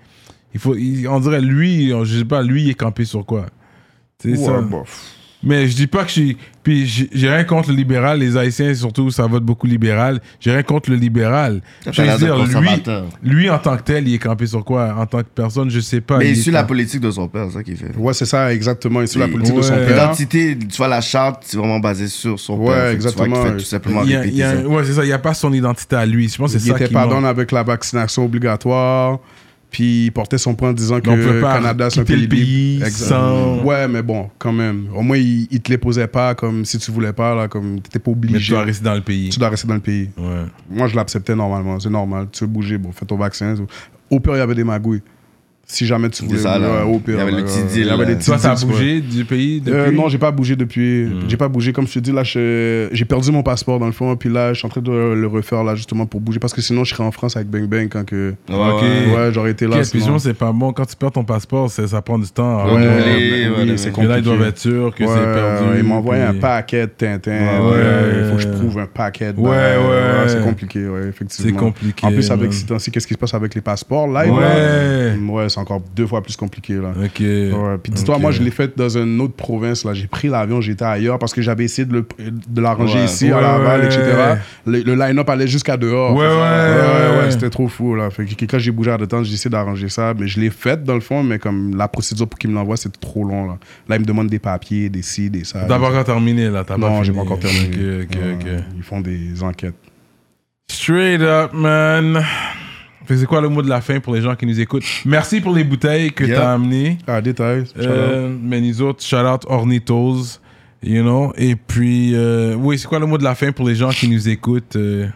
[SPEAKER 1] il faut, il- on dirait lui, on- je sais pas, lui, il est campé sur quoi C'est ça.
[SPEAKER 4] Ouais,
[SPEAKER 3] bah.
[SPEAKER 4] bof.
[SPEAKER 1] Mais je dis pas que je suis. Puis j'ai j'ai rien contre le libéral. Les Haïtiens, surtout, ça vote beaucoup libéral. J'ai rien contre le libéral. Je
[SPEAKER 3] l'air
[SPEAKER 1] veux
[SPEAKER 3] de
[SPEAKER 1] dire, lui,
[SPEAKER 3] conservateur.
[SPEAKER 1] lui, en tant que tel, il est campé sur quoi En tant que personne, je sais pas.
[SPEAKER 3] Mais il
[SPEAKER 1] est
[SPEAKER 3] suit la
[SPEAKER 1] camp-
[SPEAKER 3] politique de son père, c'est ça qu'il fait.
[SPEAKER 4] Ouais, c'est ça, exactement. Et sur la
[SPEAKER 3] Et-
[SPEAKER 4] politique de son
[SPEAKER 1] Ouais.
[SPEAKER 4] père.
[SPEAKER 3] L'identité, tu vois, la charte, c'est vraiment basé sur son
[SPEAKER 4] Ouais,
[SPEAKER 3] père. Fait que tu vois qu'il
[SPEAKER 4] exactement.
[SPEAKER 3] fait tout simplement
[SPEAKER 1] Il y a-
[SPEAKER 3] répéter
[SPEAKER 1] il y a-
[SPEAKER 3] ça.
[SPEAKER 1] ouais, c'est ça. Il n'y a pas son identité à lui. Je pense que c'est
[SPEAKER 4] Il
[SPEAKER 1] ça
[SPEAKER 4] était
[SPEAKER 1] qui
[SPEAKER 4] pardon
[SPEAKER 1] manque.
[SPEAKER 4] avec la vaccination obligatoire. Puis il portait son point en disant que
[SPEAKER 1] On peut
[SPEAKER 4] le
[SPEAKER 1] pas
[SPEAKER 4] Canada, c'est un
[SPEAKER 1] quitter
[SPEAKER 4] pays,
[SPEAKER 1] le pays
[SPEAKER 4] libre.
[SPEAKER 1] sans-
[SPEAKER 4] Ouais, mais bon, quand même. Au moins, il, il te les posait pas comme si tu voulais pas, là, comme t'étais pas
[SPEAKER 1] Mais tu
[SPEAKER 4] obligé.
[SPEAKER 1] dois rester dans le pays.
[SPEAKER 4] Tu dois rester dans le pays.
[SPEAKER 1] Ouais.
[SPEAKER 4] Moi, je l'acceptais normalement. C'est normal. Tu veux bouger, bon, fais ton vaccin. Au pire, il y avait des magouilles. Si jamais tu voulais.
[SPEAKER 3] C'est ça, là.
[SPEAKER 4] ouais, au pire,
[SPEAKER 3] Il y avait le
[SPEAKER 4] ouais,
[SPEAKER 3] petit
[SPEAKER 4] ouais,
[SPEAKER 3] deal,
[SPEAKER 4] Il y avait
[SPEAKER 3] là.
[SPEAKER 4] des petits
[SPEAKER 1] Toi, ça a
[SPEAKER 4] deals, ouais.
[SPEAKER 1] bougé du pays depuis. Hmm.
[SPEAKER 4] Euh, non, j'ai pas bougé depuis. J'ai pas bougé. Comme je te dis, là, je- j'ai perdu mon passeport dans le fond. Puis là, je suis en train de le refaire, là, justement, pour bouger. Parce que sinon, je serais en France avec Bang Bang quand que.
[SPEAKER 3] Ouais,
[SPEAKER 1] Ok.
[SPEAKER 3] ouais.
[SPEAKER 4] Ouais, j'aurais été là.
[SPEAKER 1] Ok, Ah puis
[SPEAKER 4] sinon.
[SPEAKER 1] sinon, c'est pas bon. Quand tu perds ton passeport, c'est- ça prend du temps. à
[SPEAKER 3] Ouais,
[SPEAKER 4] Ouais,
[SPEAKER 1] renouveler.
[SPEAKER 3] renouvelé,
[SPEAKER 4] oui,
[SPEAKER 3] ouais,
[SPEAKER 4] c'est
[SPEAKER 3] ouais.
[SPEAKER 1] Mais là, ils
[SPEAKER 4] compliqué.
[SPEAKER 1] doivent être sûrs que
[SPEAKER 4] Ouais,
[SPEAKER 1] c'est perdu.
[SPEAKER 4] Ils m'ont envoyé un
[SPEAKER 1] puis-
[SPEAKER 4] paquet de Tintin.
[SPEAKER 3] Ouais,
[SPEAKER 4] ouais,
[SPEAKER 1] ouais.
[SPEAKER 4] Il faut que je prouve un paquet de
[SPEAKER 1] Ouais,
[SPEAKER 4] bails.
[SPEAKER 1] ouais.
[SPEAKER 4] C'est compliqué, ouais, effectivement.
[SPEAKER 1] C'est compliqué.
[SPEAKER 4] En plus, avec
[SPEAKER 1] man.
[SPEAKER 4] ces temps-ci, qu'est-ce qui se passe avec les passeports live
[SPEAKER 1] Ouais.
[SPEAKER 4] là? Ouais, c'est encore deux fois plus compliqué, là.
[SPEAKER 1] Ok.
[SPEAKER 4] Ouais, Puis dis-toi,
[SPEAKER 1] Ok.
[SPEAKER 4] moi, je l'ai fait dans une autre province, là. J'ai pris l'avion, j'étais ailleurs parce que j'avais essayé de, le- de l'arranger
[SPEAKER 3] Ouais.
[SPEAKER 4] ici,
[SPEAKER 1] Ouais,
[SPEAKER 4] à Laval,
[SPEAKER 1] ouais.
[SPEAKER 4] etc. Le, le line-up allait jusqu'à dehors.
[SPEAKER 1] Ouais, ouais,
[SPEAKER 4] ouais,
[SPEAKER 1] ouais.
[SPEAKER 4] ouais, c'était trop fou, là. Fait que quand j'ai bougé à deux temps, j'ai essayé d'arranger ça. Mais je l'ai fait, dans le fond, mais comme la procédure pour qu'il me l'envoie, c'était trop long, là. Là, il me demande des papiers, des ci, des ça.
[SPEAKER 1] T'as pas encore terminé, là. T'as pas
[SPEAKER 4] Non, j'ai
[SPEAKER 1] fini.
[SPEAKER 4] pas encore terminé.
[SPEAKER 1] Ok, ok,
[SPEAKER 4] Ouais,
[SPEAKER 1] ok.
[SPEAKER 4] Ils font des enquêtes.
[SPEAKER 1] Straight up, man. Fait que C'est quoi le mot de la fin pour les gens qui nous écoutent Merci pour les bouteilles que
[SPEAKER 3] Yeah.
[SPEAKER 1] t'as amenées.
[SPEAKER 4] Ah, détail.
[SPEAKER 1] Euh, mais nous autres, shout out Ornitos, you know. Et puis, euh, oui, c'est quoi le mot de la fin pour les gens qui nous écoutent euh,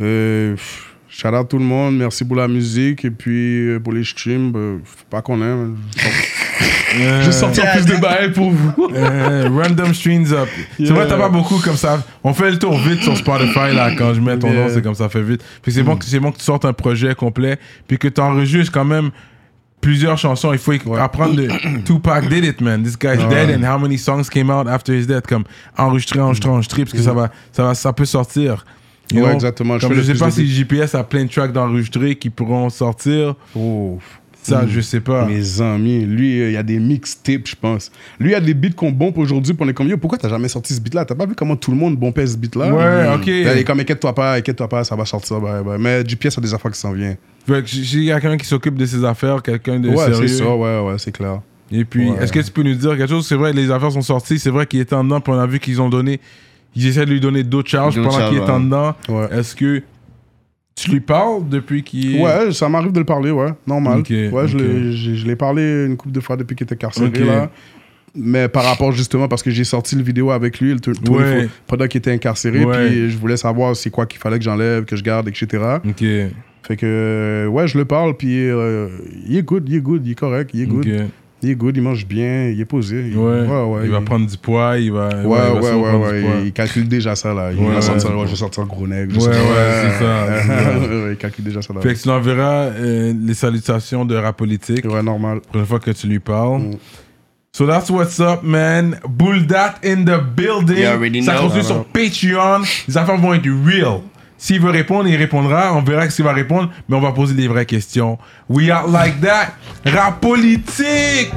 [SPEAKER 4] Euh, pff, shout out tout le monde, merci pour la musique et puis euh, pour les streams. euh, faut pas qu'on aime.
[SPEAKER 1] euh,
[SPEAKER 4] Je sortir plus de bail pour vous.
[SPEAKER 1] euh, Random Streams Up. C'est
[SPEAKER 4] Yeah.
[SPEAKER 1] vrai, t'as pas beaucoup comme ça. On fait le tour vite sur Spotify, là, quand je mets ton nom,
[SPEAKER 4] Yeah.
[SPEAKER 1] c'est comme ça, fait vite. Puis c'est bon, que- c'est bon que tu sortes un projet complet, puis que t'enregistres quand même plusieurs chansons. Il faut y- apprendre de Tupac did it, man. This guy's dead and how many songs came out after his death. Comme enregistrer, enregistrer, enregistrer, parce que ça, va, ça, va, ça peut sortir. You
[SPEAKER 4] Ouais,
[SPEAKER 1] know?
[SPEAKER 4] exactement. Je
[SPEAKER 1] Comme
[SPEAKER 4] fais
[SPEAKER 1] je
[SPEAKER 4] le
[SPEAKER 1] sais
[SPEAKER 4] plus
[SPEAKER 1] pas
[SPEAKER 4] de
[SPEAKER 1] si GPS a plein de tracks d'enregistrer qui pourront sortir. Ça,
[SPEAKER 4] Mm.
[SPEAKER 1] je sais pas.
[SPEAKER 4] Mes amis, lui, euh, il y a des mixtapes, je pense. Lui, il y a des beats qu'on bombe aujourd'hui. Puis on est comme, yo, pourquoi t'as jamais sorti ce beat-là T'as pas vu comment tout le monde bombait ce beat-là Mmh.
[SPEAKER 1] Ouais, ok.
[SPEAKER 4] Il est comme, inquiète-toi pas, inquiète-toi pas, ça va sortir. bye, bye. Mais GPS a des affaires qui s'en viennent.
[SPEAKER 1] Fait que S'il y a quelqu'un qui s'occupe de ses affaires, quelqu'un de
[SPEAKER 4] ouais,
[SPEAKER 1] sérieux.
[SPEAKER 4] c'est ça, ouais, ouais, c'est clair.
[SPEAKER 1] Et puis,
[SPEAKER 4] Ouais.
[SPEAKER 1] est-ce que tu peux nous dire quelque chose C'est vrai, les affaires sont sorties, c'est vrai qu'il était en dedans, puis on a vu qu'ils ont donné. Ils essaient de lui donner d'autres charges
[SPEAKER 3] D'autres
[SPEAKER 1] pendant qu'il est
[SPEAKER 3] charges,
[SPEAKER 1] en
[SPEAKER 3] ouais.
[SPEAKER 1] dedans.
[SPEAKER 4] Ouais.
[SPEAKER 1] Est-ce que tu lui parles depuis qu'il est.
[SPEAKER 4] Ouais, ça m'arrive de le parler, ouais, normal.
[SPEAKER 1] Ok,
[SPEAKER 4] ouais, je
[SPEAKER 1] ok.
[SPEAKER 4] l'ai- j'ai- je l'ai parlé une couple de fois depuis qu'il était carcéré,
[SPEAKER 1] Ok.
[SPEAKER 4] là. Mais par rapport justement, parce que j'ai sorti le vidéo avec lui le 24
[SPEAKER 1] Ouais.
[SPEAKER 4] pendant qu'il était incarcéré,
[SPEAKER 1] Ouais.
[SPEAKER 4] puis je voulais savoir c'est quoi qu'il fallait que j'enlève, que je garde, etc.
[SPEAKER 1] Ok.
[SPEAKER 4] Fait que, euh, ouais, je le parle, puis euh, il est good, il est good, il est correct, il est good,
[SPEAKER 1] ok.
[SPEAKER 4] il est good, il mange bien, il est posé. il-
[SPEAKER 1] Ouais.
[SPEAKER 4] ouais,
[SPEAKER 1] Il va prendre du poids, il va.
[SPEAKER 4] Ouais,
[SPEAKER 1] il va
[SPEAKER 4] ouais, ouais,
[SPEAKER 1] sûrement
[SPEAKER 4] ouais,
[SPEAKER 1] prendre du poids.
[SPEAKER 4] il calcule déjà ça, là. Il
[SPEAKER 1] Ouais,
[SPEAKER 4] va sortir,
[SPEAKER 1] ouais.
[SPEAKER 4] ouais, je vais sortir un gros nègre. je
[SPEAKER 1] Ouais,
[SPEAKER 4] sais pas.
[SPEAKER 1] ouais, c'est ça, c'est
[SPEAKER 4] il calcule déjà ça, là.
[SPEAKER 1] Fait que tu l'enverras euh, les salutations de rap politique.
[SPEAKER 4] Ouais, normal.
[SPEAKER 1] prochaine fois que tu lui parles.
[SPEAKER 4] Mm.
[SPEAKER 1] So that's what's up, man. Bulldat in the building.
[SPEAKER 3] You already
[SPEAKER 1] Ça
[SPEAKER 3] know.
[SPEAKER 1] continue sur Patreon. Les affaires vont être real. S'il veut répondre, il répondra. On verra ce qu'il va répondre, mais on va poser des vraies questions. We are like that. Rap politique.